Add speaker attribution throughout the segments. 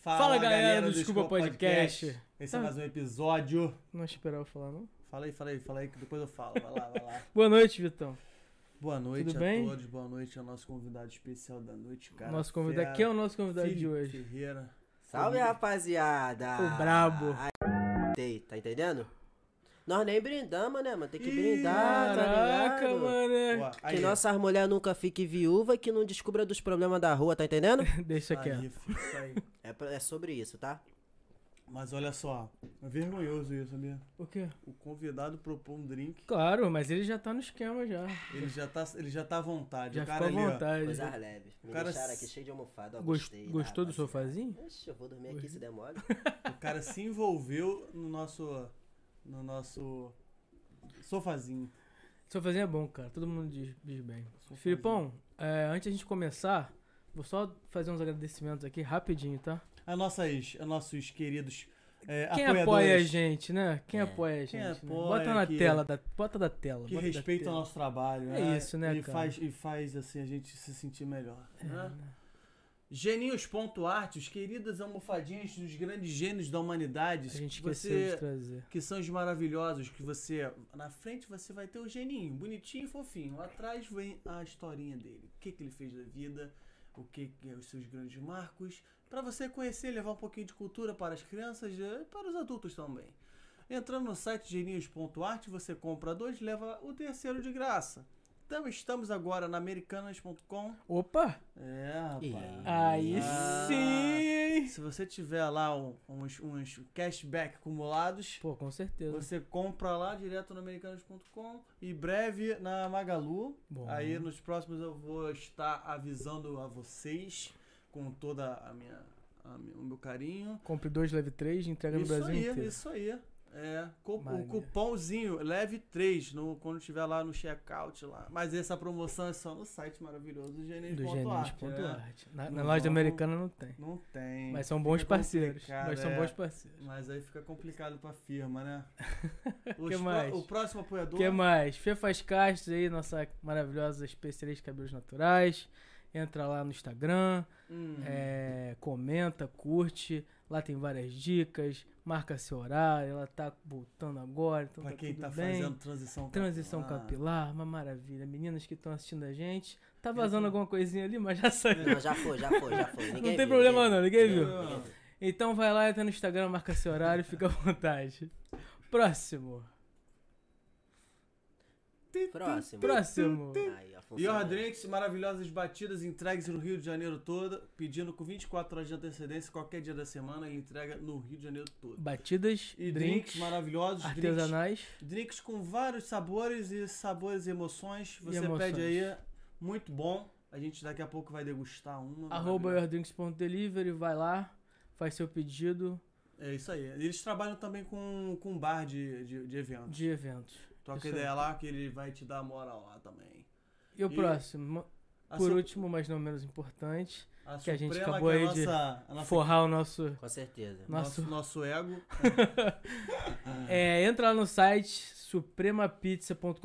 Speaker 1: Fala, galera, do Desculpa Podcast. Tá.
Speaker 2: Esse é mais um episódio.
Speaker 1: Não esperava eu falar, não?
Speaker 2: Fala aí, fala aí, fala aí, que depois eu falo. Vai lá, vai lá.
Speaker 1: Boa noite, Vitão.
Speaker 2: Boa noite
Speaker 1: Tudo
Speaker 2: a
Speaker 1: bem?
Speaker 2: todos, boa noite ao nosso convidado especial da noite, cara.
Speaker 1: nosso convidado.
Speaker 2: fera,
Speaker 1: Quem é o nosso convidado de
Speaker 2: Felipe
Speaker 1: hoje?
Speaker 2: Ferreira.
Speaker 3: Salve, rapaziada!
Speaker 1: O brabo.
Speaker 2: Ah,
Speaker 3: Tem, tá entendendo? Nós nem brindamos, né, mano? Tem que
Speaker 2: Ih,
Speaker 3: brindar, tá
Speaker 1: Caraca,
Speaker 3: ligado?
Speaker 1: mano.
Speaker 2: Ó,
Speaker 3: Que nossas mulheres nunca fiquem viúva e que não descubra dos problemas da rua, tá entendendo?
Speaker 1: Deixa
Speaker 2: aí,
Speaker 1: quieto.
Speaker 2: fixa aí.
Speaker 3: É, pra- é sobre isso, tá?
Speaker 2: Mas olha só, é vergonhoso isso, sabia?
Speaker 1: O quê?
Speaker 2: O convidado propõe um drink,
Speaker 1: Claro, mas ele já tá no esquema já.
Speaker 2: ele já tá, ele já tá à vontade.
Speaker 1: É, Já
Speaker 2: o cara
Speaker 1: ficou à
Speaker 2: ali, ó,
Speaker 1: vontade.
Speaker 3: Coisas leves. Me
Speaker 2: cara
Speaker 3: deixaram
Speaker 2: se-
Speaker 3: aqui cheio de almofada, ó,
Speaker 1: Gos-
Speaker 2: né,
Speaker 3: gostei. né,
Speaker 1: Gostou do
Speaker 3: rapaziada.
Speaker 1: sofazinho?
Speaker 3: Oxe, eu vou dormir aqui se der mole.
Speaker 2: o cara se envolveu no nosso, no nosso sofazinho.
Speaker 1: Sofazinho é bom, cara. Todo mundo diz, diz bem.
Speaker 2: Sofazinho.
Speaker 1: Filipão, é, antes a gente começar, vou só fazer uns agradecimentos aqui rapidinho, tá?
Speaker 2: A nossas, a nossos queridos é,
Speaker 1: Quem
Speaker 2: apoiadores.
Speaker 1: apoia a gente, né? Quem
Speaker 3: É.
Speaker 1: apoia a gente? né?
Speaker 2: apoia,
Speaker 1: Bota na
Speaker 2: que-
Speaker 1: tela, da, bota da tela.
Speaker 2: Que
Speaker 1: bota da
Speaker 2: respeita o
Speaker 1: tela.
Speaker 2: nosso trabalho,
Speaker 1: É
Speaker 2: né?
Speaker 1: isso, né,
Speaker 2: e
Speaker 1: cara?
Speaker 2: Faz, e faz assim a gente se sentir melhor.
Speaker 1: É,
Speaker 2: Né?
Speaker 1: né?
Speaker 2: Genios.arte, os queridas almofadinhas dos grandes gênios da humanidade.
Speaker 1: A gente esqueceu de
Speaker 2: você,
Speaker 1: trazer.
Speaker 2: que são os maravilhosos, que você. Na frente você vai ter o geninho, bonitinho e fofinho. Atrás vem a historinha dele. O que, que ele fez da vida, o que, que é os seus grandes marcos. Pra você conhecer, levar um pouquinho de cultura para as crianças eh, e para os adultos também. Entrando no site geninhos.arte, você compra dois e leva o terceiro de graça. Então estamos agora na americanas.com.
Speaker 1: Opa!
Speaker 2: É, rapaz.
Speaker 1: Aí
Speaker 2: Ah.
Speaker 1: sim!
Speaker 2: Se você tiver lá um- uns, uns cashback acumulados,
Speaker 1: Pô, com certeza.
Speaker 2: Você compra lá direto no americanos.com e breve na Magalu.
Speaker 1: Bom.
Speaker 2: Aí nos próximos eu vou estar avisando a vocês com toda a minha a mi- o meu carinho.
Speaker 1: Compre dois, leve três, entrega no
Speaker 2: Isso
Speaker 1: Brasil
Speaker 2: aí,
Speaker 1: inteiro.
Speaker 2: isso aí. É, cu- o
Speaker 1: Maneiro.
Speaker 2: cupomzinho leve 3 no, quando tiver lá no checkout lá. Mas essa promoção é só no site maravilhoso do
Speaker 1: Do
Speaker 2: Genius.art. né?
Speaker 1: Genis.art. Na, na
Speaker 2: Não
Speaker 1: loja
Speaker 2: vão-
Speaker 1: americana não tem.
Speaker 2: Não tem.
Speaker 1: Mas são bons parceiros.
Speaker 2: complicado,
Speaker 1: Mas são
Speaker 2: é.
Speaker 1: bons parceiros.
Speaker 2: Mas aí fica complicado pra firma, né? Os
Speaker 1: Que
Speaker 2: pro-
Speaker 1: mais?
Speaker 2: O próximo
Speaker 1: O
Speaker 2: apoiador.
Speaker 1: que é mais? Fefa Castro aí, nossa maravilhosa especialista em cabelos naturais. Entra lá no Instagram,
Speaker 2: Hum.
Speaker 1: é, comenta, curte. Lá tem várias dicas. Marca seu horário. Ela tá voltando agora. Então
Speaker 2: Pra
Speaker 1: tá
Speaker 2: quem
Speaker 1: tudo
Speaker 2: tá
Speaker 1: bem.
Speaker 2: fazendo transição Ah. capilar.
Speaker 1: Transição capilar, uma maravilha. Meninas que estão assistindo a gente.
Speaker 2: É,
Speaker 1: Tá
Speaker 2: então.
Speaker 1: vazando alguma coisinha ali, mas já saiu.
Speaker 3: Não, já foi, já foi, já foi. Ninguém
Speaker 1: Não
Speaker 3: viu,
Speaker 1: tem problema não,
Speaker 3: ninguém
Speaker 1: ninguém
Speaker 2: Viu?
Speaker 1: viu. Então vai lá, entra no Instagram, marca seu horário, fica à vontade. Próximo.
Speaker 3: viu. Próximo.
Speaker 1: Próximo.
Speaker 3: Aí, ó, funcionou.
Speaker 2: Your Drinks, maravilhosas batidas entregues no Rio de Janeiro todo, pedindo com 24 horas de antecedência, qualquer dia da semana, ele entrega no Rio de Janeiro todo.
Speaker 1: Batidas,
Speaker 2: E drinks,
Speaker 1: drinks,
Speaker 2: maravilhosos, drinks,
Speaker 1: artesanais.
Speaker 2: drinks com vários sabores e sabores e emoções. Você
Speaker 1: emoções.
Speaker 2: pede aí, muito bom. A gente daqui a pouco vai degustar uma.
Speaker 1: Arroba
Speaker 2: maravilhosa.
Speaker 1: yourdrinks.delivery, vai lá, faz seu pedido
Speaker 2: É isso aí. Eles trabalham também com, com bar de, de, de eventos.
Speaker 1: de eventos.
Speaker 2: Toca
Speaker 1: Isso aí.
Speaker 2: ideia lá que ele vai te dar moral lá também.
Speaker 1: E o
Speaker 2: E-
Speaker 1: próximo,
Speaker 2: A
Speaker 1: por
Speaker 2: su-
Speaker 1: último, mas não menos importante,
Speaker 2: A
Speaker 1: que a gente
Speaker 2: Suprema,
Speaker 1: acabou
Speaker 2: que é
Speaker 1: aí
Speaker 2: a
Speaker 1: de
Speaker 2: nossa, a nossa-
Speaker 1: forrar o nosso...
Speaker 3: Com certeza.
Speaker 2: nosso,
Speaker 1: nosso...
Speaker 2: nosso ego.
Speaker 1: É, entra lá no site supremapizza.com.br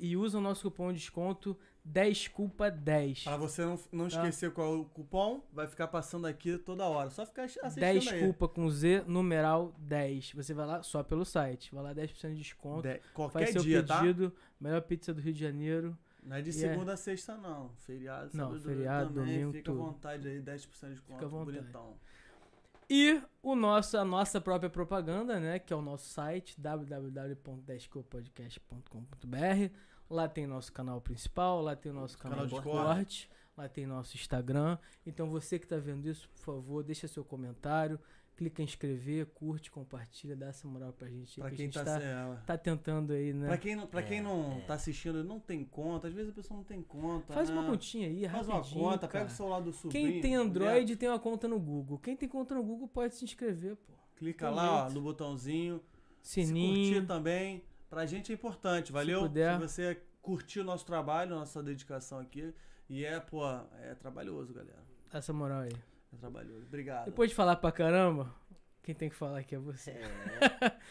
Speaker 1: e usa o nosso cupom de desconto 10culpa10.
Speaker 2: Pra você não, não
Speaker 1: Tá.
Speaker 2: esquecer qual é o cupom, vai ficar passando aqui toda hora. Só ficar assistindo
Speaker 1: 10
Speaker 2: aí.
Speaker 1: culpa com Z, numeral 10. Você vai lá só pelo site. Vai lá 10% de desconto.
Speaker 2: De-
Speaker 1: faz
Speaker 2: qualquer
Speaker 1: seu
Speaker 2: dia, tá?
Speaker 1: pedido. Melhor pizza do Rio de Janeiro.
Speaker 2: Não é de
Speaker 1: E
Speaker 2: segunda a sexta, não. Feriado,
Speaker 1: Não,
Speaker 2: sábado, e
Speaker 1: feriado,
Speaker 2: domingo também.
Speaker 1: domingo,
Speaker 2: Fica
Speaker 1: tudo.
Speaker 2: à vontade aí, 10% de
Speaker 1: Fica à
Speaker 2: conta,
Speaker 1: vontade.
Speaker 2: bonitão.
Speaker 1: E o nosso, a nossa própria propaganda, né? Que é o nosso site, www.10culpodcast.com.br. Lá tem nosso canal principal, lá tem o nosso canal,
Speaker 2: Canal
Speaker 1: de
Speaker 2: Discord.
Speaker 1: corte, lá tem nosso Instagram. Então você que tá vendo isso, por favor, deixa seu comentário, clica em inscrever, curte, compartilha, dá essa moral pra gente. aí,
Speaker 2: Pra
Speaker 1: que a
Speaker 2: quem
Speaker 1: gente
Speaker 2: tá...
Speaker 1: tá,
Speaker 2: é,
Speaker 1: tá tentando aí, né?
Speaker 2: Pra quem não, pra
Speaker 3: É,
Speaker 2: quem não
Speaker 3: é.
Speaker 2: tá assistindo, não tem conta. Às vezes a pessoa não tem conta.
Speaker 1: Faz uma
Speaker 2: né?
Speaker 1: continha aí,
Speaker 2: Faz
Speaker 1: rapidinho.
Speaker 2: uma conta,
Speaker 1: cara.
Speaker 2: pega o celular do sobrinho. né?
Speaker 1: Quem tem
Speaker 2: mulher,
Speaker 1: Android tem uma conta no Google. Quem tem conta no Google pode se inscrever, pô.
Speaker 2: Clica
Speaker 1: tem
Speaker 2: lá, ó,
Speaker 1: jeito.
Speaker 2: no botãozinho. Se
Speaker 1: Sininho.
Speaker 2: curtir tá? também, pra gente é importante, valeu?
Speaker 1: puder.
Speaker 2: você curtir o nosso trabalho, a nossa dedicação aqui. E é, pô, é trabalhoso, galera.
Speaker 1: Essa moral aí.
Speaker 2: É trabalhoso. Obrigado.
Speaker 1: Depois de falar pra caramba, Quem tem que falar aqui é você.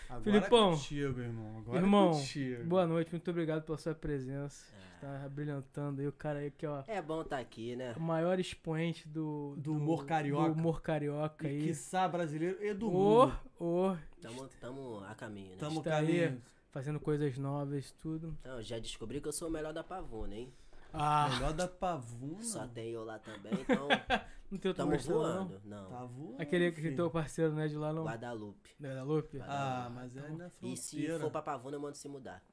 Speaker 2: Agora
Speaker 1: Filipão.
Speaker 2: é contigo, irmão. Agora
Speaker 1: Irmão,
Speaker 2: é contigo.
Speaker 1: Boa noite, muito obrigado pela sua presença. Tá brilhantando aí o cara aí que é
Speaker 3: É bom tá aqui, né?
Speaker 1: o maior expoente do,
Speaker 2: Do humor carioca.
Speaker 1: do humor carioca
Speaker 2: E
Speaker 1: aí.
Speaker 2: quiçá brasileiro e do
Speaker 1: Ô,
Speaker 2: mundo.
Speaker 1: ô,
Speaker 3: Tamo, tamo a caminho, né?
Speaker 2: Tamo
Speaker 1: está aí.
Speaker 2: carinho.
Speaker 1: fazendo coisas novas, tudo.
Speaker 3: Então, já descobri que eu sou o melhor da pavuna, hein?
Speaker 1: Ah,
Speaker 2: Melhor da pavuna.
Speaker 3: Só tem eu lá também, então
Speaker 1: não tem outro
Speaker 3: tamo
Speaker 1: gostoso, não?
Speaker 3: voando. Não,
Speaker 2: Tá voando,
Speaker 1: Aquele que
Speaker 2: filho.
Speaker 1: teu parceiro, né, de lá não. é
Speaker 3: Guadalupe.
Speaker 1: Da Guadalupe?
Speaker 2: Ah, mas é na
Speaker 3: Então, E se
Speaker 2: fronteira.
Speaker 3: for pra pavuna, eu mando se mudar.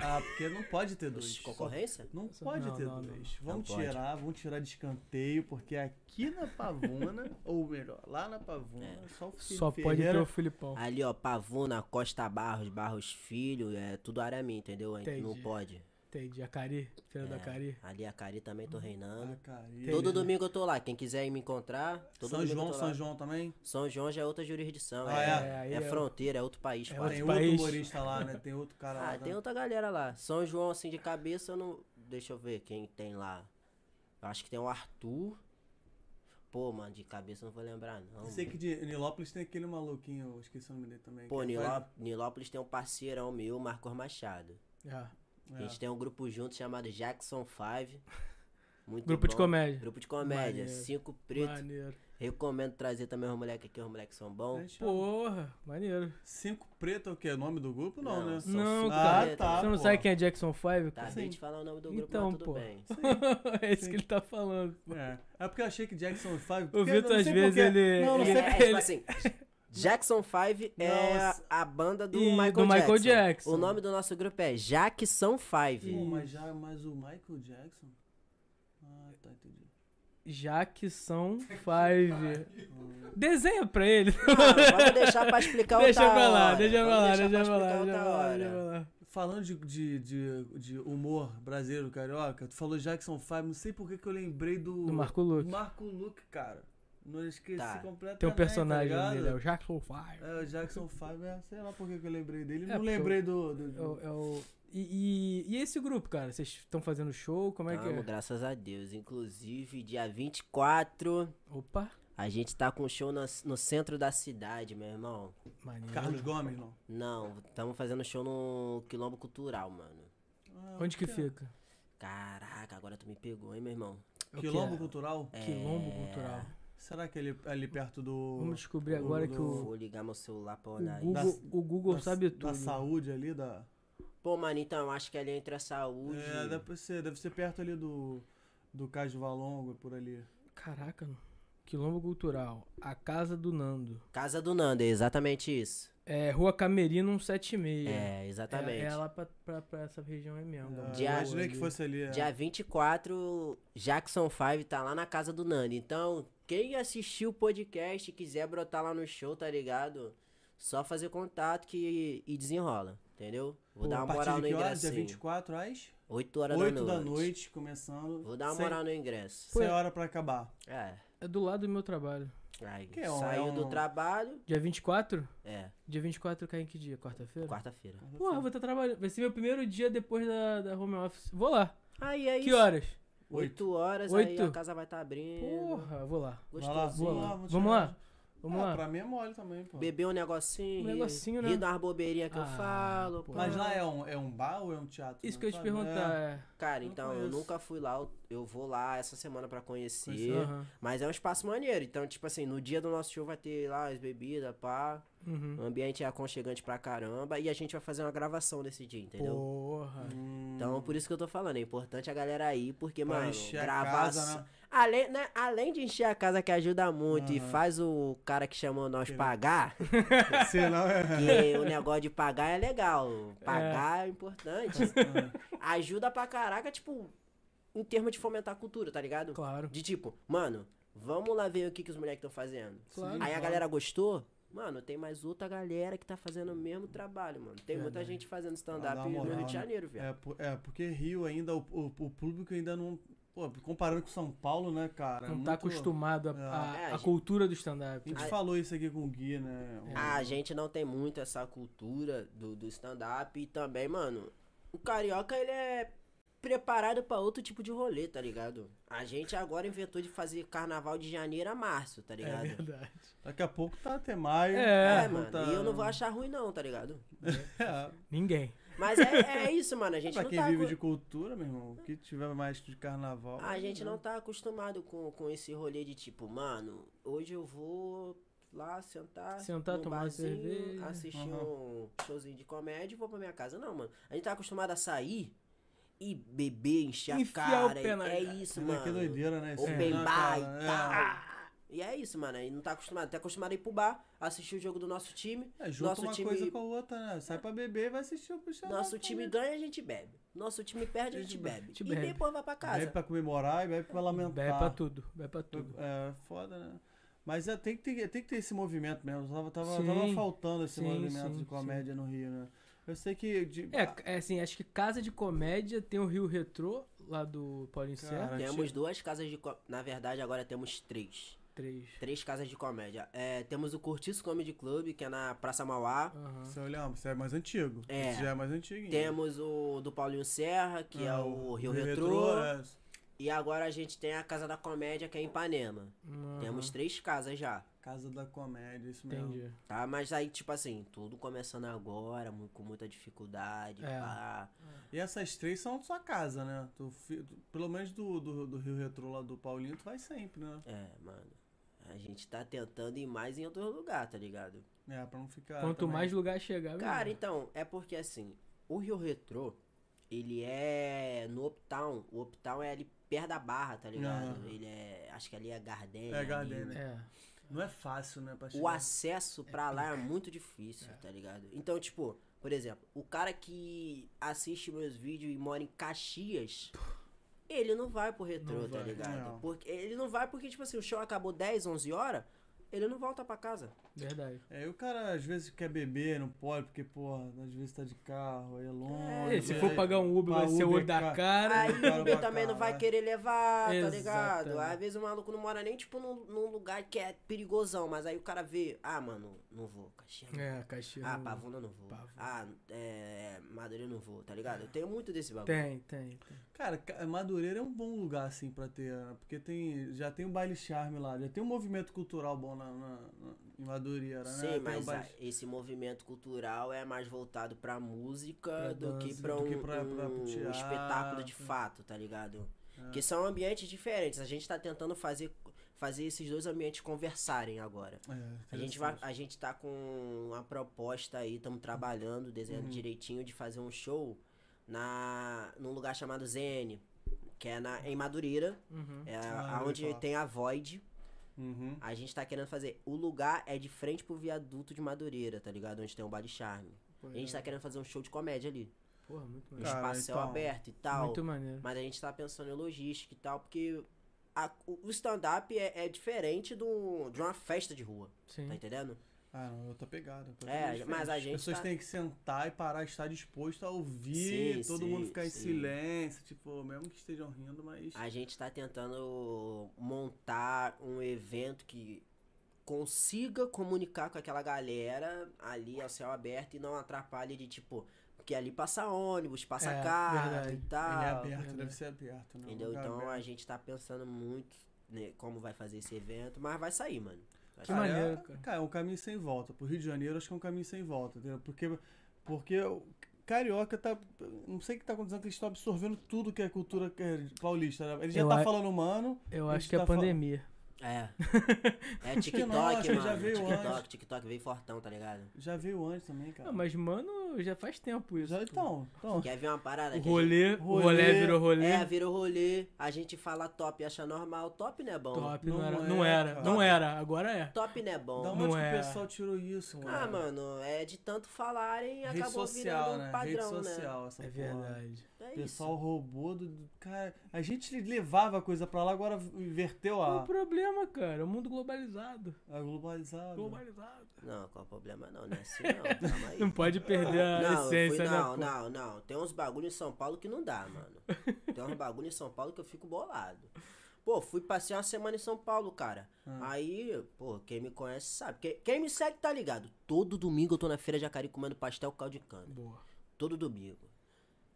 Speaker 2: Ah, porque não pode ter dois.
Speaker 3: Concorrência?
Speaker 2: Não
Speaker 1: Só-
Speaker 2: pode
Speaker 1: não,
Speaker 2: ter
Speaker 1: não,
Speaker 2: dois.
Speaker 3: não.
Speaker 2: Vamos
Speaker 3: Não pode.
Speaker 2: tirar, vamos tirar de escanteio, porque aqui na Pavuna, ou melhor, lá na Pavuna, só o Felipe
Speaker 1: É. Só pode ter
Speaker 2: Ferreira.
Speaker 1: o Filipão.
Speaker 3: Ali, ó, Pavuna, Costa Barros, Barros Filho, é tudo Arami, entendeu? A gente Não
Speaker 1: Entendi.
Speaker 3: pode.
Speaker 1: Entendi. A Cari, Feira da
Speaker 3: É,
Speaker 1: Cari.
Speaker 3: Ali a Cari também tô
Speaker 2: Ah,
Speaker 3: reinando.
Speaker 2: cara,
Speaker 3: Todo
Speaker 2: ele-
Speaker 3: domingo eu tô lá. Quem quiser ir me encontrar, todo
Speaker 2: São
Speaker 3: domingo
Speaker 2: João,
Speaker 3: eu tô lá.
Speaker 2: São João também?
Speaker 3: São João já é outra jurisdição.
Speaker 2: Ah,
Speaker 3: é,
Speaker 2: é?
Speaker 1: É, aí
Speaker 3: é
Speaker 1: é-
Speaker 3: fronteira, é outro país.
Speaker 1: é
Speaker 3: quase.
Speaker 1: outro
Speaker 2: Tem outro
Speaker 1: país.
Speaker 2: humorista lá, né? Tem outro cara lá.
Speaker 3: Ah, tem
Speaker 2: né?
Speaker 3: outra galera lá. São João, assim, de cabeça, eu não. Deixa eu ver quem tem lá. Eu acho que tem o Arthur. Pô, mano, de cabeça eu não vou lembrar, não.
Speaker 2: Sei que
Speaker 3: mano.
Speaker 2: de Nilópolis tem aquele maluquinho, eu esqueci o nome dele também.
Speaker 3: Pô,
Speaker 2: que é-
Speaker 3: Niló... Nilópolis tem um parceirão meu, Marcos Machado.
Speaker 1: Ah,
Speaker 2: É.
Speaker 3: A gente tem um grupo junto chamado Jackson Five. Muito
Speaker 1: Grupo de
Speaker 3: bom.
Speaker 1: comédia.
Speaker 3: Grupo de comédia,
Speaker 1: Maneiro.
Speaker 3: cinco pretos.
Speaker 1: Maneiro.
Speaker 3: Recomendo trazer também os moleques aqui, os moleques são bons.
Speaker 2: Deixa eu-
Speaker 1: Porra, maneiro.
Speaker 2: Cinco preto é o quê? O nome do grupo? Não, né?
Speaker 3: são
Speaker 1: Não,
Speaker 3: cinco
Speaker 1: cara.
Speaker 3: pretos.
Speaker 2: Ah,
Speaker 1: Você não
Speaker 2: pô.
Speaker 1: sabe quem é Jackson 5?
Speaker 3: Tá,
Speaker 1: cara?
Speaker 3: acabei de falar o nome do grupo,
Speaker 1: Então,
Speaker 3: mas tudo
Speaker 1: pô.
Speaker 3: bem.
Speaker 1: é isso
Speaker 2: Sim.
Speaker 1: que ele tá falando. pô.
Speaker 2: É. é porque eu achei que Jackson 5.
Speaker 1: O Vitor, às vezes, ele.
Speaker 2: Não, não
Speaker 3: Ele
Speaker 2: sei
Speaker 1: ele-
Speaker 3: é, é, tipo assim, Jackson 5 é
Speaker 2: Nossa.
Speaker 3: a banda do,
Speaker 1: E
Speaker 3: Michael,
Speaker 1: do Michael
Speaker 3: Jackson.
Speaker 1: Jackson. Hum.
Speaker 3: O nome do nosso grupo é Jackson 5.
Speaker 2: é- Pô, mas, já, mas o Michael Jackson? Ah, tá, entendi.
Speaker 1: Jackson 5. Desenha pra ele.
Speaker 3: Ah, vamos deixar pra explicar
Speaker 1: Deixa
Speaker 3: outra
Speaker 1: pra lá,
Speaker 3: hora.
Speaker 1: deixa pra
Speaker 3: Então tá Vamos
Speaker 1: lá,
Speaker 3: deixar
Speaker 1: deixa pra lá, deixa pra
Speaker 3: explicar outra
Speaker 1: lá,
Speaker 3: hora.
Speaker 1: deixa pra lá.
Speaker 2: Falando de, de, de, de humor brasileiro, carioca, tu falou Jackson 5, não sei por que que eu lembrei do.
Speaker 1: Do Marco Luque.
Speaker 2: Marco Luke, cara. Não esqueci
Speaker 3: Tá.
Speaker 2: completamente.
Speaker 1: Tem um personagem
Speaker 2: tá ligado?
Speaker 1: dele, é o Jackson 5.
Speaker 2: É, o Jackson 5, é, sei lá por que que eu lembrei dele.
Speaker 1: É,
Speaker 2: não
Speaker 1: porque
Speaker 2: lembrei do. do-
Speaker 1: É o- é o- E, e- e esse grupo, cara? Vocês estão fazendo show? Como é que
Speaker 3: Tamo,
Speaker 1: é?
Speaker 3: graças a Deus. Inclusive, dia 24,
Speaker 1: Opa,
Speaker 3: a gente tá com um show na- no centro da cidade, meu irmão.
Speaker 1: maneiro.
Speaker 2: Carlos Gomes, não.
Speaker 3: Não, tamo fazendo show no Quilombo Cultural, mano.
Speaker 2: Ah,
Speaker 1: Onde que
Speaker 2: o é?
Speaker 1: fica?
Speaker 3: Caraca, agora tu me pegou, hein, meu irmão?
Speaker 1: É o quê?
Speaker 2: Quilombo Cultural?
Speaker 3: É.
Speaker 1: Quilombo Cultural.
Speaker 2: Será que é ali, ali perto do.
Speaker 1: Vamos descobrir
Speaker 2: do-
Speaker 1: agora
Speaker 2: do-
Speaker 1: que o,
Speaker 3: Vou ligar meu celular pra
Speaker 1: o
Speaker 3: olhar aí.
Speaker 1: Google, o Google
Speaker 2: da-
Speaker 1: sabe tudo.
Speaker 2: Da saúde ali, da.
Speaker 3: Pô, mano, então, eu acho que ali entre a saúde.
Speaker 2: É, deve ser, deve ser perto ali do. Do Cais de Valongo, por ali.
Speaker 1: Caraca, mano. Quilombo Cultural. A Casa do Nando.
Speaker 3: Casa do Nando, é exatamente isso.
Speaker 1: É Rua Camerino 176.
Speaker 3: É,
Speaker 1: É,
Speaker 3: exatamente.
Speaker 1: é lá pra, pra- pra essa região aí mesmo.
Speaker 2: Ah,
Speaker 1: galera.
Speaker 3: Dia-
Speaker 2: eu imaginei que
Speaker 1: Ali.
Speaker 2: fosse ali. é.
Speaker 3: Dia 24, Jackson 5 tá lá na casa do Nando. Então, quem assistiu o podcast e quiser brotar lá no show, tá ligado? Só fazer contato que e desenrola, entendeu? Vou
Speaker 2: Pô,
Speaker 3: dar
Speaker 2: a
Speaker 3: uma
Speaker 2: partir
Speaker 3: moral
Speaker 2: de
Speaker 3: no
Speaker 2: que horas?
Speaker 3: ingresso.
Speaker 2: Dia 24 às
Speaker 3: 8 horas
Speaker 2: 8
Speaker 3: da
Speaker 2: da
Speaker 3: noite.
Speaker 2: noite, começando.
Speaker 3: Vou dar uma
Speaker 2: sem-
Speaker 3: moral no ingresso.
Speaker 1: Pô,
Speaker 2: Sem
Speaker 1: é-
Speaker 2: hora pra acabar.
Speaker 3: É.
Speaker 1: É do lado do meu trabalho.
Speaker 3: Aí,
Speaker 2: Que é um-
Speaker 3: saiu
Speaker 2: é um-
Speaker 3: do trabalho.
Speaker 1: Dia 24?
Speaker 3: É,
Speaker 1: Dia 24 cai em que dia? Quarta-feira?
Speaker 3: quarta-feira.
Speaker 2: Uhum.
Speaker 1: Porra, vou estar trabalhando. Vai ser meu primeiro dia depois da, da home office. Vou lá.
Speaker 3: Aí é
Speaker 1: Que
Speaker 3: isso. É.
Speaker 1: horas?
Speaker 3: 8 horas, aí
Speaker 1: Oito?
Speaker 3: a casa vai estar abrindo.
Speaker 1: Porra, vou lá.
Speaker 2: Vai lá,
Speaker 3: Gostosinho.
Speaker 1: Vamos lá,
Speaker 2: vamos
Speaker 1: vamos
Speaker 2: tirar.
Speaker 1: lá. Vamos
Speaker 2: Ah,
Speaker 1: lá.
Speaker 2: Pra mim é mole também, pô.
Speaker 3: Beber um negocinho.
Speaker 1: Um negocinho,
Speaker 3: rir,
Speaker 1: né?
Speaker 3: Rir das bobeirinhas que eu
Speaker 1: Ah,
Speaker 3: falo.
Speaker 1: pô.
Speaker 3: pô.
Speaker 2: Mas lá é um, é um bar ou é um teatro?
Speaker 1: Isso
Speaker 2: Não
Speaker 1: que eu ia te
Speaker 2: sabe, né?
Speaker 1: perguntar é.
Speaker 3: Cara,
Speaker 2: Não
Speaker 3: então eu
Speaker 2: conheço.
Speaker 3: nunca fui lá, eu- eu vou lá essa semana pra conhecer.
Speaker 2: Conhecer.
Speaker 1: Aham.
Speaker 3: Mas é um espaço maneiro, então, tipo assim, no dia do nosso show vai ter lá as bebidas, pá.
Speaker 1: Uhum.
Speaker 3: O ambiente é aconchegante pra caramba. E a gente vai fazer uma gravação nesse dia, entendeu?
Speaker 1: Porra.
Speaker 2: Hum,
Speaker 3: Então, por isso que eu tô falando, é importante a galera ir, porque,
Speaker 2: pra
Speaker 3: mano,
Speaker 2: encher a
Speaker 3: gravação.
Speaker 2: casa, né?
Speaker 3: além, né, além de encher a casa que ajuda muito e
Speaker 2: Aham.
Speaker 3: faz o cara que chamou nós
Speaker 2: Querer.
Speaker 3: pagar,
Speaker 2: Sei lá, é.
Speaker 3: que o negócio de pagar é legal. Pagar é importante.
Speaker 2: É.
Speaker 3: ajuda pra caraca, tipo, em termos de fomentar a cultura, tá ligado?
Speaker 1: Claro.
Speaker 3: De tipo, mano, vamos lá ver o que, que os moleques estão fazendo.
Speaker 1: Claro.
Speaker 3: Aí a galera gostou, mano, tem mais outra galera que tá fazendo o mesmo trabalho, mano. Tem muita
Speaker 1: Verdade.
Speaker 3: gente fazendo
Speaker 2: É, né? Dá
Speaker 3: stand-up
Speaker 2: uma
Speaker 3: no
Speaker 2: moral,
Speaker 3: Rio de
Speaker 2: né?
Speaker 3: Janeiro, velho.
Speaker 2: É, por- é, porque Rio ainda, o, o, o público ainda não. Pô, comparando com São Paulo, né, cara? é
Speaker 1: Não
Speaker 2: muito-
Speaker 1: tá acostumado a, a-
Speaker 3: É, a
Speaker 1: a
Speaker 3: gente-
Speaker 1: cultura do
Speaker 2: A
Speaker 1: stand-up.
Speaker 2: gente
Speaker 1: né?
Speaker 2: falou isso aqui com o Gui, né? O-
Speaker 3: A gente não tem muito essa cultura do, do stand-up e também, mano, o carioca, ele é preparado pra outro tipo de rolê, tá ligado? A gente agora inventou de fazer carnaval de janeiro a março, tá
Speaker 1: É
Speaker 3: ligado? É,
Speaker 1: verdade.
Speaker 2: Daqui a pouco tá até maio.
Speaker 1: É,
Speaker 3: mano.
Speaker 2: tá-
Speaker 3: E eu não vou achar ruim, não, tá ligado?
Speaker 2: É,
Speaker 1: Ninguém.
Speaker 3: Mas é, é isso, mano. A gente
Speaker 2: pra
Speaker 3: não
Speaker 2: quem
Speaker 3: tá.
Speaker 2: vive
Speaker 3: acu-
Speaker 2: de cultura, meu irmão, o que tiver mais de carnaval.
Speaker 3: A gente
Speaker 1: né?
Speaker 3: não tá acostumado com, com esse rolê de tipo, mano, hoje eu vou lá sentar,
Speaker 1: Sentar,
Speaker 3: num
Speaker 1: tomar uma
Speaker 3: barzinho,
Speaker 1: cerveja.
Speaker 3: assistir um showzinho de comédia e vou pra minha casa. Não, mano. A gente tá acostumado a sair e beber, encher a
Speaker 1: Enfiar
Speaker 3: cara.
Speaker 1: o pé na-
Speaker 3: é isso,
Speaker 2: Isso
Speaker 3: mano.
Speaker 2: daqui é doideira, né? Isso
Speaker 3: Open
Speaker 2: não,
Speaker 3: bar e
Speaker 2: cara,
Speaker 3: tal.
Speaker 2: é.
Speaker 3: E é isso, mano. A gente não tá acostumado. Tá acostumado a ir pro bar, assistir o jogo do nosso time.
Speaker 2: É, junta
Speaker 3: nosso
Speaker 2: uma
Speaker 3: time.
Speaker 2: coisa com a outra, né? Sai pra beber e vai assistir o puxão. né,
Speaker 3: Nosso time ganha, a gente bebe. Nosso time perde, a gente bebe.
Speaker 1: É gente bebe.
Speaker 3: E depois vai pra
Speaker 2: Bebe
Speaker 3: casa.
Speaker 2: pra comemorar e bebe pra lamentar.
Speaker 1: Bebe pra tudo. Bebe pra tudo.
Speaker 2: É, foda, né? Mas é, tem, que ter, tem que ter esse movimento mesmo. Tava, tava,
Speaker 1: Sim.
Speaker 2: tava faltando esse
Speaker 1: Sim,
Speaker 2: movimento
Speaker 1: sim,
Speaker 2: de comédia no Rio, né? Eu sei que. De,
Speaker 1: É, é assim, acho que casa de comédia tem o Rio Retrô, lá do Paulinho
Speaker 2: Cara,
Speaker 1: Serra.
Speaker 3: Temos duas casas de. co- Na verdade, agora temos três.
Speaker 1: Três.
Speaker 3: Três casas de comédia. É, temos o Curtiço Comedy Club, que é na Praça Mauá.
Speaker 1: Aham.
Speaker 2: Você olha, você é mais antigo.
Speaker 3: É.
Speaker 2: Esse já é mais antigo. hein?
Speaker 3: Temos o do Paulinho Serra, que é
Speaker 2: Ah,
Speaker 3: o Rio Retrô. né?
Speaker 2: é.
Speaker 3: E agora a gente tem a Casa da Comédia, que é em Ipanema.
Speaker 2: um
Speaker 3: Temos três casas já.
Speaker 2: Casa da Comédia, isso mesmo.
Speaker 1: Entendi.
Speaker 3: Tá, mas aí, tipo assim, tudo começando agora, mu- com muita dificuldade,
Speaker 1: É.
Speaker 3: pá.
Speaker 2: E essas três são de sua casa, né? Tu fi- tu- pelo menos do, do, do Rio Retrô lá do Paulinho, tu vai sempre, né?
Speaker 3: É, mano. A gente tá tentando ir mais em outro lugar, tá ligado?
Speaker 2: É, pra não ficar.
Speaker 1: Quanto
Speaker 2: também-
Speaker 1: mais lugar chegar,
Speaker 3: Cara,
Speaker 1: melhor.
Speaker 3: então, é porque assim, o Rio Retrô, ele é no Uptown. O Uptown é ali perto da barra, tá ligado?
Speaker 2: Aham.
Speaker 3: Ele é. Acho que ali é Gardenia.
Speaker 2: É,
Speaker 3: ali.
Speaker 2: Gardenia.
Speaker 1: É.
Speaker 2: Não é fácil, né? Pra
Speaker 3: O
Speaker 2: chegar.
Speaker 3: acesso pra lá é muito difícil, tá ligado? Então, tipo, por exemplo, o cara que assiste meus vídeos e mora em Caxias. Ele não vai pro retrô,
Speaker 1: Não
Speaker 3: tá
Speaker 1: vai.
Speaker 3: ligado?
Speaker 2: Não.
Speaker 3: Porque ele não vai porque, tipo assim, o show acabou 10, 11 horas, ele não volta pra casa.
Speaker 1: Verdade.
Speaker 2: É, e o cara às vezes quer beber, não pode, porque, porra, às vezes tá de carro, aí é longe.
Speaker 1: É, se for pagar um Uber,
Speaker 2: pra
Speaker 1: vai ser o
Speaker 2: Uber,
Speaker 1: olho da
Speaker 2: cara.
Speaker 1: cara.
Speaker 3: Aí o
Speaker 2: Cara,
Speaker 3: Uber também não vai
Speaker 2: cara.
Speaker 3: querer levar, tá ligado?
Speaker 1: Exatamente.
Speaker 3: Às vezes o maluco não mora nem, tipo, num, num lugar que é perigosão, mas aí o cara vê, ah, mano, não vou, Caxias. não vou.
Speaker 1: É, Caxias.
Speaker 3: Ah,
Speaker 1: não-
Speaker 3: Pavuna não vou.
Speaker 1: Pavuna.
Speaker 3: Ah, é, Madureira não vou, tá ligado? Eu tenho muito desse bagulho.
Speaker 1: Tem, tem. tem.
Speaker 2: Cara, Ca- Madureira é um bom lugar, assim, pra ter. né? Porque tem, já tem o baile charme lá, já tem um movimento cultural bom na, na- na- em Madureira, né?
Speaker 3: Sim,
Speaker 2: Tem o
Speaker 3: mas
Speaker 2: baile-
Speaker 3: ah, esse movimento cultural é mais voltado pra música
Speaker 1: Pra
Speaker 3: do que
Speaker 1: dança,
Speaker 3: pra
Speaker 2: do
Speaker 3: um,
Speaker 2: que pra- pra- pro
Speaker 3: um
Speaker 2: teatro. É.
Speaker 3: espetáculo de fato, tá ligado? Que são ambientes diferentes. A gente tá tentando fazer, fazer esses dois ambientes conversarem agora.
Speaker 2: É,
Speaker 3: A gente, vai, a gente tá com uma proposta aí, estamos trabalhando, desenhando direitinho de fazer um show na, num lugar chamado ZN, que é na, em Madureira,
Speaker 1: Uhum.
Speaker 3: é
Speaker 2: Ah, eu ouvi
Speaker 3: onde
Speaker 2: falar.
Speaker 3: tem a Void.
Speaker 2: Uhum.
Speaker 3: A gente tá querendo fazer. O lugar é de frente pro viaduto de Madureira, tá ligado? Onde tem um bar de charme.
Speaker 1: Pô, é,
Speaker 3: A gente tá querendo fazer um show de comédia ali.
Speaker 1: Porra, muito
Speaker 3: Um
Speaker 1: maneiro.
Speaker 2: Cara,
Speaker 3: espaço céu
Speaker 2: então,
Speaker 3: aberto e tal.
Speaker 1: Ah, Muito maneiro.
Speaker 3: Mas a gente tá pensando em logística e tal, porque a- o o stand-up é, é diferente do, de uma festa de rua,
Speaker 1: Sim.
Speaker 3: tá entendendo?
Speaker 2: Ah, não, outra pegada. coisa
Speaker 3: É,
Speaker 2: diferente.
Speaker 3: mas a gente
Speaker 2: As pessoas
Speaker 3: tá-
Speaker 2: têm que sentar e parar, estar disposto a ouvir,
Speaker 3: Sim,
Speaker 2: todo
Speaker 3: sim,
Speaker 2: mundo ficar em
Speaker 3: sim.
Speaker 2: silêncio, tipo, mesmo que estejam rindo, mas. é
Speaker 3: A gente tá tentando montar um evento que consiga comunicar com aquela galera ali ao céu aberto e não atrapalhe de tipo. Porque ali passa ônibus, passa
Speaker 1: É,
Speaker 3: carro
Speaker 1: verdade.
Speaker 3: e
Speaker 2: Ele é
Speaker 3: tal.
Speaker 2: aberto,
Speaker 1: verdade.
Speaker 2: deve ser aberto, né? Um
Speaker 3: tá entendeu?
Speaker 2: lugar
Speaker 3: Então
Speaker 2: aberto.
Speaker 3: a gente tá pensando muito né, como vai fazer esse evento, mas vai sair, mano. Vai
Speaker 1: Que
Speaker 3: sair.
Speaker 1: maneiro,
Speaker 2: é,
Speaker 1: cara.
Speaker 2: é um caminho sem volta. Pro Rio de Janeiro, acho que é um caminho sem volta, entendeu? Porque, porque o carioca tá. Não sei o que tá acontecendo, que eles estão absorvendo tudo que é cultura que é paulista. Né? Ele já
Speaker 1: Eu
Speaker 2: tá
Speaker 1: a-
Speaker 2: falando humano.
Speaker 1: Eu
Speaker 2: A
Speaker 1: acho
Speaker 2: gente
Speaker 1: que é
Speaker 2: tá
Speaker 1: a pandemia.
Speaker 3: É. É TikTok,
Speaker 2: não, acho que
Speaker 3: mano.
Speaker 2: já veio
Speaker 3: TikTok,
Speaker 2: antes.
Speaker 3: TikTok veio fortão, tá ligado?
Speaker 2: Já veio antes também,
Speaker 3: É.
Speaker 2: cara.
Speaker 1: Não, Ah, mas, mano, já faz tempo isso.
Speaker 2: Já, então, então.
Speaker 3: Quer ver uma parada?
Speaker 1: O
Speaker 3: que é a
Speaker 1: rolê, o
Speaker 2: Rolê.
Speaker 1: rolê virou rolê.
Speaker 3: gente- É, vira o rolê, a gente fala top e acha normal. Top não é bom.
Speaker 1: Top, não,
Speaker 2: Não
Speaker 1: era.
Speaker 2: é,
Speaker 1: não era,
Speaker 2: cara.
Speaker 1: não era, agora é.
Speaker 3: Top não é bom.
Speaker 2: Da
Speaker 1: Não
Speaker 2: onde que
Speaker 1: é.
Speaker 2: o pessoal tirou isso, mano?
Speaker 3: Ah, mano, é de tanto falarem
Speaker 2: Rede
Speaker 3: acabou
Speaker 2: social,
Speaker 3: virando um
Speaker 2: né?
Speaker 3: padrão,
Speaker 2: Rede social, essa
Speaker 1: É
Speaker 2: porra.
Speaker 1: verdade.
Speaker 3: né? É
Speaker 2: O
Speaker 3: isso.
Speaker 2: pessoal roubou do. do- Cara, a gente levava a coisa pra lá, agora inverteu
Speaker 1: Qual
Speaker 2: a,
Speaker 1: o É um problema, cara? O mundo globalizado.
Speaker 2: a globalizada.
Speaker 1: Globalizado.
Speaker 3: Não, qual é o problema não, não é assim não, calma aí.
Speaker 1: Não pode perder a
Speaker 3: Não, eu fui-
Speaker 1: essência, né?
Speaker 3: não,
Speaker 1: pô?
Speaker 3: não, não. Tem uns bagulho em São Paulo que não dá, mano. Tem uns bagulho em São Paulo que eu fico bolado. Pô, fui passear uma semana em São Paulo, cara.
Speaker 2: Ah.
Speaker 3: Aí, pô, quem me conhece sabe. Quem, quem me segue tá ligado. Todo domingo eu tô na Feira Jacari comendo pastel com caldo de cana.
Speaker 1: Boa.
Speaker 3: Todo domingo.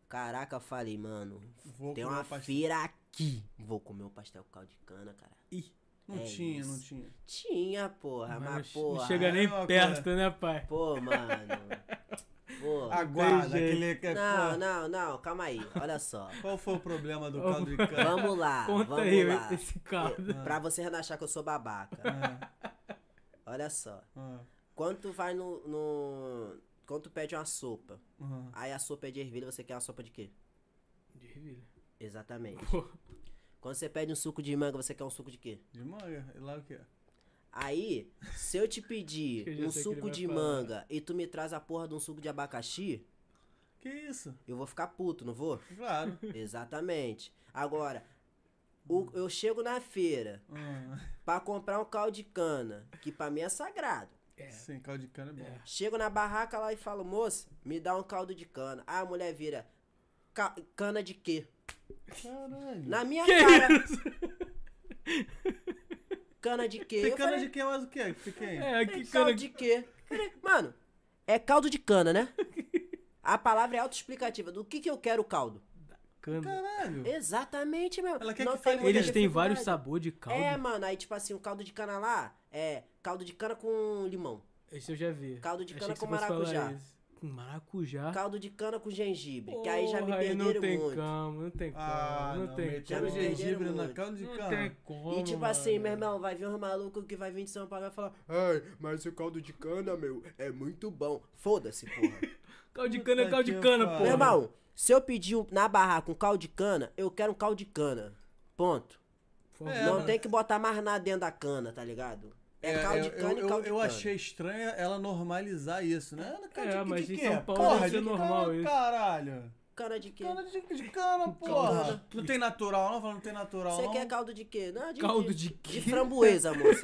Speaker 3: Caraca, falei, mano,
Speaker 2: Vou
Speaker 3: tem
Speaker 2: comer
Speaker 3: uma
Speaker 2: um pastel.
Speaker 3: feira aqui. Vou comer um pastel com caldo de cana, cara.
Speaker 2: Ih, não
Speaker 3: É
Speaker 2: tinha, não
Speaker 3: isso.
Speaker 2: tinha.
Speaker 3: Tinha, porra, Ah, mas,
Speaker 1: Mas
Speaker 3: porra.
Speaker 1: não chega nem
Speaker 2: é uma
Speaker 1: perto, né, pai?
Speaker 3: Pô, mano. Porra.
Speaker 2: Aguarda,
Speaker 1: jeito.
Speaker 2: aquele. que- é,
Speaker 3: Não,
Speaker 2: pô,
Speaker 3: não, não, calma aí. Olha só.
Speaker 2: Qual foi o problema do
Speaker 1: Ô,
Speaker 2: caldo de cana?
Speaker 3: Vamos lá,
Speaker 1: Conta
Speaker 3: Ah, vamos
Speaker 1: aí
Speaker 3: lá.
Speaker 1: esse caldo.
Speaker 3: Eu- Pra você não achar que eu sou babaca.
Speaker 2: Ah,
Speaker 3: Olha só.
Speaker 2: ah,
Speaker 3: Quando tu vai no. no... Quando tu pede uma sopa,
Speaker 2: ah.
Speaker 3: aí a sopa é de ervilha, você quer uma sopa de quê?
Speaker 1: De ervilha.
Speaker 3: Exatamente.
Speaker 1: Pô,
Speaker 3: Quando você pede um suco de manga, você quer um suco de quê?
Speaker 2: De manga? e Lá o que?
Speaker 3: Aí, se eu
Speaker 1: Acho
Speaker 3: te
Speaker 1: que eu
Speaker 3: pedir
Speaker 1: já
Speaker 3: um
Speaker 1: sei o que ele
Speaker 3: suco
Speaker 1: vai
Speaker 3: de
Speaker 1: falar.
Speaker 3: manga e tu me traz a porra de um suco de abacaxi,
Speaker 2: Que isso?
Speaker 3: eu vou ficar puto, não vou?
Speaker 2: Claro.
Speaker 3: Exatamente. Agora, o- eu chego na feira
Speaker 2: Ah,
Speaker 3: pra comprar um caldo de cana, que pra mim é sagrado.
Speaker 1: é.
Speaker 2: Sim, caldo de cana é bom.
Speaker 3: Chego na barraca lá e falo, moça, me dá um caldo de cana. Aí a mulher vira, "Ca- cana de quê? É.
Speaker 2: Caralho.
Speaker 3: Na minha
Speaker 1: Que
Speaker 3: cara, cana de quê?
Speaker 2: Tem
Speaker 3: Eu
Speaker 2: cana
Speaker 3: falei,
Speaker 2: de quem mais o quê? Que quem?
Speaker 1: É,
Speaker 3: "É
Speaker 1: que cara.
Speaker 3: caldo de quê? Eu falei, Mano, é caldo de cana, né? A palavra é autoexplicativa. Do que que eu quero o caldo?
Speaker 1: Cana.
Speaker 2: Caralho.
Speaker 3: Exatamente mesmo.
Speaker 2: Ela quer
Speaker 3: Não
Speaker 2: que
Speaker 3: tem
Speaker 2: fale-
Speaker 3: muita
Speaker 1: Eles têm vários
Speaker 3: dificuldade.
Speaker 1: sabores de caldo.
Speaker 3: É, mano, aí tipo assim, o caldo de cana lá é caldo de cana com limão.
Speaker 1: Esse eu já vi.
Speaker 3: É, Caldo de
Speaker 1: Achei
Speaker 3: cana
Speaker 1: que
Speaker 3: com
Speaker 1: você fosse falar
Speaker 3: maracujá.
Speaker 1: isso. Com maracujá?
Speaker 3: Caldo de cana com gengibre, que aí já me
Speaker 1: Porra, aí não
Speaker 3: perderam
Speaker 1: tem
Speaker 3: muito.
Speaker 1: Calma, não tem como,
Speaker 2: Ah,
Speaker 1: não, tem
Speaker 3: Já
Speaker 2: Metendo
Speaker 1: como.
Speaker 3: me perderam
Speaker 2: gengibre na
Speaker 3: muito.
Speaker 2: caldo de
Speaker 1: Não tem
Speaker 2: cana.
Speaker 1: como.
Speaker 3: e tipo
Speaker 1: mano.
Speaker 3: assim, meu irmão, vai vir um maluco que vai vir de São Paulo e vai falar Ai, mas o caldo de cana, meu, é muito bom. Foda-se, porra.
Speaker 1: Caldo de cana é
Speaker 2: Puta
Speaker 1: caldo de
Speaker 2: que
Speaker 1: cana,
Speaker 2: pariu.
Speaker 1: pô.
Speaker 3: meu irmão, se eu pedir um- na barraca um caldo de cana, eu quero um caldo de cana. Ponto.
Speaker 2: É,
Speaker 3: não
Speaker 2: mas-
Speaker 3: tem que botar mais nada dentro da cana, tá ligado? É, caldo de
Speaker 2: eu-
Speaker 3: cana
Speaker 2: eu,
Speaker 3: e caldo de
Speaker 2: eu
Speaker 3: cana.
Speaker 2: achei estranho ela normalizar isso, né? Ela- Caldo
Speaker 1: É,
Speaker 2: de,
Speaker 1: mas
Speaker 2: de
Speaker 1: em
Speaker 2: quê?
Speaker 1: São Paulo
Speaker 2: Porra,
Speaker 1: deve ser
Speaker 2: de
Speaker 1: normal
Speaker 2: cana,
Speaker 1: isso.
Speaker 2: Caralho.
Speaker 3: Cana de quê?
Speaker 2: Cana de, de cana, porra. Não tem natural, não? Fala, não tem natural,
Speaker 3: Você
Speaker 2: não.
Speaker 3: quer caldo de quê? Não, de
Speaker 1: Caldo
Speaker 3: de,
Speaker 1: de
Speaker 3: de
Speaker 1: quê?
Speaker 3: framboesa, moça.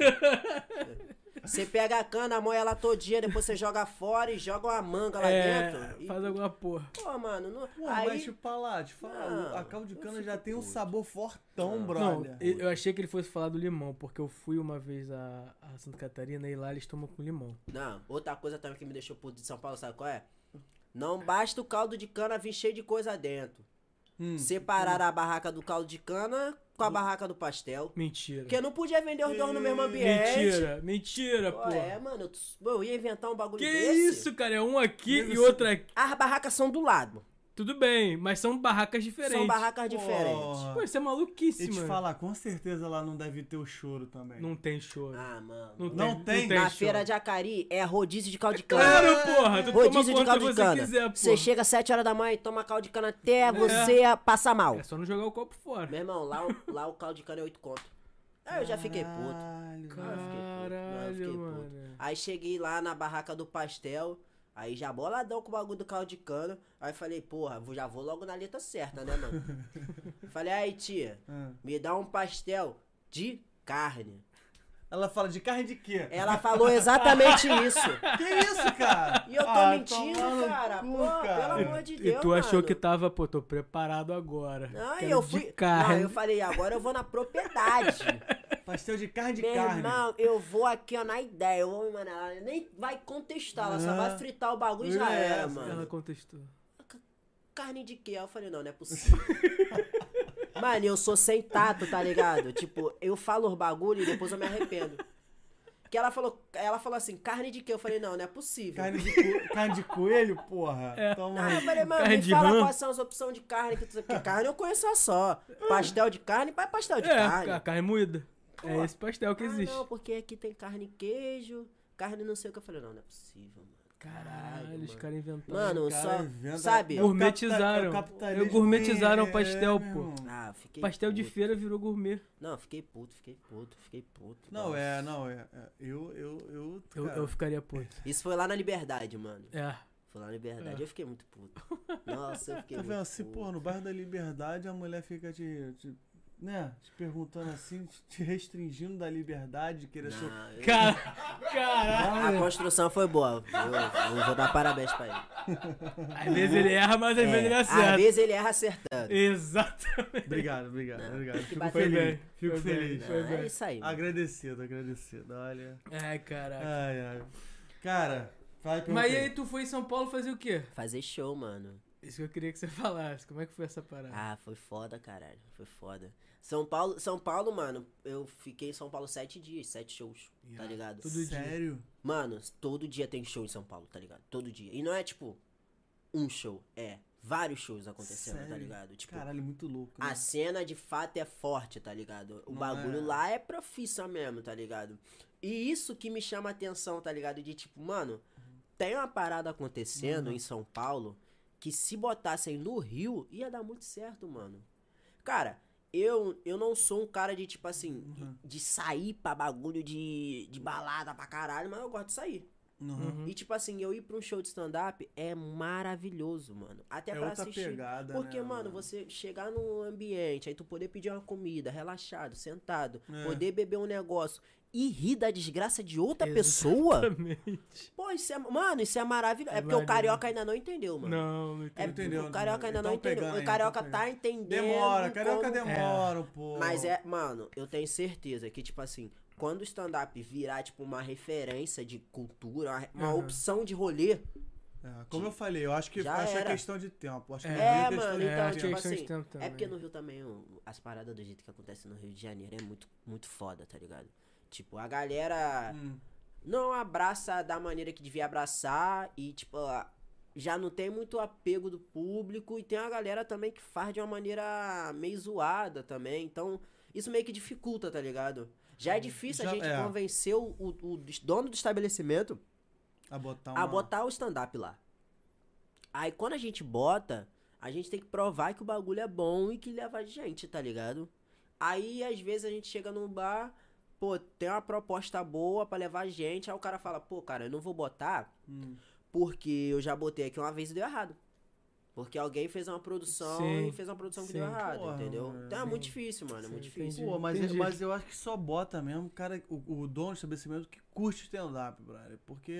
Speaker 3: Você pega a cana, moe ela todinha, depois você joga fora e joga uma manga lá
Speaker 1: É,
Speaker 3: dentro. E,
Speaker 1: faz alguma porra.
Speaker 3: Pô, mano, não...
Speaker 2: Pô,
Speaker 3: aí...
Speaker 2: mas tipo, lá, te fala,
Speaker 3: Não,
Speaker 2: o- a caldo de
Speaker 3: eu
Speaker 2: cana
Speaker 3: fico
Speaker 2: já tem um
Speaker 3: puto.
Speaker 2: sabor fortão,
Speaker 3: Não,
Speaker 1: Não,
Speaker 2: brother.
Speaker 1: eu eu achei que ele fosse falar do limão, porque eu fui uma vez a, a Santa Catarina e lá eles tomam com limão.
Speaker 3: Não, outra coisa também que me deixou puto de São Paulo, sabe qual é? Não basta o caldo de cana vir cheio de coisa dentro.
Speaker 2: Hum.
Speaker 3: Separaram a barraca do caldo de cana com a barraca do pastel.
Speaker 1: Mentira.
Speaker 3: Porque não podia vender os dois no mesmo ambiente.
Speaker 1: Mentira, mentira,
Speaker 3: Pô,
Speaker 1: pô.
Speaker 3: é, mano, eu, eu ia inventar um bagulho
Speaker 1: Que
Speaker 3: desse.
Speaker 1: isso, cara? É um aqui
Speaker 2: Nego,
Speaker 1: e
Speaker 2: se-
Speaker 1: outro aqui.
Speaker 3: As barracas são do lado.
Speaker 1: Tudo bem, mas são barracas diferentes.
Speaker 3: São barracas
Speaker 2: Pô.
Speaker 3: diferentes.
Speaker 1: Pô, isso é
Speaker 2: E te
Speaker 1: maluquíssimo. mano.
Speaker 2: falar, com certeza lá não deve ter o choro também.
Speaker 1: Não tem choro.
Speaker 3: Ah, mano.
Speaker 1: Não,
Speaker 2: Não
Speaker 1: tem,
Speaker 2: tem?
Speaker 1: Não tem
Speaker 3: Na
Speaker 1: choro.
Speaker 3: feira de Acari é rodízio de caldo de cana.
Speaker 1: Claro, porra. Tu
Speaker 3: rodízio de
Speaker 1: toma
Speaker 3: caldo
Speaker 1: quanto
Speaker 3: de
Speaker 1: você
Speaker 3: cana.
Speaker 1: quiser, pô.
Speaker 3: Você chega às 7 horas da manhã e toma caldo de cana até você passar mal.
Speaker 1: É só não jogar o copo fora.
Speaker 3: Meu irmão, lá, o- lá o caldo de cana é 8 conto. Aí eu já fiquei
Speaker 2: Ah.
Speaker 3: puto.
Speaker 2: Caralho,
Speaker 3: Eu fiquei puto, não, eu fiquei
Speaker 1: Caralho,
Speaker 3: puto.
Speaker 1: mano.
Speaker 3: Aí cheguei lá na barraca do pastel. Aí já boladão com o bagulho do caldo de cana. Aí falei, porra, vou- já vou logo na letra certa, né, mano? falei, aí, tia,
Speaker 2: Ah.
Speaker 3: me dá um pastel de carne.
Speaker 2: Ela fala de carne de quê?
Speaker 3: Ela falou exatamente isso.
Speaker 2: Que isso, cara?
Speaker 3: E eu tô
Speaker 2: Ah,
Speaker 3: mentindo,
Speaker 2: tomar no
Speaker 3: cara.
Speaker 2: cu,
Speaker 3: Pô,
Speaker 2: cara.
Speaker 3: pelo amor de
Speaker 1: E
Speaker 3: Deus.
Speaker 1: tu achou
Speaker 3: é, mano.
Speaker 1: que tava, pô, tô preparado agora.
Speaker 3: Não, e
Speaker 1: Quero
Speaker 3: eu
Speaker 1: de
Speaker 3: fui.
Speaker 1: Carne.
Speaker 3: Não, eu falei, agora eu vou na propriedade.
Speaker 2: Pastel de carne de
Speaker 3: Meu
Speaker 2: carne.
Speaker 3: irmão, eu vou aqui, ó, na ideia. Eu vou, mano, ela nem vai contestar, ela só
Speaker 2: Ah.
Speaker 3: vai fritar o bagulho e já
Speaker 2: É,
Speaker 3: era,
Speaker 2: ela-
Speaker 1: Ela
Speaker 3: mano.
Speaker 1: contestou.
Speaker 3: Carne de quê? Eu falei, não, não é possível. mano, eu sou sem tato, tá ligado? Tipo, eu falo os bagulho e depois eu me arrependo. Que ela falou, ela falou assim, carne de quê? Eu falei, não, não é possível.
Speaker 2: Carne de, co- carne de coelho, porra.
Speaker 1: É.
Speaker 2: Toma
Speaker 3: Ah, eu
Speaker 2: aí.
Speaker 3: falei, mano,
Speaker 1: Carne
Speaker 3: me
Speaker 1: de
Speaker 3: fala
Speaker 1: rã?
Speaker 3: quais são as opções de carne que tu... Porque carne eu conheço a só. Pastel de carne, vai pastel de
Speaker 1: É,
Speaker 3: carne.
Speaker 1: a carne moída. É esse pastel que
Speaker 3: Ah,
Speaker 1: existe.
Speaker 3: não, porque aqui tem carne e queijo, carne não sei o que. Eu falei, não, não é possível, mano. Caralho,
Speaker 1: Caralho, os
Speaker 3: mano.
Speaker 1: caras inventaram.
Speaker 3: Mano,
Speaker 2: Cara,
Speaker 3: só,
Speaker 2: inventa-
Speaker 3: sabe?
Speaker 2: É o
Speaker 1: Gourmetizaram.
Speaker 2: capita- é o capitalismo.
Speaker 1: Eu gourmetizaram o
Speaker 2: É, meu
Speaker 1: pastel, pô.
Speaker 2: irmão.
Speaker 3: Ah, eu fiquei
Speaker 1: Pastel de
Speaker 3: puto.
Speaker 1: feira virou gourmet.
Speaker 3: Não, fiquei puto, fiquei puto, fiquei puto.
Speaker 2: Não,
Speaker 3: nossa.
Speaker 2: é, não, é. é. Eu, eu, eu.
Speaker 1: Eu,
Speaker 2: cara,
Speaker 1: eu ficaria puto.
Speaker 3: Isso foi lá na Liberdade, mano.
Speaker 1: É.
Speaker 3: Foi lá na Liberdade, eu fiquei muito puto. Nossa, eu fiquei
Speaker 2: Tá
Speaker 3: muito
Speaker 2: vendo? Se,
Speaker 3: puto.
Speaker 2: porra, no bairro da Liberdade a mulher fica te. te né? Te perguntando assim, te- te restringindo da liberdade, querer
Speaker 3: Não,
Speaker 2: ser.
Speaker 3: eu-
Speaker 1: Cara, caralho.
Speaker 3: A construção foi boa. Eu, eu vou dar parabéns pra ele.
Speaker 1: Às vezes ele erra, mas às vezes ele
Speaker 3: É,
Speaker 1: acerta.
Speaker 3: às vezes ele erra acertando.
Speaker 1: Exatamente.
Speaker 2: Obrigado, obrigado, obrigado. Fico
Speaker 3: bateu
Speaker 2: feliz.
Speaker 1: bem,
Speaker 2: Fico
Speaker 1: foi bem.
Speaker 2: feliz.
Speaker 1: Foi
Speaker 3: Não,
Speaker 1: bem.
Speaker 3: é isso aí. mano.
Speaker 2: Agradecido, agradecido. Olha.
Speaker 1: Ai, É, caraca.
Speaker 2: Ai, ai. Cara, vai perguntar.
Speaker 3: É,
Speaker 1: Mas e aí tu foi em São Paulo fazer o quê?
Speaker 3: Fazer show, mano.
Speaker 1: Isso que eu queria que você falasse. Como é que foi essa parada?
Speaker 3: Ah, foi foda, caralho. Foi foda. São Paulo, São Paulo, mano, eu fiquei em São Paulo sete dias, sete shows, tá
Speaker 2: Yeah.
Speaker 3: ligado?
Speaker 1: Todo dia.
Speaker 2: Sério?
Speaker 3: Mano, todo dia tem show em São Paulo, tá ligado? Todo dia. E não é tipo um show, é vários shows acontecendo, tá
Speaker 2: Sério?
Speaker 3: ligado? Tipo,
Speaker 2: Caralho, muito louco. né?
Speaker 3: a cena de fato é forte, tá ligado? O
Speaker 2: Não
Speaker 3: bagulho
Speaker 2: é.
Speaker 3: lá é profissa mesmo, tá ligado? E isso que me chama a atenção, tá ligado? De tipo, mano, tem uma parada acontecendo
Speaker 2: Uhum.
Speaker 3: em São Paulo que se botassem no Rio ia dar muito certo, mano. Cara, eu, eu não sou um cara de tipo assim,
Speaker 2: Uhum.
Speaker 3: de sair pra bagulho de, de balada pra caralho, mas eu gosto de sair.
Speaker 2: Uhum.
Speaker 1: Uhum.
Speaker 3: E tipo assim, eu ir pra um show de stand-up é maravilhoso, mano. Até
Speaker 2: É
Speaker 3: pra
Speaker 2: outra
Speaker 3: assistir.
Speaker 2: pegada,
Speaker 3: Porque,
Speaker 2: né,
Speaker 3: mano, você chegar num ambiente, aí tu poder pedir uma comida, relaxado, sentado,
Speaker 2: É.
Speaker 3: poder beber um negócio e rir da desgraça de outra pessoa.
Speaker 1: Exatamente.
Speaker 3: Pô, isso é. Mano, isso é maravilhoso.
Speaker 1: É
Speaker 3: É porque o
Speaker 1: maravilhoso.
Speaker 3: carioca ainda não entendeu, mano.
Speaker 1: Não, não
Speaker 3: É,
Speaker 1: entendi.
Speaker 2: entendeu,
Speaker 3: o carioca ainda
Speaker 2: então
Speaker 3: não entendeu.
Speaker 2: pegando,
Speaker 3: o carioca
Speaker 2: então
Speaker 3: tá entendendo.
Speaker 2: Demora, carioca
Speaker 3: como- é.
Speaker 2: demora, um pô.
Speaker 3: Mas é, mano, eu tenho certeza que, tipo assim, quando o stand-up virar, tipo, uma referência de cultura, uma, uma
Speaker 1: Aham.
Speaker 3: opção de rolê,
Speaker 2: É, como eu falei, eu acho que
Speaker 3: Já
Speaker 2: acho que é
Speaker 3: era.
Speaker 2: questão de tempo. Acho que
Speaker 1: É,
Speaker 2: é
Speaker 3: É,
Speaker 2: questão
Speaker 3: mano,
Speaker 2: de
Speaker 3: então,
Speaker 2: tempo.
Speaker 1: tinha
Speaker 3: tipo
Speaker 1: questão de
Speaker 3: assim,
Speaker 1: tempo
Speaker 3: é
Speaker 1: também.
Speaker 3: porque no Rio também o- as paradas do jeito que acontece no Rio de Janeiro é muito, muito foda, tá ligado? Tipo, a galera
Speaker 2: Hum,
Speaker 3: não abraça da maneira que devia abraçar e, tipo, a- já não tem muito apego do público e tem a galera também que faz de uma maneira meio zoada também, então isso meio que dificulta, tá ligado? Já é difícil
Speaker 2: Já-
Speaker 3: a gente
Speaker 2: é.
Speaker 3: convencer o, o- o dono do estabelecimento
Speaker 2: a botar
Speaker 3: a
Speaker 1: Então,
Speaker 2: uma-
Speaker 3: botar o stand-up lá. Aí quando a gente bota, a gente tem que provar que o bagulho é bom e que leva gente, tá ligado? Aí às vezes a gente chega num bar, pô, tem uma proposta boa pra levar gente, aí o cara fala, pô, cara, eu não vou botar
Speaker 2: Hum,
Speaker 3: porque eu já botei aqui uma vez e deu errado. Porque alguém fez uma produção
Speaker 1: Sim.
Speaker 3: e fez uma produção que
Speaker 1: Sim.
Speaker 3: deu errado,
Speaker 2: Porra,
Speaker 3: entendeu?
Speaker 2: mano.
Speaker 3: Então é muito
Speaker 1: Sim.
Speaker 3: difícil, mano, é
Speaker 1: Sim,
Speaker 3: muito
Speaker 1: entendi.
Speaker 3: difícil.
Speaker 2: Pô, mas,
Speaker 1: entendi.
Speaker 2: mas eu acho que só bota mesmo, cara, o, o dono do estabelecimento que curte stand-up, brother. Porque.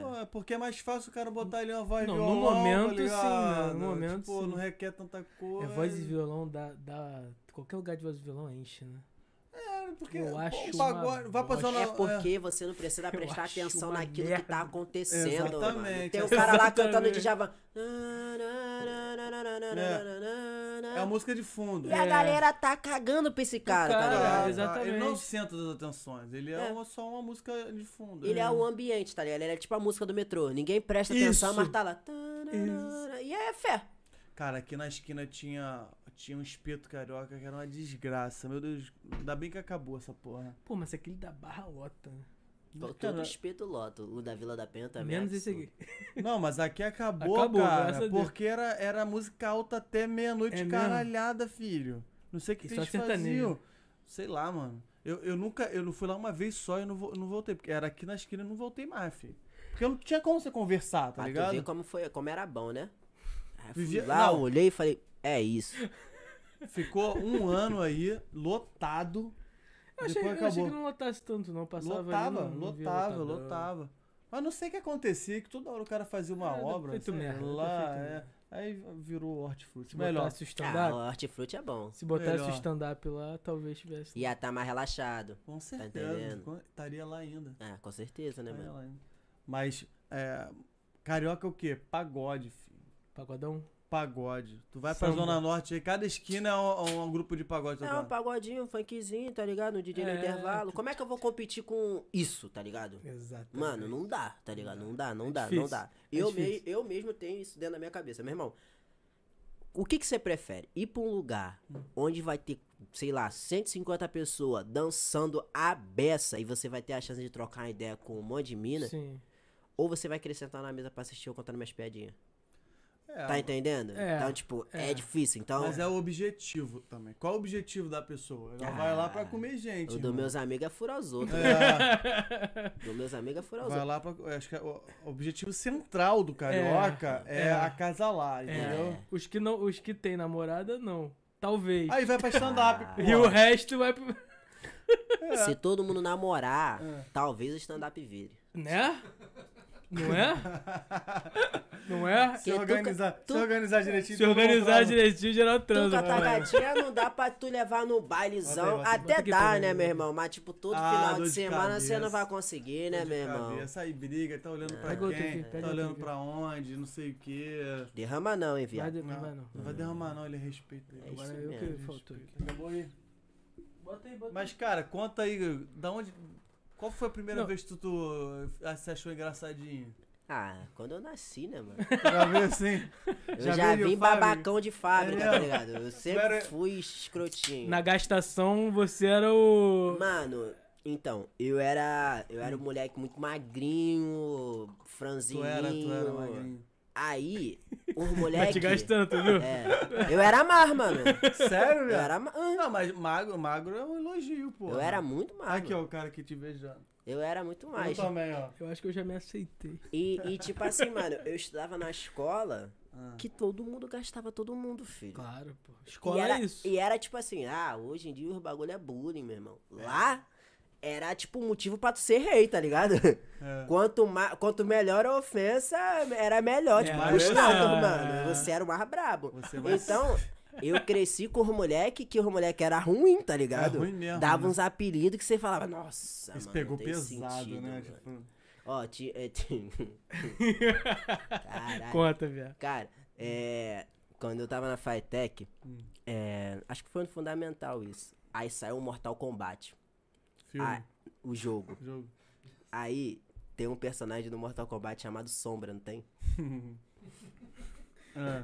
Speaker 2: pô, é porque é mais fácil o cara botar ali uma voz
Speaker 1: Não,
Speaker 2: e
Speaker 1: no
Speaker 2: violão, tá
Speaker 1: momento, sim, né?
Speaker 2: ligado?
Speaker 1: No momento,
Speaker 2: Tipo,
Speaker 1: sim.
Speaker 2: não requer tanta
Speaker 1: É
Speaker 2: coisa.
Speaker 1: voz e violão dá, dá. Qualquer lugar de voz e violão enche, né?
Speaker 2: É, porque
Speaker 1: Eu
Speaker 2: pô,
Speaker 1: acho
Speaker 2: o pagode.
Speaker 1: uma
Speaker 2: Vai pra
Speaker 1: bosta.
Speaker 2: zona.
Speaker 3: É porque você não precisa prestar
Speaker 1: acho
Speaker 3: atenção
Speaker 1: uma
Speaker 3: naquilo que tá
Speaker 1: merda.
Speaker 3: acontecendo. mano.
Speaker 2: Exatamente,
Speaker 3: Tem o cara lá
Speaker 1: exatamente.
Speaker 3: cantando de
Speaker 2: É, é a
Speaker 3: Java.
Speaker 2: música de fundo.
Speaker 3: E a
Speaker 1: É.
Speaker 3: galera tá cagando pra esse cara, tá
Speaker 1: cara,
Speaker 3: ligado?
Speaker 1: exatamente.
Speaker 2: Ele não é o centro das atenções, ele é,
Speaker 3: É.
Speaker 2: uma- só uma música de fundo.
Speaker 3: Ele é o ambiente, tá ligado? Ele é tipo a música do metrô. Ninguém presta atenção,
Speaker 1: Isso.
Speaker 3: mas tá lá. Tananana. E é fé.
Speaker 2: Cara, aqui na esquina tinha, tinha um espeto carioca que era uma desgraça. Meu Deus, ainda bem que acabou essa porra.
Speaker 1: Pô, mas aquele da barra lota, né?
Speaker 3: Todo
Speaker 2: Cara,
Speaker 3: espeto loto. O da Vila da Penha também. é
Speaker 1: Menos esse
Speaker 3: absurdo.
Speaker 1: aqui.
Speaker 2: não, mas aqui acabou,
Speaker 1: Acabou, graças a
Speaker 2: cara.
Speaker 1: Deus.
Speaker 2: Porque era, era música alta até meia-noite,
Speaker 1: É mesmo?
Speaker 2: caralhada, filho. Não sei o que,
Speaker 1: E
Speaker 2: que
Speaker 1: só
Speaker 2: eles
Speaker 1: sertanejo.
Speaker 2: faziam. Sei lá, mano. Eu, eu nunca, eu não fui lá uma vez só e não, vo- não voltei. Porque era aqui na esquina e não voltei mais, filho. Porque não tinha como você conversar, tá
Speaker 3: Pra Ah, tu ver
Speaker 2: ligado?
Speaker 3: como, foi, como era bom, né? Aí eu fui
Speaker 2: Vivia-
Speaker 3: lá,
Speaker 2: não.
Speaker 3: olhei e falei, é isso.
Speaker 2: Ficou um ano aí, lotado.
Speaker 1: Eu achei,
Speaker 2: depois
Speaker 1: eu achei
Speaker 2: acabou.
Speaker 1: que não lotasse tanto, não. Passava ali,
Speaker 2: Lotava,
Speaker 1: não- não via
Speaker 2: lotava,
Speaker 1: lotadão.
Speaker 2: lotava. Mas não sei o que acontecia, que toda hora o cara fazia uma
Speaker 1: É, deve
Speaker 2: obra,
Speaker 1: ter feito
Speaker 2: sei
Speaker 1: merda, deve ter
Speaker 2: lá,
Speaker 1: feito
Speaker 2: é.
Speaker 1: merda.
Speaker 2: aí virou hortifruti.
Speaker 1: Se
Speaker 2: Melhor.
Speaker 1: botasse o
Speaker 3: Ah,
Speaker 1: stand-up.
Speaker 3: o hortifruti é bom.
Speaker 1: se botasse
Speaker 2: melhor.
Speaker 1: o stand-up lá, talvez tivesse.
Speaker 3: Ia tá mais relaxado.
Speaker 2: Com certeza,
Speaker 3: entendendo?
Speaker 2: com- estaria lá ainda.
Speaker 3: Ah, com certeza, né,
Speaker 2: Estaria
Speaker 3: mano?
Speaker 2: lá ainda. Mas, é, carioca é o quê? Pagode, filho.
Speaker 1: Pagodão?
Speaker 2: Pagode. Tu vai pra
Speaker 1: Samba.
Speaker 2: Zona Norte aí, cada esquina é um, um grupo de pagode
Speaker 3: É um
Speaker 2: tocando.
Speaker 3: pagodinho, um funkzinho, tá ligado? No DJ no
Speaker 1: É,
Speaker 3: intervalo. Como é que eu vou competir com isso, tá ligado?
Speaker 1: Exato.
Speaker 3: Mano, não dá, tá ligado? Não dá, não dá, não
Speaker 1: difícil,
Speaker 3: dá.
Speaker 1: é
Speaker 3: Eu,
Speaker 1: difícil.
Speaker 3: mei- eu mesmo tenho isso dentro da minha cabeça, meu irmão. O que, que você prefere? Ir pra um lugar onde vai ter, sei lá, 150 pessoas dançando a beça e você vai ter a chance de trocar uma ideia com um monte de mina?
Speaker 1: Sim.
Speaker 3: Ou você vai querer sentar na mesa pra assistir eu contando minhas piadinhas?
Speaker 2: É,
Speaker 3: Tá entendendo?
Speaker 1: É,
Speaker 3: então, tipo, é,
Speaker 1: é.
Speaker 3: difícil. Então,
Speaker 2: mas é o objetivo também. Qual é o objetivo da pessoa? Ela
Speaker 3: Ah,
Speaker 2: vai lá pra comer gente.
Speaker 3: o
Speaker 2: irmão.
Speaker 3: dos meus amigos é furar os outros.
Speaker 2: Tipo, É.
Speaker 3: Do meus amigos é furar os
Speaker 2: Vai
Speaker 3: outros.
Speaker 2: lá pra. Acho que é o o objetivo central do carioca é,
Speaker 1: É, é.
Speaker 2: acasalar, entendeu?
Speaker 3: É.
Speaker 1: Os que, não, os que tem namorada, não. Talvez.
Speaker 2: Aí vai pra stand-up.
Speaker 3: Ah.
Speaker 2: pô.
Speaker 1: e o resto vai pro.
Speaker 2: É.
Speaker 3: Se todo mundo namorar,
Speaker 2: É.
Speaker 3: talvez o stand-up vire.
Speaker 1: Né? Não é? Não é?
Speaker 2: Se
Speaker 3: Porque tu
Speaker 2: organizar,
Speaker 3: ca- tu-
Speaker 2: se organizar direitinho.
Speaker 1: Se
Speaker 2: tu
Speaker 1: organizar
Speaker 2: controla.
Speaker 1: direitinho, geral
Speaker 3: Tu com
Speaker 1: transa.
Speaker 3: a
Speaker 1: mano.
Speaker 3: tagatinha não dá pra tu levar no
Speaker 2: Bota aí,
Speaker 3: bailezão.
Speaker 2: bota aí,
Speaker 1: bota
Speaker 3: Até
Speaker 1: aqui pra
Speaker 3: dá,
Speaker 1: mim,
Speaker 3: né,
Speaker 1: bota
Speaker 3: meu
Speaker 1: aqui.
Speaker 3: irmão? Mas, tipo, todo
Speaker 2: Ah,
Speaker 3: final
Speaker 2: dor
Speaker 3: de
Speaker 2: de
Speaker 3: semana você não
Speaker 2: cabeça.
Speaker 3: vai conseguir, né,
Speaker 2: Dor de
Speaker 3: meu irmão?
Speaker 2: cabeça, Aí briga, tá olhando pra
Speaker 1: Pega outro
Speaker 2: quem,
Speaker 1: aqui, pega
Speaker 2: tá
Speaker 1: outro
Speaker 2: olhando
Speaker 1: aqui.
Speaker 2: pra onde, não sei o quê.
Speaker 3: Derrama não, hein,
Speaker 1: Vai
Speaker 3: viado.
Speaker 1: de- não vai não.
Speaker 2: vai derramar não, ele respeita.
Speaker 3: É
Speaker 1: Agora
Speaker 3: isso
Speaker 1: eu
Speaker 3: mesmo,
Speaker 1: que faltou aqui.
Speaker 2: Acabou aí.
Speaker 1: Bota aí, bota
Speaker 2: Mas, cara, conta aí, da onde... Qual foi a primeira
Speaker 1: Não.
Speaker 2: vez que tu, tu ah, se achou engraçadinho?
Speaker 3: Ah, quando eu nasci, né, mano?
Speaker 2: Já veio assim?
Speaker 3: Eu
Speaker 2: Já
Speaker 3: já,
Speaker 2: veio
Speaker 3: vim
Speaker 2: fábrica?
Speaker 3: babacão de fábrica,
Speaker 2: É
Speaker 3: tá
Speaker 2: mesmo?
Speaker 3: ligado? Eu
Speaker 2: era-
Speaker 3: sempre fui escrotinho.
Speaker 1: Na gastação, você era o.
Speaker 3: Mano, então, eu era. Eu era um moleque muito magrinho, franzininho.
Speaker 2: Tu era, tu era magrinho.
Speaker 3: Aí, os
Speaker 1: Tá
Speaker 3: moleque.
Speaker 1: te gastando, tu viu?
Speaker 3: É, eu era mar, mano.
Speaker 2: Sério,
Speaker 3: Eu
Speaker 2: velho?
Speaker 3: era mar.
Speaker 2: Não, mas magro, magro é um elogio, pô.
Speaker 3: Eu era muito mar.
Speaker 2: Aqui,
Speaker 3: mano.
Speaker 2: ó, o cara que te beijando.
Speaker 3: Eu era muito
Speaker 2: Eu
Speaker 3: mais.
Speaker 2: também, ó.
Speaker 1: Eu acho que eu já me aceitei.
Speaker 3: E, e, tipo assim, mano, eu estudava na escola
Speaker 2: Ah.
Speaker 3: que todo mundo gastava todo mundo, filho.
Speaker 1: Claro, pô.
Speaker 3: e
Speaker 1: Escola
Speaker 3: era,
Speaker 1: é isso.
Speaker 3: E era tipo assim, ah, hoje em dia o bagulho é bullying, meu irmão.
Speaker 2: É.
Speaker 3: Lá era tipo um motivo pra tu ser rei, tá ligado?
Speaker 2: É.
Speaker 3: Quanto, ma- quanto melhor a ofensa, era melhor.
Speaker 1: É,
Speaker 3: Tipo,
Speaker 2: mas-
Speaker 3: o status,
Speaker 1: é.
Speaker 3: mano. Você era o mais brabo.
Speaker 2: Você vai-
Speaker 3: Então, eu cresci com os moleque que o moleque era ruim, tá ligado?
Speaker 2: É ruim mesmo,
Speaker 3: Dava
Speaker 2: né?
Speaker 3: uns apelidos que você falava, nossa,
Speaker 2: Isso
Speaker 3: mano,
Speaker 2: pegou
Speaker 3: não tem
Speaker 2: pesado,
Speaker 3: sentido,
Speaker 2: né?
Speaker 3: mano."
Speaker 2: Tipo,
Speaker 3: Ó, ti- é, ti- Caralho.
Speaker 1: Conta, viado.
Speaker 3: Cara, é, quando eu tava na Fitec,
Speaker 2: Hum.
Speaker 3: é, acho que foi no fundamental isso. Aí saiu o Mortal Kombat,
Speaker 2: filme,
Speaker 3: Ah. o jogo.
Speaker 2: jogo.
Speaker 3: Aí tem um personagem do Mortal Kombat chamado Sombra, não tem?
Speaker 2: Ah,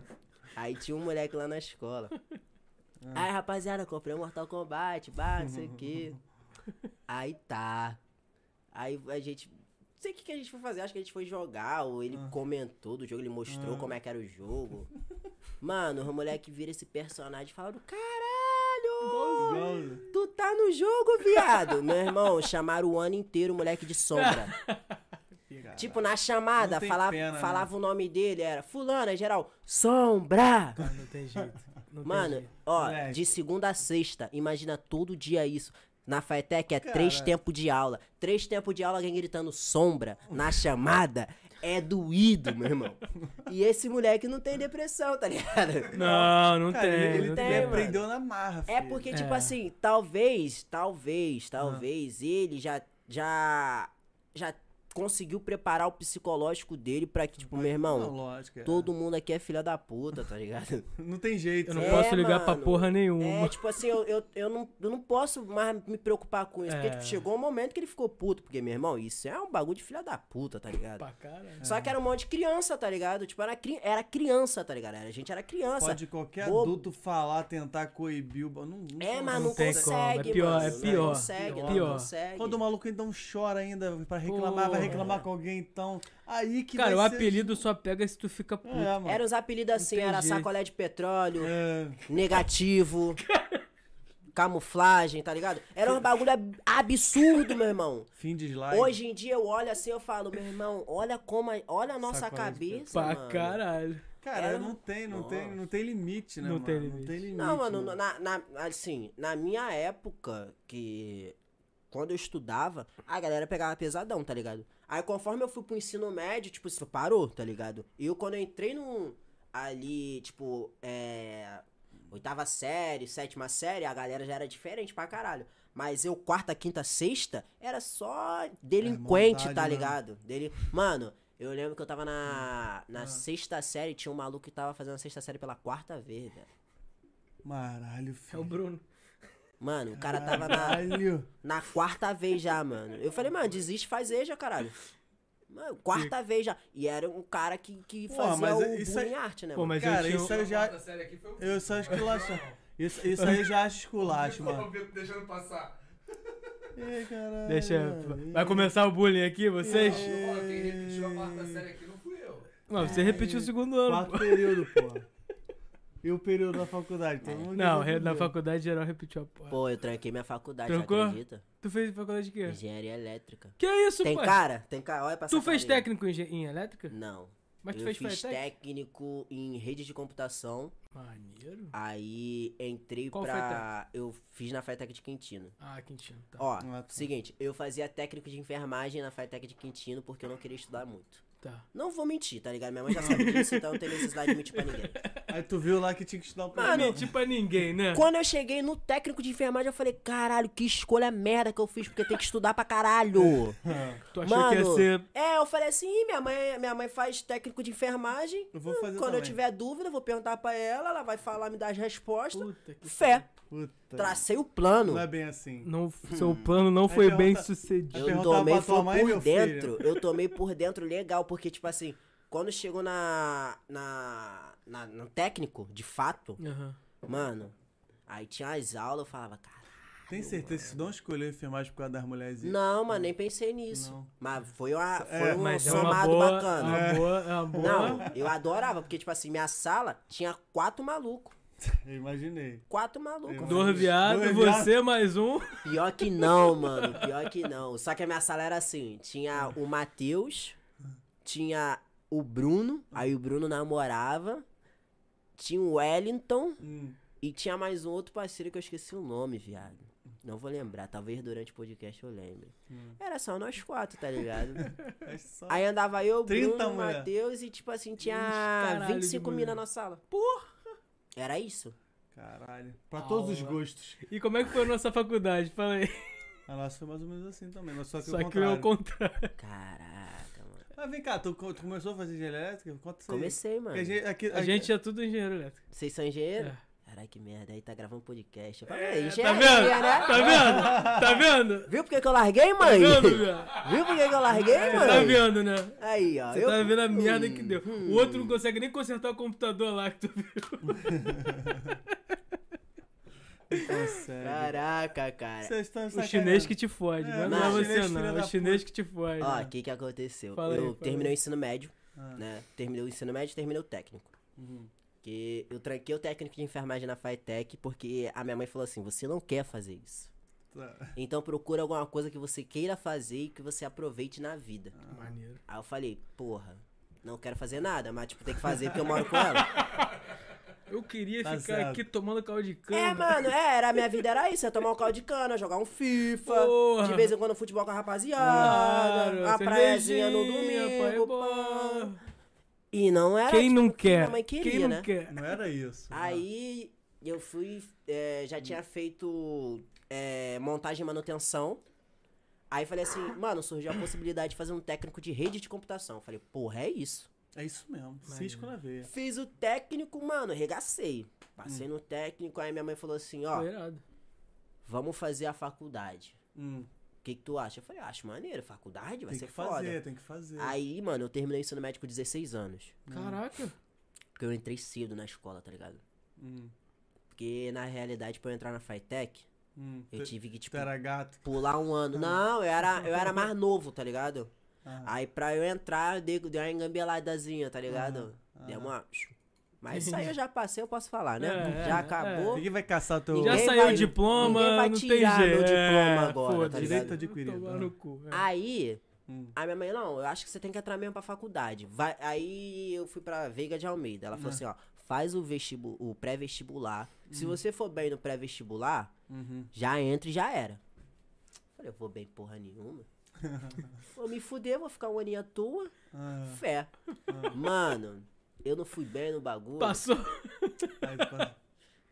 Speaker 3: Aí tinha um moleque lá na escola.
Speaker 2: é.
Speaker 3: Aí, rapaziada, comprei o Mortal Kombat, bah, não sei o quê. Aí tá. Aí a gente. Não sei o que, que a gente foi fazer, acho que a gente foi jogar, ou ele comentou do jogo, ele mostrou como é que era o jogo. Mano, o moleque vira esse personagem e fala: Caralho!
Speaker 2: igual-
Speaker 3: Tu tá no jogo, viado! Meu irmão, chamaram o ano inteiro o moleque de sombra. Tipo, na
Speaker 2: Não
Speaker 3: chamada,
Speaker 2: tem
Speaker 3: fala-
Speaker 2: pena, né?
Speaker 3: falava o nome dele, era Fulana, geral, Sombra!
Speaker 1: Ah, não tem jeito. Não tem
Speaker 3: Mano,
Speaker 1: jeito.
Speaker 3: ó,
Speaker 2: Moleque.
Speaker 3: de segunda a sexta, imagina todo dia isso. Na FATEC é três
Speaker 2: Cara.
Speaker 3: tempos de aula. Três tempos de aula, alguém gritando sombra na chamada é doído, meu irmão. E esse moleque não tem depressão, tá ligado?
Speaker 1: Não, não
Speaker 2: Cara,
Speaker 1: tem.
Speaker 2: ele, ele
Speaker 1: não
Speaker 3: tem,
Speaker 2: ele
Speaker 3: mano.
Speaker 2: aprendeu na marra,
Speaker 3: É
Speaker 2: filho.
Speaker 3: porque,
Speaker 1: É. Ah.
Speaker 3: tipo assim, talvez, talvez, talvez ele já, já, já conseguiu preparar o psicológico dele pra que, tipo, meu
Speaker 2: Não,
Speaker 3: irmão,
Speaker 2: lógico, é.
Speaker 3: todo mundo aqui é filha da puta, tá ligado?
Speaker 2: Não tem jeito.
Speaker 1: Eu não
Speaker 2: né?
Speaker 3: É,
Speaker 1: posso ligar pra
Speaker 3: mano.
Speaker 1: porra
Speaker 3: É,
Speaker 1: nenhuma.
Speaker 3: tipo assim, eu, eu, eu, não, eu não posso mais me preocupar com isso. Porque
Speaker 1: É.
Speaker 3: tipo, chegou um momento que ele ficou puto. Porque, meu irmão, isso é um bagulho de filha da puta, tá ligado?
Speaker 1: Pra caralho.
Speaker 3: Só que era um monte de criança, tá ligado? Tipo, era, cri- era criança, tá ligado? Era- A gente era criança.
Speaker 2: Pode qualquer
Speaker 3: Bobo.
Speaker 2: adulto falar, tentar coibir o. ba- Não, não
Speaker 3: É,
Speaker 2: fala
Speaker 3: mas
Speaker 1: Não
Speaker 3: não,
Speaker 1: tem
Speaker 3: consegue,
Speaker 1: como, é pior,
Speaker 3: mano.
Speaker 1: é
Speaker 3: Não
Speaker 1: pior,
Speaker 3: consegue, não
Speaker 1: pior.
Speaker 3: consegue.
Speaker 2: Quando o maluco então chora ainda pra reclamar, vai
Speaker 1: Porra.
Speaker 2: reclamar com alguém, então. Aí que
Speaker 1: Cara, o
Speaker 2: vai ser-
Speaker 1: apelido só pega se tu fica puto.
Speaker 2: É, mano.
Speaker 3: Era uns apelidos assim,
Speaker 1: tem
Speaker 3: era
Speaker 1: jeito.
Speaker 3: sacolé de petróleo,
Speaker 2: É.
Speaker 3: negativo, camuflagem, tá ligado? Era um bagulho ab- absurdo, meu irmão.
Speaker 2: Fim de slide.
Speaker 3: Hoje em dia eu olho assim eu falo, meu irmão, olha como, a- olha a nossa
Speaker 2: Sacolé de
Speaker 3: cabeça,
Speaker 1: Pra
Speaker 3: mano.
Speaker 1: caralho.
Speaker 2: Cara,
Speaker 3: era-
Speaker 2: não tem, não
Speaker 3: Nossa.
Speaker 2: tem, não tem limite, né,
Speaker 1: Não
Speaker 2: mano?
Speaker 1: tem
Speaker 2: Não
Speaker 1: limite.
Speaker 2: tem limite.
Speaker 3: Não, mano, na, na- assim, na minha época, que quando eu estudava, a galera pegava pesadão, tá ligado? Aí conforme eu fui pro ensino médio, tipo, isso parou, tá ligado? E eu quando eu entrei num, ali, tipo, é, oitava série, sétima série, a galera já era diferente pra caralho. Mas eu, quarta, quinta, sexta, era só delinquente,
Speaker 2: maldade,
Speaker 3: tá
Speaker 2: né?
Speaker 3: ligado? Dele... Mano, eu lembro que eu tava na, na sexta série, tinha um maluco que tava fazendo a sexta série pela quarta vez, velho.
Speaker 2: Maralho,
Speaker 1: É o
Speaker 2: filho.
Speaker 1: Bruno.
Speaker 3: Mano, o cara tava na,
Speaker 2: Caralho.
Speaker 3: na quarta vez já, mano. Eu falei, mano, desiste, faz EJA, caralho. Mano, quarta vez já. E era um cara que, que
Speaker 2: Pô,
Speaker 3: fazia
Speaker 2: mas
Speaker 3: o
Speaker 2: isso
Speaker 3: bullying
Speaker 2: aí-
Speaker 3: arte, né,
Speaker 1: é, Pô,
Speaker 3: mano?
Speaker 1: mas
Speaker 2: Cara,
Speaker 1: eu tinha... um-
Speaker 2: isso aí eu já.
Speaker 4: Quarta série aqui foi o
Speaker 2: Eu só acho que lá- Isso, isso aí eu já acho esculacho, mano.
Speaker 4: Vitor deixando passar.
Speaker 2: Ih, caralho.
Speaker 1: Deixa... Vai começar o bullying aqui, vocês?
Speaker 4: Eu falo, quem repetiu a quarta série aqui não fui eu.
Speaker 1: Não, você repetiu o segundo ano, pô.
Speaker 2: Quarto período, pô. E o período da faculdade? Todo mundo
Speaker 1: É.
Speaker 2: é
Speaker 1: Não,
Speaker 2: já
Speaker 1: re- na
Speaker 2: aprendeu.
Speaker 1: faculdade geral repetiu a porra.
Speaker 3: Pô, eu tranquei minha faculdade,
Speaker 1: Trancou?
Speaker 3: já acredita?
Speaker 1: Tu fez faculdade de quê?
Speaker 3: Engenharia elétrica.
Speaker 1: Que isso,
Speaker 3: Tem
Speaker 1: pai?
Speaker 3: cara? Tem cara, olha pra
Speaker 1: Tu
Speaker 3: essa
Speaker 1: fez
Speaker 3: carinha.
Speaker 1: técnico em, engen- em elétrica?
Speaker 3: Não.
Speaker 1: Mas tu
Speaker 3: eu
Speaker 1: fez
Speaker 3: fiz
Speaker 1: FATEC?
Speaker 3: técnico em rede de computação,
Speaker 1: Maneiro.
Speaker 3: aí entrei
Speaker 1: Qual
Speaker 3: pra... Eu fiz na FETEC de Quintino.
Speaker 1: Ah, Quintino, tá.
Speaker 3: Ó,
Speaker 2: Ah, tá.
Speaker 3: seguinte, eu fazia técnico de enfermagem na FETEC de Quintino porque eu não queria estudar muito.
Speaker 1: Tá.
Speaker 3: Não vou mentir, tá ligado? Minha mãe já sabe disso, então não tem necessidade de mentir pra ninguém.
Speaker 2: Aí tu viu lá que tinha que estudar um pouco.
Speaker 1: Não mentir pra ninguém, né?
Speaker 3: Quando eu cheguei no técnico de enfermagem, eu falei, caralho, que escolha merda que eu fiz, porque tem que estudar pra caralho.
Speaker 2: Ah,
Speaker 1: Tu achou que ia
Speaker 3: Mano,
Speaker 1: ser.
Speaker 3: é, eu falei assim, "Ih, minha mãe, minha mãe faz técnico de enfermagem.
Speaker 2: Eu vou fazer
Speaker 3: Quando eu
Speaker 2: também.
Speaker 3: tiver dúvida, eu vou perguntar pra ela, ela vai falar, me dar as respostas.
Speaker 1: Puta que
Speaker 3: Fé,
Speaker 2: Puta.
Speaker 3: tracei o plano.
Speaker 2: Não é bem assim.
Speaker 1: Não, seu plano não foi
Speaker 2: pergunta-
Speaker 1: bem sucedido.
Speaker 3: Eu
Speaker 2: perguntava
Speaker 3: tomei
Speaker 2: pra tua
Speaker 3: foi
Speaker 2: mãe, meu
Speaker 3: por
Speaker 2: filho.
Speaker 3: dentro. Eu tomei por dentro legal, porque, tipo assim, quando chegou na, na, na- no técnico, de fato,
Speaker 1: Aham.
Speaker 3: mano, aí tinha as aulas, eu falava, cara.
Speaker 2: Tem certeza que tu não escolheu enfermagem por causa das mulheres?
Speaker 3: Não, mano, nem pensei nisso.
Speaker 2: Não.
Speaker 3: Mas foi, uma,
Speaker 2: É,
Speaker 3: foi um
Speaker 1: Mas é uma
Speaker 3: somado
Speaker 1: boa.
Speaker 3: bacana.
Speaker 1: Uma boa. É uma boa.
Speaker 3: Não, eu adorava, porque, tipo assim, minha sala tinha quatro malucos.
Speaker 2: Eu imaginei.
Speaker 3: Quatro malucos.
Speaker 1: Dois viados,
Speaker 2: Dois
Speaker 1: você mais um.
Speaker 3: Pior que não, mano. Pior que não. Só que a minha sala era assim: tinha o Matheus, tinha o Bruno, aí o Bruno namorava, tinha o Wellington
Speaker 2: Hum.
Speaker 3: e tinha mais um outro parceiro que eu esqueci o nome, viado. Não vou lembrar, talvez durante o podcast eu lembre.
Speaker 1: Hum.
Speaker 3: Era só nós quatro, tá ligado?
Speaker 2: É só...
Speaker 3: Aí andava eu, o
Speaker 2: 30
Speaker 3: Bruno, o
Speaker 2: mulher.
Speaker 3: Matheus e tipo assim,
Speaker 1: Ixi,
Speaker 3: tinha
Speaker 1: caralho de
Speaker 3: 25
Speaker 1: mulher.
Speaker 3: mil na nossa sala. Porra! Era isso.
Speaker 2: Caralho. Pra todos os
Speaker 1: Aula.
Speaker 2: gostos.
Speaker 1: E como é que foi a nossa faculdade? Fala aí.
Speaker 2: A nossa foi mais ou menos assim também, mas só que
Speaker 1: Só
Speaker 2: o
Speaker 1: que é o
Speaker 2: contrário.
Speaker 1: contrário.
Speaker 3: Caraca, mano.
Speaker 2: Mas vem cá, tu, co- tu começou a fazer engenharia elétrica? Conta isso aí.
Speaker 3: Comecei, mano.
Speaker 2: Porque a gente, aqui,
Speaker 1: A gente é tudo engenheiro elétrico.
Speaker 3: Vocês são engenheiros?
Speaker 1: É.
Speaker 3: Caralho, que merda. Aí tá gravando podcast. Eu falei, é,
Speaker 1: Tá
Speaker 3: engenharia,
Speaker 1: vendo?
Speaker 3: né?
Speaker 1: Tá vendo? Tá vendo?
Speaker 3: Viu por que que eu larguei,
Speaker 1: Tá
Speaker 3: mãe?
Speaker 1: vendo, viado?
Speaker 3: Viu por que que eu larguei,
Speaker 1: Você tá
Speaker 3: mãe?
Speaker 1: vendo, né?
Speaker 3: Aí, ó.
Speaker 1: Você
Speaker 3: eu... Hum,
Speaker 1: tá vendo a merda que deu. O outro não consegue nem consertar o computador lá que tu viu.
Speaker 2: Consegue.
Speaker 3: Caraca, cara.
Speaker 2: Tá Vocês estão
Speaker 1: O
Speaker 2: sacaneando.
Speaker 1: chinês que te fode.
Speaker 2: É,
Speaker 1: Não é,
Speaker 3: mas o
Speaker 1: você
Speaker 2: chinês filho
Speaker 1: não.
Speaker 2: da
Speaker 1: O chinês que te fode.
Speaker 3: Ó, o que que aconteceu?
Speaker 1: Fala aí,
Speaker 3: eu
Speaker 1: fala
Speaker 3: terminei
Speaker 1: aí.
Speaker 3: o ensino médio,
Speaker 2: Ah.
Speaker 3: né? Terminei o ensino médio, terminei o técnico.
Speaker 2: Uhum.
Speaker 3: Que eu tranquei o técnico de enfermagem na FATEC porque a minha mãe falou assim, você não quer fazer isso.
Speaker 2: Tá.
Speaker 3: Então procura alguma coisa que você queira fazer e que você aproveite na vida.
Speaker 1: Ah. Maneiro.
Speaker 3: Aí eu falei, porra, não quero fazer nada, mas tipo, tem que fazer porque eu moro com ela.
Speaker 1: Eu queria
Speaker 2: Tá
Speaker 1: ficar
Speaker 2: certo.
Speaker 1: aqui tomando caldo de cana.
Speaker 3: É, mano, é, era, minha vida era isso, é tomar um caldo de cana, jogar um FIFA,
Speaker 1: Porra.
Speaker 3: de vez em quando futebol com a rapaziada,
Speaker 1: Claro,
Speaker 3: a praiazinha no
Speaker 1: cervejinha, pai,
Speaker 3: domingo,
Speaker 1: é bom.
Speaker 3: pá. E não era
Speaker 1: Quem
Speaker 3: tipo,
Speaker 1: não
Speaker 3: o que minha
Speaker 1: quer?
Speaker 3: mãe
Speaker 1: é. Quem
Speaker 3: queria,
Speaker 1: não
Speaker 3: né?
Speaker 1: quer?
Speaker 2: Não Ah. era isso.
Speaker 3: Aí eu fui, é, já tinha feito é, montagem e manutenção, aí falei assim, mano, surgiu a possibilidade de fazer um técnico de rede de computação, Eu falei, porra, é isso.
Speaker 2: É isso mesmo. Cisco na veia.
Speaker 3: Fiz o técnico, mano, arregacei. Passei no técnico, aí minha mãe falou assim, ó,
Speaker 1: Foi irado.
Speaker 3: vamos fazer a faculdade.
Speaker 2: Hum.
Speaker 3: O que, que tu acha? Eu falei, acho maneiro, faculdade vai
Speaker 2: Tem
Speaker 3: ser
Speaker 2: que
Speaker 3: é foda.
Speaker 2: fazer, né? tem que fazer.
Speaker 3: Aí, mano, eu terminei o ensino médio com 16 anos.
Speaker 1: Caraca.
Speaker 3: Porque eu entrei cedo na escola, tá ligado?
Speaker 2: Hum.
Speaker 3: Porque, na realidade, pra eu entrar na FITEC,
Speaker 2: Hum.
Speaker 3: eu
Speaker 2: Tu-
Speaker 3: tive que, tipo,
Speaker 2: Tu era gato.
Speaker 3: pular um ano. Não, eu era, eu era mais novo, tá ligado?
Speaker 2: Ah.
Speaker 3: Aí, pra eu entrar, eu dei, dei uma engambeladazinha, tá ligado?
Speaker 2: Aham,
Speaker 3: Deu uma... Mas isso aí eu já passei, eu posso falar, né?
Speaker 1: É,
Speaker 3: já
Speaker 1: é,
Speaker 3: acabou.
Speaker 2: Ninguém vai caçar teu.
Speaker 1: Já
Speaker 3: Ninguém
Speaker 1: saiu
Speaker 3: vai-
Speaker 1: o diploma,
Speaker 3: ninguém vai
Speaker 1: não tem
Speaker 3: tirar
Speaker 1: jeito.
Speaker 3: meu diploma
Speaker 1: É,
Speaker 3: agora,
Speaker 1: foda-se.
Speaker 3: tá ligado?
Speaker 2: Direito adquirido,
Speaker 1: Tomar
Speaker 2: né?
Speaker 1: no cu. é.
Speaker 3: Aí,
Speaker 2: Hum.
Speaker 3: a minha mãe, não, eu acho que você tem que entrar mesmo pra faculdade. Vai, aí eu fui pra Veiga de Almeida. Ela falou assim, ó, faz o, vestibu o pré-vestibular. Se
Speaker 2: Hum.
Speaker 3: você for bem no pré-vestibular,
Speaker 2: Uhum.
Speaker 3: já entra e já era. Falei, eu vou bem porra nenhuma. vou me fuder, vou ficar um aninho à toa.
Speaker 2: Ah,
Speaker 3: Fé. Mano, eu não fui bem no bagulho.
Speaker 1: Passou.
Speaker 2: aí tu fala-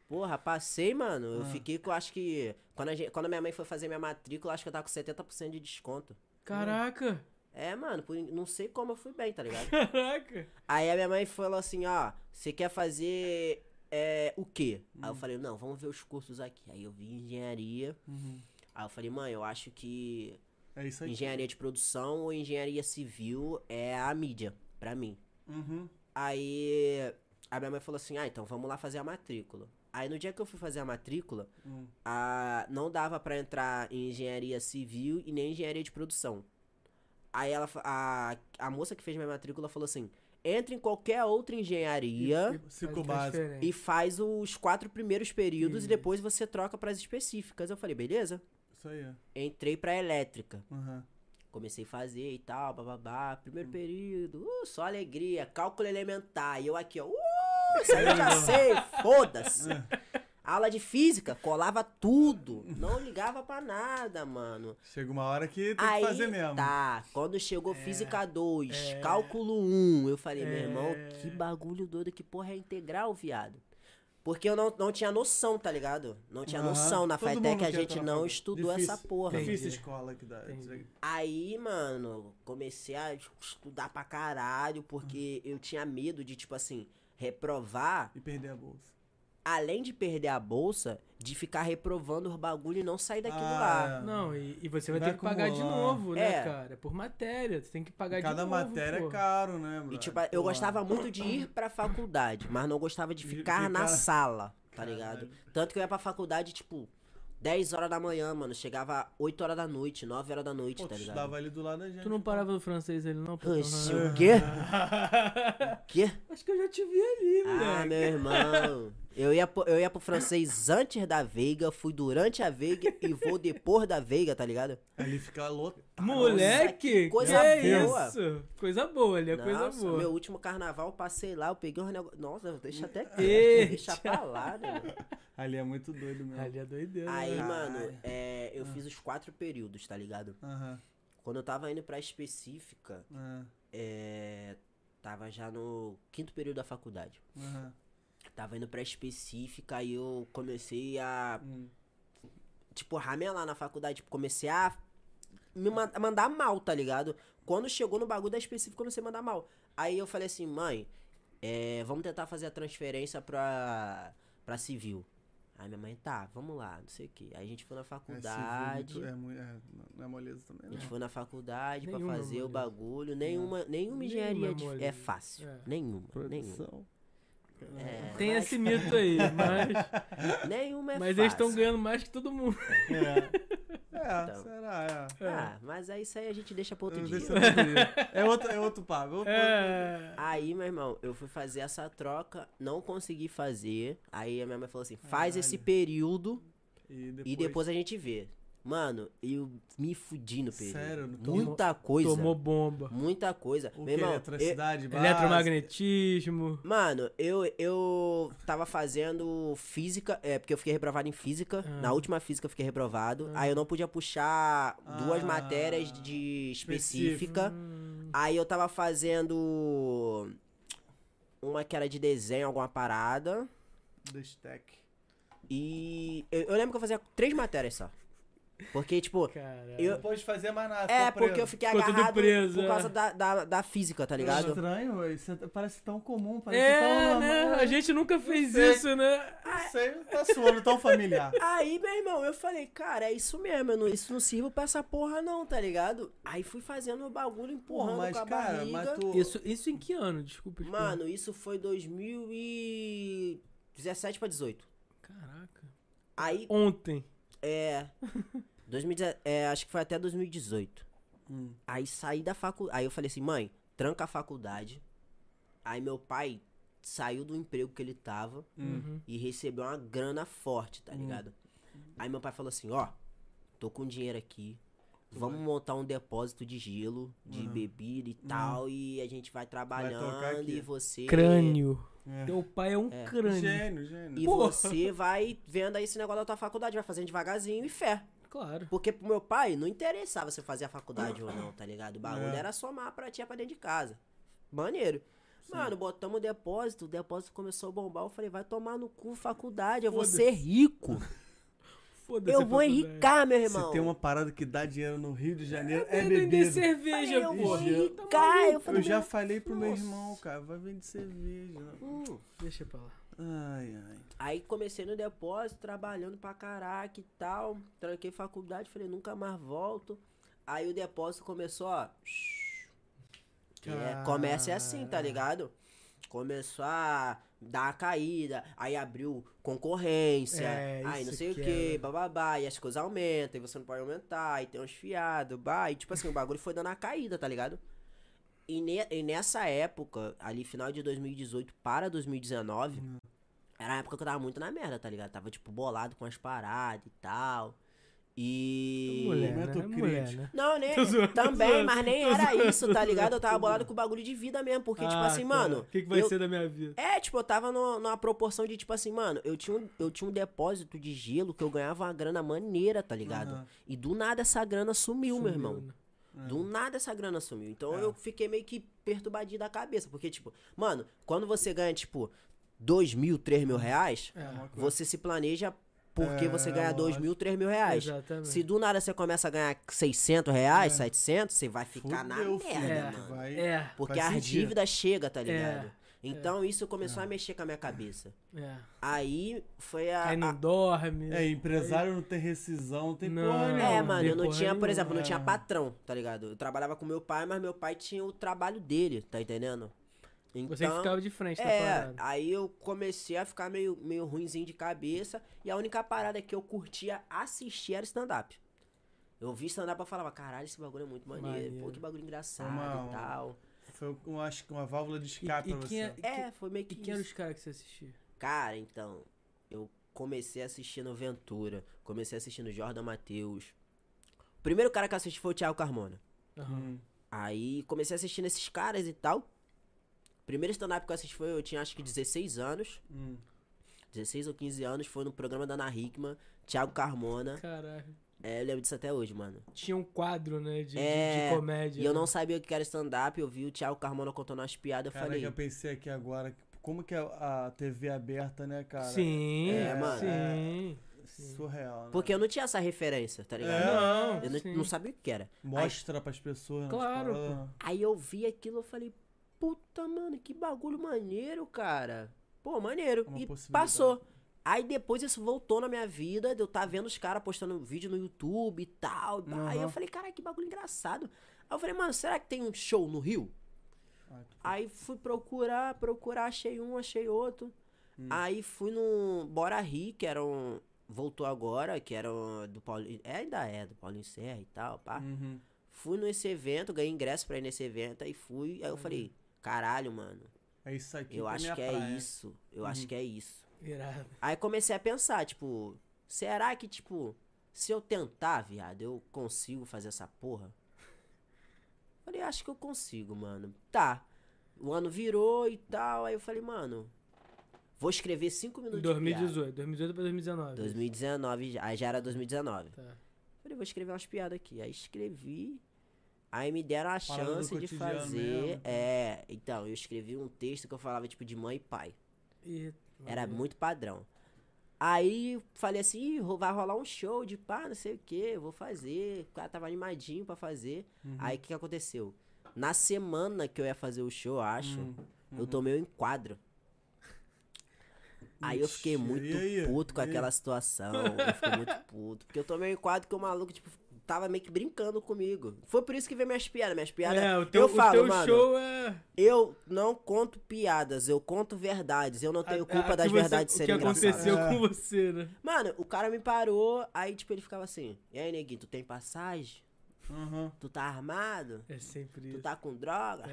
Speaker 3: Porra, passei, mano. Eu fiquei com, acho que... Quando a, gente- quando a minha mãe foi fazer minha matrícula, acho que eu tava com 70% de desconto.
Speaker 1: Caraca.
Speaker 3: É, mano, por in- não sei como eu fui bem, tá ligado?
Speaker 1: Caraca.
Speaker 3: Aí a minha mãe falou assim, ó, você quer fazer é, o quê? Aí eu falei, não, vamos ver os cursos aqui. Aí eu vi engenharia.
Speaker 2: Uhum.
Speaker 3: Aí eu falei, mãe, eu acho que
Speaker 2: É isso aí.
Speaker 3: engenharia de produção ou engenharia civil é a mídia, pra mim.
Speaker 2: Uhum.
Speaker 3: Aí a minha mãe falou assim, ah, então vamos lá fazer a matrícula. Aí no dia que eu fui fazer a matrícula,
Speaker 2: Hum.
Speaker 3: a- não dava pra entrar em engenharia civil e nem engenharia de produção. Aí ela, fa- a, a moça que fez minha matrícula falou assim, entra em qualquer outra engenharia...
Speaker 2: Cinco
Speaker 1: Faz
Speaker 2: básicos.
Speaker 1: diferente.
Speaker 3: E faz os quatro primeiros períodos
Speaker 1: Isso.
Speaker 3: e depois você troca pras específicas. Eu falei, beleza?
Speaker 2: Isso aí, é. Uhum. ó.
Speaker 3: Entrei pra elétrica.
Speaker 2: Aham.
Speaker 3: Comecei a fazer e tal, bababá.
Speaker 2: Hum.
Speaker 3: Primeiro período, uh, só
Speaker 2: É.
Speaker 3: alegria. Cálculo elementar. E eu aqui, ó, uh, isso aí eu já sei, foda-se. Aula de física, colava tudo. Não ligava pra nada, mano.
Speaker 2: Chega uma hora que tem
Speaker 3: Aí
Speaker 2: que fazer mesmo. É,
Speaker 3: tá, quando chegou física 2, cálculo 1, eu falei, meu irmão, que bagulho doido, que porra é integral, viado. Porque eu não, não tinha noção, tá ligado? Não tinha
Speaker 2: Aham.
Speaker 3: noção. Na
Speaker 2: Todo
Speaker 3: FATEC
Speaker 2: mundo
Speaker 3: a
Speaker 2: quer
Speaker 3: gente
Speaker 2: entrar na
Speaker 3: não
Speaker 2: faculdade.
Speaker 3: estudou
Speaker 2: Difícil.
Speaker 3: essa porra.
Speaker 2: Difícil
Speaker 1: Entendi.
Speaker 2: a escola que dá.
Speaker 1: Entendi.
Speaker 3: Aí, mano, comecei a tipo, estudar pra caralho, porque
Speaker 2: Uhum.
Speaker 3: eu tinha medo de, tipo assim, reprovar,
Speaker 2: E perder a bolsa.
Speaker 3: além de perder a bolsa, de ficar reprovando os bagulho e não sair daquilo
Speaker 2: Ah,
Speaker 3: lá.
Speaker 2: é.
Speaker 1: Não, e, e você vai,
Speaker 2: Vai
Speaker 1: ter que pagar de
Speaker 2: acumular.
Speaker 1: novo, né,
Speaker 3: É.
Speaker 1: cara? Por matéria, você tem que pagar
Speaker 2: Cada
Speaker 1: de novo.
Speaker 2: matéria
Speaker 1: pô.
Speaker 2: é caro, né, mano?
Speaker 3: E, tipo, eu gostava muito de ir pra faculdade, mas não gostava de
Speaker 2: De
Speaker 3: ficar na
Speaker 2: ficar-
Speaker 3: sala, tá
Speaker 2: Caralho.
Speaker 3: ligado? Tanto que eu ia pra faculdade, tipo, 10 horas da manhã, mano. Chegava 8 horas da noite, 9 horas da noite,
Speaker 2: Pô, tu
Speaker 3: tá ligado?
Speaker 2: estudava ali do lado da gente.
Speaker 1: Tu não parava no francês ali não, pô?
Speaker 3: Oxi,
Speaker 2: né?
Speaker 1: Aham.
Speaker 3: o quê? O quê?
Speaker 1: Acho que eu já te vi ali,
Speaker 3: Ah,
Speaker 1: moleque.
Speaker 3: meu irmão. Eu ia, pro, eu ia pro francês antes da veiga, fui durante a veiga e vou depois da veiga, tá ligado?
Speaker 2: Ali ficava lotado.
Speaker 1: Moleque,
Speaker 3: que coisa
Speaker 1: que é
Speaker 3: boa.
Speaker 1: isso? Coisa boa ali, é coisa
Speaker 3: Nossa,
Speaker 1: boa.
Speaker 3: meu último carnaval, eu passei lá, eu peguei um negócio. Nossa, deixa até quieto,
Speaker 1: Eita.
Speaker 3: deixa pra lá, né? mano?
Speaker 2: Ali é muito doido mesmo.
Speaker 1: Ali é doideira.
Speaker 3: Aí,
Speaker 1: né?
Speaker 3: mano, é, eu fiz os quatro períodos, tá ligado?
Speaker 2: Aham.
Speaker 3: Quando eu tava indo pra específica,
Speaker 2: aham,
Speaker 3: é, tava já no quinto período da faculdade.
Speaker 2: aham. É
Speaker 3: Tava indo pra específica e eu comecei a
Speaker 2: Hum.
Speaker 3: tipo, ramelar na faculdade, tipo, comecei a me man- a mandar mal, tá ligado? Quando chegou no bagulho da específica, comecei a mandar mal. Aí eu falei assim, mãe, é, vamos tentar fazer a transferência pra, pra civil. Aí minha mãe, tá, vamos lá, não sei o que. Aí a gente foi na
Speaker 2: É,
Speaker 3: faculdade.
Speaker 2: civil, muito- é, mu- é, não é moleza também,
Speaker 3: A
Speaker 2: né?
Speaker 3: gente foi na faculdade pra
Speaker 1: Nenhuma
Speaker 3: fazer o
Speaker 1: moleza.
Speaker 3: bagulho. Nenhuma, nenhuma engenharia
Speaker 1: Nenhuma
Speaker 3: é dif- é
Speaker 1: moleza.
Speaker 3: fácil.
Speaker 1: É.
Speaker 3: Nenhuma, nenhuma.
Speaker 2: Produção.
Speaker 3: É,
Speaker 1: Tem
Speaker 3: mas-
Speaker 1: esse mito aí, mas,
Speaker 3: Nenhuma é
Speaker 1: mas
Speaker 3: fácil.
Speaker 1: eles estão ganhando mais que todo mundo.
Speaker 2: É, é
Speaker 3: Então.
Speaker 2: será? É.
Speaker 3: Ah, mas é isso aí a gente deixa pra outro
Speaker 2: Eu
Speaker 3: dia.
Speaker 2: deixo outro dia. É outro, é outro pago.
Speaker 1: É.
Speaker 3: Aí, meu irmão, eu fui fazer essa troca, não consegui fazer. Aí a minha mãe falou assim: faz esse
Speaker 2: Caralho.
Speaker 3: período
Speaker 2: E depois...
Speaker 3: e depois a gente vê. Mano, eu me fudi no período.
Speaker 2: Sério? Não tomou-
Speaker 3: muita coisa.
Speaker 1: Tomou bomba.
Speaker 3: Muita coisa.
Speaker 2: O que?
Speaker 3: meu irmão, eu-
Speaker 2: Eletricidade básica?
Speaker 1: Eletromagnetismo.
Speaker 3: mano, eu, eu tava fazendo física, é porque eu fiquei reprovado em física.
Speaker 1: Ah.
Speaker 3: Na última física eu fiquei reprovado. Aí eu não podia puxar duas
Speaker 2: Ah.
Speaker 3: matérias de específica.
Speaker 1: Hum,
Speaker 3: Aí eu tava fazendo uma que era de desenho, alguma parada.
Speaker 2: Do stack.
Speaker 3: E eu, eu lembro que eu fazia três matérias só. Porque, tipo,
Speaker 1: caralho.
Speaker 3: Eu-
Speaker 2: Não pode fazer mais nada. ficou
Speaker 3: é
Speaker 2: tá preso.
Speaker 3: porque eu fiquei
Speaker 1: Ficou tudo
Speaker 3: agarrado
Speaker 1: preso,
Speaker 3: por
Speaker 1: é.
Speaker 3: causa da, da, da física, tá ligado?
Speaker 2: Estranho, isso é- parece tão comum,
Speaker 3: tá
Speaker 2: parece tão
Speaker 1: É,
Speaker 2: normal.
Speaker 1: né? A gente nunca fez
Speaker 2: sei.
Speaker 1: isso, né?
Speaker 2: Isso aí tá suando tão familiar.
Speaker 3: Aí, meu irmão, eu falei, cara, é isso mesmo, eu não- isso não serve pra essa porra não, tá ligado? Aí fui fazendo o bagulho, empurrando
Speaker 2: Porra, mas
Speaker 3: com a
Speaker 2: cara,
Speaker 3: barriga.
Speaker 2: mas tu...
Speaker 1: Isso, isso em que ano? Desculpa. te perguntar.
Speaker 3: Mano, isso foi 2017 pra 18.
Speaker 1: Caraca.
Speaker 3: Aí,
Speaker 1: Ontem.
Speaker 3: é... 2010, é, acho que foi até 2018.
Speaker 2: Hum.
Speaker 3: Aí saí da faculdade. Aí eu falei assim, mãe, tranca a faculdade. Aí meu pai saiu do emprego que ele tava
Speaker 2: Hum,
Speaker 1: Uhum.
Speaker 3: e recebeu uma grana forte, tá ligado? Aí meu pai falou assim, ó, tô com dinheiro aqui. Vamos montar um depósito de gelo, de bebida e tal, e a gente vai trabalhando
Speaker 2: aqui.
Speaker 3: e você.
Speaker 1: Crânio.
Speaker 3: Uhum.
Speaker 2: É.
Speaker 1: Teu pai é um crânio.
Speaker 2: Gênio, gênio.
Speaker 3: E
Speaker 1: Porra.
Speaker 3: você vai vendo aí esse negócio da tua faculdade, vai fazendo devagarzinho e fé.
Speaker 1: Claro.
Speaker 3: Porque pro meu pai não interessava se eu fazia faculdade ou não, tá ligado? O bagulho
Speaker 2: É.
Speaker 3: era somar pra tia pra dentro de casa. Maneiro. Mano, botamos o depósito, o depósito começou a bombar. Eu falei, vai tomar no cu faculdade, eu vou
Speaker 1: Foda-se.
Speaker 3: ser rico.
Speaker 1: Foda-se. a
Speaker 3: Eu vou
Speaker 1: faculdade.
Speaker 3: enricar, meu irmão.
Speaker 2: Se tem uma parada que dá dinheiro no Rio de Janeiro, é
Speaker 1: Vai vender
Speaker 2: bebida.
Speaker 1: cerveja,
Speaker 3: Falei, eu
Speaker 1: pô. Tá
Speaker 3: vou
Speaker 2: Gelo.
Speaker 3: enricar. Eu falei,
Speaker 2: Eu já
Speaker 3: meu-
Speaker 2: falei pro meu
Speaker 3: Nossa.
Speaker 2: irmão, cara, vai vender cerveja.
Speaker 3: Hum.
Speaker 1: Deixa pra lá.
Speaker 2: Ai, ai.
Speaker 3: Aí comecei no depósito, trabalhando pra caraca e tal. Tranquei faculdade, falei, nunca mais volto. Aí o depósito começou, ó. Que é, comércio é assim, tá ligado? Começou a dar a caída, aí abriu concorrência,
Speaker 1: É,
Speaker 3: aí
Speaker 1: isso
Speaker 3: não sei o
Speaker 1: que
Speaker 3: que,
Speaker 1: é.
Speaker 3: bababá, e as coisas aumentam, e você não pode aumentar, aí tem uns fiados, bah, e tipo assim, o bagulho foi dando a caída, tá ligado? E, ne- e nessa época, ali final de 2018 para 2019, era a época que eu tava muito na merda, tá ligado? Tava tipo bolado com as paradas e tal. E.
Speaker 1: Mulher, né?
Speaker 2: Momento
Speaker 1: Mulher,
Speaker 2: crítico.
Speaker 1: né?
Speaker 3: Não, né?
Speaker 1: Tô zoando, tô
Speaker 3: Também,
Speaker 1: zoando,
Speaker 3: mas nem
Speaker 1: tô
Speaker 3: era
Speaker 1: zoando,
Speaker 3: isso, tá ligado? Eu tava bolado com o bagulho de vida mesmo, porque, tipo
Speaker 1: Ah,
Speaker 3: assim,
Speaker 1: tá.
Speaker 3: mano.
Speaker 1: O que, que vai
Speaker 3: eu-
Speaker 1: ser da minha vida?
Speaker 3: É, tipo, eu tava no- numa proporção de, tipo assim, mano, eu tinha, um, eu tinha um depósito de gelo que eu ganhava uma grana maneira, tá ligado?
Speaker 2: Aham.
Speaker 3: E do nada essa grana sumiu, meu irmão.
Speaker 1: né?
Speaker 3: Do nada essa grana sumiu. Então
Speaker 2: É.
Speaker 3: eu fiquei meio que perturbadinho da cabeça. Porque, tipo, mano, quando você ganha, tipo, dois mil, três mil reais,
Speaker 1: É,
Speaker 2: Ah, uma coisa.
Speaker 3: você se planeja porque
Speaker 2: É,
Speaker 3: você ganha dois
Speaker 2: lógico.
Speaker 3: mil, três mil reais.
Speaker 1: Exatamente.
Speaker 3: Se do nada você começa a ganhar 600 reais,
Speaker 1: É.
Speaker 3: 700, você vai ficar
Speaker 2: Fudeu,
Speaker 3: na merda,
Speaker 2: filho.
Speaker 1: É,
Speaker 3: mano.
Speaker 2: Vai-
Speaker 1: É,
Speaker 3: Porque
Speaker 2: Faz
Speaker 3: a
Speaker 2: sentido.
Speaker 3: dívida chega, tá
Speaker 1: É,
Speaker 3: ligado? Então isso começou a mexer com a minha cabeça.
Speaker 1: é.
Speaker 3: Aí foi a.
Speaker 1: Aí
Speaker 3: a-
Speaker 1: não dorme.
Speaker 2: É, empresário não tem rescisão, não tem
Speaker 1: Não.
Speaker 2: porra nenhuma.
Speaker 3: É,
Speaker 1: não,
Speaker 3: mano, eu não
Speaker 1: decorrer
Speaker 3: tinha,
Speaker 1: não
Speaker 3: por exemplo, não tinha
Speaker 2: é.
Speaker 3: patrão, tá ligado? Eu trabalhava com meu pai, mas meu pai tinha o trabalho dele, tá entendendo? Então,
Speaker 1: Você que ficava de frente da
Speaker 3: é,
Speaker 1: parada.
Speaker 3: aí eu comecei a ficar meio, meio ruinzinho de cabeça. E a única parada que eu curtia assistir era stand-up. Eu vi stand-up e falava, caralho, esse bagulho é muito maneiro. Pô,
Speaker 1: Maneiro.
Speaker 3: que bagulho engraçado
Speaker 2: Uma-
Speaker 3: e tal.
Speaker 2: Foi um, acho que uma válvula de
Speaker 1: E,
Speaker 2: escape
Speaker 1: e
Speaker 2: pra
Speaker 1: quem,
Speaker 2: você.
Speaker 1: é-
Speaker 3: É, foi meio
Speaker 1: e
Speaker 3: que.
Speaker 1: quem eram
Speaker 3: isso.
Speaker 1: os caras que você assistia?
Speaker 3: Cara, então, eu comecei assistindo Ventura, comecei assistindo Jordan Matheus. O primeiro cara que eu assisti foi o Thiago Carmona.
Speaker 1: Aham.
Speaker 2: Hum.
Speaker 3: Aí comecei assistindo esses caras e tal. Primeiro stand-up que eu assisti foi, eu tinha acho que 16 anos.
Speaker 2: Hum.
Speaker 3: 16 ou 15 anos, foi no programa da Ana Hickman, Thiago Carmona.
Speaker 1: Caralho.
Speaker 3: É, eu lembro disso até hoje, mano.
Speaker 1: Tinha um quadro, né? De, de-
Speaker 3: É,
Speaker 1: de comédia.
Speaker 3: E eu
Speaker 1: né?
Speaker 3: não sabia o que era stand-up, eu vi o Thiago Carmona contando umas piadas, eu
Speaker 2: Caraca,
Speaker 3: falei.
Speaker 2: eu pensei aqui agora, como que é a, a TV aberta, né, cara?
Speaker 1: Sim,
Speaker 3: É, mano.
Speaker 1: sim.
Speaker 2: Surreal, né?
Speaker 3: Porque eu não tinha essa referência, tá ligado?
Speaker 2: É,
Speaker 1: Não,
Speaker 3: eu não,
Speaker 1: sim.
Speaker 3: não sabia o que era.
Speaker 2: Mostra pras pessoas. né,
Speaker 1: Claro,
Speaker 2: tipo, ah,
Speaker 3: Aí eu vi aquilo, eu falei, puta, mano, que bagulho maneiro, cara. Pô, maneiro.
Speaker 2: Uma
Speaker 3: e
Speaker 2: possibilidade.
Speaker 3: passou. Aí depois isso voltou na minha vida, de eu tá vendo os caras postando vídeo no YouTube e tal. Aí eu
Speaker 2: Aham.
Speaker 3: falei, cara, que bagulho engraçado. Aí eu falei, mano, será que tem um show no Rio?
Speaker 2: ah, que-
Speaker 3: Aí fui procurar, procurar, achei um, achei outro.
Speaker 2: Hum.
Speaker 3: Aí fui no Bora Rir, que era um. Voltou agora, que era um, do Paulinho. É, ainda é, do Paulinho Serra e tal, pá.
Speaker 2: Uhum.
Speaker 3: Fui nesse evento, ganhei ingresso pra ir nesse evento, aí fui, aí eu falei, caralho, mano,
Speaker 2: É isso aqui.
Speaker 3: eu
Speaker 2: é
Speaker 3: acho
Speaker 2: Hum. minha
Speaker 3: que é
Speaker 2: praia. Uhum.
Speaker 3: isso, eu acho que é isso.
Speaker 1: Irado.
Speaker 3: Aí comecei a pensar, tipo, será que, tipo, se eu tentar, viado, eu consigo fazer essa porra? Falei, acho que eu consigo, mano. Tá, o ano virou e tal, aí eu falei, mano, vou escrever cinco minutos de piada.
Speaker 1: 2018, 2018 pra 2019.
Speaker 3: 2019, já- aí já era 2019.
Speaker 1: Tá.
Speaker 3: Falei, vou escrever umas piadas aqui. Aí escrevi. Aí me deram a
Speaker 2: Parada do
Speaker 3: chance de
Speaker 2: cotidiano
Speaker 3: fazer.
Speaker 2: mesmo, tá?
Speaker 3: É, então, eu escrevi um texto que eu falava tipo de mãe e pai.
Speaker 1: E-
Speaker 3: Era muito padrão. Aí falei assim, "Ih, ro- vai rolar um show de pá, não sei o que, vou fazer. O cara tava animadinho pra fazer.
Speaker 1: Uhum.
Speaker 3: Aí o que, que aconteceu? Na semana que eu ia fazer o show, eu acho,
Speaker 2: Hum,
Speaker 1: uhum.
Speaker 3: eu tomei um enquadro. Aí eu fiquei
Speaker 2: Mentira,
Speaker 3: muito
Speaker 2: e aí?
Speaker 3: puto com
Speaker 2: E aí?
Speaker 3: aquela situação. Eu fiquei muito puto. Porque eu tomei um quadro que o maluco, tipo, tava meio que brincando comigo. Foi por isso que veio minhas piadas. Minhas piadas.
Speaker 1: É, o teu,
Speaker 3: eu falo,
Speaker 1: o teu
Speaker 3: mano.
Speaker 1: show é.
Speaker 3: Eu não conto piadas, eu conto verdades. Eu não tenho
Speaker 1: a-
Speaker 3: culpa
Speaker 1: a-
Speaker 3: das
Speaker 1: que você-
Speaker 3: verdades
Speaker 1: O que
Speaker 3: serem engraçadas.
Speaker 1: aconteceu
Speaker 2: engraçadas.
Speaker 1: com você, né?
Speaker 3: Mano, o cara me parou, aí, tipo, ele ficava assim: E aí, neguinho, tu tem passagem?
Speaker 2: Aham.
Speaker 3: Tu tá armado?
Speaker 1: É sempre
Speaker 3: Tu
Speaker 1: isso.
Speaker 3: tá com droga?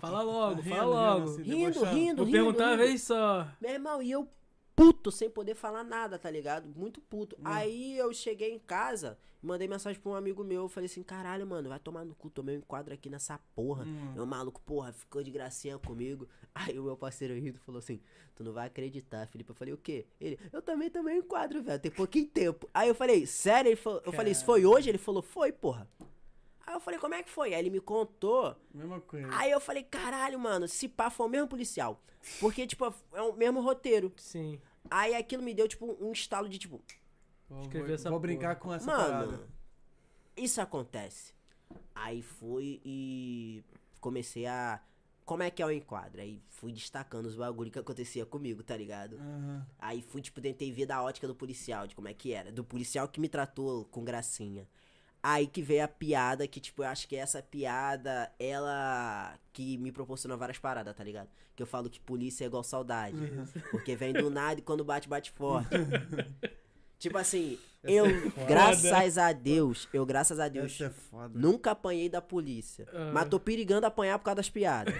Speaker 1: Fala logo,
Speaker 2: Rindo,
Speaker 1: fala
Speaker 2: rindo,
Speaker 1: logo.
Speaker 2: assim.
Speaker 3: Rindo, rindo,
Speaker 2: debochado.
Speaker 3: rindo.
Speaker 1: É, Vou perguntar uma
Speaker 3: rindo.
Speaker 1: vez só.
Speaker 3: Meu irmão, e eu puto, sem poder falar nada, tá ligado? Muito puto.
Speaker 1: Hum.
Speaker 3: Aí eu cheguei em casa, mandei mensagem pra um amigo meu, eu falei assim, caralho, mano, vai tomar no cu, tomei um enquadro aqui nessa porra.
Speaker 2: Hum.
Speaker 3: Meu É um maluco, porra, ficou de gracinha comigo. Aí o meu parceiro rindo falou assim, tu não vai acreditar, Felipe. Eu falei, o quê? Ele, eu também tomei um enquadro, velho, tem pouquinho tempo. Aí eu falei, sério? Ele falou- eu falei, isso foi hoje? Ele falou, foi, porra. Aí eu falei, como é que foi? Aí ele me contou,
Speaker 2: Mesma coisa.
Speaker 3: Aí eu falei, caralho, mano, se pá foi o mesmo policial. Porque, tipo, é o mesmo roteiro.
Speaker 1: Sim.
Speaker 3: Aí aquilo me deu, tipo, um estalo de, tipo,
Speaker 2: Vou-
Speaker 1: escrevi
Speaker 2: vou,
Speaker 1: essa
Speaker 2: vou
Speaker 1: porra.
Speaker 2: brincar com essa
Speaker 3: mano,
Speaker 2: parada.
Speaker 3: isso acontece. Aí fui e comecei a. Como é que é o enquadro? Aí fui destacando os bagulho que acontecia comigo, tá ligado?
Speaker 2: Aham.
Speaker 3: Aí fui, tipo, tentei ver da ótica do policial, de como é que era. Do policial que me tratou com gracinha. Aí que veio a piada, que, tipo, eu acho que essa piada, ela que me proporciona várias paradas, tá ligado? Que eu falo que polícia é igual saudade.
Speaker 2: Uhum.
Speaker 3: Porque vem do nada e quando bate, bate forte. tipo assim, eu, graças a Deus, eu, graças a Deus,
Speaker 2: é Essa é foda.
Speaker 3: nunca apanhei da polícia. Mas tô perigando apanhar por causa das piadas.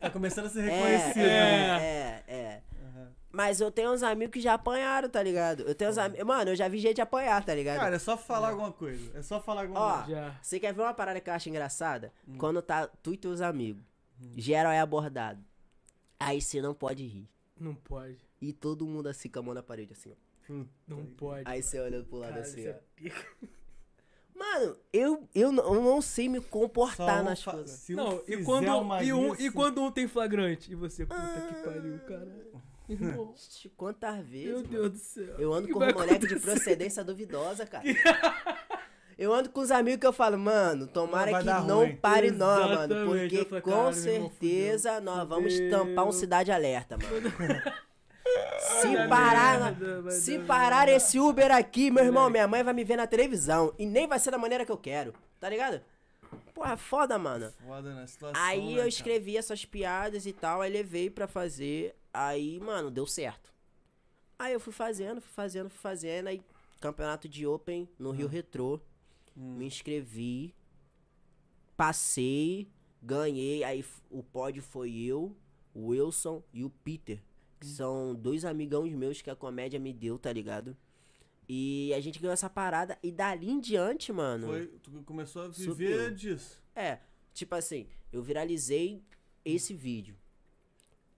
Speaker 2: Tá começando a ser
Speaker 3: É,
Speaker 2: reconhecido. né?
Speaker 3: é, é, é.
Speaker 2: Aham.
Speaker 3: Mas eu tenho uns amigos que já apanharam, tá ligado? Eu tenho uns amigos. Mano, eu já vi gente apanhar, tá ligado?
Speaker 2: Cara, é só falar alguma coisa. É só falar alguma
Speaker 3: Ó,
Speaker 2: coisa.
Speaker 1: Já.
Speaker 3: Você quer ver uma parada que eu acho engraçada?
Speaker 2: Hum.
Speaker 3: Quando tá tu e teus amigos, geral é abordado. Aí você não pode rir.
Speaker 1: Não pode.
Speaker 3: E todo mundo assim com a mão na parede, assim, ó.
Speaker 1: Não pode.
Speaker 3: Aí você olha pro lado
Speaker 1: Caralho,
Speaker 3: assim,
Speaker 1: isso
Speaker 3: ó.
Speaker 1: é pica.
Speaker 3: Mano, eu, eu, não, eu não sei me
Speaker 2: Só
Speaker 3: comportar
Speaker 2: um
Speaker 3: nas
Speaker 2: fa-
Speaker 3: coisas.
Speaker 2: se um
Speaker 1: Não, e
Speaker 2: fizer
Speaker 1: quando,
Speaker 2: uma
Speaker 1: e, um, e
Speaker 2: isso-
Speaker 1: quando um tem flagrante? E você, puta que
Speaker 3: Ah.
Speaker 1: pariu, cara. Irmão,
Speaker 3: Ixi, Quantas vezes,
Speaker 1: meu
Speaker 3: mano?
Speaker 1: Deus do céu.
Speaker 3: Eu ando
Speaker 1: que
Speaker 3: com
Speaker 1: vai
Speaker 3: um moleque de
Speaker 1: acontecer?
Speaker 3: procedência duvidosa, cara. Eu ando com os amigos que eu falo, mano, tomara
Speaker 2: Vai
Speaker 3: que
Speaker 2: dar
Speaker 3: não
Speaker 2: ruim.
Speaker 3: pare nós, mano.
Speaker 1: Exatamente.
Speaker 3: Porque
Speaker 1: Eu falei,
Speaker 3: com
Speaker 1: "Caralho, meu irmão,
Speaker 3: certeza nós vamos tampar um
Speaker 1: Fudeu.
Speaker 3: Cidade Alerta, mano. se
Speaker 1: Vai dar
Speaker 3: parar,
Speaker 1: merda, vai
Speaker 3: se
Speaker 1: dar
Speaker 3: parar esse Uber aqui, meu irmão,
Speaker 1: Moleque.
Speaker 3: minha mãe vai me ver na televisão. E nem vai ser da maneira que eu quero, tá ligado? Porra, foda, mano.
Speaker 2: Foda na situação. né,
Speaker 3: Aí eu
Speaker 2: cara?
Speaker 3: escrevi essas piadas e tal, aí levei pra fazer. Aí, mano, deu certo. Aí eu fui fazendo, fui fazendo, fui fazendo. Aí, campeonato de Open no
Speaker 2: Ah.
Speaker 3: Rio Retrô.
Speaker 2: Hum.
Speaker 3: Me inscrevi. Passei. Ganhei. Aí f- o pódio foi eu, o Wilson e o Peter. Que
Speaker 2: Hum.
Speaker 3: são dois amigãos meus que a comédia me deu, tá ligado? E a gente ganhou essa parada. E dali em diante, mano.
Speaker 2: Foi, tu começou a viver
Speaker 3: Subiu.
Speaker 2: disso.
Speaker 3: É, tipo assim, eu viralizei esse vídeo.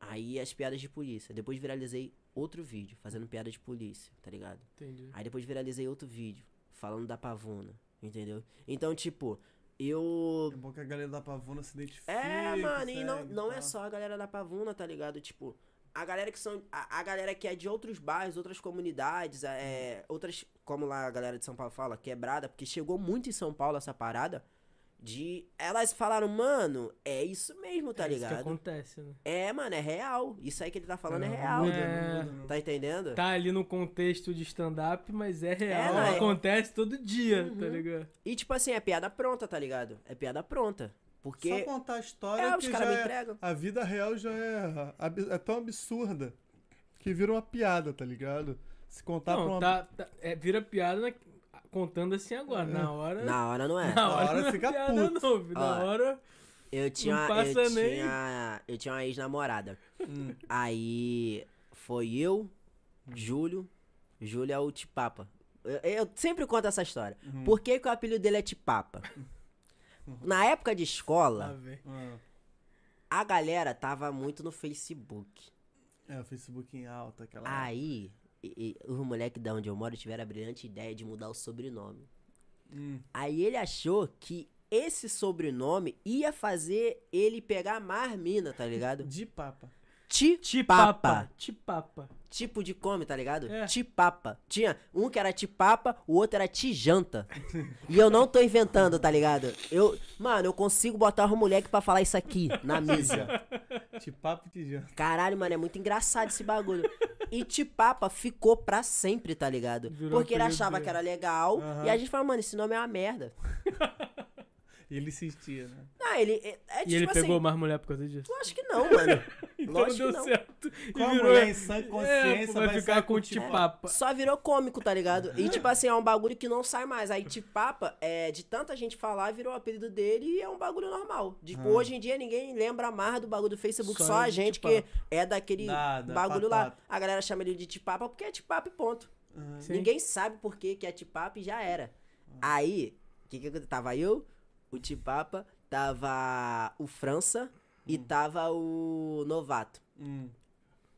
Speaker 3: Aí as piadas de polícia. Depois viralizei outro vídeo, fazendo piada de polícia, tá ligado?
Speaker 1: Entendi.
Speaker 3: Aí depois viralizei outro vídeo, falando da pavuna, entendeu? Então, tipo, eu.
Speaker 2: É bom que a galera da Pavona se identifique.
Speaker 3: É, mano, e não,
Speaker 2: segue
Speaker 3: não é
Speaker 2: tal.
Speaker 3: só a galera da pavuna, tá ligado? Tipo, a galera que são. A, a galera que é de outros bairros, outras comunidades, é, outras. Como lá a galera de São Paulo fala, quebrada, porque chegou muito em São Paulo essa parada. De. Elas falaram, mano, é isso mesmo, tá
Speaker 1: É Isso que
Speaker 3: ligado?
Speaker 1: acontece, né?
Speaker 3: É, mano, é real. Isso aí que ele tá falando é
Speaker 2: Não, não
Speaker 3: real.
Speaker 2: muda,
Speaker 1: É.
Speaker 2: não muda, não.
Speaker 3: Tá entendendo?
Speaker 1: Tá ali no contexto de stand-up, mas é real.
Speaker 3: não, é-
Speaker 1: acontece todo dia, tá ligado?
Speaker 3: E tipo assim, é piada pronta, tá ligado? É piada pronta.
Speaker 2: Só
Speaker 3: Porque.
Speaker 2: contar a história
Speaker 3: É,
Speaker 2: que
Speaker 3: os caras
Speaker 2: já é-
Speaker 3: me entregam.
Speaker 2: A vida real já é, ab- é tão absurda que vira uma piada, tá ligado? Se contar pra
Speaker 1: não,
Speaker 2: uma...
Speaker 1: tá, tá- é, vira piada na- contando assim agora. Na
Speaker 2: né?
Speaker 1: hora.
Speaker 3: É. Na hora não é.
Speaker 1: na
Speaker 2: hora
Speaker 1: não é
Speaker 2: fica
Speaker 1: piada
Speaker 2: puto.
Speaker 1: não, filho. na
Speaker 3: Ó.
Speaker 1: hora.
Speaker 3: Eu tinha, uma-
Speaker 1: passa
Speaker 3: eu,
Speaker 1: nem- Hum.
Speaker 3: tinha, eu tinha uma ex-namorada. Aí foi eu, Júlio. Júlio é o Tipapa. Eu, eu sempre conto essa história.
Speaker 1: Uhum.
Speaker 3: Por que, que o apelido dele é Tipapa? Na época de
Speaker 1: Lá
Speaker 3: escola,
Speaker 1: vem.
Speaker 2: Ah,
Speaker 3: a galera tava muito no Facebook.
Speaker 2: é, o Facebook em alta, aquela...
Speaker 1: Ah.
Speaker 3: Aí, e- e os moleques da onde eu moro tiveram a brilhante ideia de mudar o sobrenome.
Speaker 2: Hum.
Speaker 3: Aí ele achou que esse sobrenome ia fazer ele pegar mais mina, tá ligado?
Speaker 2: De papa.
Speaker 3: Tipapa.
Speaker 1: Tipapa.
Speaker 3: Tipo de come, tá ligado?
Speaker 1: É.
Speaker 3: Tipapa. Tinha um que era tipapa, o outro era tijanta. e eu não tô inventando, tá ligado? Eu, mano, eu consigo botar um moleque pra falar isso aqui na mesa.
Speaker 2: De papa e de janta.
Speaker 3: Caralho, mano, é muito engraçado esse bagulho. E Tipapa ficou pra sempre, tá ligado?
Speaker 1: Virou um
Speaker 3: Porque ele
Speaker 1: apelido
Speaker 3: achava
Speaker 1: dele.
Speaker 3: que era legal
Speaker 2: Aham.
Speaker 3: e a gente falava, mano, esse nome é uma merda.
Speaker 2: E ele insistia, né?
Speaker 3: Ah, ele. É, é
Speaker 1: E ele
Speaker 3: tipo
Speaker 1: pegou
Speaker 3: assim.
Speaker 1: mais mulher por causa disso.
Speaker 3: Eu acho que não, mano.
Speaker 1: Então
Speaker 3: lógico
Speaker 1: deu
Speaker 3: que não.
Speaker 1: certo.
Speaker 2: Com
Speaker 1: e
Speaker 2: a
Speaker 1: virou,
Speaker 2: mulher né? em sã
Speaker 1: é,
Speaker 2: consciência
Speaker 1: pô, vai, ficar com
Speaker 2: tipo
Speaker 1: tipapa.
Speaker 3: Só virou cômico, tá ligado? E tipo assim, é um bagulho que não sai mais. Aí Tipapa, é, de tanta gente falar, virou o apelido dele e é um bagulho normal. Tipo, hoje em dia ninguém lembra mais do bagulho do Facebook,
Speaker 1: Ah. Só
Speaker 3: só,
Speaker 1: é
Speaker 3: a
Speaker 1: de
Speaker 3: gente
Speaker 1: Tipapa.
Speaker 3: que é daquele
Speaker 2: Nada,
Speaker 3: bagulho lá.
Speaker 2: patata.
Speaker 3: A galera chama ele de Tipapa porque é Tipapa e ponto.
Speaker 1: Sim.
Speaker 3: Ah, Ninguém sabe por que que é tipapa e já era. Aí, que que aconte- tava eu, o tipapa, tava o França e
Speaker 1: Hum.
Speaker 3: tava o novato.
Speaker 2: Hum.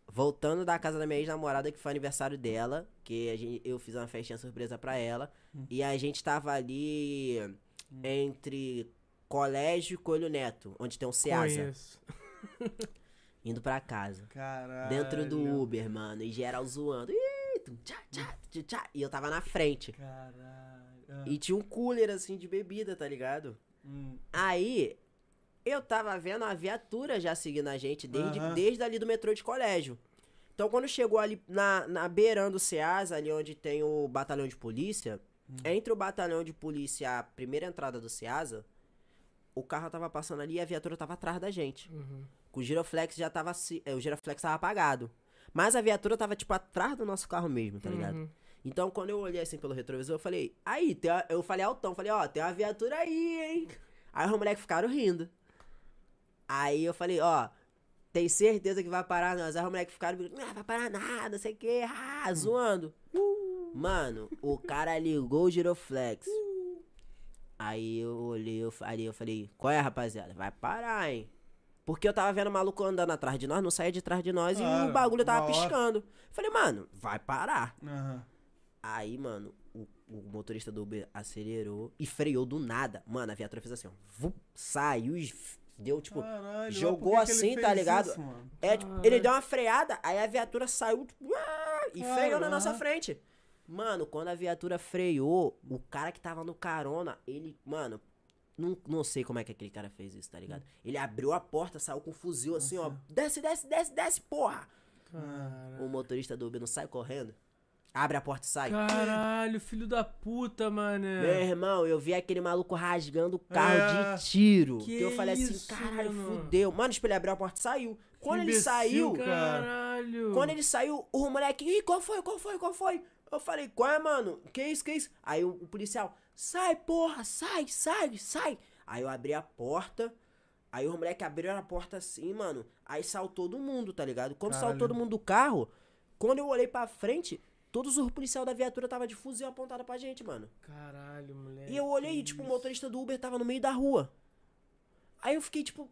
Speaker 3: Voltando da casa da minha ex-namorada, que foi aniversário dela, que a gente, eu fiz uma festinha surpresa pra ela. E a gente tava ali entre colégio e Coelho Neto, onde tem um Ceasa,
Speaker 1: Conheço.
Speaker 3: indo pra casa.
Speaker 2: Caralho.
Speaker 3: Dentro do Uber, mano, e geral zoando. Ih, tum, tchá, tchá, tchá, tchá. E eu tava na frente.
Speaker 2: Caralho. Ah,
Speaker 3: E tinha um cooler assim de bebida, tá ligado?
Speaker 2: hum.
Speaker 3: Aí eu tava vendo a viatura já seguindo a gente desde,
Speaker 2: Aham.
Speaker 3: desde ali do metrô de colégio. Então quando chegou ali na, na beirando do Ceasa, ali onde tem o batalhão de polícia, entre o batalhão de polícia, a primeira entrada do Ceasa, o carro tava passando ali e a viatura tava atrás da gente.
Speaker 1: Uhum.
Speaker 3: O giroflex já tava. se- é, O giroflex tava apagado. Mas a viatura tava, tipo, atrás do nosso carro mesmo, tá ligado?
Speaker 1: Uhum.
Speaker 3: Então, quando eu olhei assim pelo retrovisor, eu falei, aí, tem a- eu falei altão, falei, ó, tem uma viatura aí, hein? Aí os moleques ficaram rindo. Aí eu falei, ó, Tem certeza que vai parar, nós. Aí os moleques ficaram brincando, não vai parar nada, não sei o que, ah,
Speaker 2: Hum.
Speaker 3: zoando. Mano, o cara ligou o giroflex. Aí eu olhei, eu falei, eu falei, qual é, rapaziada? Vai parar, hein? Porque eu tava vendo o maluco andando atrás de nós, não saía de trás de nós e
Speaker 2: Claro,
Speaker 3: o bagulho tava
Speaker 2: uma hora.
Speaker 3: piscando. Falei, mano, vai parar.
Speaker 2: Aham.
Speaker 3: Aí, mano, o, o motorista do Uber acelerou e freou do nada. Mano, a viatura fez assim, ó. vup, saiu e f- deu, tipo.
Speaker 2: Caralho, mas
Speaker 3: jogou
Speaker 2: por que que ele
Speaker 3: assim, tá
Speaker 2: fez
Speaker 3: ligado?
Speaker 2: isso, mano?
Speaker 3: é, tipo, ele deu uma freada, aí a viatura saiu tipo, uá, e freou na
Speaker 2: Caralho.
Speaker 3: nossa frente. Mano, quando a viatura freou, o cara que tava no carona, ele, mano, não, não sei como é que aquele cara fez isso, tá ligado? Ele abriu a porta, saiu com um fuzil assim, ó. Desce, desce, desce, desce, porra!
Speaker 2: Cara.
Speaker 3: O motorista do Uber não sai correndo. Abre a porta e sai.
Speaker 1: Caralho, filho da puta, mané.
Speaker 3: Meu irmão, eu vi aquele maluco rasgando o carro
Speaker 2: É.
Speaker 3: de tiro.
Speaker 1: Que
Speaker 3: Que eu falei
Speaker 1: isso,
Speaker 3: assim, caralho,
Speaker 1: mano?"
Speaker 3: fudeu. Mano, tipo, ele abriu a porta e saiu. Quando ele
Speaker 2: imbecil,
Speaker 3: saiu,
Speaker 2: cara.
Speaker 1: Caralho.
Speaker 3: quando ele saiu, o moleque, Ih, qual foi, qual foi, qual foi? Eu falei, qual é, mano? Que isso, que isso? Aí o, o policial, sai, porra, sai, sai, sai. Aí eu abri a porta, aí os moleques abriram a porta assim, mano. Aí saiu todo mundo, tá ligado? Quando saiu
Speaker 2: Caralho.
Speaker 3: todo mundo do carro, quando eu olhei pra frente, todos os policiais da viatura tava de fuzil apontado pra gente, mano.
Speaker 1: Caralho, moleque.
Speaker 3: E eu olhei, tipo, o motorista do Uber tava no meio da rua. Aí eu fiquei, tipo,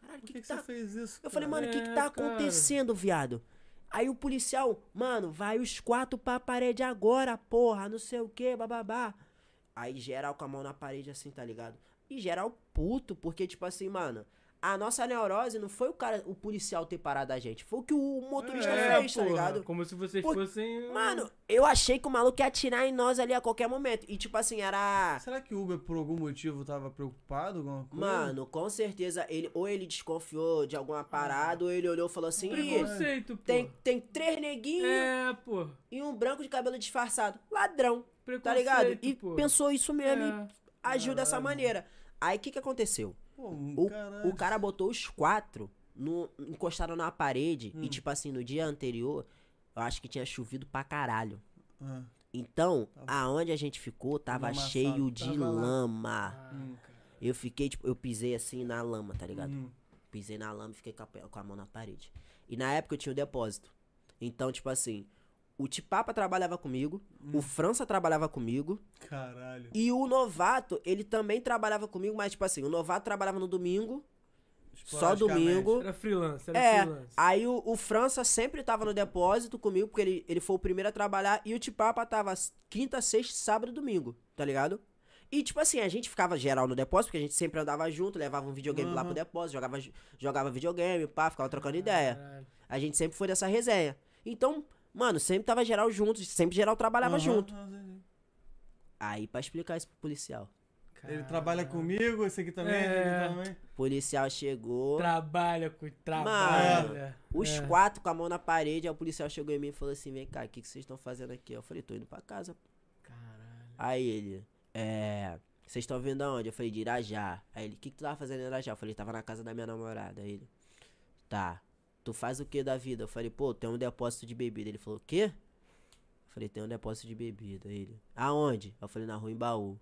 Speaker 3: caralho, o
Speaker 2: Por
Speaker 3: que,
Speaker 2: que,
Speaker 3: que
Speaker 2: você
Speaker 3: tá.
Speaker 2: fez isso?
Speaker 3: Eu falei,
Speaker 2: cara?
Speaker 3: mano, o que, que
Speaker 1: É,
Speaker 3: tá
Speaker 1: cara.
Speaker 3: acontecendo, viado? Aí o policial, mano, vai os quatro pra parede agora, porra, não sei o que, bababá. Aí geral com a mão na parede assim, tá ligado? E geral puto, porque, tipo assim, mano, a nossa neurose não foi o cara, o policial ter parado a gente, foi o que o motorista
Speaker 1: É,
Speaker 3: fez, tá
Speaker 1: porra,
Speaker 3: ligado?
Speaker 1: Como se vocês
Speaker 3: Por-
Speaker 1: fossem. um
Speaker 3: Mano, eu achei que o maluco ia atirar em nós ali a qualquer momento. E, tipo assim, era.
Speaker 2: Será que o Uber, por algum motivo, tava preocupado com alguma coisa?
Speaker 3: Mano, com certeza, ele, ou ele desconfiou de
Speaker 2: Ah.
Speaker 3: alguma parada, ou ele olhou e falou assim: "Ih,
Speaker 1: Preconceito, pô.
Speaker 3: tem, tem três neguinhos
Speaker 1: É, pô.
Speaker 3: e um branco de cabelo disfarçado. Ladrão,
Speaker 1: Preconceito.
Speaker 3: tá ligado? E
Speaker 1: pô.
Speaker 3: pensou isso mesmo e
Speaker 1: É.
Speaker 3: agiu dessa
Speaker 2: Caralho.
Speaker 3: maneira. Aí o que, que aconteceu?
Speaker 2: Pô, um
Speaker 3: O,
Speaker 2: caralho.
Speaker 3: o cara botou os quatro no, encostaram na parede
Speaker 2: Hum.
Speaker 3: e, tipo assim, no dia anterior, eu acho que tinha chovido pra caralho.
Speaker 2: Ah,
Speaker 3: Então,
Speaker 2: Tava-
Speaker 3: aonde a gente ficou tava
Speaker 2: Lamaçado.
Speaker 3: cheio de
Speaker 2: Tava lá.
Speaker 3: lama.
Speaker 1: Ah,
Speaker 2: hum,
Speaker 3: Eu fiquei, tipo, eu pisei assim na lama, tá ligado?
Speaker 2: hum.
Speaker 3: Pisei na lama e fiquei com a, pe- com a mão na parede. E na época eu tinha o depósito. Então, tipo assim, o Tipapa trabalhava comigo, o França trabalhava comigo,
Speaker 2: Caralho.
Speaker 3: e o Novato, ele também trabalhava comigo, mas, tipo assim, o Novato trabalhava no domingo, só domingo.
Speaker 1: Era freelance, era
Speaker 3: É,
Speaker 1: freelance.
Speaker 3: aí o, o França sempre tava no depósito comigo, porque ele, ele foi o primeiro a trabalhar, e o Tipapa tava s- quinta, sexta, sábado e domingo, tá ligado? E, tipo assim, a gente ficava geral no depósito, porque a gente sempre andava junto, levava um videogame lá pro
Speaker 2: Aham.
Speaker 3: depósito, jogava, ju- jogava videogame, pá, ficava trocando ideia.
Speaker 1: Caralho.
Speaker 3: A gente sempre foi dessa resenha. Então, mano, sempre tava geral junto, sempre geral trabalhava
Speaker 2: Aham,
Speaker 3: junto.
Speaker 2: aham, entendi.
Speaker 3: Aí, pra explicar isso pro policial.
Speaker 2: Ele trabalha comigo, esse aqui também,
Speaker 1: É.
Speaker 2: ele também.
Speaker 3: O policial chegou,
Speaker 1: Trabalha com trabalha.
Speaker 3: os
Speaker 1: é.
Speaker 3: quatro com a mão na parede, aí o policial chegou em mim e falou assim: vem cá, o que, que vocês estão fazendo aqui? Eu falei, tô indo pra casa.
Speaker 1: Caralho.
Speaker 3: Aí ele, é. Vocês estão vindo aonde? Eu falei, de Irajá. Aí ele, o que, que tu tava fazendo em Irajá? Eu falei, tava na casa da minha namorada. Aí ele, tá. Tu faz o que da vida? Eu falei, pô, tem um depósito de bebida. Ele falou, o quê? Eu falei, tem um depósito de bebida. Aí ele, aonde? Eu falei, na rua Embaú.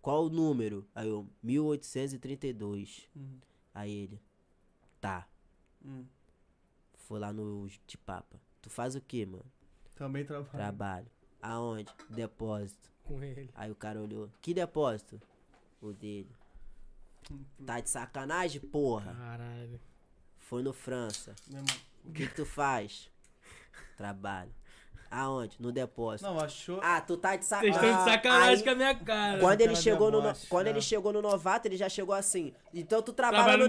Speaker 3: Qual o número? Aí eu, 1832.
Speaker 2: Hum,
Speaker 3: Aí ele, tá.
Speaker 2: hum.
Speaker 3: Foi lá no Tipapa. Tu faz o que, mano?
Speaker 2: Também trabalha.
Speaker 3: Trabalho. Aonde? Depósito.
Speaker 1: Com ele.
Speaker 3: Aí o cara olhou, que depósito? O dele. Tá de sacanagem, porra?
Speaker 1: Caralho.
Speaker 3: Foi no França.
Speaker 2: Meu irmão.
Speaker 3: O que, que tu faz? Trabalho. Aonde? No depósito.
Speaker 2: Não, achou.
Speaker 3: Ah, tu tá de
Speaker 1: Vocês
Speaker 3: sacanagem.
Speaker 1: estão de sacanagem
Speaker 3: Aí,
Speaker 1: com a minha cara.
Speaker 3: quando ele
Speaker 2: Cara
Speaker 3: chegou no no-
Speaker 2: deboche,
Speaker 3: quando
Speaker 2: é.
Speaker 3: ele chegou no novato, ele já chegou assim. Então tu trabalha,
Speaker 1: Trabalha
Speaker 3: no
Speaker 1: no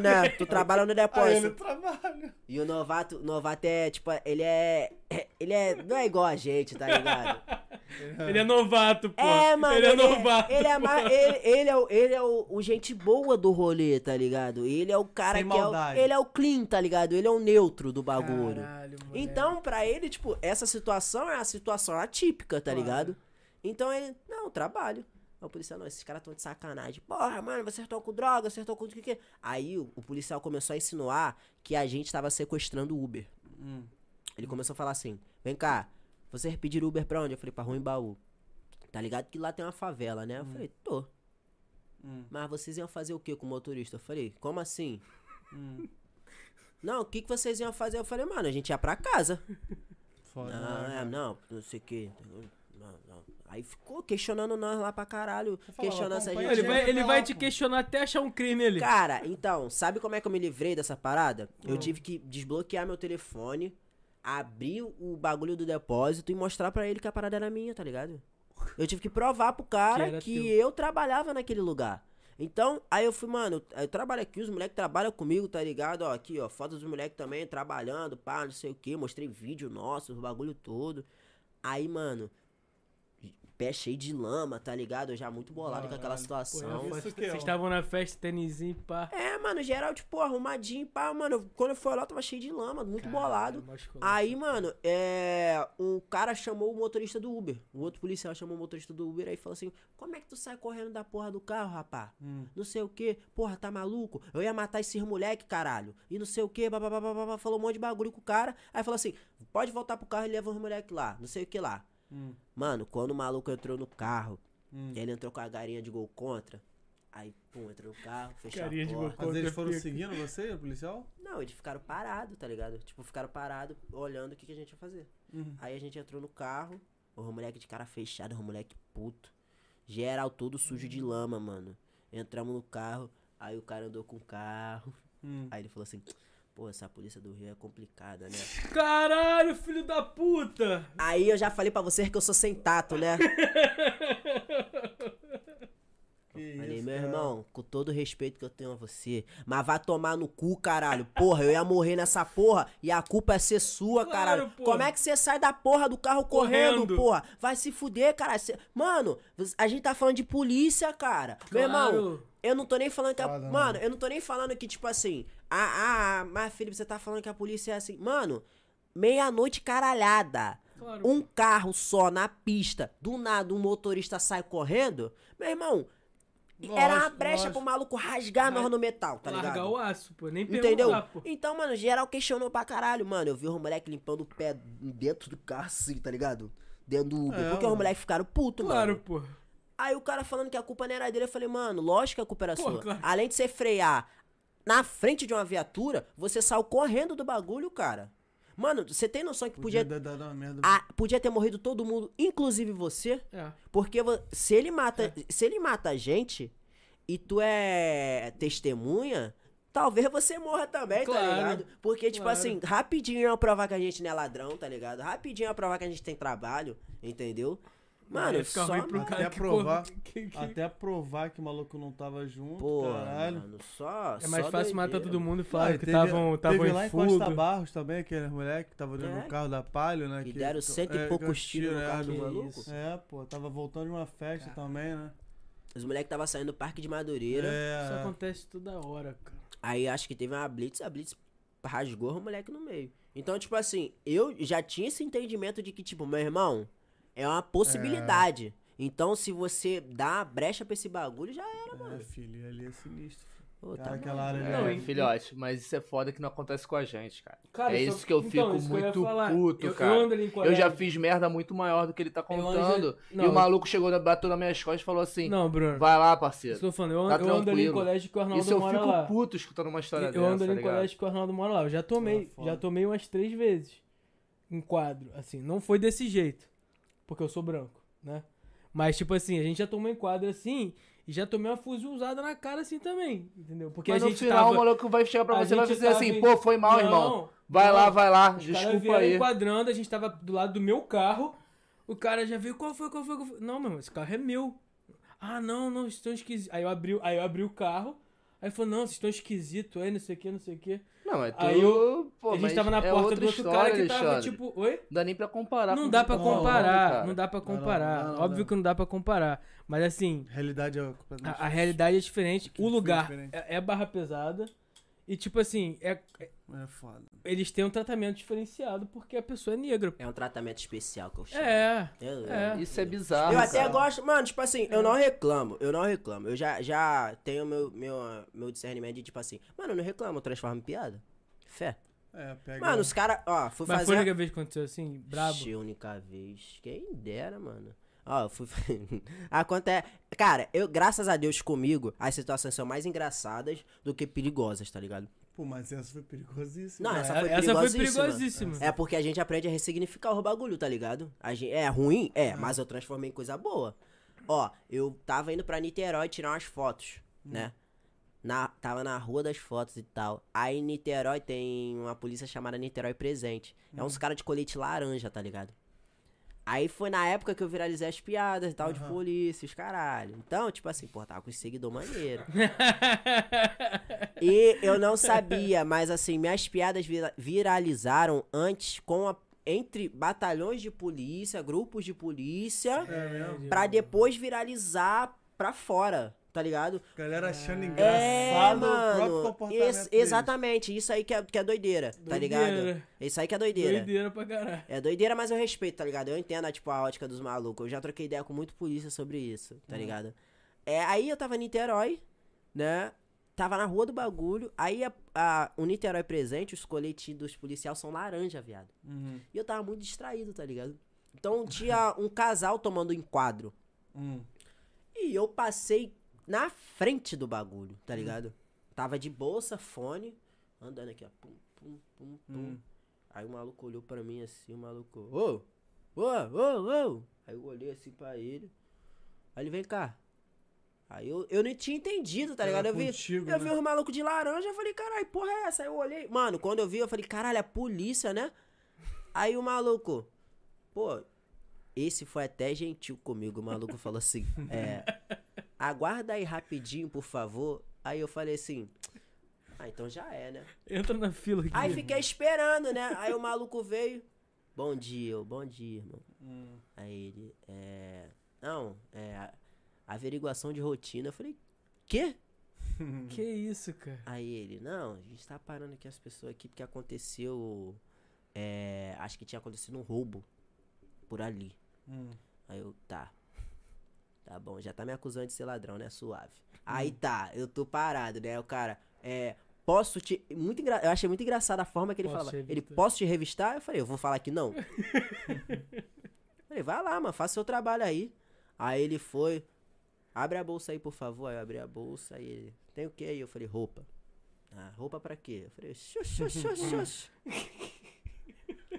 Speaker 1: depósito.
Speaker 3: né? Tu trabalha no
Speaker 2: Aí Ah, ele
Speaker 3: depósito.
Speaker 2: trabalha.
Speaker 3: E o novato, o novato é tipo, ele é, ele é, não é igual a gente, tá ligado?
Speaker 1: Ele é novato, pô.
Speaker 3: É, mano.
Speaker 1: Ele é novato.
Speaker 3: Ele é,
Speaker 1: pô.
Speaker 3: mais, ele, ele é, o, ele é o, o gente boa do rolê, tá ligado? Ele é o cara
Speaker 2: Sem
Speaker 3: que é o,
Speaker 2: maldade.
Speaker 3: Ele é o clean, tá ligado? Ele é o neutro do bagulho.
Speaker 1: Caralho, moleque.
Speaker 3: então, pra ele, tipo, essa situação é a situação atípica, tá
Speaker 1: Claro.
Speaker 3: ligado? Então ele, não, trabalho. Aí o policial, não, esses caras tão de sacanagem. Porra, mano, vocês estão com droga, vocês estão com o que que. Aí o, o policial começou a insinuar que a gente tava sequestrando o Uber.
Speaker 2: Hum.
Speaker 3: Ele começou a falar assim: vem cá, vocês pediram Uber pra onde? Eu falei, pra Ruimbaú. Tá ligado que lá tem uma favela, né? Eu falei, tô.
Speaker 2: Hum.
Speaker 3: Mas vocês iam fazer o que com o motorista? Eu falei, como assim?
Speaker 2: Hum.
Speaker 3: Não, o que, que vocês iam fazer? Eu falei, mano, a gente ia pra casa.
Speaker 2: Foda.
Speaker 3: Não,
Speaker 2: né,
Speaker 3: é,
Speaker 2: cara?
Speaker 3: não, não sei o que. Não, não. Aí ficou questionando nós lá pra caralho.
Speaker 2: falava,
Speaker 3: Questionando essa
Speaker 2: acompanha
Speaker 3: gente.
Speaker 1: Ele vai, ele vai
Speaker 2: Pô.
Speaker 1: te questionar até achar um crime ali.
Speaker 3: Cara, então, sabe como é que eu me livrei dessa parada? Eu
Speaker 2: Hum.
Speaker 3: tive que desbloquear meu telefone, abrir o bagulho do depósito e mostrar pra ele que a parada era minha, tá ligado? Eu tive que provar pro
Speaker 1: Que
Speaker 3: cara
Speaker 1: era
Speaker 3: que
Speaker 1: teu.
Speaker 3: eu trabalhava naquele lugar. Então, aí eu fui, mano, eu, eu trabalho aqui, os moleques trabalham comigo, tá ligado? Ó, aqui, ó, fotos dos moleques também trabalhando, pá, não sei o que, mostrei vídeo nosso, o bagulho todo. Aí, mano, pé cheio de lama, tá ligado? Eu já muito bolado com aquela
Speaker 2: Caralho.
Speaker 1: Pô,
Speaker 3: situação.
Speaker 1: eu
Speaker 2: Isso
Speaker 1: faço-
Speaker 2: que é, ó.
Speaker 1: Vocês estavam na festa, tênisinho, pá.
Speaker 3: É, mano, geral, tipo, arrumadinho, pá, mano. Quando eu fui lá, eu tava cheio de lama, muito
Speaker 1: Caralho,
Speaker 3: bolado.
Speaker 1: mó esculacho.
Speaker 3: Aí, mano, é. Um cara chamou o motorista do Uber. O outro policial chamou o motorista do Uber aí falou assim: Como é que tu sai correndo da porra do carro, rapá?
Speaker 2: Hum.
Speaker 3: Não sei o que, porra, tá maluco? Eu ia matar esses moleque, caralho. E não sei o que, babá, falou um monte de bagulho com o cara. Aí falou assim: pode voltar pro carro e leva os moleque lá, não sei o que lá.
Speaker 2: Hum.
Speaker 3: Mano, quando o maluco entrou no carro,
Speaker 2: Hum.
Speaker 3: ele entrou com a garinha de gol contra. Aí, pum, entrou no carro, fechou
Speaker 1: Garinha
Speaker 3: a
Speaker 1: de gol
Speaker 3: porta.
Speaker 2: Mas eles foram
Speaker 1: Contra-pica.
Speaker 2: seguindo você, o policial?
Speaker 3: Não, eles ficaram parados, tá ligado? Tipo, ficaram parados, olhando o que, que a gente ia fazer.
Speaker 2: Uhum.
Speaker 3: Aí a gente entrou no carro, o moleque de cara fechada, o moleque puto. Geral todo sujo de lama, mano. Entramos no carro, aí o cara andou com o carro.
Speaker 2: Hum.
Speaker 3: Aí ele falou assim, pô, essa polícia do Rio é complicada, né?
Speaker 1: Caralho, filho da puta!
Speaker 3: Aí eu já falei pra vocês que eu sou sem tato, né?
Speaker 2: Que
Speaker 3: Falei,
Speaker 2: isso,
Speaker 3: meu
Speaker 1: é.
Speaker 2: cara.
Speaker 3: irmão, com todo o respeito que eu tenho a você, mas vá tomar no cu, caralho. Porra, eu ia morrer nessa porra e a culpa é ser sua,
Speaker 1: Claro,
Speaker 3: caralho.
Speaker 1: porra.
Speaker 3: Como é que você sai da porra do carro correndo,
Speaker 1: Correndo.
Speaker 3: porra? Vai se fuder, cara. Cê- Mano, a gente tá falando de polícia, cara. Meu irmão,
Speaker 1: Claro.
Speaker 3: eu não tô nem falando que a.
Speaker 2: Foda,
Speaker 3: mano, eu não tô nem falando que, tipo assim. Ah, ah, mas Felipe, você tá falando que a polícia é assim. Mano, meia-noite caralhada.
Speaker 1: Claro.
Speaker 3: Um carro só na pista, do nada um motorista sai correndo, meu irmão, era uma
Speaker 2: Lógico,
Speaker 3: brecha
Speaker 2: lógico.
Speaker 3: pro maluco rasgar nós no metal, tá
Speaker 1: Largar
Speaker 3: ligado?
Speaker 1: o aço, pô. Nem perguntar,
Speaker 3: Entendeu?
Speaker 1: pô.
Speaker 3: Então, mano, geral questionou pra caralho, mano. Eu vi os moleques limpando o pé dentro do carro assim, tá ligado? Dentro do Uber.
Speaker 2: É,
Speaker 3: porque
Speaker 2: mano.
Speaker 3: os moleques ficaram putos, mano.
Speaker 1: Claro, pô.
Speaker 3: Aí o cara falando que a culpa não era dele, eu falei, mano, lógico que a culpa era
Speaker 1: Pô,
Speaker 3: sua.
Speaker 1: claro.
Speaker 3: Além de você frear na frente de uma viatura, você saiu correndo do bagulho, cara. Mano, você tem noção que
Speaker 2: Podia
Speaker 3: podia,
Speaker 2: dar dar uma merda.
Speaker 3: ah, podia ter morrido todo mundo, inclusive você?
Speaker 1: É.
Speaker 3: Porque vo- se ele mata, se ele mata a gente e tu é testemunha, talvez você morra também,
Speaker 1: Claro,
Speaker 3: tá ligado? Porque tipo
Speaker 1: claro.
Speaker 3: assim, rapidinho ia provar que a gente não é ladrão, tá ligado? Rapidinho ia provar que a gente tem trabalho, entendeu? Mano, é
Speaker 1: Aí fica
Speaker 3: só
Speaker 1: ruim pro
Speaker 3: mano,
Speaker 1: cara
Speaker 2: Até
Speaker 1: que, pô,
Speaker 2: provar.
Speaker 1: que- que-
Speaker 2: Até provar que o maluco não tava junto,
Speaker 3: pô,
Speaker 2: caralho.
Speaker 3: mano, só
Speaker 1: É mais
Speaker 3: só
Speaker 1: fácil matar
Speaker 3: doideira.
Speaker 1: todo mundo e
Speaker 2: Ah,
Speaker 1: falar
Speaker 2: e
Speaker 1: que
Speaker 2: teve-
Speaker 1: estavam estavam
Speaker 2: Teve lá
Speaker 1: em
Speaker 2: em Costa
Speaker 1: fundo.
Speaker 2: Barros também, aqueles moleques que estavam dentro
Speaker 3: É.
Speaker 2: do carro da Palio, né?
Speaker 3: E deram cento e
Speaker 2: é,
Speaker 3: poucos
Speaker 2: que
Speaker 3: tiros no
Speaker 2: é,
Speaker 3: carro do
Speaker 1: que
Speaker 3: maluco.
Speaker 1: isso.
Speaker 2: É, pô, tava voltando de uma festa também, né?
Speaker 3: Os moleques tava saindo do Parque de Madureira.
Speaker 1: Isso
Speaker 2: É.
Speaker 1: acontece toda hora, cara.
Speaker 3: Aí acho que teve uma blitz, a blitz rasgou o moleque no meio. Então, tipo assim, eu já tinha esse entendimento de que, tipo, meu irmão, é uma possibilidade. Então, se você dá uma brecha pra esse bagulho, já era,
Speaker 2: É,
Speaker 3: mano.
Speaker 2: filho, ali é sinistro.
Speaker 3: Pô,
Speaker 2: Cara,
Speaker 3: tá
Speaker 2: aquela
Speaker 3: maluco.
Speaker 2: área ali.
Speaker 1: Não,
Speaker 2: é-
Speaker 1: e-
Speaker 5: filhote, mas isso é foda que não acontece com a gente, cara.
Speaker 1: Cara,
Speaker 5: é
Speaker 1: só-
Speaker 5: isso que eu
Speaker 1: então,
Speaker 5: fico
Speaker 1: isso que eu ia
Speaker 5: muito
Speaker 1: falar.
Speaker 5: puto,
Speaker 1: Eu- eu
Speaker 5: cara.
Speaker 1: ando ali em
Speaker 5: Eu já
Speaker 1: colégio.
Speaker 5: fiz merda muito maior do que ele tá contando.
Speaker 1: é? não,
Speaker 5: e o
Speaker 1: eu-
Speaker 5: maluco chegou, na- bateu nas minhas costas e falou assim:
Speaker 1: Não, Bruno.
Speaker 5: vai lá,
Speaker 1: Eu
Speaker 5: parceiro.
Speaker 1: tô falando, eu,
Speaker 5: Tá
Speaker 1: ando- eu ando ali em
Speaker 5: tranquilo.
Speaker 1: colégio que o Arnaldo
Speaker 5: Isso eu
Speaker 1: mora
Speaker 5: fico
Speaker 1: lá.
Speaker 5: puto escutando uma história
Speaker 1: eu
Speaker 5: dessa,
Speaker 1: ando ali
Speaker 5: tá
Speaker 1: em
Speaker 5: ligado? é
Speaker 1: colégio que o Arnaldo mora lá. Eu já tomei,
Speaker 2: Ah, foda.
Speaker 1: já tomei umas três vezes em quadro. Assim, não foi desse jeito, porque eu sou branco, né? Mas, tipo assim, a gente já tomou em quadro assim e já tomei uma fuzilzada na cara assim também, entendeu? Porque
Speaker 5: mas
Speaker 1: a
Speaker 5: no
Speaker 1: gente
Speaker 5: final
Speaker 1: tava...
Speaker 5: o maluco vai chegar pra
Speaker 1: a
Speaker 5: você e vai
Speaker 1: gente
Speaker 5: dizer assim,
Speaker 1: tava em-
Speaker 5: pô, foi mal,
Speaker 1: Não,
Speaker 5: irmão. Vai
Speaker 1: não.
Speaker 5: lá, vai lá,
Speaker 1: Os caras
Speaker 5: desculpa
Speaker 1: vieram
Speaker 5: aí.
Speaker 1: enquadrando, a gente tava do lado do meu carro. O cara já veio, qual foi, qual foi, qual foi? Não, meu irmão, esse carro é meu. Ah, não, não, vocês estão esquisitos. Aí eu abri, o- aí eu abri o carro. Aí falou, não, vocês estão esquisitos aí, não sei o que, não sei o que.
Speaker 5: Não, é tu,
Speaker 1: Aí eu-
Speaker 5: pô,
Speaker 1: a gente
Speaker 5: mas
Speaker 1: tava na
Speaker 5: é
Speaker 1: porta
Speaker 5: outra
Speaker 1: do outro
Speaker 5: história,
Speaker 1: cara que tava,
Speaker 5: Alexandre.
Speaker 1: tipo, oi?
Speaker 5: Não dá nem pra comparar com
Speaker 1: Não
Speaker 5: o
Speaker 1: dá
Speaker 5: que
Speaker 1: pra
Speaker 5: tá rolando,
Speaker 1: comparar,
Speaker 5: cara.
Speaker 1: não dá pra
Speaker 2: não,
Speaker 1: comparar.
Speaker 2: não, não,
Speaker 1: Óbvio
Speaker 2: não.
Speaker 1: que não dá pra comparar. Mas assim,
Speaker 2: Realidade é completamente.
Speaker 1: a, a realidade é diferente. O
Speaker 2: Aqui
Speaker 1: lugar
Speaker 2: diferente.
Speaker 1: é, é barra pesada. E tipo assim, é- é-
Speaker 2: É foda.
Speaker 1: eles têm um tratamento diferenciado porque a pessoa é negra.
Speaker 3: É um tratamento especial que eu chamo.
Speaker 1: É.
Speaker 3: Eu-
Speaker 1: É.
Speaker 5: Isso é bizarro.
Speaker 3: Eu até
Speaker 5: cara.
Speaker 3: gosto, mano, tipo assim, eu não reclamo, eu não reclamo. Eu já, já tenho meu, meu, meu discernimento de tipo assim, mano, eu não reclamo, eu transformo em piada. Fé.
Speaker 2: É, pega.
Speaker 3: Mano, os caras, ó, fui
Speaker 1: Mas
Speaker 3: fazer.
Speaker 1: foi a única vez que aconteceu assim, brabo.
Speaker 3: Ixi, única vez. Quem dera, mano. Ó, eu fui. Acontece. Cara, eu, graças a Deus comigo, as situações são mais engraçadas do que perigosas, tá ligado?
Speaker 2: Pô, mas essa foi perigosíssima.
Speaker 3: Não, essa foi
Speaker 1: essa foi
Speaker 3: perigosíssima.
Speaker 1: perigosíssima.
Speaker 3: É porque a gente aprende a ressignificar o bagulho, tá ligado? A gente, é ruim? É, mas eu transformei em coisa boa. Ó, eu tava indo pra Niterói tirar umas fotos, né? Na, tava na rua das fotos e tal. Aí em Niterói tem uma polícia chamada Niterói Presente. É uns caras de colete laranja, tá ligado? Aí foi na época que eu viralizei as piadas e tal de
Speaker 2: Aham.
Speaker 3: polícia, os caralho. Então, tipo assim, pô, tava com os seguidor maneiro. E eu não sabia, mas assim, minhas piadas vira- viralizaram antes com a- entre batalhões de polícia, grupos de polícia,
Speaker 2: É mesmo?
Speaker 3: pra depois viralizar pra fora, tá ligado?
Speaker 2: Galera achando
Speaker 3: É,
Speaker 2: engraçado o próprio
Speaker 3: mano.
Speaker 2: comportamento.
Speaker 3: esse-
Speaker 2: deles.
Speaker 3: exatamente, isso aí que é, que é doideira, tá ligado?
Speaker 1: Doideira.
Speaker 3: Isso aí que é doideira.
Speaker 1: Doideira pra caralho.
Speaker 3: É doideira, mas eu respeito, tá ligado? Eu entendo, ah, tipo, a ótica dos malucos. Eu já troquei ideia com muito polícia sobre isso, tá ligado? É, aí eu tava em Niterói, né? Tava na rua do bagulho. Aí a, a- o Niterói presente, os coletes dos policiais são laranja, viado.
Speaker 2: Uhum,
Speaker 3: E eu tava muito distraído, tá ligado? Então tinha um casal tomando enquadro.
Speaker 2: uhum.
Speaker 3: E eu passei na frente do bagulho, tá ligado? Tava de bolsa, fone, andando aqui, ó. Pum, pum, pum, pum.
Speaker 2: Hum.
Speaker 3: Aí o maluco olhou pra mim assim, o maluco, ô, ô, ô, ô. Aí eu olhei assim pra ele. Aí ele, vem cá. Aí eu, eu nem tinha entendido, tá
Speaker 2: Era
Speaker 3: ligado? Eu vi,
Speaker 2: contigo,
Speaker 3: eu
Speaker 2: né?
Speaker 3: vi os malucos de laranja, eu falei, caralho, porra é essa? Aí eu olhei, mano, quando eu vi, eu falei, caralho, é polícia, né? Aí o maluco, pô, esse foi até gentil comigo. O maluco falou assim: é, aguarda aí rapidinho, por favor. Aí eu falei assim: ah, então já é, né?
Speaker 1: Entra na fila aqui.
Speaker 3: Aí fiquei esperando, né? Aí o maluco veio: bom dia, eu, bom dia, irmão.
Speaker 2: Hum.
Speaker 3: Aí ele: é, não, é a- averiguação de rotina. Eu falei: quê?
Speaker 1: Que isso, cara?
Speaker 3: Aí ele: não, a gente tá parando aqui as pessoas aqui porque aconteceu. é, acho que tinha acontecido um roubo por ali.
Speaker 2: Hum.
Speaker 3: Aí eu, tá. Tá bom, já tá me acusando de ser ladrão, né? Suave.
Speaker 1: Hum.
Speaker 3: Aí tá, eu tô parado, né? O cara, é. Posso te. Muito engra... Eu achei muito engraçada a forma que ele
Speaker 1: Posso
Speaker 3: falava.
Speaker 1: te
Speaker 3: Ele,
Speaker 1: revistar?
Speaker 3: posso te revistar? Eu falei, eu vou falar que não. falei, vai lá, mano, faça seu trabalho aí. Aí ele foi. Abre a bolsa aí, por favor. Aí eu abri a bolsa aí ele. Tem o que aí? Eu falei, roupa. Ah, roupa pra quê? Eu falei, xux, xux, xux, xux.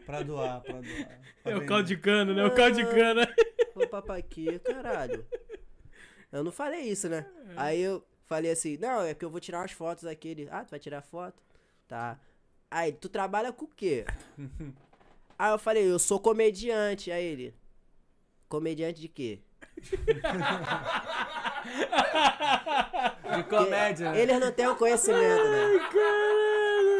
Speaker 2: Pra doar, pra doar. Pra
Speaker 1: É o
Speaker 2: vender.
Speaker 1: caldo de cana, né? O caldo de cana.
Speaker 3: Ô papaqui, caralho. Eu não falei isso, né? Aí eu falei assim, não, é que eu vou tirar umas fotos aqui. Ele, ah, tu vai tirar foto? Tá. Aí, tu trabalha com o quê? Aí eu falei, eu sou comediante. Aí ele, comediante de quê?
Speaker 2: De comédia, né?
Speaker 3: Eles não têm o conhecimento, né?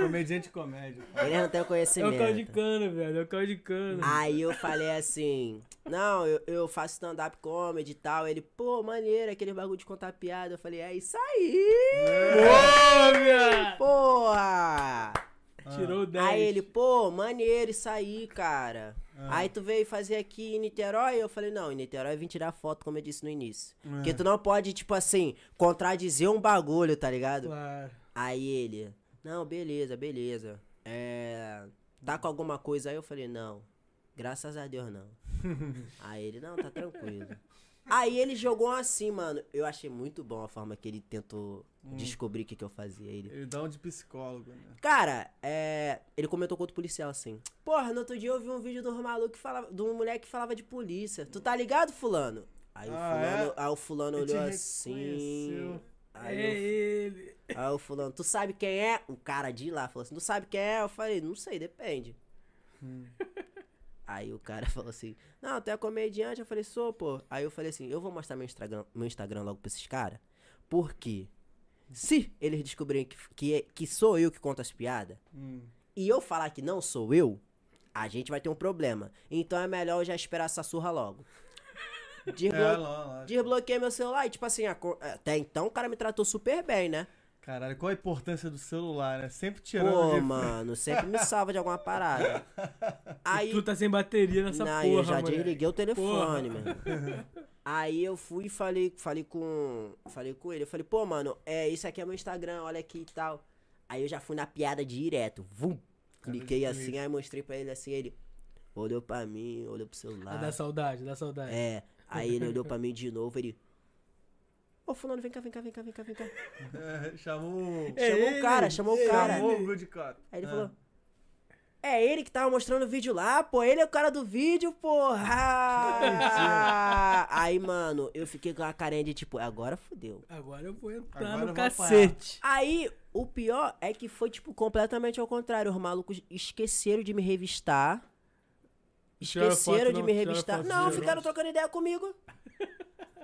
Speaker 2: Comediante de comédia.
Speaker 3: Eles não têm
Speaker 1: É
Speaker 3: o
Speaker 1: o caldo de
Speaker 3: conhecimento.
Speaker 1: cana, velho. É o caldo de cana.
Speaker 3: Aí eu falei assim, não, eu, eu faço stand-up comedy e tal. Ele, pô, maneiro, aquele bagulho de contar piada. Eu falei, é isso aí!
Speaker 1: Ô, viado!
Speaker 3: Porra!
Speaker 1: Tirou É o 10.
Speaker 3: Ah. Aí ele, pô, maneiro isso aí, cara.
Speaker 2: Ah.
Speaker 3: Aí tu veio fazer aqui em Niterói? Eu falei, não, em Niterói eu vim tirar foto, como eu disse no início.
Speaker 2: É.
Speaker 3: Porque tu não pode, tipo assim, contradizer um bagulho, tá ligado?
Speaker 1: Claro.
Speaker 3: Aí ele, não, beleza, beleza. É. Tá com alguma coisa aí? Eu falei, não. Graças a Deus, não. aí ele, não, tá tranquilo. Aí ele jogou assim, mano. Eu achei muito bom a forma que ele tentou descobrir o que, que eu fazia. Ele,
Speaker 2: Ele dá um de psicólogo, né?
Speaker 3: Cara, é, ele comentou com outro policial assim. Porra, no outro dia eu vi um vídeo de um maluco que falava, de um moleque que falava de polícia. Tu tá ligado, fulano? Aí o
Speaker 2: Ah, é?
Speaker 3: fulano, aí o fulano
Speaker 2: Ele te
Speaker 3: olhou assim.
Speaker 2: reconheceu.
Speaker 1: É
Speaker 3: Aí,
Speaker 1: ele.
Speaker 3: o, aí o fulano, tu sabe quem é? O cara de lá falou assim, tu sabe quem é? Eu falei, não sei, depende.
Speaker 2: Hum.
Speaker 3: Aí o cara falou assim, não, tu é comediante? Eu falei, sou, pô. Aí eu falei assim, eu vou mostrar meu Instagram, meu Instagram logo pra esses caras. Por quê? Se eles descobrirem que, que, é, que sou eu que conto as piadas,
Speaker 2: Hum.
Speaker 3: e eu falar que não sou eu, a gente vai ter um problema. Então é melhor eu já esperar essa surra logo. Desblo-
Speaker 2: É, lá, lá.
Speaker 3: Desbloqueei meu celular e, tipo assim, a co- até então o cara me tratou super bem, né?
Speaker 2: Caralho, qual a importância do celular, né? Sempre tirando
Speaker 3: Pô,
Speaker 2: de-
Speaker 3: mano, sempre me salva de alguma parada. Aí.
Speaker 1: Tu tá sem bateria nessa
Speaker 3: Não,
Speaker 1: porra,
Speaker 3: eu já
Speaker 1: moleque.
Speaker 3: desliguei o telefone, mano. Aí eu fui e falei, falei com. Falei com ele. Eu falei, pô, mano, é, isso aqui é meu Instagram, olha aqui e tal. Aí eu já fui na piada direto. Vum! Cliquei assim, aí mostrei pra ele assim, ele olhou pra mim, olhou pro
Speaker 1: Ah,
Speaker 3: celular.
Speaker 1: dá saudade, dá saudade.
Speaker 3: É. Aí ele olhou pra mim de novo, ele. Ô, fulano, vem cá, vem cá, vem cá, vem cá, vem cá.
Speaker 2: É, chamou.
Speaker 1: É
Speaker 3: chamou
Speaker 1: ele,
Speaker 3: o cara, chamou
Speaker 1: é
Speaker 3: o cara. né?
Speaker 2: Chamou o Good Cop.
Speaker 3: Aí ele
Speaker 2: Ah.
Speaker 3: falou: É ele que tava mostrando o vídeo lá, pô. Ele é o cara do vídeo, porra. Aí, mano, eu fiquei com a carinha de tipo, agora fodeu.
Speaker 1: Agora eu vou entrar
Speaker 2: Agora
Speaker 1: Tá no
Speaker 2: eu vou apanhar.
Speaker 1: cacete.
Speaker 3: Aí, o pior é que foi, tipo, completamente ao contrário. Os malucos esqueceram de me revistar.
Speaker 1: Tiraram
Speaker 3: Esqueceram
Speaker 1: foto,
Speaker 3: de
Speaker 1: não?
Speaker 3: me
Speaker 1: Tiraram
Speaker 3: revistar.
Speaker 1: foto,
Speaker 3: Não,
Speaker 1: tiraram
Speaker 3: ficaram
Speaker 1: foto.
Speaker 3: trocando ideia comigo.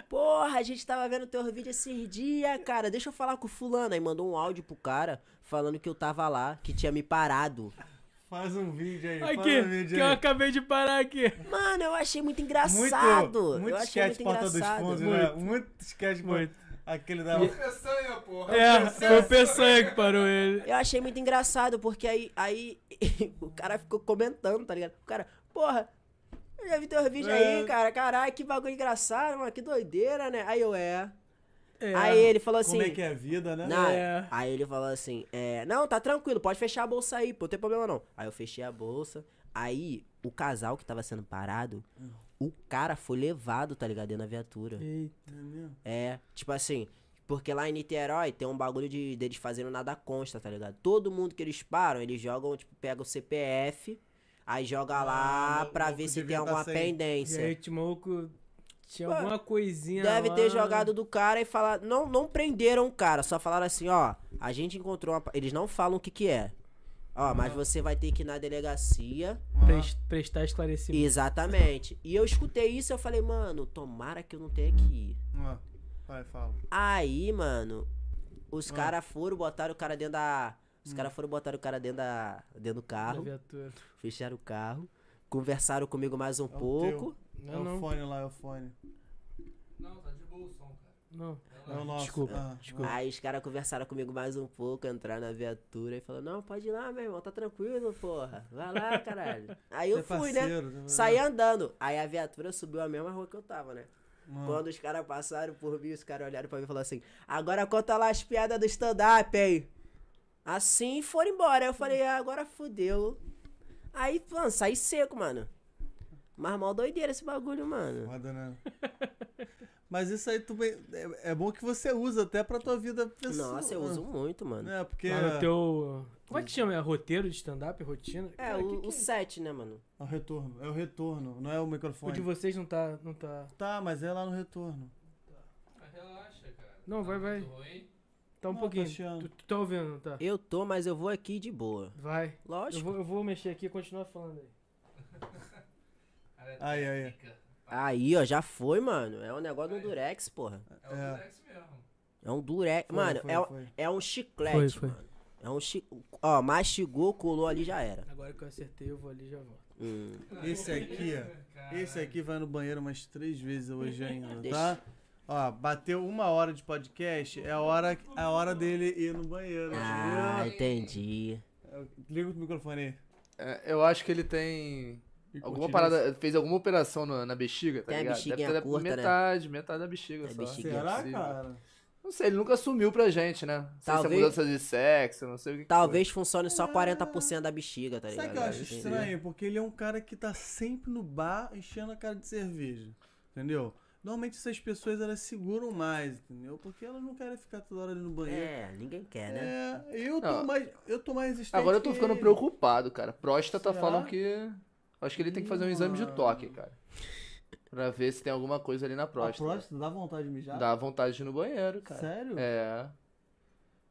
Speaker 3: Porra, a gente tava vendo teu vídeo esses dias, cara. Deixa eu falar com o fulano. Aí mandou um áudio pro cara falando que eu tava lá, que tinha me parado.
Speaker 2: Faz um vídeo aí. faz um
Speaker 1: Aqui,
Speaker 2: vídeo
Speaker 1: que eu
Speaker 2: aí.
Speaker 1: acabei de parar aqui.
Speaker 3: Mano, eu achei muito
Speaker 2: Muito,
Speaker 3: engraçado. eu
Speaker 2: muito
Speaker 3: achei
Speaker 2: sketch
Speaker 3: muito
Speaker 2: porta dos
Speaker 3: engraçado. tipo
Speaker 2: fundos, né? Muito sketch
Speaker 1: Muito.
Speaker 2: muito. Aquele da.
Speaker 4: Peçanha, porra.
Speaker 1: É, foi o Peçanha que parou ele.
Speaker 3: Eu achei muito engraçado, porque aí, aí o cara ficou comentando, tá ligado? O cara, porra, eu já vi teu vídeo
Speaker 2: É.
Speaker 3: aí, cara. Caralho, que bagulho engraçado, mano. Que doideira, né? Aí eu é.
Speaker 1: É.
Speaker 3: Aí ele falou assim.
Speaker 2: Como é que é a vida, né?
Speaker 3: "Não."
Speaker 1: É.
Speaker 3: Aí ele falou assim, é, não, tá tranquilo, pode fechar a bolsa aí, pô, não tem problema não. Aí eu fechei a bolsa. Aí o casal que tava sendo parado,
Speaker 2: Hum.
Speaker 3: o cara foi levado, tá ligado? Dentro da viatura.
Speaker 1: Eita.
Speaker 2: Entendeu?
Speaker 3: É, tipo assim, porque lá em Niterói tem um bagulho de deles fazendo nada consta, tá ligado? Todo mundo que eles param, eles jogam, tipo, pega o CPF, aí joga
Speaker 1: Ah,
Speaker 3: lá
Speaker 2: o
Speaker 3: pra
Speaker 1: um
Speaker 2: maluco
Speaker 3: ver se tem
Speaker 2: devia tá
Speaker 3: alguma
Speaker 2: sem.
Speaker 1: E
Speaker 3: pendência.
Speaker 1: aí, o maluco tinha
Speaker 3: Ué,
Speaker 1: alguma coisinha
Speaker 3: Deve
Speaker 1: lá.
Speaker 3: ter jogado do cara e falar, não, não prenderam o cara, só falaram assim, ó, a gente encontrou uma, pa- eles não falam o que que é. Ó, mas você vai ter que ir na delegacia.
Speaker 1: Pres- prestar esclarecimento.
Speaker 3: Exatamente. E eu escutei isso, eu falei, mano, tomara que eu não tenha que ir.
Speaker 2: Ó, Vai, fala.
Speaker 3: Aí, mano, os
Speaker 2: Ah. Hum.
Speaker 3: caras foram, botaram o cara dentro da. Os caras foram, botaram o cara dentro, da, dentro do
Speaker 1: da
Speaker 3: carro,
Speaker 1: viatura.
Speaker 3: fecharam o carro, conversaram comigo mais um
Speaker 2: teu.
Speaker 3: pouco.
Speaker 2: É
Speaker 1: Não,
Speaker 2: o
Speaker 1: não,
Speaker 2: fone lá, é o fone.
Speaker 4: Não, tá de boa o som, cara.
Speaker 1: não.
Speaker 2: É o nosso.
Speaker 1: Desculpa,
Speaker 2: Ah,
Speaker 1: desculpa.
Speaker 3: Aí os caras conversaram comigo mais um pouco, entraram na viatura e falaram: Não, pode ir lá, meu irmão, tá tranquilo, porra. Vai lá, caralho. Aí eu
Speaker 2: Você é
Speaker 3: fui, né?
Speaker 2: parceiro, tá-
Speaker 3: Saí andando. Aí a viatura subiu a mesma rua que eu tava, né?
Speaker 2: Ah.
Speaker 3: Quando os caras passaram por mim, os caras olharam pra mim e falaram assim: agora conta lá as piadas do stand-up aí. Assim foram embora. Aí eu falei, ah, agora fudeu. Aí, mano, saí seco, mano. Mas mal doideira esse bagulho, mano.
Speaker 2: Foda, né? Mas isso aí tu bem- é, é bom que você usa até pra tua vida pessoal.
Speaker 3: Nossa, eu uso muito,
Speaker 1: Né?
Speaker 3: mano.
Speaker 2: É, Hum. porque
Speaker 1: Lá no teu. Como é que chama? É roteiro de stand-up? Rotina?
Speaker 3: É,
Speaker 1: Cara, que tipo
Speaker 3: o,
Speaker 1: que
Speaker 3: o set, né, mano?
Speaker 2: é o retorno, é o retorno, não é o
Speaker 1: O de
Speaker 2: microfone.
Speaker 1: vocês não tá. Não, tá...
Speaker 2: Tá, mas é lá no retorno.
Speaker 4: Mas relaxa, cara.
Speaker 1: não vai, vai.
Speaker 4: Muito ruim.
Speaker 1: Tá um
Speaker 2: Não,
Speaker 1: pouquinho.
Speaker 2: tá chiando.
Speaker 1: tu, tu tá ouvindo, não tá?
Speaker 3: Eu tô, mas eu vou aqui de boa.
Speaker 1: Vai. Eu
Speaker 3: Lógico.
Speaker 1: vou, eu vou mexer aqui e continuar falando aí.
Speaker 4: Cara,
Speaker 2: Aí, aí.
Speaker 4: fica.
Speaker 3: Aí, ó, já foi, mano. É um negócio do Durex, porra.
Speaker 4: É o
Speaker 2: É.
Speaker 4: Durex mesmo.
Speaker 3: É um Durex.
Speaker 2: Foi,
Speaker 3: mano,
Speaker 2: foi,
Speaker 3: é, um-
Speaker 2: foi.
Speaker 3: é um chiclete,
Speaker 1: Foi, foi.
Speaker 3: mano. É um chi... Ó, mastigou, colou ali, já era.
Speaker 1: Agora que eu acertei, eu vou ali e já volto.
Speaker 3: Hum.
Speaker 2: É. Esse aqui, ó. Esse aqui vai no banheiro umas três vezes hoje ainda,
Speaker 3: Deixa.
Speaker 2: tá? Ó, bateu uma hora de podcast, é a hora, a hora dele ir no banheiro.
Speaker 3: Ah, entendi.
Speaker 2: entendeu? Liga o microfone aí.
Speaker 5: É, eu acho que ele tem.
Speaker 2: E
Speaker 5: Alguma
Speaker 2: continua.
Speaker 5: parada. Fez alguma operação na, na bexiga, tá
Speaker 3: Tem a
Speaker 5: ligado?
Speaker 3: bexiguinha
Speaker 5: Deve ter
Speaker 3: curta, né?
Speaker 5: metade, metade da bexiga
Speaker 3: É
Speaker 5: só.
Speaker 3: bexiguinha.
Speaker 2: Será,
Speaker 5: Sim.
Speaker 2: cara?
Speaker 3: Tá
Speaker 5: Não sei, ele nunca sumiu pra gente, né? Não sei se é
Speaker 3: Talvez-
Speaker 5: mudança de sexo, não sei o que. que
Speaker 3: Talvez funcione só 40% da bexiga, tá ligado?
Speaker 2: Sabe o que eu acho
Speaker 3: Entendi.
Speaker 2: estranho? Porque ele é um cara que tá sempre no bar enchendo a cara de cerveja. Entendeu? Normalmente essas pessoas elas seguram mais, entendeu? Porque elas não querem ficar toda hora ali no banheiro.
Speaker 3: É, ninguém quer, né?
Speaker 2: É, eu tô
Speaker 5: Não.
Speaker 2: mais. Eu tô mais resistente.
Speaker 5: foi. Agora eu tô ficando
Speaker 2: que-
Speaker 5: preocupado, cara. Próstata
Speaker 2: Será?
Speaker 5: falam que. Acho que ele tem que fazer um exame de
Speaker 2: Mano.
Speaker 5: toque, cara. Pra ver se tem alguma coisa ali na
Speaker 2: A
Speaker 5: próstata.
Speaker 2: próstata dá vontade de mijar?
Speaker 5: Dá vontade de ir no banheiro, cara.
Speaker 2: Sério?
Speaker 5: É.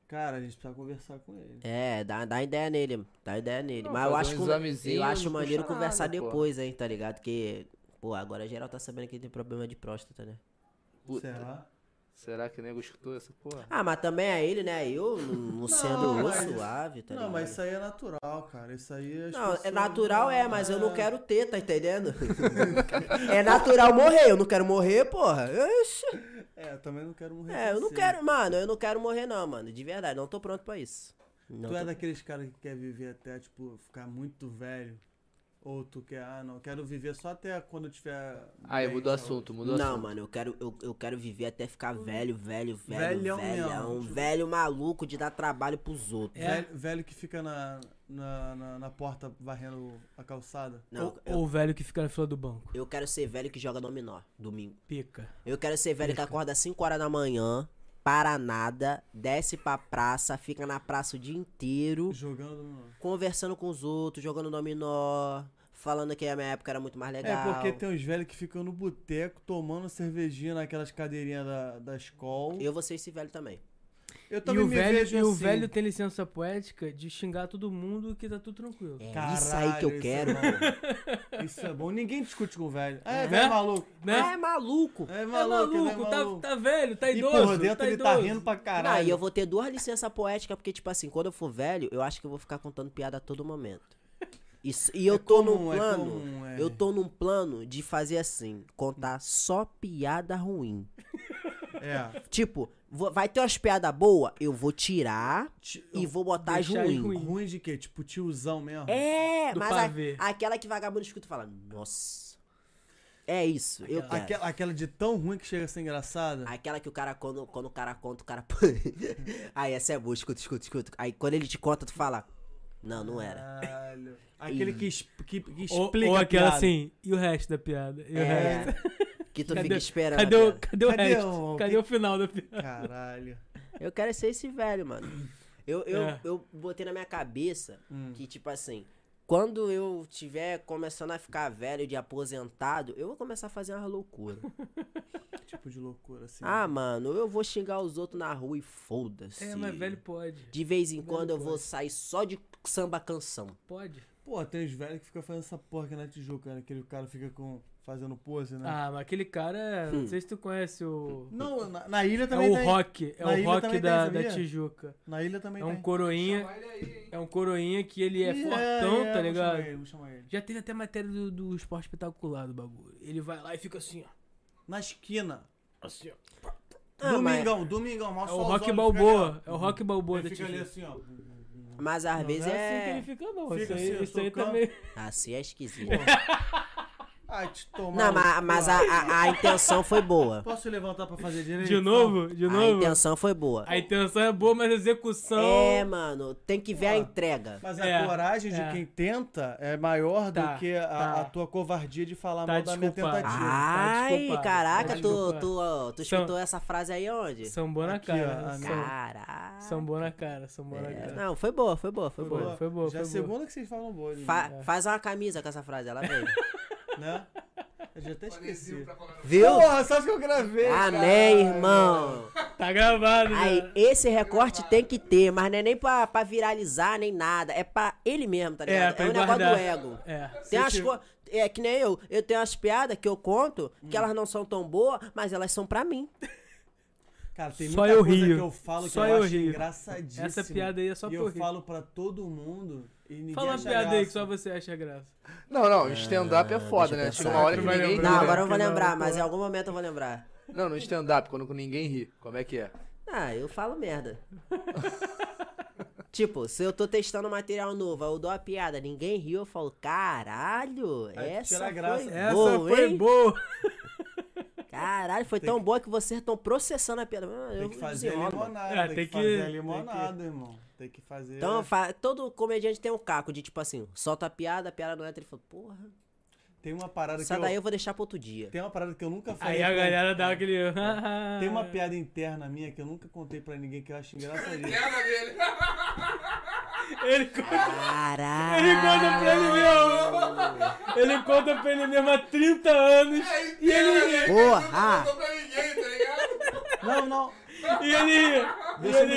Speaker 2: Cara, a gente precisa conversar com ele.
Speaker 3: É, dá, dá ideia nele, dá ideia nele.
Speaker 5: Não,
Speaker 3: Mas eu
Speaker 5: fazer
Speaker 3: acho,
Speaker 5: um
Speaker 3: que o-
Speaker 5: examezinho
Speaker 3: eu acho
Speaker 5: não custa
Speaker 3: maneiro
Speaker 5: nada,
Speaker 3: conversar
Speaker 5: pô.
Speaker 3: depois, hein, tá ligado? Que, pô, agora geral tá sabendo que ele tem problema de próstata, né?
Speaker 5: Puta.
Speaker 2: Será?
Speaker 5: Será que o nego escutou essa porra?
Speaker 3: Ah, mas também é ele, né? Eu, não, não sendo o
Speaker 2: mas-
Speaker 3: suave, tá
Speaker 2: não,
Speaker 3: ligado?
Speaker 2: mas isso aí é natural, cara. Isso aí as
Speaker 3: Não, é
Speaker 2: pessoas-
Speaker 3: natural é, mas eu não quero ter, tá entendendo? é natural morrer, eu não quero morrer, porra. Ixi.
Speaker 2: É, eu também não quero morrer.
Speaker 3: É, eu não
Speaker 2: cedo.
Speaker 3: quero, mano, eu não quero morrer não, mano, de verdade, não tô pronto pra isso. Não
Speaker 2: Tu é
Speaker 3: tô-
Speaker 2: daqueles caras que quer viver até, tipo, ficar muito velho? Ou tu quer, ah, não, eu quero viver só até quando eu tiver.
Speaker 3: Ah,
Speaker 5: Aí,
Speaker 2: Ah, bem,
Speaker 5: mudou o
Speaker 2: saúde.
Speaker 5: assunto, mudou o
Speaker 3: Não,
Speaker 5: assunto.
Speaker 3: mano, eu quero, eu, eu quero viver até ficar velho, velho, velho,
Speaker 2: Velhão
Speaker 3: velhão,
Speaker 2: mesmo. tipo. É,
Speaker 3: velho maluco de dar trabalho pros outros.
Speaker 2: Velho, velho que fica na, na, na, na porta varrendo a calçada?
Speaker 3: Não,
Speaker 1: ou,
Speaker 3: eu,
Speaker 1: ou o velho que fica na fila do banco.
Speaker 3: eu quero ser velho que joga dominó, domingo.
Speaker 1: Pica.
Speaker 3: Eu quero ser velho que acorda às 5 horas da manhã, para nada, desce pra praça, fica na praça o dia inteiro,
Speaker 2: Jogando no...
Speaker 3: conversando com os outros, jogando dominó, falando que a minha época era muito mais legal.
Speaker 2: É, porque tem uns velhos que ficam no boteco tomando cervejinha naquelas cadeirinhas da, da escola.
Speaker 3: Eu vou ser esse velho também.
Speaker 2: Eu
Speaker 1: E o, velho,
Speaker 2: vejo
Speaker 1: e o
Speaker 2: assim.
Speaker 1: velho tem licença poética de xingar todo mundo que tá tudo tranquilo.
Speaker 3: É
Speaker 2: Caralho,
Speaker 3: isso aí que eu
Speaker 2: isso
Speaker 3: quero.
Speaker 2: é bom. Isso é bom. Ninguém discute com o velho. É,
Speaker 1: É.
Speaker 2: velho maluco.
Speaker 1: Né?
Speaker 3: É maluco.
Speaker 2: É
Speaker 1: É
Speaker 2: maluco, ele é
Speaker 1: maluco,
Speaker 2: maluco.
Speaker 1: tá, tá velho, tá
Speaker 2: e
Speaker 1: idoso.
Speaker 2: por dentro
Speaker 1: tá
Speaker 2: ele
Speaker 1: idoso.
Speaker 2: tá rindo pra
Speaker 3: Não,
Speaker 2: caralho.
Speaker 3: e eu vou ter duas licenças poéticas, porque, tipo assim, quando eu for velho, eu acho que eu vou ficar contando piada a todo momento. E, s- e eu
Speaker 2: É
Speaker 3: tô num
Speaker 2: comum, é
Speaker 3: plano.
Speaker 2: comum, é.
Speaker 3: Eu tô num plano de fazer assim, contar só piada ruim.
Speaker 2: É.
Speaker 3: Tipo, vo- vai ter umas piadas boas, eu vou tirar
Speaker 2: Ti-
Speaker 3: e vou botar as
Speaker 1: deixar as
Speaker 3: ruim.
Speaker 1: ruim.
Speaker 2: Ruim de quê? Tipo, tiozão mesmo?
Speaker 3: É,
Speaker 1: Do
Speaker 3: mas a-
Speaker 1: pavê.
Speaker 3: aquela que vagabundo escuta e fala, nossa. É isso, eu quero.
Speaker 2: Aquela, aquela de tão ruim que chega a ser engraçada.
Speaker 3: Aquela que o cara, quando, quando o cara conta, o cara. Aí essa é boa, escuta, escuta, escuta. Aí quando ele te conta, tu fala. Não, não era.
Speaker 2: Caralho. Aquele que, es- que- que
Speaker 1: Ou,
Speaker 2: explica.
Speaker 1: ou
Speaker 2: a
Speaker 1: aquela
Speaker 2: piada.
Speaker 1: assim, e o resto da piada? E o resto?
Speaker 3: É. Que tu fica esperando.
Speaker 1: Cadê o,
Speaker 3: cara.
Speaker 1: cadê o
Speaker 2: Cadê
Speaker 1: resto?
Speaker 2: o-
Speaker 1: Cadê o final da piada?
Speaker 2: Caralho.
Speaker 3: Eu quero ser esse velho, mano. Eu, eu,
Speaker 1: É. Hum.
Speaker 3: eu botei na minha cabeça que, tipo assim, quando eu tiver começando a ficar velho de aposentado, eu vou começar a fazer umas loucuras.
Speaker 2: Tipo de loucura, assim.
Speaker 3: ah, mano, eu vou xingar os outros na rua e foda-se.
Speaker 1: É, mas velho pode.
Speaker 3: De vez em
Speaker 1: velho
Speaker 3: quando eu vou
Speaker 1: pode.
Speaker 3: sair só de samba canção.
Speaker 1: Pode.
Speaker 2: Pô, tem uns velhos que ficam fazendo essa porra aqui na Tijuca, cara. Aquele cara fica com, fazendo pose, né?
Speaker 1: Ah, mas aquele cara,
Speaker 3: Hum.
Speaker 1: não sei se tu conhece o.
Speaker 2: Não, na, na ilha
Speaker 1: É
Speaker 2: também
Speaker 1: o
Speaker 2: tem.
Speaker 1: rock, é
Speaker 2: Na
Speaker 1: o
Speaker 2: ilha
Speaker 1: rock
Speaker 2: também
Speaker 1: da,
Speaker 2: tem, sabia?
Speaker 1: da Tijuca.
Speaker 2: Na ilha também
Speaker 1: É um
Speaker 2: tem.
Speaker 1: coroinha,
Speaker 4: Chama ele aí, hein?
Speaker 1: é um coroinha que ele é
Speaker 2: Ih,
Speaker 1: fortão,
Speaker 2: é,
Speaker 1: tá
Speaker 2: vou
Speaker 1: ligado?
Speaker 2: chamar ele, vou chamar ele.
Speaker 1: Já teve até matéria do, do esporte espetacular do bagulho. Ele vai lá e fica assim, ó.
Speaker 2: Na esquina.
Speaker 1: Assim, ó.
Speaker 3: Ah,
Speaker 2: domingão, domingão, mal
Speaker 1: É o rock balboa. É o rock balboa
Speaker 2: Ele
Speaker 1: da
Speaker 2: fica ali
Speaker 1: Tijuca.
Speaker 2: assim, ó.
Speaker 3: Mas às
Speaker 1: Não,
Speaker 3: vezes
Speaker 1: não é assim que
Speaker 3: é.
Speaker 1: ele fica, não.
Speaker 2: Fica
Speaker 1: isso aí,
Speaker 2: assim, ó,
Speaker 1: isso aí
Speaker 2: socando.
Speaker 1: também.
Speaker 3: Assim é esquisito.
Speaker 2: Ai, te tomar.
Speaker 3: Não,
Speaker 2: no
Speaker 3: mas,
Speaker 2: cu,
Speaker 3: mas a,
Speaker 2: ó.
Speaker 3: a, a intenção foi boa.
Speaker 2: Posso levantar pra fazer direito?
Speaker 1: De novo, de
Speaker 3: A
Speaker 1: novo.
Speaker 3: intenção foi boa.
Speaker 1: A intenção é boa, mas a execução.
Speaker 3: É, mano, tem que ver a
Speaker 2: Ó.
Speaker 3: entrega.
Speaker 2: Mas a
Speaker 1: É,
Speaker 2: coragem de
Speaker 1: é.
Speaker 2: quem tenta é maior
Speaker 1: Tá,
Speaker 2: do que a,
Speaker 1: tá.
Speaker 2: a tua covardia de falar
Speaker 1: Tá
Speaker 2: mal da minha
Speaker 1: desculpado.
Speaker 2: tentativa.
Speaker 3: Ai,
Speaker 1: desculpado,
Speaker 3: caraca,
Speaker 1: tá
Speaker 3: tu,
Speaker 1: desculpado.
Speaker 3: tu, ó, tu
Speaker 1: São-
Speaker 3: escutou essa frase aí onde?
Speaker 1: Sambou na
Speaker 2: Aqui, ó,
Speaker 1: cara.
Speaker 2: a
Speaker 1: né?
Speaker 2: minha-
Speaker 1: Sam-
Speaker 3: Caraca.
Speaker 1: Sambou na cara, sambou na
Speaker 3: É,
Speaker 1: cara.
Speaker 3: não, foi boa, foi boa, foi
Speaker 1: Ah, Foi É.
Speaker 3: boa.
Speaker 1: boa, foi boa,
Speaker 2: Já
Speaker 1: foi
Speaker 2: é a
Speaker 1: boa.
Speaker 2: segunda que vocês falam boa, gente,
Speaker 3: Fa- faz uma camisa com essa frase, ela veio.
Speaker 2: né? Eu já até
Speaker 4: Parecido
Speaker 2: esqueci.
Speaker 4: pra colar no
Speaker 3: Viu?
Speaker 2: Porra, só que eu gravei.
Speaker 1: Ah,
Speaker 3: Amém,
Speaker 2: caralho.
Speaker 3: irmão.
Speaker 1: Tá gravado,
Speaker 3: Aí,
Speaker 1: né?
Speaker 3: esse recorte tem que ter, mas não é nem pra, pra viralizar, nem nada. É pra ele mesmo, tá ligado?
Speaker 1: É, pra
Speaker 3: um
Speaker 1: ele
Speaker 3: negócio do
Speaker 1: guardar.
Speaker 3: ego.
Speaker 1: É.
Speaker 3: Tem umas co- É que nem eu. Eu tenho umas piadas que eu conto
Speaker 1: Hum.
Speaker 3: que elas não são tão boas, mas elas são pra mim.
Speaker 2: Cara, tem
Speaker 1: Só
Speaker 2: muita
Speaker 1: eu
Speaker 2: coisa
Speaker 1: rio.
Speaker 2: que eu falo
Speaker 1: Só
Speaker 2: que eu,
Speaker 1: eu
Speaker 2: acho
Speaker 1: rio.
Speaker 2: engraçadíssima.
Speaker 1: Essa piada aí é só
Speaker 2: e
Speaker 1: pra
Speaker 2: eu
Speaker 1: eu rir.
Speaker 2: falo pra todo mundo e ninguém
Speaker 1: Fala uma
Speaker 2: acha
Speaker 1: piada aí que
Speaker 2: graça.
Speaker 1: só você acha graça.
Speaker 5: Não, não, stand-up é foda, né?
Speaker 3: deixa eu
Speaker 5: Chega uma hora que
Speaker 1: pensar.
Speaker 5: ninguém
Speaker 1: Não,
Speaker 3: Não, agora eu
Speaker 1: que
Speaker 3: não vou
Speaker 1: não,
Speaker 3: lembrar,
Speaker 1: pô.
Speaker 3: mas em algum momento eu vou lembrar.
Speaker 5: Não, no stand-up, quando ninguém ri. Como é que é?
Speaker 3: Ah, eu falo merda. tipo, se eu tô testando material novo, aí eu dou a piada, ninguém riu, eu falo, caralho,
Speaker 2: Aí tu
Speaker 3: essa
Speaker 2: tira a
Speaker 3: foi
Speaker 2: graça.
Speaker 1: Essa
Speaker 3: boa,
Speaker 1: foi
Speaker 3: hein?
Speaker 1: boa.
Speaker 3: Caralho, foi tão boa que vocês estão processando a piada. Ah, eu
Speaker 2: Tem que fazer
Speaker 3: desenrolo, mano.
Speaker 2: limonada,
Speaker 1: É,
Speaker 2: tem,
Speaker 1: tem
Speaker 2: que
Speaker 1: que-
Speaker 2: fazer a
Speaker 1: tem que-
Speaker 2: limonada, irmão. Tem que fazer...
Speaker 3: Então, fa- todo comediante tem um caco de tipo assim, solta a piada, a piada não entra, ele fala, porra,
Speaker 2: tem uma parada que
Speaker 3: essa daí eu
Speaker 2: eu...
Speaker 3: vou deixar pra outro dia.
Speaker 2: Tem uma parada que eu nunca falei.
Speaker 1: Aí a
Speaker 2: pra-
Speaker 1: galera dá aquele. "Ah,
Speaker 2: Tem uma piada interna minha que eu nunca contei pra ninguém que eu acho engraçadíssima.
Speaker 4: Quebra dele.
Speaker 1: Ele, conta- ele
Speaker 3: Caralho.
Speaker 1: conta pra ele mesmo. Ele conta pra ele mesmo há 30 anos. E ele,
Speaker 3: Porra!
Speaker 4: Não pra ninguém, tá ligado?
Speaker 2: Não, não.
Speaker 1: e ele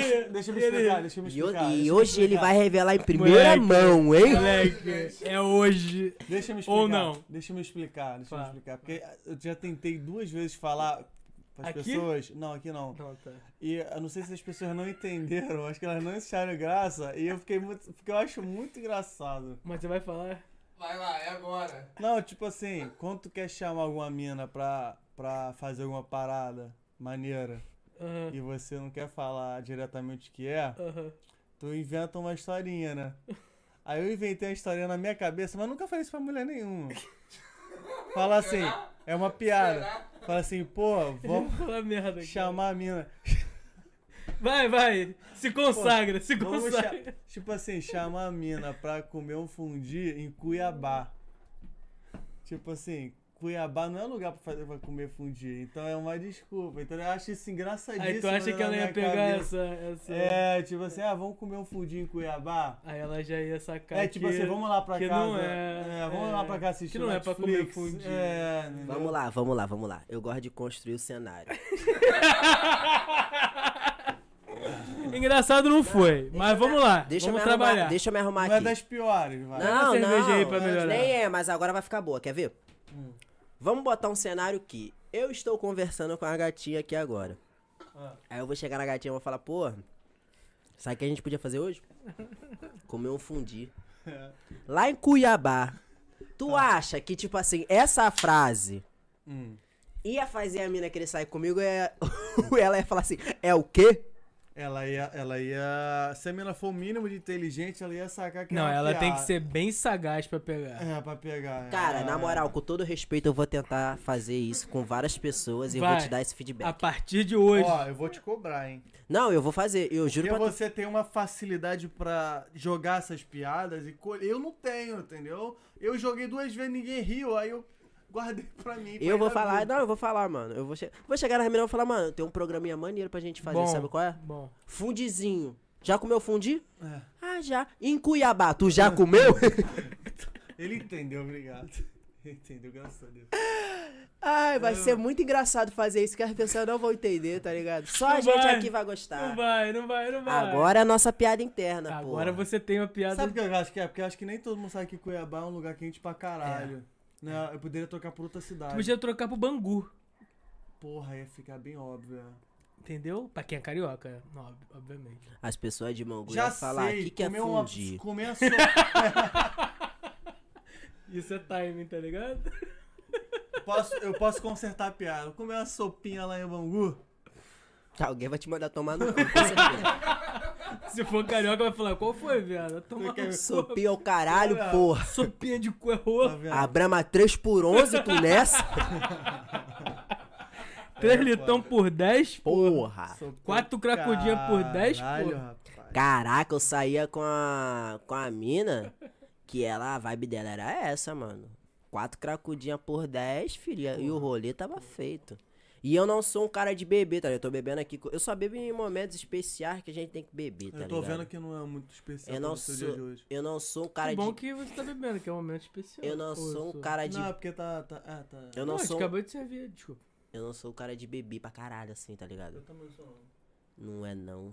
Speaker 1: ria.
Speaker 2: Deixa eu
Speaker 1: e ele
Speaker 2: me, deixa eu me explicar,
Speaker 1: ria. E ele ria.
Speaker 2: deixa eu me
Speaker 3: E, ho-
Speaker 2: explicar.
Speaker 3: e
Speaker 2: deixa eu me
Speaker 3: hoje ele
Speaker 2: explicar.
Speaker 3: vai revelar em primeira
Speaker 1: Moleque.
Speaker 3: mão, hein?
Speaker 1: Moleque, é hoje.
Speaker 2: Deixa eu me explicar.
Speaker 1: Ou não.
Speaker 2: Deixa eu me explicar, deixa eu me
Speaker 1: Fala.
Speaker 2: explicar. Porque eu já tentei duas vezes falar pras
Speaker 1: Aqui?
Speaker 2: pessoas. Não, aqui não.
Speaker 1: Não, tá.
Speaker 2: E eu não sei se as pessoas não entenderam, acho que elas não acharam graça. E eu fiquei muito. Porque eu acho muito engraçado.
Speaker 1: Mas você vai falar.
Speaker 4: Vai lá, é agora.
Speaker 2: Não, tipo assim, quando tu quer chamar alguma mina pra, pra fazer alguma parada maneira
Speaker 1: Aham,
Speaker 2: e você não quer falar diretamente o que é,
Speaker 1: aham.
Speaker 2: tu inventa uma historinha, né? Aí eu inventei uma historinha na minha cabeça, mas nunca falei isso pra mulher nenhuma. Fala assim, é uma piada. Fala assim, pô, vamos
Speaker 1: Fala merda. cara.
Speaker 2: chamar a mina.
Speaker 1: Vai, vai. Se consagra, se
Speaker 2: Vamos cha-
Speaker 1: consagra.
Speaker 2: tipo assim, chamar a mina pra comer um fundi em Cuiabá. Tipo assim, Cuiabá não é lugar pra, fazer, pra comer fundi, então é uma desculpa. Então eu acho isso engraçadíssimo.
Speaker 1: Aí tu acha
Speaker 2: na
Speaker 1: que ela
Speaker 2: minha
Speaker 1: ia pegar
Speaker 2: cabeça.
Speaker 1: essa, essa.
Speaker 2: É, tipo assim, ah, vamos comer um fundi em Cuiabá?
Speaker 1: Aí ela já ia sacar.
Speaker 2: É, tipo
Speaker 1: que-
Speaker 2: assim, vamos lá pra
Speaker 1: que
Speaker 2: casa.
Speaker 1: não é-
Speaker 2: vamos
Speaker 1: é,
Speaker 2: lá pra cá assistir
Speaker 1: que não é pra comer
Speaker 2: Netflix.
Speaker 1: fundi.
Speaker 2: É, entendeu?
Speaker 3: Vamos lá, vamos lá, vamos lá. Eu gosto de construir o cenário.
Speaker 1: Engraçado não foi, mas vamos lá.
Speaker 3: Deixa
Speaker 1: vamos
Speaker 3: eu me
Speaker 1: trabalhar.
Speaker 3: Arrumar, deixa eu me arrumar
Speaker 2: Não é
Speaker 3: aqui.
Speaker 2: das piores, vai.
Speaker 1: Dá uma cerveja aí pra melhorar. Hum.
Speaker 3: Nem é, mas agora vai ficar boa, quer ver? Vamos botar um cenário que eu estou conversando com a gatinha aqui agora.
Speaker 1: Ah.
Speaker 3: Aí eu vou chegar na gatinha e vou falar, pô, sabe o que a gente podia fazer hoje? Comer um fundi.
Speaker 1: É.
Speaker 3: Lá em Cuiabá, tu
Speaker 1: Ah.
Speaker 3: acha que, tipo assim, essa frase
Speaker 2: Hum.
Speaker 3: ia fazer a mina querer sair comigo é... ela ia falar assim, é o quê?
Speaker 2: Ela ia, ela ia. Se a mina for o mínimo de inteligente, ela ia sacar que
Speaker 1: Não,
Speaker 2: era
Speaker 1: ela tem que
Speaker 2: piada.
Speaker 1: ser bem sagaz pra pegar.
Speaker 2: É, pra pegar.
Speaker 3: Cara,
Speaker 2: é.
Speaker 1: Ah.
Speaker 3: na moral, com todo respeito, eu vou tentar fazer isso com várias pessoas e eu
Speaker 1: Vai.
Speaker 3: vou te dar esse
Speaker 1: A
Speaker 3: feedback.
Speaker 1: partir de hoje.
Speaker 2: Ó, eu vou te cobrar, hein?
Speaker 3: Não, eu vou fazer, eu juro
Speaker 2: Porque
Speaker 3: pra tu.
Speaker 2: você tem uma facilidade pra jogar essas piadas e colher. Eu não tenho, entendeu? Eu joguei duas vezes, ninguém riu, aí eu guardei pra mim. pra
Speaker 3: Eu
Speaker 2: ir
Speaker 3: vou
Speaker 2: na
Speaker 3: falar,
Speaker 2: vida.
Speaker 3: não, eu vou falar, mano. Eu vou, che- vou chegar na reunião e vou falar, mano, tem um programinha maneiro pra gente fazer,
Speaker 1: bom,
Speaker 3: sabe qual é?
Speaker 1: Bom.
Speaker 3: Fundizinho. Já comeu fundi?
Speaker 2: É.
Speaker 3: Ah, já. Em Cuiabá, tu já comeu?
Speaker 2: Ele entendeu, obrigado. Ele entendeu, graças a Deus.
Speaker 3: Ai,
Speaker 1: É.
Speaker 3: vai ser muito engraçado fazer isso, que as pessoas não vão entender, tá ligado? Só a
Speaker 1: Não
Speaker 3: gente
Speaker 1: vai.
Speaker 3: aqui vai
Speaker 1: Não
Speaker 2: Tá.
Speaker 3: gostar.
Speaker 1: vai, não vai, não vai.
Speaker 3: Agora é a nossa piada interna, pô.
Speaker 1: Agora você tem uma piada.
Speaker 2: Sabe o que eu acho que é? Porque eu acho que nem todo mundo sabe que Cuiabá é um lugar quente pra caralho. Né? Eu poderia trocar por outra cidade.
Speaker 1: Tu É. podia tipo, trocar pro Bangu.
Speaker 2: Porra, ia ficar bem óbvio. é.
Speaker 1: Entendeu? Pra quem é carioca, é. Não, ob- obviamente.
Speaker 3: As pessoas de Mangu
Speaker 2: Já
Speaker 3: iam falar, o
Speaker 2: sei,
Speaker 3: que, que é
Speaker 2: comer
Speaker 1: um
Speaker 2: uma,
Speaker 3: fundi?
Speaker 2: comer a sopa.
Speaker 1: Isso é timing, tá ligado?
Speaker 2: Posso- eu posso consertar a piada. Comer uma sopinha lá em Bangu.
Speaker 3: Tá, alguém vai te mandar tomar no cu, com certeza.
Speaker 1: Se for carioca, vai falar, qual foi, viado? Toma
Speaker 2: quer-
Speaker 3: Sopinha o caralho,
Speaker 2: Olha.
Speaker 3: porra.
Speaker 1: Sopinha de cu é
Speaker 2: Tá
Speaker 1: rola.
Speaker 2: vendo?
Speaker 3: A Brahma 3x11, tu nessa?
Speaker 1: 3 litão por 10,
Speaker 3: Porra.
Speaker 2: Sopinha.
Speaker 1: Quatro cracudinhas por 10, pô.
Speaker 2: Caralho, rapaz.
Speaker 3: Caraca, eu saía com a, com a mina, que ela, a vibe dela era essa, mano. Quatro cracudinhas por 10, filha, e o rolê tava feito. E eu não sou um cara de beber, tá ligado? Eu tô bebendo aqui, co- eu só bebo em momentos especiais que a gente tem que beber, tá
Speaker 2: Eu tô
Speaker 3: ligado?
Speaker 2: vendo que não é muito especial
Speaker 3: eu
Speaker 2: pro
Speaker 3: não
Speaker 2: seu dia de
Speaker 3: sou,
Speaker 2: hoje.
Speaker 3: eu não sou um cara
Speaker 1: Que bom
Speaker 3: de,
Speaker 1: que você tá bebendo, que é um momento especial.
Speaker 3: eu
Speaker 1: Pô,
Speaker 3: não sou um
Speaker 1: isso.
Speaker 3: cara de,
Speaker 2: Não, é porque tá... tá, ah, tá.
Speaker 1: Não,
Speaker 3: eu não
Speaker 1: a gente
Speaker 3: sou, um-
Speaker 1: acabou de servir, desculpa.
Speaker 3: eu não sou um cara de beber pra caralho assim, tá ligado?
Speaker 2: também sou não.
Speaker 3: Não é não.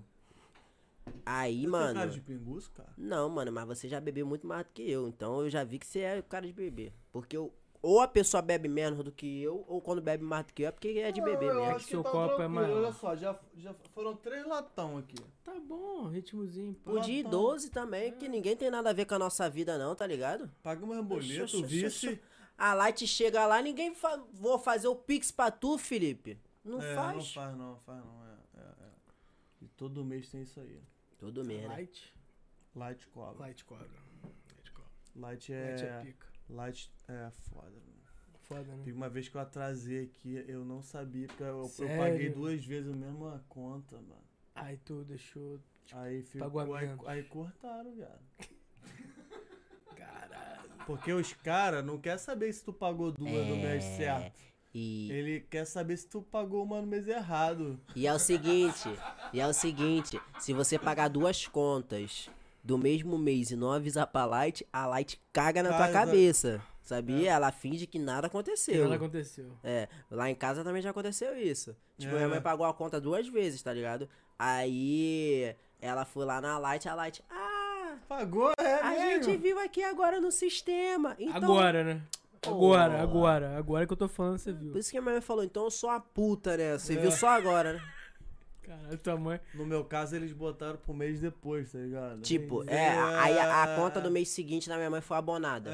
Speaker 3: Aí,
Speaker 2: Eu tenho
Speaker 3: mano,
Speaker 2: cara de pinguço, cara?
Speaker 3: Não, mano, mas você já bebeu muito mais do que eu. Então eu já vi que você é o cara de beber. Porque eu- ou a pessoa bebe menos do que eu, ou quando bebe mais do que eu é porque é de beber
Speaker 2: Não, eu
Speaker 3: mesmo.
Speaker 1: acho-
Speaker 2: que
Speaker 1: seu
Speaker 2: tá
Speaker 1: copo é
Speaker 2: tranquilo.
Speaker 1: maior.
Speaker 2: Olha só, já, já foram três latão aqui.
Speaker 1: Tá bom, ritmozinho. pá.
Speaker 2: é
Speaker 3: Podia ir 12 também, que ninguém tem nada a ver com a nossa vida, não, tá ligado?
Speaker 2: Paga meus boletos,
Speaker 3: Xô, xô, xô,
Speaker 2: vice.
Speaker 3: xô. A Light chega lá, ninguém fa... vou fazer o Pix pra tu, Felipe. Não
Speaker 2: É,
Speaker 3: faz.
Speaker 2: Não faz não, faz não. É, é, é. E todo mês tem isso aí.
Speaker 3: Tudo merda.
Speaker 1: Light.
Speaker 2: Light cobra.
Speaker 1: Light cobra. Light cobra.
Speaker 2: Light
Speaker 1: Light é
Speaker 2: é...
Speaker 1: pica.
Speaker 2: Light é foda, mano.
Speaker 1: Foda, né?
Speaker 2: Teve uma vez que eu atrasei aqui, eu não sabia, porque eu, eu
Speaker 1: Sério?
Speaker 2: paguei duas vezes a mesma conta, mano.
Speaker 1: Aí tu deixou.
Speaker 2: Aí
Speaker 1: pagou
Speaker 2: ficou.
Speaker 1: a
Speaker 2: Aí,
Speaker 1: menos.
Speaker 2: aí cortaram, viado.
Speaker 1: Caralho.
Speaker 2: Porque os caras não querem saber se tu pagou duas no mês
Speaker 3: É.
Speaker 2: certo.
Speaker 3: E...
Speaker 2: Ele quer saber se tu pagou uma no mês errado.
Speaker 3: E é o seguinte, e é o seguinte, se você pagar duas contas do mesmo mês e não avisar pra Light, a Light caga na tua
Speaker 2: Caga.
Speaker 3: cabeça. Sabia? Ela finge que nada aconteceu.
Speaker 1: Nada aconteceu.
Speaker 3: É, lá em casa também já aconteceu isso. Tipo,
Speaker 2: É.
Speaker 3: minha mãe pagou a conta duas vezes, tá ligado? Aí ela foi lá na Light, a Light, ah,
Speaker 2: Pagou, é
Speaker 3: a
Speaker 2: mesmo.
Speaker 3: né, gente viu aqui agora no sistema. Então,
Speaker 1: Agora, né? Agora, agora. Agora que eu tô falando, você viu.
Speaker 3: Por isso que a minha mãe falou, então eu sou a puta, né? Você viu só agora, né?
Speaker 1: Caralho, tua mãe.
Speaker 2: No meu caso, eles botaram pro mês depois, tá ligado?
Speaker 3: Tipo, é, aí a, a conta do mês seguinte da minha mãe foi abonada.
Speaker 2: É,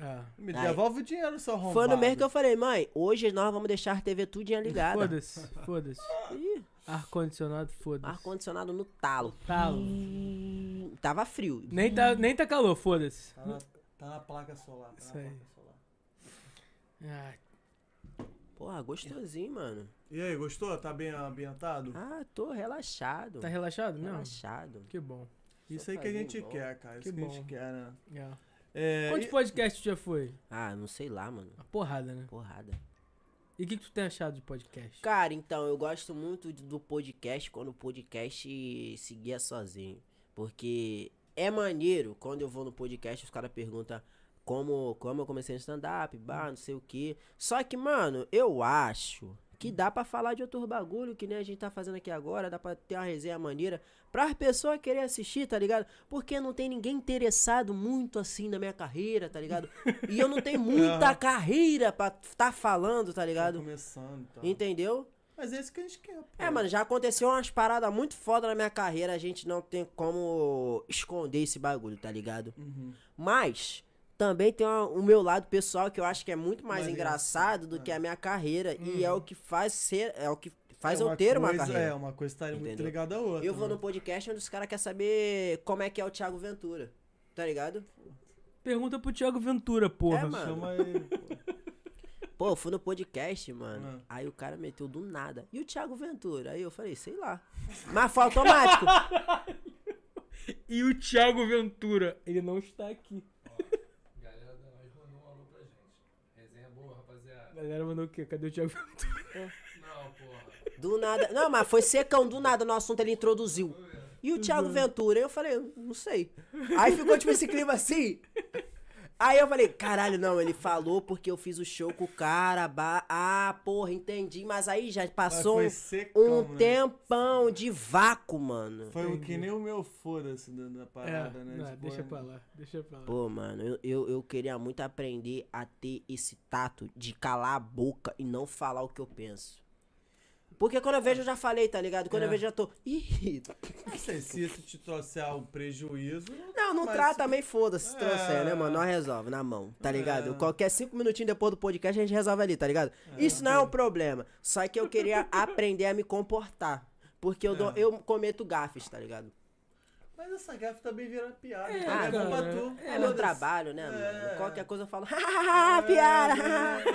Speaker 1: Ah.
Speaker 2: é. Me
Speaker 3: né? Aí.
Speaker 2: devolve o dinheiro, seu arrombado.
Speaker 3: Foi no mês que eu falei, mãe, hoje nós vamos deixar a TV tudinha ligada.
Speaker 1: Foda-se, foda-se.
Speaker 3: Ih,
Speaker 1: Ar-condicionado, foda-se.
Speaker 3: ar-condicionado no talo.
Speaker 1: Talo.
Speaker 3: Hum, Tava frio.
Speaker 1: Nem tá, nem tá calor, foda-se.
Speaker 2: Tá na, tá na placa solar, tá
Speaker 1: Isso
Speaker 2: na
Speaker 1: aí.
Speaker 2: placa solar.
Speaker 1: Ah,
Speaker 3: Porra, gostosinho, mano.
Speaker 2: E aí, gostou? Tá bem ambientado?
Speaker 3: Ah, tô relaxado.
Speaker 1: Tá relaxado? Não.
Speaker 3: Relaxado.
Speaker 1: Que bom.
Speaker 2: Isso aí que a gente
Speaker 3: Sofazinho tá bom.
Speaker 2: quer, cara. Isso
Speaker 1: Que
Speaker 2: que, a
Speaker 1: bom.
Speaker 2: gente quer, né?
Speaker 1: Yeah.
Speaker 2: É,
Speaker 1: Quantos
Speaker 2: e-
Speaker 1: podcasts tu já foi?
Speaker 3: Ah, não sei lá, mano.
Speaker 1: Uma porrada, né?
Speaker 3: Porrada.
Speaker 1: E o que, que tu tem achado de podcast?
Speaker 3: Cara, então, eu gosto muito de- do podcast quando o podcast se guia sozinho. Porque é maneiro quando eu vou no podcast, os caras perguntam como, como eu comecei no stand-up, bah, não sei o quê. Só que, mano, eu acho que dá pra falar de outros bagulho que nem a gente tá fazendo aqui agora, dá pra ter uma resenha maneira pra pessoa querer assistir, tá ligado? Porque não tem ninguém interessado muito assim na minha carreira, tá ligado? E eu não tenho muita
Speaker 2: Aham.
Speaker 3: carreira pra tá falando, tá
Speaker 2: tá
Speaker 3: ligado?
Speaker 2: começando e tal.
Speaker 3: Entendeu?
Speaker 2: Mas é isso que a gente quer, pô.
Speaker 3: É, mano, já aconteceu umas paradas muito foda na minha carreira, a gente não tem como esconder esse bagulho, tá ligado?
Speaker 2: Uhum.
Speaker 3: Mas também tem uma- o meu lado pessoal que eu acho que é muito mais
Speaker 2: Mais
Speaker 3: engraçado do
Speaker 2: engraçado,
Speaker 3: que a minha carreira e é o que faz ser, é o que faz
Speaker 2: Uhum. É
Speaker 3: eu ter uma
Speaker 2: coisa- É,
Speaker 3: carreira.
Speaker 2: uma coisa tá muito
Speaker 3: Entendeu?
Speaker 2: ligada à outra.
Speaker 3: eu vou
Speaker 2: né?
Speaker 3: no podcast onde os caras querem saber como é que é o Thiago Ventura. Tá ligado?
Speaker 1: Pergunta pro Thiago Ventura, porra.
Speaker 3: É, mano.
Speaker 2: Chama ele, pô.
Speaker 3: Pô, eu fui no podcast, mano.
Speaker 2: Ah.
Speaker 3: Aí o cara meteu do nada. E o Thiago Ventura? Aí eu falei, sei lá. Mas foi automático.
Speaker 1: E o Thiago Ventura, ele não está aqui.
Speaker 4: Galera da nós mandou um alô pra gente. Resenha boa,
Speaker 1: A
Speaker 4: rapaziada.
Speaker 1: galera mandou o quê? Cadê o Thiago Ventura?
Speaker 4: Não, porra.
Speaker 3: Do nada. Não, mas foi secão, do nada no assunto ele introduziu. E o Thiago
Speaker 2: Uhum.
Speaker 3: Ventura? Eu falei, não sei. Aí ficou tipo esse clima assim. Aí eu falei, caralho, não, ele falou porque eu fiz o show com o cara, ba... ah, porra, entendi. Mas aí já passou
Speaker 2: Mas foi
Speaker 3: um,
Speaker 2: secão, né?
Speaker 3: tempão de vácuo, mano.
Speaker 2: Foi o que
Speaker 1: Entendi.
Speaker 2: nem o meu foda-se da, da parada, né?
Speaker 1: não,
Speaker 2: Tipo,
Speaker 1: deixa
Speaker 2: é-
Speaker 1: pra lá, deixa pra lá.
Speaker 3: Pô, mano, eu, eu, eu queria muito aprender a ter esse tato de calar a boca e não falar o que eu penso. Porque quando eu vejo, eu já falei, tá ligado? Quando
Speaker 1: É.
Speaker 3: eu vejo, eu já tô. Ih,
Speaker 2: Não sei se isso te trouxe algum prejuízo.
Speaker 3: Não, não
Speaker 2: Mas-
Speaker 3: trata também, foda-se, se
Speaker 2: É.
Speaker 3: trouxer, né, mano? Nós resolve na mão, tá ligado?
Speaker 2: É.
Speaker 3: Qualquer cinco minutinhos depois do podcast, a gente resolve ali, tá ligado? Isso não é um problema. Só que eu queria aprender a me comportar. Porque eu, dou-
Speaker 2: É.
Speaker 3: eu cometo gafes, tá ligado?
Speaker 2: Mas essa gafe também vira piada. então
Speaker 1: É,
Speaker 2: cara,
Speaker 1: cara,
Speaker 2: bom pra tu.
Speaker 3: É, meu
Speaker 2: Foda-se.
Speaker 3: trabalho, né,
Speaker 2: É.
Speaker 3: mano? Qualquer coisa eu falo, hahaha, piada!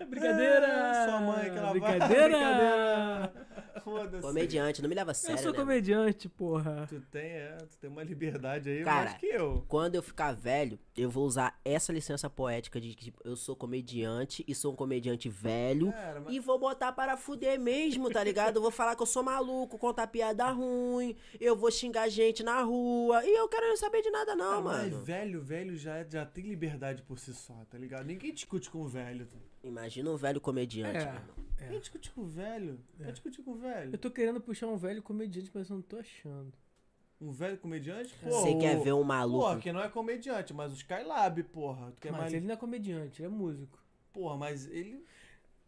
Speaker 1: É Brincadeira!
Speaker 2: Ah, Sua mãe que ela
Speaker 1: Brincadeira!
Speaker 2: vai. Brincadeira! Foda-se.
Speaker 3: Comediante, não me leva a sério,
Speaker 1: eu sou
Speaker 3: né? mano?
Speaker 1: comediante, porra.
Speaker 2: Tu tem, é, tu tem uma liberdade aí
Speaker 3: Cara,
Speaker 2: mais que eu.
Speaker 3: Quando eu ficar velho, eu vou usar essa licença poética de que tipo, eu sou comediante e sou um comediante velho.
Speaker 2: Cara, mas
Speaker 3: E vou botar para fuder mesmo, tá ligado? Eu vou falar que eu sou maluco, contar piada ruim, eu vou xingar gente na rua. E eu quero não saber de nada, não,
Speaker 2: Ah, mas
Speaker 3: mano.
Speaker 2: velho, velho já, é, já tem liberdade por si só, tá ligado? Ninguém discute com o velho. tá?
Speaker 3: Imagina um velho comediante,
Speaker 1: É.
Speaker 3: mano.
Speaker 2: Ninguém discute com o velho. Vai discutir com o velho.
Speaker 1: Eu tô querendo puxar um velho comediante, mas eu não tô achando.
Speaker 2: Um velho comediante? Pô,
Speaker 3: Você
Speaker 2: o-
Speaker 3: quer ver um
Speaker 2: Porra,
Speaker 3: maluco?
Speaker 2: que não é comediante, mas o Skylab, porra. Tu quer
Speaker 1: mas
Speaker 2: mais...
Speaker 1: ele não é comediante, ele é músico.
Speaker 2: Porra, mas ele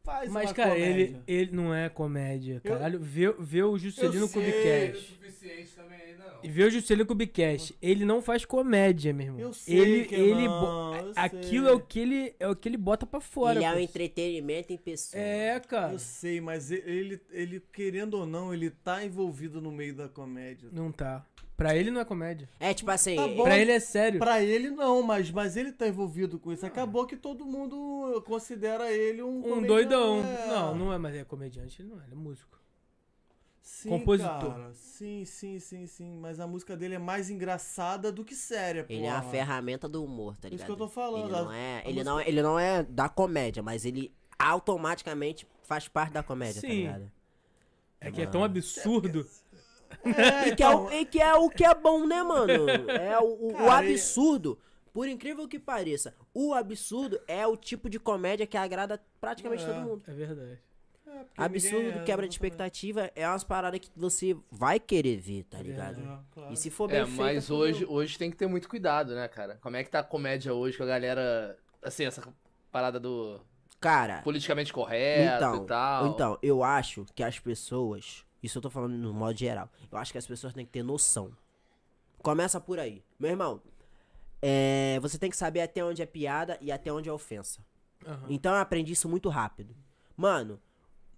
Speaker 2: faz
Speaker 1: Mas,
Speaker 2: uma
Speaker 1: cara, ele,
Speaker 2: comédia.
Speaker 1: ele não é comédia.
Speaker 2: Eu-
Speaker 1: Caralho, vê, vê o Juscelino
Speaker 2: Eu sei.
Speaker 4: Ele é
Speaker 1: Kubicast.
Speaker 4: suficiente também ainda não.
Speaker 1: E Vê o Juscelino Kubicast. Ele não faz comédia, meu irmão.
Speaker 2: Eu sei
Speaker 1: ele,
Speaker 2: que
Speaker 1: ele
Speaker 2: não, eu
Speaker 1: Aquilo
Speaker 2: sei.
Speaker 1: é o que ele é o que ele bota pra fora.
Speaker 3: Ele é
Speaker 1: pô.
Speaker 3: um entretenimento em pessoa.
Speaker 1: É, cara.
Speaker 2: Eu sei, mas e- ele, ele, querendo ou não, ele tá envolvido no meio da comédia.
Speaker 1: Não tá. Pra ele não é comédia.
Speaker 3: É tipo assim,
Speaker 2: Tá bom.
Speaker 1: Pra ele é sério.
Speaker 2: Pra ele, não, mas, mas ele tá envolvido com isso. Acabou que todo mundo considera ele um.
Speaker 1: Um
Speaker 2: comediante.
Speaker 1: doidão.
Speaker 2: É.
Speaker 1: Não, não é, mas é comediante, ele não é, ele é músico.
Speaker 2: Sim,
Speaker 1: compositor.
Speaker 2: cara. Sim, sim, sim, sim. Mas a música dele é mais engraçada do que séria, pô.
Speaker 3: ele é uma ferramenta do humor, tá
Speaker 2: Isso
Speaker 3: ligado?
Speaker 2: que eu tô falando, Tá
Speaker 3: Ele
Speaker 2: a-
Speaker 3: não é,
Speaker 2: a
Speaker 3: ele não, ele não é da comédia, mas ele automaticamente faz parte da comédia, tá
Speaker 1: Sim.
Speaker 3: ligado?
Speaker 1: É que é
Speaker 2: Ah.
Speaker 1: tão absurdo.
Speaker 2: É,
Speaker 3: E que, é
Speaker 2: então,
Speaker 3: o, e que é o que é bom, né, mano? É o, o- o
Speaker 2: Cara, e-
Speaker 3: absurdo. Por incrível que pareça, o absurdo é o tipo de comédia que agrada praticamente
Speaker 2: É.
Speaker 3: todo mundo.
Speaker 1: É verdade.
Speaker 2: é, porque
Speaker 3: Absurdo,
Speaker 2: ninguém é-
Speaker 3: quebra de expectativa, é umas paradas que você vai querer ver, tá
Speaker 1: É
Speaker 3: ligado?
Speaker 2: É, claro.
Speaker 3: E se for bem
Speaker 5: É,
Speaker 3: feito,
Speaker 5: mas hoje, hoje tem que ter muito cuidado, né, cara? Como é que tá a comédia hoje com a galera. Assim, essa parada do
Speaker 3: Cara,
Speaker 5: politicamente correto
Speaker 3: então,
Speaker 5: e tal.
Speaker 3: então, eu acho que as pessoas, isso eu tô falando no modo geral, eu acho que as pessoas têm que ter noção. Começa por aí. Meu irmão, é, você tem que saber até onde é piada e até onde é ofensa.
Speaker 1: Aham.
Speaker 3: Então eu aprendi isso muito rápido. Mano,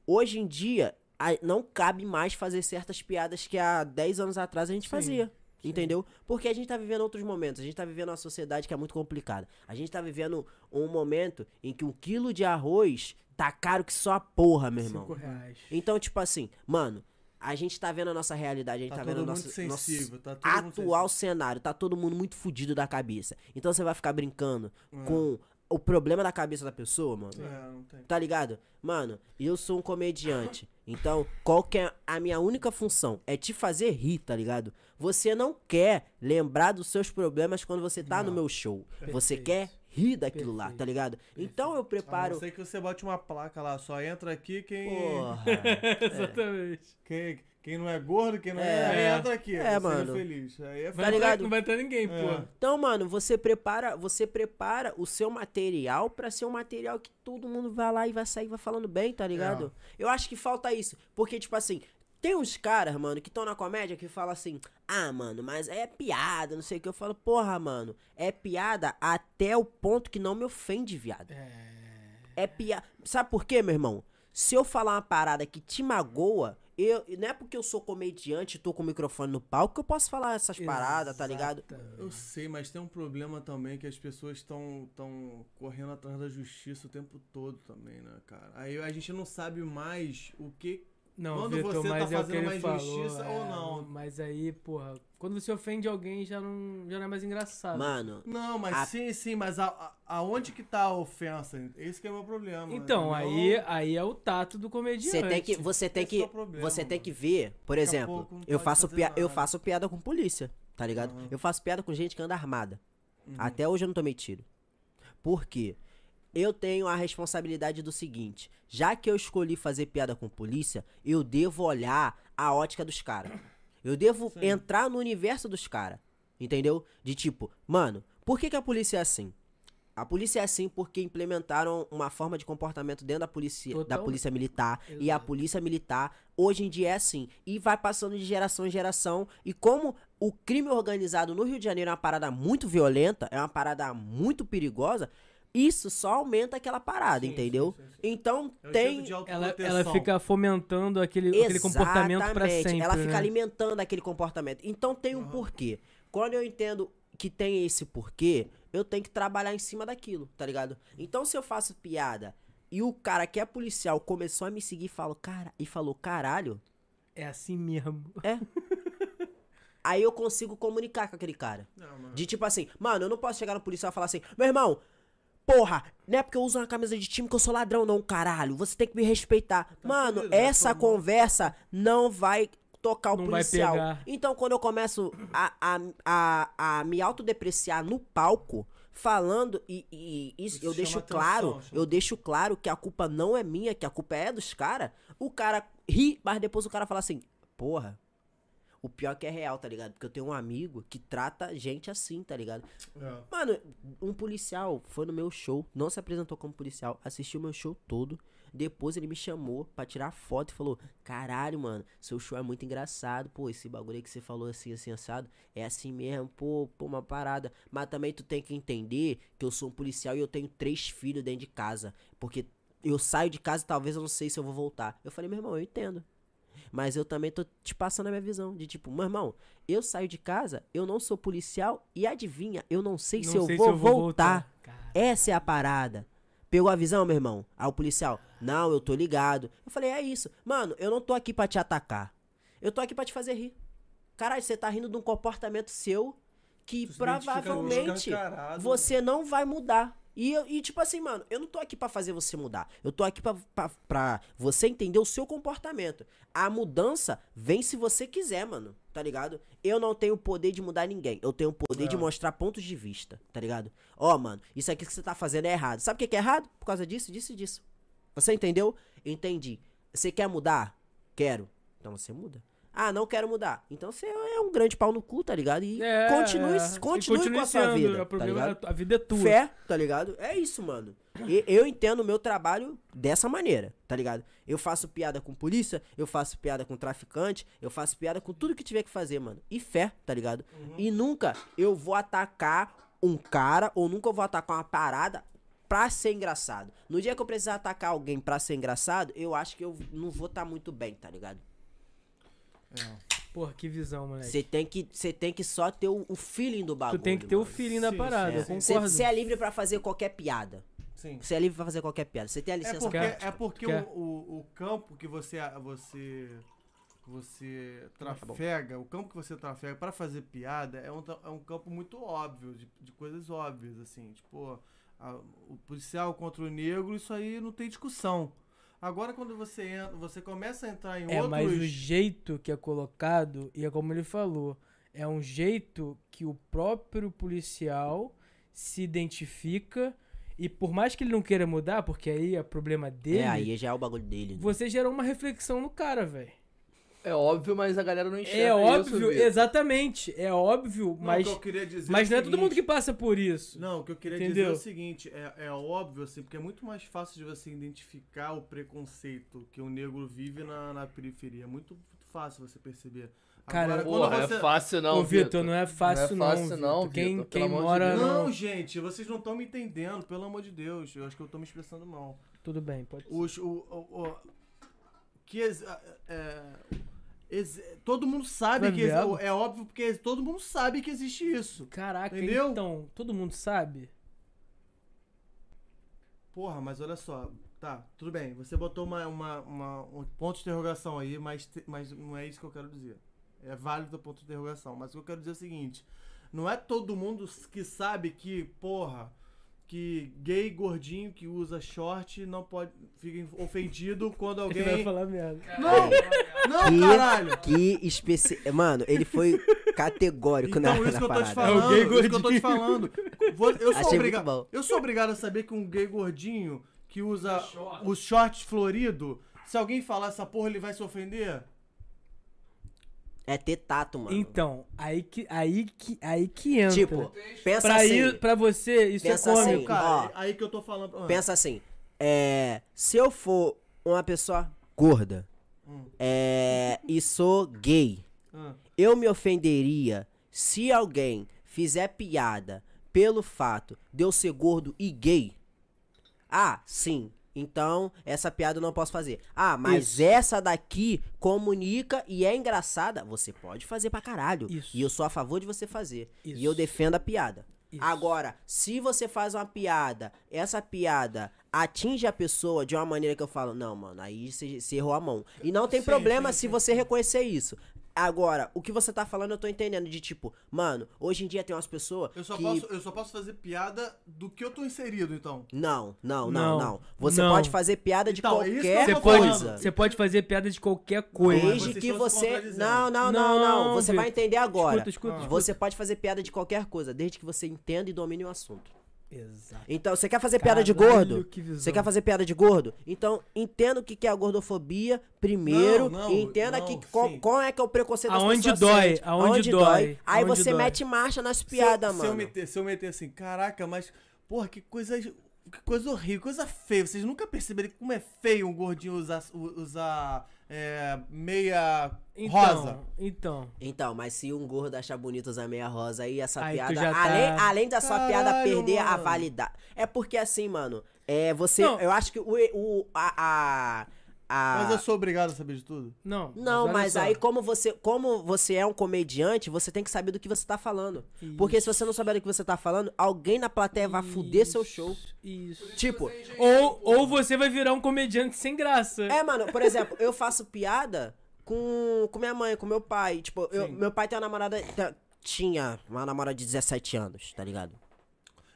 Speaker 3: hoje em dia a- não cabe mais fazer certas piadas que há 10 anos atrás a gente
Speaker 1: Sim.
Speaker 3: fazia. Entendeu? Porque a gente tá vivendo outros momentos. A gente tá vivendo uma sociedade que é muito complicada. A gente tá vivendo um momento em que um quilo de arroz tá caro que só a porra, meu irmão.
Speaker 1: Cinco reais.
Speaker 3: Então, tipo assim, mano, a gente tá vendo a nossa realidade, a gente
Speaker 2: Tá
Speaker 3: tá, vendo o
Speaker 2: todo mundo
Speaker 3: nosso,
Speaker 2: sensível,
Speaker 3: nosso
Speaker 2: tá todo mundo
Speaker 3: atual cenário, tá todo mundo muito fudido da cabeça. Então você vai ficar brincando com o problema da cabeça da pessoa, mano.
Speaker 2: Hum. É, não tem.
Speaker 3: Tá ligado? Mano, eu sou um comediante. Então, qual que é a minha única função? É te fazer rir, tá ligado? Você não quer lembrar dos seus problemas quando você tá no meu show. Você
Speaker 1: Perfeito.
Speaker 3: quer rir daquilo lá, tá
Speaker 1: Perfeito.
Speaker 3: ligado? Então eu
Speaker 2: A
Speaker 3: preparo.
Speaker 2: não ser que você bote uma placa lá, só entra aqui quem.
Speaker 3: Porra.
Speaker 1: Exatamente.
Speaker 2: Quem, quem não é gordo, quem não é.
Speaker 1: É.
Speaker 2: entra aqui.
Speaker 3: É,
Speaker 2: você
Speaker 3: mano.
Speaker 2: feliz. Aí é
Speaker 1: Vai
Speaker 3: Tá
Speaker 1: entrar-
Speaker 3: ligado?
Speaker 1: Não vai ter
Speaker 2: É.
Speaker 1: ninguém, pô.
Speaker 3: Então, mano, você prepara, você prepara o seu material pra ser um material que todo mundo vai lá e vai sair vai falando bem, tá ligado? Eu acho que falta isso, porque tipo assim, tem uns caras, mano, que estão na comédia que falam assim: "Ah, mano, mas é piada, não sei o que". Eu falo: "Porra, mano, é piada até o ponto que não me ofende, viado". É piada. Sabe por quê, meu irmão? Se eu falar uma parada que te magoa, eu, não é porque eu sou comediante e tô com o microfone no palco que eu posso falar essas paradas, tá ligado?
Speaker 2: Eu sei, mas tem um problema também que as pessoas estão tão correndo atrás da justiça o tempo todo também, né, cara? Aí a gente não sabe mais o que.
Speaker 1: Não,
Speaker 2: Quando
Speaker 1: Vitor,
Speaker 2: você tá
Speaker 1: mas é o que
Speaker 2: fazendo
Speaker 1: ele
Speaker 2: mais
Speaker 1: falou,
Speaker 2: justiça ou
Speaker 1: é,
Speaker 2: não.
Speaker 1: Mas aí, porra, quando você ofende alguém, já não, já não é mais engraçado.
Speaker 3: Mano,
Speaker 2: Não, mas
Speaker 3: A-
Speaker 2: sim, sim, mas a, a- aonde que tá a ofensa? Esse que é o meu problema.
Speaker 1: então,
Speaker 2: entendeu?
Speaker 1: aí, aí é o tato do comediante.
Speaker 3: Você tem que, você tem
Speaker 2: Esse
Speaker 3: que,
Speaker 2: é o problema,
Speaker 3: você tem
Speaker 2: mano.
Speaker 3: que ver, por
Speaker 2: Daqui a
Speaker 3: exemplo,
Speaker 2: pouco não
Speaker 3: eu
Speaker 2: pode
Speaker 3: faço,
Speaker 2: fazer
Speaker 3: pia- eu
Speaker 2: nada.
Speaker 3: faço piada com polícia, tá ligado?
Speaker 2: Aham. Uhum.
Speaker 3: Eu faço piada com gente que anda armada. Até hoje eu não tomei tiro. Por quê? Eu tenho a responsabilidade do seguinte: já que eu escolhi fazer piada com polícia, eu devo olhar a ótica dos caras. Eu devo
Speaker 2: Sim.
Speaker 3: entrar no universo dos caras. Entendeu? De tipo, mano, por que, que a polícia é assim? A polícia é assim porque implementaram uma forma de comportamento dentro da polícia, da
Speaker 1: Totalmente.
Speaker 3: polícia militar. E a
Speaker 1: Exato.
Speaker 3: polícia militar hoje em dia é assim. E vai passando de geração em geração. E como o crime organizado no Rio de Janeiro é uma parada muito violenta, é uma parada muito perigosa, isso só aumenta aquela parada,
Speaker 2: Sim,
Speaker 3: entendeu?
Speaker 2: sim, sim, sim.
Speaker 3: Então
Speaker 2: É o
Speaker 3: tem.
Speaker 2: jeito de
Speaker 1: Ela,
Speaker 2: autoproteção.
Speaker 1: ela fica fomentando aquele, aquele comportamento pra
Speaker 3: Exatamente.
Speaker 1: sempre.
Speaker 3: Ela fica
Speaker 1: né?
Speaker 3: alimentando aquele comportamento. Então tem um
Speaker 2: Aham.
Speaker 3: porquê. Quando eu entendo que tem esse porquê, eu tenho que trabalhar em cima daquilo, tá ligado? Então se eu faço piada e o cara que é policial começou a me seguir e falou, cara, e falou, caralho,
Speaker 1: É assim mesmo.
Speaker 3: aí eu consigo comunicar com aquele cara.
Speaker 2: Não, mano. É.
Speaker 3: De tipo assim, mano, eu não posso chegar no policial e falar assim, meu irmão, porra, não é porque eu uso uma camisa de time que eu sou ladrão, não, caralho. Você tem que me respeitar.
Speaker 1: Tá
Speaker 3: mano,
Speaker 2: fudido, vai
Speaker 3: essa
Speaker 2: tomar.
Speaker 3: conversa não vai tocar o
Speaker 1: né? Não vai
Speaker 3: policial.
Speaker 1: pegar.
Speaker 3: Então, quando eu começo a, a, a, a me autodepreciar no palco, falando, e, e- e
Speaker 2: Isso
Speaker 3: isso eu
Speaker 2: chama
Speaker 3: deixo
Speaker 2: atenção,
Speaker 3: claro,
Speaker 2: chama
Speaker 3: eu deixo claro que a culpa não é minha, que a culpa é dos caras, o cara ri, mas depois o cara fala assim, porra. O pior é que é real, tá ligado? Porque eu tenho um amigo que trata gente assim, tá ligado?
Speaker 2: É.
Speaker 3: Mano, um policial foi no meu show, não se apresentou como policial, assistiu meu show todo. Depois ele me chamou pra tirar foto e falou: Caralho, mano, seu show é muito engraçado. Pô, esse bagulho aí que você falou assim, assim, assado, é assim mesmo, pô, pô, uma parada. Mas também tu tem que entender que eu sou um policial e eu tenho três filhos dentro de casa. Porque eu saio de casa e talvez eu não sei se eu vou voltar. Eu falei, meu irmão, eu entendo. Mas eu também tô te passando a minha visão. De tipo, meu irmão, eu saio de casa, eu não sou policial e adivinha, eu não sei,
Speaker 1: Não
Speaker 3: se, eu
Speaker 1: sei
Speaker 3: vou voltar.
Speaker 1: voltar. Cara,
Speaker 3: Essa é a parada. Pegou a visão, meu irmão? Aí o policial, não, eu tô ligado. Eu falei, é isso. Mano, eu não tô aqui pra te atacar. Eu tô aqui pra te fazer rir. Caralho, você tá rindo de um comportamento seu que
Speaker 2: Tu se identifica um
Speaker 3: provavelmente
Speaker 2: como escancarado,
Speaker 3: você não vai mudar. E, eu- e tipo assim, mano, eu não tô aqui pra fazer você mudar. Eu tô aqui pra, pra, pra você entender o seu comportamento. A mudança vem se você quiser, mano. Tá ligado? Eu não tenho o poder de mudar ninguém. Eu tenho o poder de mostrar pontos de vista. Tá ligado? Ó, mano, isso aqui que você tá fazendo é errado. Sabe o que que é errado? Por causa disso, disso e disso. Você entendeu? Entendi. Você quer mudar? Quero. Então você muda. Ah, não quero mudar. Então você é um grande pau no cu, tá ligado? E
Speaker 1: É,
Speaker 3: continue,
Speaker 1: é. E
Speaker 3: continue com a sua
Speaker 1: sendo,
Speaker 3: vida.
Speaker 1: o
Speaker 3: Tá
Speaker 1: problema é
Speaker 3: ligado?
Speaker 1: tu- a vida é tua.
Speaker 3: Fé, tá ligado? É isso, mano. E- eu entendo o meu trabalho dessa maneira, tá ligado? Eu faço piada com polícia, eu faço piada com traficante, eu faço piada com tudo que tiver que fazer, mano. E fé, tá ligado?
Speaker 1: Uhum.
Speaker 3: E nunca eu vou atacar um cara ou nunca eu vou atacar uma parada pra ser engraçado. No dia que eu precisar atacar alguém tá pra ser engraçado, eu acho que eu não vou estar muito bem, tá ligado?
Speaker 1: Porra, que visão, moleque.
Speaker 3: Você tem que, você tem que só ter o, o feeling do
Speaker 1: É. tu
Speaker 3: bagulho.
Speaker 1: tem que ter o
Speaker 3: mano.
Speaker 1: feeling da
Speaker 2: Sim,
Speaker 1: parada,
Speaker 2: sim,
Speaker 1: eu
Speaker 2: sim.
Speaker 1: concordo.
Speaker 3: Você você é livre pra fazer qualquer piada.
Speaker 2: Sim.
Speaker 3: Você é livre pra fazer qualquer piada. Você tem a
Speaker 2: É
Speaker 3: licença
Speaker 2: porque,
Speaker 1: poética.
Speaker 2: é porque
Speaker 1: Quer?
Speaker 2: o, o, o campo que você você você
Speaker 1: tá
Speaker 2: trafega, o campo que você trafega pra fazer piada é um, tra- é um campo muito óbvio, de, de coisas óbvias, assim, tipo, a- o policial contra o negro, isso aí não tem discussão. Agora quando você entra, você começa a entrar em
Speaker 1: É,
Speaker 2: outros
Speaker 1: mas o jeito que é colocado, e é como ele falou, é um jeito que o próprio policial se identifica e por mais que ele não queira mudar, porque aí é problema dele,
Speaker 3: É, aí já é o bagulho dele. né?
Speaker 1: você gerou uma reflexão no cara, velho.
Speaker 5: É óbvio, mas a galera não enxerga.
Speaker 1: É
Speaker 5: isso,
Speaker 1: óbvio,
Speaker 5: Vitor.
Speaker 1: exatamente, é óbvio,
Speaker 2: Não,
Speaker 1: mas
Speaker 2: o que eu queria dizer
Speaker 1: mas
Speaker 2: é
Speaker 1: não
Speaker 2: o
Speaker 1: é todo mundo
Speaker 2: seguinte,
Speaker 1: que passa por isso.
Speaker 2: Não, o que eu queria dizer é
Speaker 1: Entendeu?
Speaker 2: o seguinte, é, é óbvio, assim, porque é muito mais fácil de você identificar o preconceito que o negro vive na, na periferia. É muito, muito fácil você perceber.
Speaker 1: Cara,
Speaker 2: Agora, quando
Speaker 5: Porra,
Speaker 2: você...
Speaker 5: é fácil não,
Speaker 1: Ô, Vitor, não é fácil não.
Speaker 5: Não é fácil não,
Speaker 1: Vitor. Quem,
Speaker 5: Vitor,
Speaker 1: quem
Speaker 5: pelo amor de
Speaker 1: mora.
Speaker 5: Deus.
Speaker 1: no-
Speaker 2: Não, gente, vocês não estão me entendendo, pelo amor de Deus. Eu acho que eu tô me expressando mal.
Speaker 1: Tudo bem, pode ser.
Speaker 2: Os, o, o, o- que ex- a- é, ex- todo mundo sabe
Speaker 1: Mas
Speaker 2: que... ex-
Speaker 1: viado.
Speaker 2: É óbvio, porque todo mundo sabe que existe isso.
Speaker 1: Caraca,
Speaker 2: Entendeu?
Speaker 1: então, todo mundo sabe?
Speaker 2: Porra, mas olha só. Tá, tudo bem. Você botou uma, uma, uma- um ponto de interrogação aí, mas, te- mas não é isso que eu quero dizer. É válido o ponto de interrogação. Mas o que eu quero dizer é o seguinte: não é todo mundo s- que sabe que, porra, que gay gordinho que usa short não pode. fica ofendido quando
Speaker 1: Ele vai
Speaker 2: alguém.
Speaker 1: falar merda.
Speaker 2: Não! Não,
Speaker 3: Que-
Speaker 2: caralho!
Speaker 3: Que especi... Mano, ele foi categórico na,
Speaker 2: Então, isso
Speaker 3: na
Speaker 2: que eu tô
Speaker 3: parada.
Speaker 2: te falando,
Speaker 1: É o gay
Speaker 2: isso que eu tô te falando. Vou- eu,
Speaker 3: Achei
Speaker 2: sou
Speaker 3: muito
Speaker 2: obriga-
Speaker 3: bom.
Speaker 2: eu sou obrigado a saber que um gay gordinho que usa
Speaker 4: Short.
Speaker 2: o short florido, se alguém falar essa porra, ele vai se ofender?
Speaker 3: É ter tato, mano.
Speaker 1: Então, aí que, aí que, aí que entra.
Speaker 3: tipo, pensa
Speaker 1: pra,
Speaker 3: assim.
Speaker 1: ir, pra você, isso
Speaker 3: Pensa
Speaker 1: é
Speaker 3: assim,
Speaker 1: cômico.
Speaker 2: Então, cara,
Speaker 3: ó,
Speaker 2: é aí que eu tô falando. Ah,
Speaker 3: Pensa assim. É, se eu for uma pessoa gorda
Speaker 2: Hum.
Speaker 3: é, e sou gay,
Speaker 2: ah.
Speaker 3: eu me ofenderia se alguém fizer piada pelo fato de eu ser gordo e gay. Ah, sim. Então, essa piada eu não posso fazer. Ah, mas
Speaker 1: Isso.
Speaker 3: essa daqui comunica e é engraçada. Você pode fazer pra caralho.
Speaker 1: Isso.
Speaker 3: E eu sou a favor de você fazer. E eu
Speaker 1: Isso.
Speaker 3: defendo a piada.
Speaker 1: Isso.
Speaker 3: Agora, se você faz uma piada, essa piada atinge a pessoa de uma maneira que eu falo, não, mano, aí você você errou a mão. E não tem
Speaker 2: Sim,
Speaker 3: problema
Speaker 2: sim,
Speaker 3: se
Speaker 2: sim,
Speaker 3: você reconhecer isso. Agora, o que você tá falando eu tô entendendo, de tipo, mano, hoje em dia tem umas pessoas
Speaker 2: Eu só,
Speaker 3: que...
Speaker 2: posso, eu só posso fazer piada do que eu tô inserido, então.
Speaker 3: Não, não,
Speaker 1: Não,
Speaker 3: não, não. Você
Speaker 1: não.
Speaker 3: pode fazer piada de
Speaker 2: Então, é isso que eu
Speaker 3: qualquer
Speaker 1: Você
Speaker 2: tô
Speaker 1: pode,
Speaker 3: coisa.
Speaker 2: falando.
Speaker 1: você pode fazer piada de qualquer coisa.
Speaker 2: Mas
Speaker 3: Desde
Speaker 2: vocês
Speaker 3: que
Speaker 2: estão se
Speaker 3: você.
Speaker 2: contradizendo.
Speaker 3: Não, não, não, não.
Speaker 1: Não,
Speaker 3: Você vai
Speaker 1: Vitor.
Speaker 3: entender agora. Ah.
Speaker 1: Escuta, escuta, escuta.
Speaker 3: Você pode fazer piada de qualquer coisa, desde que você entenda e domine o assunto.
Speaker 1: Exato.
Speaker 3: Então, você quer fazer piada de
Speaker 1: Caralho,
Speaker 3: gordo?
Speaker 1: que visão.
Speaker 3: Você quer fazer piada de gordo? Então, entenda o que que é a gordofobia primeiro.
Speaker 2: Não, não,
Speaker 3: e entenda
Speaker 2: não,
Speaker 3: que,
Speaker 2: sim.
Speaker 3: qual, qual é que é o preconceito das
Speaker 1: Aonde
Speaker 3: pessoas
Speaker 1: dói,
Speaker 3: sentem.
Speaker 1: aonde dói,
Speaker 3: Aí
Speaker 1: aonde
Speaker 3: você
Speaker 1: dói.
Speaker 3: mete marcha nas
Speaker 2: Se eu-
Speaker 3: piadas,
Speaker 2: se eu,
Speaker 3: mano.
Speaker 2: meter, se eu meter assim, caraca, mas, porra, que coisa, que coisa horrível, coisa feia. Vocês nunca perceberam como é feio um gordinho usar, usar é, meia
Speaker 1: Então,
Speaker 2: rosa?
Speaker 1: Então,
Speaker 3: Então, mas se um gordo achar bonito usar meia rosa aí, essa
Speaker 1: Aí tu
Speaker 3: piada.
Speaker 1: já tá-
Speaker 3: Além, além da sua piada
Speaker 2: Caralho,
Speaker 3: perder a
Speaker 2: mano.
Speaker 3: validade. É porque assim, mano, é você.
Speaker 1: Não.
Speaker 3: Eu acho que o. o a, a, a-
Speaker 2: Mas eu sou obrigado a saber de tudo?
Speaker 1: não.
Speaker 3: Não,
Speaker 1: olha
Speaker 3: mas
Speaker 1: só.
Speaker 3: aí como você, como você é um comediante, você tem que saber do que você tá falando. Porque se você não souber do que você tá falando, alguém na plateia vai fuder seu show.
Speaker 1: Isso.
Speaker 3: Tipo,
Speaker 1: Ou, ou você vai virar um comediante sem graça.
Speaker 3: é, mano, por exemplo, eu faço piada com, com minha mãe, com meu pai. Tipo, eu- meu pai tem uma namorada. tá- Tinha uma namorada de 17 anos, tá ligado?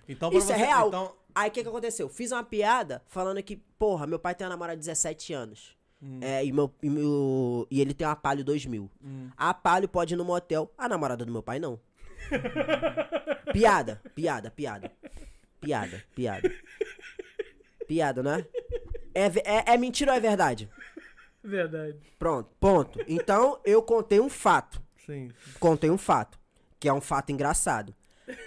Speaker 2: Então, pra
Speaker 3: Isso é
Speaker 2: você-
Speaker 3: real.
Speaker 2: Então,
Speaker 3: Aí o que, que aconteceu? Fiz uma piada falando que, porra, meu pai tem uma namorada de 17 anos. É, e, meu, e, meu- e ele tem um uma Palio 2000. A Palio pode ir no motel, a namorada do meu pai não. piada, piada, piada. Piada, piada. Piada, né? É, ve- é, é mentira ou é verdade?
Speaker 1: Verdade.
Speaker 3: Pronto, ponto. Então eu contei um fato
Speaker 2: sim.
Speaker 3: contei um fato, que é um fato engraçado.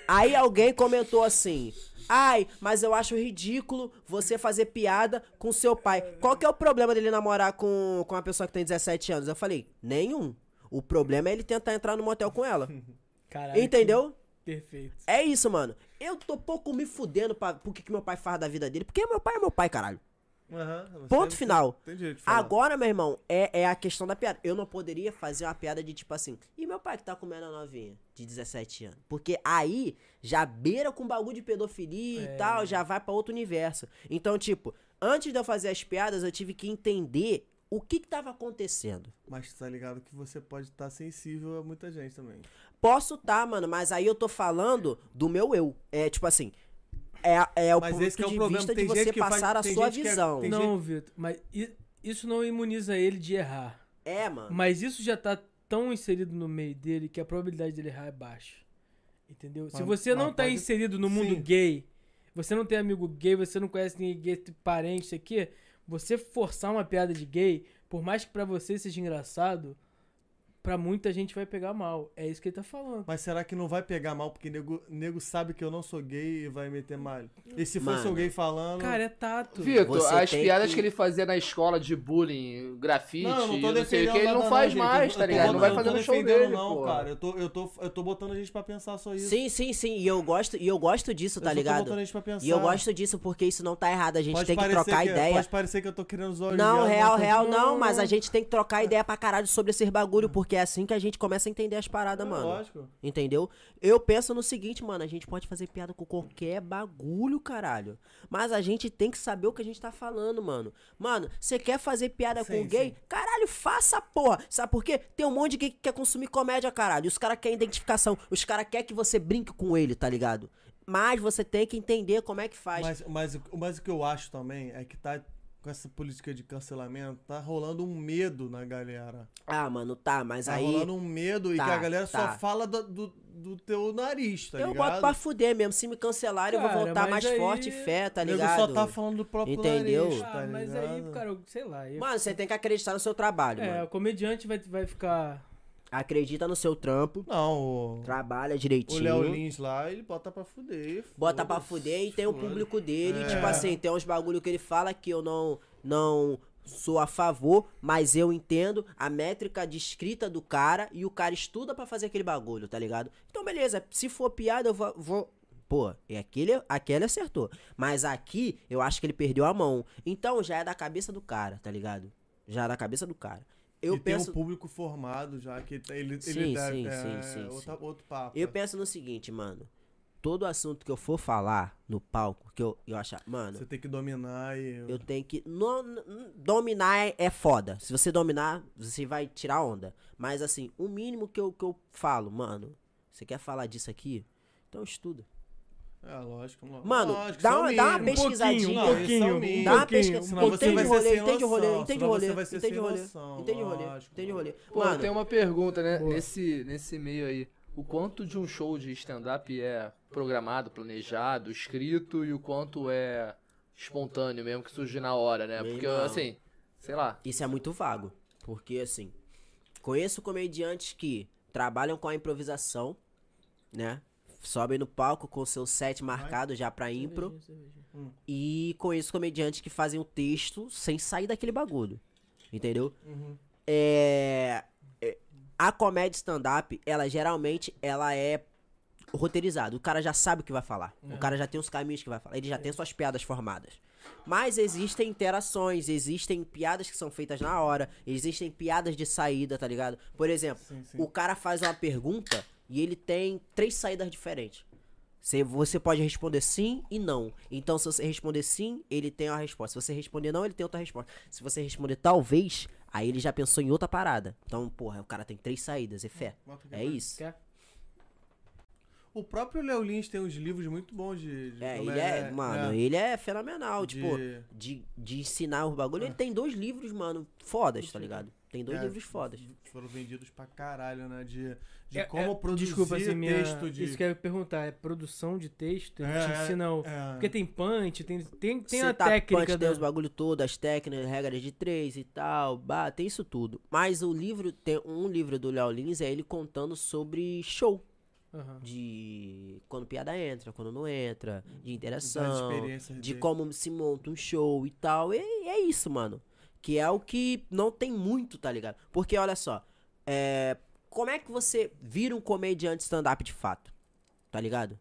Speaker 3: Aí alguém comentou assim: "Ai, mas eu acho ridículo você fazer piada com seu pai. Qual que é o problema dele namorar com, com uma pessoa que tem 17 anos?" Eu falei: "Nenhum. O problema é ele tentar entrar no motel com ela."
Speaker 1: Caralho.
Speaker 3: Entendeu?
Speaker 1: que Perfeito.
Speaker 3: É isso, mano. Eu tô pouco me fudendo pra, pro que, que meu pai faz da vida dele, porque meu pai é meu pai, caralho.
Speaker 2: Aham, você
Speaker 3: Ponto
Speaker 2: não
Speaker 3: final.
Speaker 2: Tem direito de falar.
Speaker 3: Agora, meu irmão, é, é a questão da piada. Eu não poderia fazer uma piada de tipo assim, e meu pai que tá comendo a novinha de 17 anos. Porque aí já beira com um bagulho de pedofilia
Speaker 2: É.
Speaker 3: e tal, já vai pra outro universo. Então, tipo, antes de eu fazer as piadas, eu tive que entender o que que tava acontecendo.
Speaker 2: Mas tá ligado que você pode estar sensível a muita gente também.
Speaker 3: Posso tá, mano, mas aí eu tô falando do meu eu. É tipo assim, é, é o
Speaker 2: Mas
Speaker 3: ponto
Speaker 2: esse que é o
Speaker 3: de
Speaker 2: problema,
Speaker 3: vista de
Speaker 2: tem gente
Speaker 3: você
Speaker 2: que faz-
Speaker 3: passar
Speaker 2: tem
Speaker 3: a sua
Speaker 2: gente que é-
Speaker 3: visão.
Speaker 2: tem-
Speaker 1: Não, Vitor, mas i- isso não imuniza ele de errar.
Speaker 3: É, mano.
Speaker 1: Mas isso já tá tão inserido no meio dele que a probabilidade dele errar é baixa. Entendeu? Se
Speaker 2: Mas-
Speaker 1: você não
Speaker 2: mas
Speaker 1: tá
Speaker 2: pode-
Speaker 1: inserido no mundo
Speaker 2: Sim.
Speaker 1: gay, você não tem amigo gay, você não conhece ninguém gay, tem parente, isso aqui, você forçar uma piada de gay, por mais que pra você seja engraçado, pra muita gente vai pegar mal. É isso que ele tá falando.
Speaker 2: Mas será que não vai pegar mal porque nego, nego sabe que eu não sou gay e vai meter mal? E se fosse
Speaker 3: Mano.
Speaker 2: alguém falando.
Speaker 1: Cara, é tato.
Speaker 5: Vitor,
Speaker 3: Você
Speaker 5: as
Speaker 3: tem
Speaker 5: piadas
Speaker 3: que-
Speaker 5: que... ele fazia na escola de bullying, grafite,
Speaker 2: Não, eu não tô
Speaker 5: não sei o
Speaker 2: defendendo
Speaker 5: que, ele
Speaker 2: nada,
Speaker 5: não faz
Speaker 2: gente.
Speaker 5: mais,
Speaker 2: Eu
Speaker 5: tá
Speaker 2: tô
Speaker 5: ligado? Não vai
Speaker 2: botando-
Speaker 5: fazer
Speaker 2: eu
Speaker 5: no
Speaker 2: tô
Speaker 5: show
Speaker 2: defendendo,
Speaker 5: dele,
Speaker 2: Não,
Speaker 5: pô.
Speaker 2: cara, eu tô, eu, tô, eu tô botando a gente pra pensar só isso.
Speaker 3: Sim, sim, sim, e eu gosto, e eu gosto disso,
Speaker 2: eu
Speaker 3: tá
Speaker 2: só
Speaker 3: ligado?
Speaker 2: Tô botando a gente pra pensar.
Speaker 3: E eu gosto disso porque isso não tá errado. A gente
Speaker 2: Pode
Speaker 3: tem que
Speaker 2: parecer
Speaker 3: trocar ideia.
Speaker 2: Pode parecer que é eu tô querendo zoar
Speaker 3: Não,
Speaker 2: o
Speaker 3: real, real, não, mas
Speaker 2: um.
Speaker 3: a gente tem que
Speaker 2: É.
Speaker 3: trocar ideia pra caralho sobre esses bagulho, porque é assim que a gente começa a entender as paradas, mano.
Speaker 2: É, Lógico.
Speaker 3: Entendeu? Eu penso no seguinte, mano, a gente pode fazer piada com qualquer bagulho, caralho. Mas a gente tem que saber o que a gente tá falando, mano. Mano, você quer fazer piada
Speaker 2: Sim,
Speaker 3: com gay?
Speaker 2: sim.
Speaker 3: Caralho, faça, porra. Sabe por quê? Tem um monte de gay que quer consumir comédia, caralho. Os caras querem identificação. Os caras querem que você brinque com ele, tá ligado? Mas você tem que entender como é que faz.
Speaker 2: Mas, mas, o- mas o que eu acho também é que tá com essa política de cancelamento, tá rolando um medo na galera.
Speaker 3: Ah, mano, tá, mas
Speaker 2: Tá
Speaker 3: aí.
Speaker 2: rolando um medo e
Speaker 3: Tá,
Speaker 2: que a galera
Speaker 3: tá.
Speaker 2: só fala do, do, do teu nariz, tá
Speaker 3: eu
Speaker 2: ligado?
Speaker 3: boto pra fuder mesmo. Se me cancelarem, eu
Speaker 1: Cara,
Speaker 3: vou voltar
Speaker 1: mas
Speaker 3: mais
Speaker 1: aí-
Speaker 3: forte, fé, tá
Speaker 2: O nego
Speaker 3: ligado?
Speaker 2: só tá falando do próprio
Speaker 3: Entendeu?
Speaker 2: nariz, tá
Speaker 1: Ah, mas
Speaker 2: ligado?
Speaker 1: aí, cara, eu- sei lá. eu-
Speaker 3: Mano, você tem que acreditar no seu trabalho,
Speaker 1: é,
Speaker 3: mano.
Speaker 1: o comediante vai, vai ficar.
Speaker 3: Acredita no seu trampo,
Speaker 2: Não, o-
Speaker 3: trabalha
Speaker 2: o Léo
Speaker 3: direitinho.
Speaker 2: Lins lá, ele bota pra fuder.
Speaker 3: Bota
Speaker 2: foda-se,
Speaker 3: pra fuder e tem o
Speaker 2: foda-se.
Speaker 3: público dele.
Speaker 2: É.
Speaker 3: Tipo assim, tem uns bagulho que ele fala que eu não, não sou a favor, mas eu entendo a métrica de escrita do cara e o cara estuda pra fazer aquele bagulho, tá ligado? Então, beleza, se for piada, eu vou. vou- Pô, e aquele, aquele acertou. Mas aqui, eu acho que ele perdeu a mão. Então, já é da cabeça do cara, tá ligado? Já é da cabeça do cara. Eu
Speaker 2: e
Speaker 3: penso.
Speaker 2: tem um público formado já, que tá- ele,
Speaker 3: Sim,
Speaker 2: ele dá
Speaker 3: sim,
Speaker 2: é,
Speaker 3: sim, sim,
Speaker 2: outra- outro papo.
Speaker 3: Eu penso no seguinte, mano. Todo assunto que eu for falar no palco, que eu, eu achar. Mano,
Speaker 2: Você tem que dominar e...
Speaker 3: eu tenho que. no- n- n- dominar é, é foda. Se você dominar, você vai tirar onda. Mas assim, o mínimo que eu, que eu falo, mano, você quer falar disso aqui? Então estuda.
Speaker 2: É, lógico. lo-
Speaker 3: Mano,
Speaker 2: lógico,
Speaker 3: dá
Speaker 2: isso é o
Speaker 3: uma- dá uma
Speaker 2: mínimo.
Speaker 3: pesquisa. pesquisadinha.
Speaker 2: Não,
Speaker 1: Um
Speaker 2: esse é o
Speaker 1: pouquinho, um pouquinho.
Speaker 2: mínimo.
Speaker 3: Dá uma
Speaker 1: um pouquinho.
Speaker 3: pesquisa.
Speaker 2: senão você
Speaker 3: Entende
Speaker 2: vai
Speaker 3: o
Speaker 2: ser
Speaker 3: rolê,
Speaker 2: sem
Speaker 3: entende o rolê,
Speaker 2: noção,
Speaker 3: entende o
Speaker 2: senão você
Speaker 3: rolê,
Speaker 2: vai ser
Speaker 3: entende
Speaker 2: sem
Speaker 3: o rolê,
Speaker 2: noção,
Speaker 3: entende o rolê,
Speaker 2: lógico.
Speaker 3: entende o rolê.
Speaker 5: Pô,
Speaker 3: Mano,
Speaker 5: tem uma pergunta, né? Nesse, nesse meio aí. O quanto de um show de stand-up é programado, planejado, escrito e o quanto é espontâneo mesmo, que surge na hora, né?
Speaker 3: Meu
Speaker 5: Porque,
Speaker 3: irmão.
Speaker 5: assim, sei lá.
Speaker 3: Isso é muito vago, porque assim, conheço comediantes que trabalham com a improvisação, né? Sobem no palco com seu set marcado já pra um impro. E conheço comediantes que fazem o texto sem sair daquele bagulho. Entendeu? É, é, A comédia stand-up, ela geralmente ela é roteirizada. O cara já sabe o que vai falar. O cara já tem os caminhos que vai falar. Ele já tem suas piadas formadas. Mas existem interações, existem piadas que são feitas na hora, existem piadas de saída, tá ligado? Por exemplo,
Speaker 2: Sim, sim.
Speaker 3: o cara faz uma pergunta e ele tem três saídas diferentes. Você, você pode responder sim e não. Então, se você responder sim, ele tem uma resposta. Se você responder não, ele tem outra resposta. Se você responder talvez, aí ele já pensou em outra parada. Então, porra, o cara tem três saídas, é fé.
Speaker 2: Bota aqui
Speaker 3: É
Speaker 2: pra-
Speaker 3: isso.
Speaker 1: Quer?
Speaker 2: O próprio Léo Lins tem uns livros muito bons de... de
Speaker 3: É,
Speaker 2: como
Speaker 3: ele é, mano, ele é fenomenal.
Speaker 2: De-
Speaker 3: Tipo, de, de ensinar os bagulho. Ele tem dois livros, mano, fodas, tá ligado? Tem dois
Speaker 2: É,
Speaker 3: livros fodas.
Speaker 2: Foram vendidos pra caralho, né? De, de
Speaker 1: É,
Speaker 2: como
Speaker 1: é,
Speaker 2: produzir
Speaker 1: desculpa, assim, minha,
Speaker 2: texto de...
Speaker 1: Isso que eu ia perguntar, é produção de texto? Ele
Speaker 2: É,
Speaker 1: te ensina o...
Speaker 2: é.
Speaker 1: Porque tem punch, tem, tem, tem a
Speaker 3: Setup tá punch,
Speaker 1: técnica
Speaker 3: tem
Speaker 1: da...
Speaker 3: os bagulho todo, as técnicas, regras de três e tal, bah, tem isso tudo. Mas o livro, tem um livro do Léo Lins, é ele contando sobre show.
Speaker 1: Aham.
Speaker 3: De quando piada entra, quando não entra, de
Speaker 2: das
Speaker 3: interação,
Speaker 2: experiências
Speaker 3: de
Speaker 2: dele.
Speaker 3: como se monta um show e tal. E e é isso, mano. Que é o que não tem muito, tá ligado? Porque olha só, é, como é que você vira um comediante stand-up de fato? Tá ligado?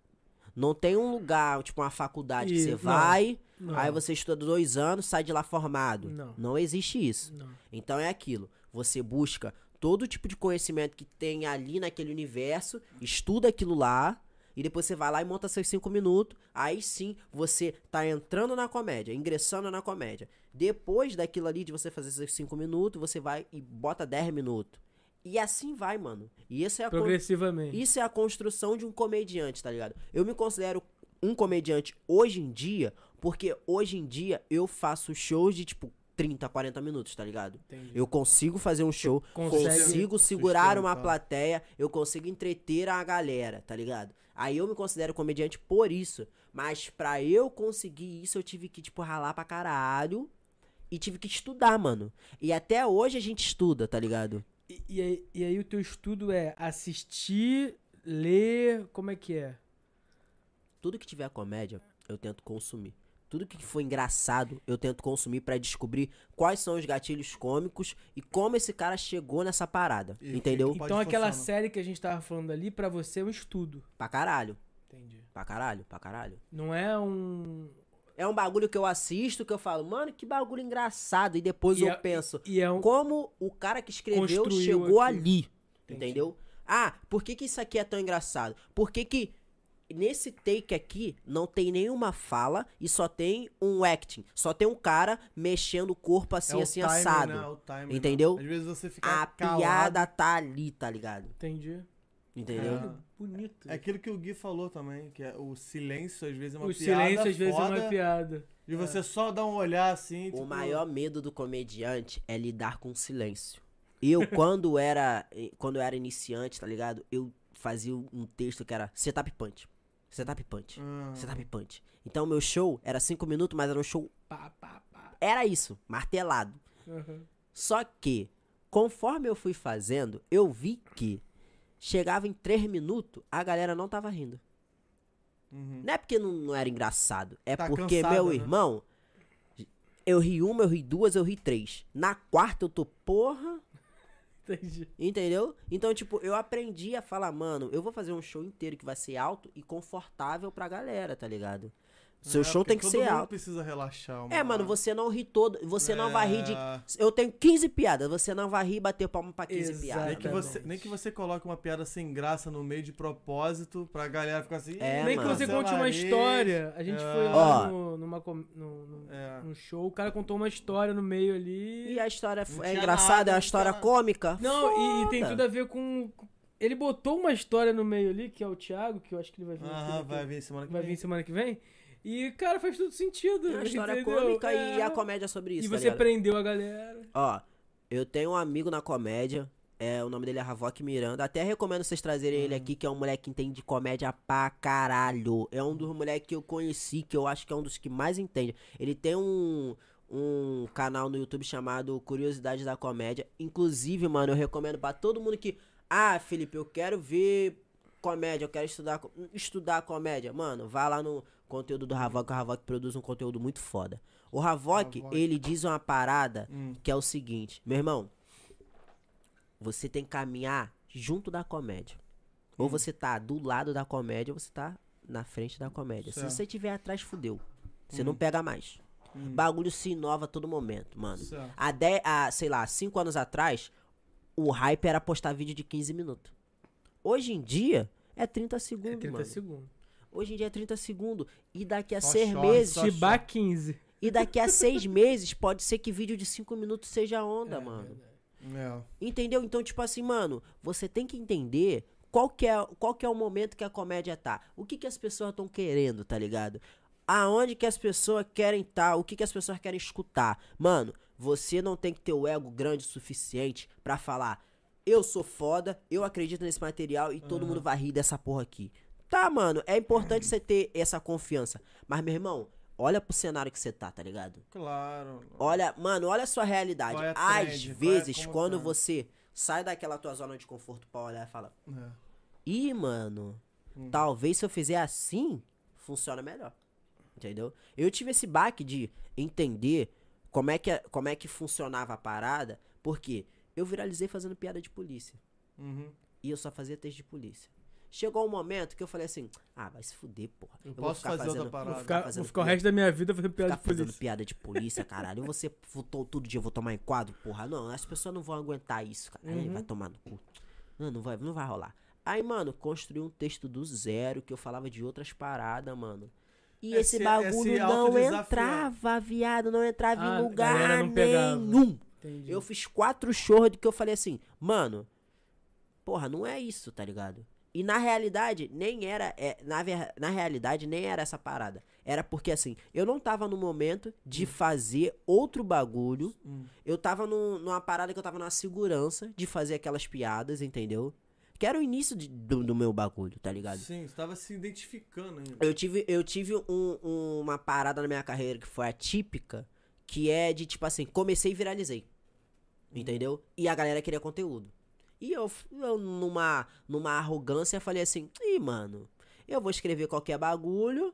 Speaker 3: Não tem um lugar, tipo uma faculdade que
Speaker 1: E-
Speaker 3: você
Speaker 1: não.
Speaker 3: vai, Aí você estuda dois anos, sai de lá formado.
Speaker 1: Não.
Speaker 3: Não existe isso.
Speaker 1: Não.
Speaker 3: Então é aquilo. Você busca todo tipo de conhecimento que tem ali naquele universo, estuda aquilo lá, e depois você vai lá e monta seus cinco minutos. Aí sim você tá entrando na comédia, ingressando na comédia. Depois daquilo ali de você fazer seus cinco minutos, você vai e bota 10 minutos. E assim vai, mano. E isso é a con-
Speaker 1: Progressivamente.
Speaker 3: isso é a construção de um comediante, tá ligado? Eu me considero um comediante hoje em dia, porque hoje em dia eu faço shows de tipo 30, 40 minutos, tá ligado?
Speaker 1: Entendi.
Speaker 3: Eu consigo fazer um show,
Speaker 1: consegue
Speaker 3: consigo segurar uma
Speaker 2: sustentar.
Speaker 3: plateia, eu consigo entreter a galera, tá ligado? Aí eu me considero comediante por isso. Mas pra eu conseguir isso, eu tive que, tipo, ralar pra caralho. E tive que estudar, mano. E até hoje a gente estuda, tá ligado?
Speaker 1: E, e aí, e aí o teu estudo é assistir, ler, como é que é?
Speaker 3: Tudo que tiver comédia, eu tento consumir. Tudo que for engraçado, eu tento consumir pra descobrir quais são os gatilhos cômicos e como esse cara chegou nessa parada.
Speaker 2: E o que
Speaker 3: entendeu?
Speaker 2: que- Pode
Speaker 1: então aquela
Speaker 2: funcionar.
Speaker 1: série que a gente tava falando ali, pra você é um estudo.
Speaker 3: Pra caralho.
Speaker 1: Entendi.
Speaker 3: Pra caralho, pra caralho.
Speaker 1: Não é um.
Speaker 3: É um bagulho que eu assisto, que eu falo, mano, que bagulho engraçado. E depois
Speaker 1: E
Speaker 3: eu
Speaker 1: é-
Speaker 3: penso,
Speaker 1: E é um.
Speaker 3: como o cara que escreveu
Speaker 1: Construiu aquilo.
Speaker 3: chegou ali. Entendeu? Ah, por que, que isso aqui é tão engraçado? Por que, que nesse take aqui não tem nenhuma fala e só tem um acting? Só tem um cara mexendo o corpo assim,
Speaker 2: o
Speaker 3: assim,
Speaker 2: timing,
Speaker 3: assado.
Speaker 2: né? É o timing,
Speaker 3: Entendeu?
Speaker 2: né? Às vezes você fica
Speaker 3: A
Speaker 2: calado.
Speaker 3: piada tá ali, tá ligado?
Speaker 1: Entendi.
Speaker 3: Entendeu?
Speaker 2: É.
Speaker 1: Caralho, bonito.
Speaker 2: É aquilo que o Gui falou também, que é o silêncio às vezes é uma
Speaker 1: o
Speaker 2: piada.
Speaker 1: silêncio às vezes é
Speaker 2: foda,
Speaker 1: uma piada.
Speaker 2: E você só dá um olhar assim.
Speaker 3: O
Speaker 2: tipo,
Speaker 3: maior medo do comediante é lidar com o silêncio. Eu, quando era quando eu era iniciante, tá ligado? Eu fazia um texto que era setup punch. Setup punch.
Speaker 2: ah,
Speaker 3: Setup punch. Então, meu show era cinco minutos, mas era um show.
Speaker 1: Pá, pá, pá.
Speaker 3: Era isso, martelado.
Speaker 1: Aham.
Speaker 3: Só que, conforme eu fui fazendo, eu vi que chegava em três minutos, a galera não tava rindo.
Speaker 2: uhum.
Speaker 3: Não é porque não, não era engraçado, é
Speaker 2: Tá
Speaker 3: porque
Speaker 2: cansada,
Speaker 3: meu
Speaker 2: né?
Speaker 3: irmão. Eu ri uma, eu ri duas, eu ri três. Na quarta eu tô, porra,
Speaker 1: Entendi.
Speaker 3: entendeu? Então, tipo, eu aprendi a falar, mano, eu vou fazer um show inteiro que vai ser alto e confortável pra galera, tá ligado? Seu
Speaker 2: É,
Speaker 3: show
Speaker 2: porque
Speaker 3: tem que
Speaker 2: todo
Speaker 3: ser
Speaker 2: mundo
Speaker 3: alto.
Speaker 2: precisa relaxar.
Speaker 3: É, mano, você não ri todo. Você não vai rir de.
Speaker 2: É.
Speaker 3: Eu tenho 15 piadas, você não vai rir e bater palma pra 15
Speaker 1: Exato.
Speaker 3: piadas.
Speaker 2: Nem que,
Speaker 1: tá
Speaker 2: você,
Speaker 1: bom.
Speaker 2: nem que você coloque uma piada sem graça no meio de propósito pra galera ficar assim.
Speaker 3: É,
Speaker 2: "Ih,
Speaker 1: Nem
Speaker 3: mano.
Speaker 1: que você
Speaker 2: cancela
Speaker 1: conte uma
Speaker 2: isso".
Speaker 1: história. A gente
Speaker 2: É.
Speaker 1: foi lá
Speaker 3: Ó.
Speaker 1: no, numa, com- no, no-
Speaker 2: É.
Speaker 1: num show, o cara contou uma história no meio ali.
Speaker 3: E a história f-
Speaker 2: Não
Speaker 3: é
Speaker 2: tinha
Speaker 3: engraçada,
Speaker 2: nada,
Speaker 3: é uma
Speaker 2: não
Speaker 3: história
Speaker 2: tinha nada.
Speaker 3: cômica.
Speaker 1: Não, e, e tem
Speaker 3: Foda.
Speaker 1: tudo a ver com. com- Ele botou uma história no meio ali, que é o Thiago, que eu acho que ele vai vir.
Speaker 2: Aham,
Speaker 1: semana que-
Speaker 2: vai vir semana que
Speaker 1: vai
Speaker 2: vem.
Speaker 1: vir semana que vem. E, cara, faz todo sentido.
Speaker 3: É uma história
Speaker 1: entendeu?
Speaker 3: cômica e
Speaker 1: É.
Speaker 3: a comédia sobre isso.
Speaker 1: E
Speaker 3: tá
Speaker 1: você
Speaker 3: ligado?
Speaker 1: prendeu a galera.
Speaker 3: Ó, eu tenho um amigo na comédia. É, o nome dele é Ravok Miranda. Até recomendo vocês trazerem ele aqui, que é um moleque que entende de comédia pra caralho. É um dos moleques que eu conheci, que eu acho que é um dos que mais entende. Ele tem um, um canal no YouTube chamado Curiosidades da Comédia. Inclusive, mano, eu recomendo pra todo mundo que. Ah, Felipe, eu quero ver comédia, eu quero estudar, co- estudar comédia. Mano, vá lá no conteúdo do Ravok, o Ravok produz um conteúdo muito foda. O Ravok,
Speaker 2: Ravok.
Speaker 3: ele diz uma parada
Speaker 2: Hum.
Speaker 3: que é o seguinte, meu irmão, você tem que caminhar junto da comédia.
Speaker 2: Hum.
Speaker 3: Ou você tá do lado da comédia, ou você tá na frente da comédia.
Speaker 2: Certo.
Speaker 3: Se você tiver atrás, fudeu. Você
Speaker 2: Uhum.
Speaker 3: não pega mais. Bagulho se inova a todo momento, mano.
Speaker 2: Certo.
Speaker 3: Há, dez, há, sei lá, cinco anos atrás, o hype era postar vídeo de 15 minutos. Hoje em dia, é 30 segundos,
Speaker 1: É 30
Speaker 3: mano.
Speaker 1: segundos.
Speaker 3: Hoje em dia é 30 segundos. E daqui a
Speaker 2: Só
Speaker 3: seis
Speaker 2: chora,
Speaker 3: meses,
Speaker 2: Só
Speaker 1: Tibá 15.
Speaker 3: e daqui a seis meses, pode ser que vídeo de cinco minutos seja onda, mano.
Speaker 2: É.
Speaker 3: Entendeu? Então, tipo assim, mano, você tem que entender qual que é, qual que é o momento que a comédia tá. O que que as pessoas estão querendo, tá ligado? Aonde que as pessoas querem estar, o que que as pessoas querem escutar. Mano, você não tem que ter o ego grande o suficiente pra falar, eu sou foda, eu acredito nesse material e todo mundo vai rir dessa porra aqui. Tá, mano, é importante você ter essa confiança. Mas, meu irmão, olha pro cenário que você tá, tá ligado?
Speaker 2: Claro.
Speaker 3: Olha, mano, olha a sua realidade.
Speaker 2: Qual é a
Speaker 3: Às
Speaker 2: trend? Qual é-
Speaker 3: vezes,
Speaker 2: como
Speaker 3: quando
Speaker 2: tá?
Speaker 3: você sai daquela tua zona de conforto pra olhar e fala,
Speaker 2: É.
Speaker 3: ih, mano,
Speaker 2: Hum.
Speaker 3: talvez se eu fizer assim, funciona melhor. Entendeu? Eu tive esse baque de entender como é que, a- como é que funcionava a parada, porque eu viralizei fazendo piada de polícia.
Speaker 2: Uhum.
Speaker 3: E eu só fazia texto de polícia. Chegou um momento que eu falei assim, ah, vai se fuder, porra.
Speaker 2: Eu
Speaker 3: vou
Speaker 2: posso
Speaker 3: ficar
Speaker 2: fazer outra
Speaker 3: fazendo-
Speaker 2: parada.
Speaker 3: vou
Speaker 1: Ficar, vou
Speaker 3: Tá fazendo
Speaker 1: ficar o
Speaker 3: piada-
Speaker 1: resto da minha vida fazendo piada
Speaker 3: Ficar
Speaker 1: de polícia.
Speaker 3: fazendo piada de polícia, caralho. Você votou todo dia, vou tomar em quadro, porra. Não, as pessoas não vão aguentar isso, cara.
Speaker 1: Uhum.
Speaker 3: Aí Vai tomar no cu. Não, não vai, não vai rolar. Aí, mano, construí um texto do zero que eu falava de outras paradas, mano. E esse,
Speaker 1: é
Speaker 2: Esse-
Speaker 3: bagulho
Speaker 2: esse
Speaker 3: não
Speaker 2: autodesafio.
Speaker 3: entrava, viado. Não entrava
Speaker 1: Ah,
Speaker 3: em
Speaker 1: a
Speaker 3: lugar
Speaker 1: galera não pegava.
Speaker 3: nenhum.
Speaker 1: Entendi.
Speaker 3: Eu fiz quatro shows do que eu falei assim, mano, porra, não é isso, tá ligado? E na realidade, nem era. é, na, ver- na realidade, nem era essa parada. Era porque, assim, eu não tava no momento de fazer outro bagulho. Eu tava num- numa parada que eu tava na segurança de fazer aquelas piadas, entendeu? Que era o início de- do, do meu bagulho, tá ligado?
Speaker 2: É. Sim, você tava se identificando ainda.
Speaker 3: Eu tive, eu tive um- um- uma parada na minha carreira que foi atípica, que é de tipo assim, comecei e viralizei. Entendeu? E a galera queria conteúdo. E eu, f- eu numa, numa arrogância, falei assim: ih, mano, eu vou escrever qualquer bagulho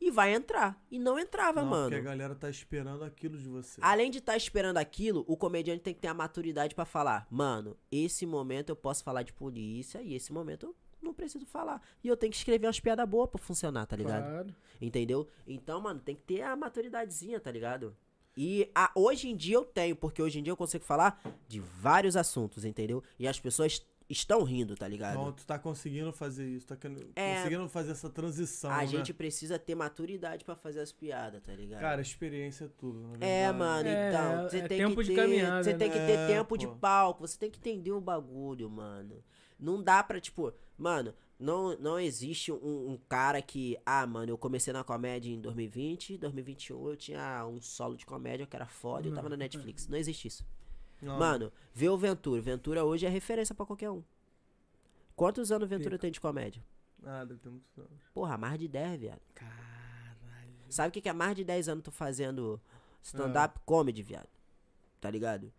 Speaker 3: e vai entrar. E não entrava,
Speaker 2: Não,
Speaker 3: mano.
Speaker 2: Porque a galera tá esperando aquilo de você.
Speaker 3: Além de estar esperando aquilo, o comediante tem que ter a maturidade pra falar: mano, esse momento eu posso falar de polícia e esse momento eu não preciso falar. E eu tenho que escrever umas piadas boas pra funcionar, tá ligado?
Speaker 1: Claro.
Speaker 3: Entendeu? Então, mano, tem que ter a maturidadezinha, tá ligado? E a- hoje em dia eu tenho, porque hoje em dia eu consigo falar de vários assuntos, entendeu? E as pessoas estão rindo, tá ligado?
Speaker 2: Então, tu tá conseguindo fazer isso, tá querendo-
Speaker 3: É.
Speaker 2: conseguindo fazer essa transição,
Speaker 3: a
Speaker 2: né?
Speaker 3: gente precisa ter maturidade pra fazer as piadas, tá ligado?
Speaker 2: Cara, experiência é tudo, na
Speaker 3: é,
Speaker 2: verdade.
Speaker 3: mano,
Speaker 1: É,
Speaker 3: então,
Speaker 1: é-
Speaker 3: você
Speaker 1: é
Speaker 3: tem
Speaker 1: tempo
Speaker 3: que
Speaker 1: de
Speaker 3: ter,
Speaker 1: caminhada,
Speaker 3: você tem
Speaker 2: né?
Speaker 3: que ter
Speaker 2: É,
Speaker 3: tempo de
Speaker 2: pô.
Speaker 3: palco, você tem que entender o bagulho, mano. Não dá pra, tipo, mano, não, não existe um, um cara que, ah, mano, eu comecei na comédia em 2020, 2021 eu tinha um solo de comédia que era foda e eu tava na Netflix. Não existe isso.
Speaker 2: Não,
Speaker 3: Mano, vê o Ventura. Ventura hoje é referência pra qualquer um. Quantos anos o Ventura tem de comédia?
Speaker 2: Nada, tem muito não.
Speaker 3: Porra, mais de 10, viado.
Speaker 1: Caralho.
Speaker 3: Sabe o que, que é mais de 10 anos tu fazendo stand-up
Speaker 2: Ah.
Speaker 3: comedy, viado? Tá ligado?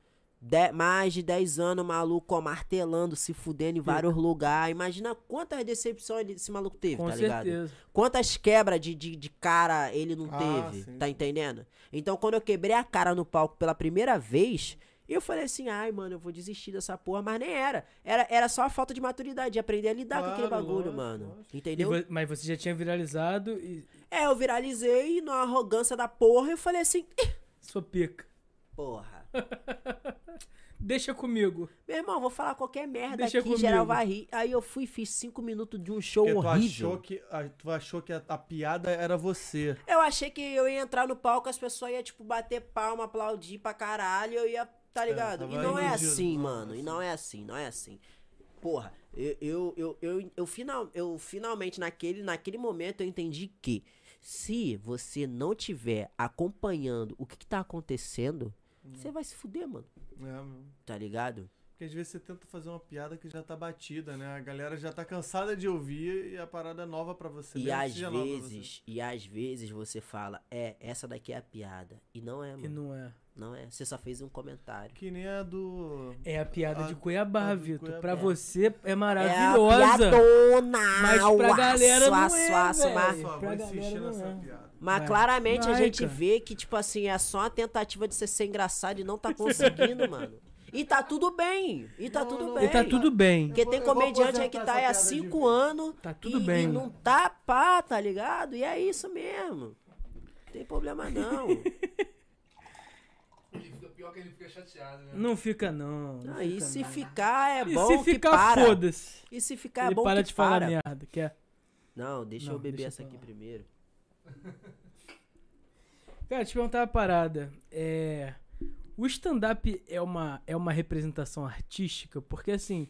Speaker 3: De- mais de 10 anos, maluco, ó, martelando, se fudendo em vários
Speaker 2: Hum.
Speaker 3: lugares. Imagina quantas decepções ele- esse maluco teve,
Speaker 1: Com
Speaker 3: tá ligado?
Speaker 1: certeza.
Speaker 3: Quantas quebras de, de, de cara ele não
Speaker 2: Ah,
Speaker 3: teve,
Speaker 2: sim,
Speaker 3: tá
Speaker 2: sim.
Speaker 3: entendendo? Então, quando eu quebrei a cara no palco pela primeira vez, eu falei assim, ai, mano, eu vou desistir dessa porra, mas nem era. Era, era só a falta de maturidade, de aprender a lidar com aquele
Speaker 2: Claro,
Speaker 3: bagulho,
Speaker 2: lógico,
Speaker 3: mano.
Speaker 2: lógico.
Speaker 1: E
Speaker 3: Entendeu?
Speaker 1: vo- mas você já tinha viralizado e.
Speaker 3: É, eu viralizei e na arrogância da porra, eu falei assim, "Ih,
Speaker 1: Sua pica.
Speaker 3: porra.
Speaker 1: Deixa comigo.
Speaker 3: Meu irmão, vou falar qualquer merda
Speaker 1: Deixa
Speaker 3: aqui,
Speaker 1: comigo.
Speaker 3: geral vai rir. Aí eu fui e fiz cinco minutos de um show
Speaker 2: Porque tu
Speaker 3: horrível.
Speaker 2: achou que, a- tu achou que a, a piada era você.
Speaker 3: Eu achei que eu ia entrar no palco, as pessoas iam, tipo, bater palma, aplaudir pra caralho, eu ia, tá ligado?
Speaker 2: tava
Speaker 3: e não é
Speaker 2: iludido,
Speaker 3: assim,
Speaker 2: não,
Speaker 3: mano. E não é assim, não é assim. Porra, eu, eu, eu, eu, eu final, eu finalmente, naquele, naquele momento, eu entendi que se você não tiver acompanhando o que, que tá acontecendo,
Speaker 2: Hum.
Speaker 3: você vai se fuder, mano.
Speaker 2: É, meu.
Speaker 3: Tá ligado?
Speaker 2: Porque às vezes você tenta fazer uma piada que já tá batida, né? A galera já tá cansada de ouvir e a parada é nova pra você.
Speaker 3: E
Speaker 2: mesmo que
Speaker 3: às
Speaker 2: seja nova pra você.
Speaker 3: vezes, e às vezes você fala, é, essa daqui é a piada. E não é,
Speaker 1: E
Speaker 3: mano.
Speaker 1: não é.
Speaker 3: Não é. Você só fez um comentário.
Speaker 2: Que nem a do...
Speaker 1: É a piada
Speaker 2: A-
Speaker 1: de
Speaker 2: a
Speaker 1: Cuiabá,
Speaker 2: do
Speaker 1: Vitor.
Speaker 2: Cuiabá.
Speaker 1: Pra você é
Speaker 3: É a
Speaker 1: maravilhosa.
Speaker 3: piadona.
Speaker 1: Mas pra
Speaker 3: uaço,
Speaker 1: galera não
Speaker 3: uaço,
Speaker 1: é,
Speaker 3: uaço,
Speaker 1: velho.
Speaker 3: mas-
Speaker 1: Pra
Speaker 2: Só vou insistir
Speaker 1: galera não
Speaker 2: nessa
Speaker 1: é.
Speaker 2: piada.
Speaker 3: Mas
Speaker 1: Vai.
Speaker 3: claramente a
Speaker 1: Vai,
Speaker 3: gente
Speaker 1: cara.
Speaker 3: vê que, tipo assim, é só uma tentativa de você ser engraçado e não tá conseguindo, mano. E tá tudo bem. E tá
Speaker 2: Não,
Speaker 3: tudo
Speaker 2: não
Speaker 3: bem.
Speaker 1: e tá tudo bem.
Speaker 3: Porque
Speaker 2: Eu vou-
Speaker 3: tem
Speaker 2: eu vou
Speaker 3: comediante aí que
Speaker 2: aposentar
Speaker 3: tá aí há
Speaker 2: essa piada de
Speaker 3: cinco
Speaker 2: vez.
Speaker 3: anos.
Speaker 1: Tá tudo
Speaker 3: e,
Speaker 1: bem,
Speaker 3: E
Speaker 1: né?
Speaker 3: não tá pá, tá ligado? E é isso mesmo. Não tem problema não.
Speaker 4: Ele fica, pior que ele fica chateado, né?
Speaker 1: Não fica, não. não
Speaker 3: Aí
Speaker 1: fica,
Speaker 3: Ah, se
Speaker 1: não.
Speaker 3: ficar é
Speaker 1: E
Speaker 3: bom
Speaker 1: se
Speaker 3: que
Speaker 1: ficar,
Speaker 3: para.
Speaker 1: foda-se.
Speaker 3: E se ficar é
Speaker 1: Ele
Speaker 3: bom
Speaker 1: para
Speaker 3: que
Speaker 1: de falar
Speaker 3: para.
Speaker 1: merda. é Quer?
Speaker 3: Não, deixa
Speaker 1: Não,
Speaker 3: eu beber
Speaker 1: deixa
Speaker 3: essa
Speaker 1: pra
Speaker 3: aqui
Speaker 1: lá.
Speaker 3: primeiro.
Speaker 1: Cara, te perguntar uma parada. É. O stand-up é uma, é uma representação artística? Porque assim.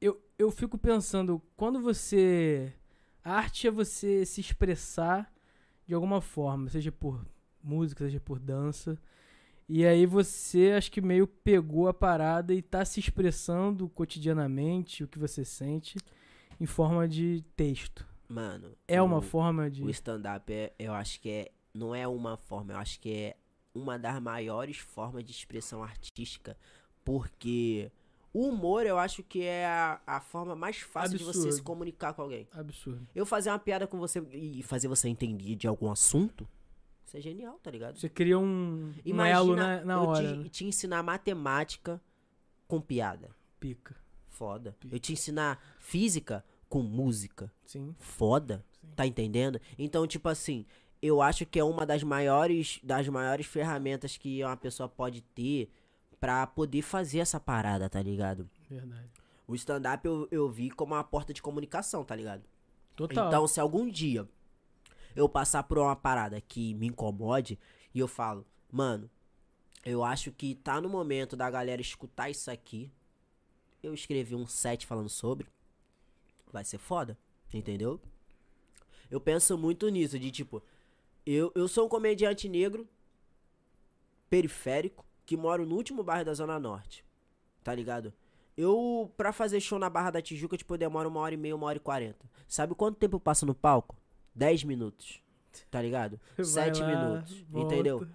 Speaker 1: Eu, eu fico pensando, quando você. A arte é você se expressar de alguma forma, seja por música, seja por dança. E aí você acho que meio pegou a parada e tá se expressando cotidianamente o que você sente em forma de texto.
Speaker 3: Mano.
Speaker 1: É uma
Speaker 3: o-
Speaker 1: forma de.
Speaker 3: O stand-up, é, eu acho que é, não é uma forma, eu acho que é uma das maiores formas de expressão artística. Porque o humor, eu acho que é a, a forma mais fácil de você se
Speaker 1: Absurdo.
Speaker 3: comunicar com alguém.
Speaker 1: Absurdo.
Speaker 3: Eu fazer uma piada com você e fazer você entender de algum assunto, isso é genial, tá ligado?
Speaker 1: Você cria um, um
Speaker 3: Imagina
Speaker 1: elo na, na
Speaker 3: eu
Speaker 1: hora.
Speaker 3: te-
Speaker 1: né?
Speaker 3: te ensinar matemática com piada.
Speaker 1: Pica.
Speaker 3: Foda. Eu te ensinar física com música
Speaker 1: Sim.
Speaker 3: foda, tá entendendo? Então, tipo assim, eu acho que é uma das maiores, das maiores ferramentas que uma pessoa pode ter pra poder fazer essa parada, tá ligado?
Speaker 1: Verdade.
Speaker 3: O stand-up eu, eu vi como uma porta de comunicação, tá ligado?
Speaker 1: Total.
Speaker 3: Então, se algum dia eu passar por uma parada que me incomode e eu falo, mano, eu acho que tá no momento da galera escutar isso aqui. Eu escrevi um set falando sobre. Vai ser foda, entendeu? Eu penso muito nisso, de tipo, eu, eu sou um comediante negro, periférico, que moro no último bairro da Zona Norte. Tá ligado? Eu, pra fazer show na Barra da Tijuca, tipo, eu demoro uma hora e meia, uma hora e quarenta. Sabe quanto tempo eu passo no palco? Dez minutos. Tá ligado?
Speaker 1: Vai
Speaker 3: Sete
Speaker 1: lá,
Speaker 3: minutos.
Speaker 1: volta.
Speaker 3: Entendeu?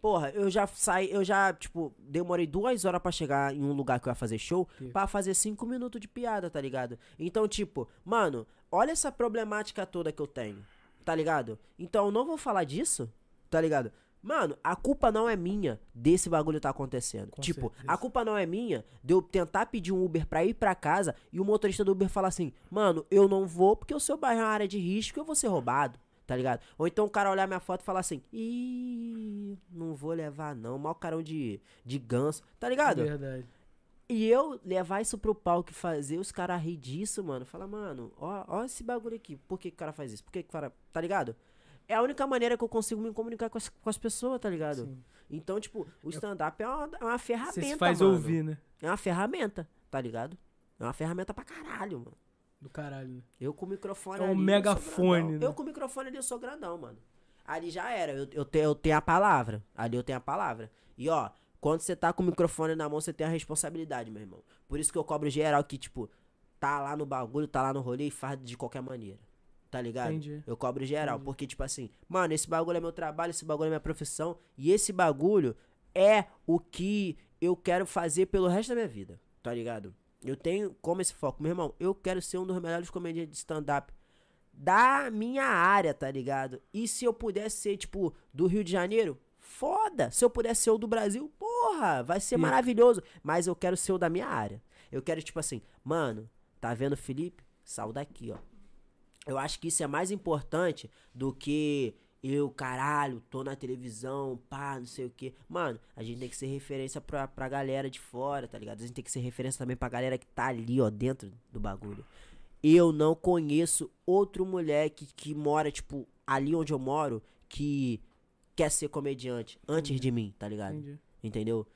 Speaker 3: Porra, eu já saí, eu já, tipo, demorei duas horas pra chegar em um lugar que eu ia fazer show
Speaker 1: Sim.
Speaker 3: pra fazer cinco minutos de piada, tá ligado? Então, tipo, mano, olha essa problemática toda que eu tenho, tá ligado? Então eu não vou falar disso, tá ligado? Mano, a culpa não é minha desse bagulho tá acontecendo.
Speaker 1: Com
Speaker 3: tipo, a
Speaker 1: certeza.
Speaker 3: culpa não é minha de eu tentar pedir um Uber pra ir pra casa e o motorista do Uber falar assim: "Mano, eu não vou porque o seu bairro é uma área de risco, eu vou ser roubado". Tá ligado? Ou então o cara olhar minha foto e falar assim: "Ih, não vou levar não, mal carão de de ganso". Tá ligado?
Speaker 1: Verdade.
Speaker 3: E eu levar isso pro palco e fazer os caras rir disso, mano. Falar, mano, ó, ó esse bagulho aqui. Por que, que o cara faz isso? Por que, que o cara. Tá ligado? É a única maneira que eu consigo me comunicar com as, com as pessoas, tá ligado?
Speaker 1: Sim.
Speaker 3: Então, tipo, o stand-up é uma, é uma ferramenta.
Speaker 1: Você se faz
Speaker 3: mano.
Speaker 1: ouvir, né?
Speaker 3: É uma ferramenta, tá ligado? É uma ferramenta pra caralho, mano.
Speaker 1: Do caralho, né?
Speaker 3: Eu com o microfone
Speaker 1: É um
Speaker 3: ali. eu sou
Speaker 1: megafone,
Speaker 3: grandão.
Speaker 1: né?
Speaker 3: Eu com o microfone ali eu sou grandão, mano. Ali já era. Eu, eu, te- eu tenho a palavra. Ali eu tenho a palavra. E ó, quando você tá com o microfone na mão, você tem a responsabilidade, meu irmão. Por isso que eu cobro geral que, tipo, tá lá no bagulho, tá lá no rolê e faz de qualquer maneira. Tá ligado?
Speaker 1: Entendi.
Speaker 3: Eu cobro geral. Porque, tipo assim, mano, esse bagulho é meu trabalho, esse bagulho é minha profissão. E esse bagulho é o que eu quero fazer pelo resto da minha vida. Tá ligado? Eu tenho como esse foco. Meu irmão, eu quero ser um dos melhores comediantes de stand-up da minha área, tá ligado? E se eu pudesse ser, tipo, do Rio de Janeiro, foda. Se eu pudesse ser o do Brasil, porra, vai ser
Speaker 1: Sim.
Speaker 3: maravilhoso. Mas eu quero ser o da minha área. Eu quero, tipo assim, mano, tá vendo o Felipe? Saiu daqui, ó. Eu acho que isso é mais importante do que eu, caralho, tô na televisão, pá, não sei o quê. Mano, a gente tem que ser referência pra, pra galera de fora, tá ligado? A gente tem que ser referência também pra galera que tá ali, ó, dentro do bagulho. Eu não conheço outro moleque que mora, tipo, ali onde eu moro, que quer ser comediante antes de mim, tá ligado?
Speaker 1: Entendi.
Speaker 3: Entendeu?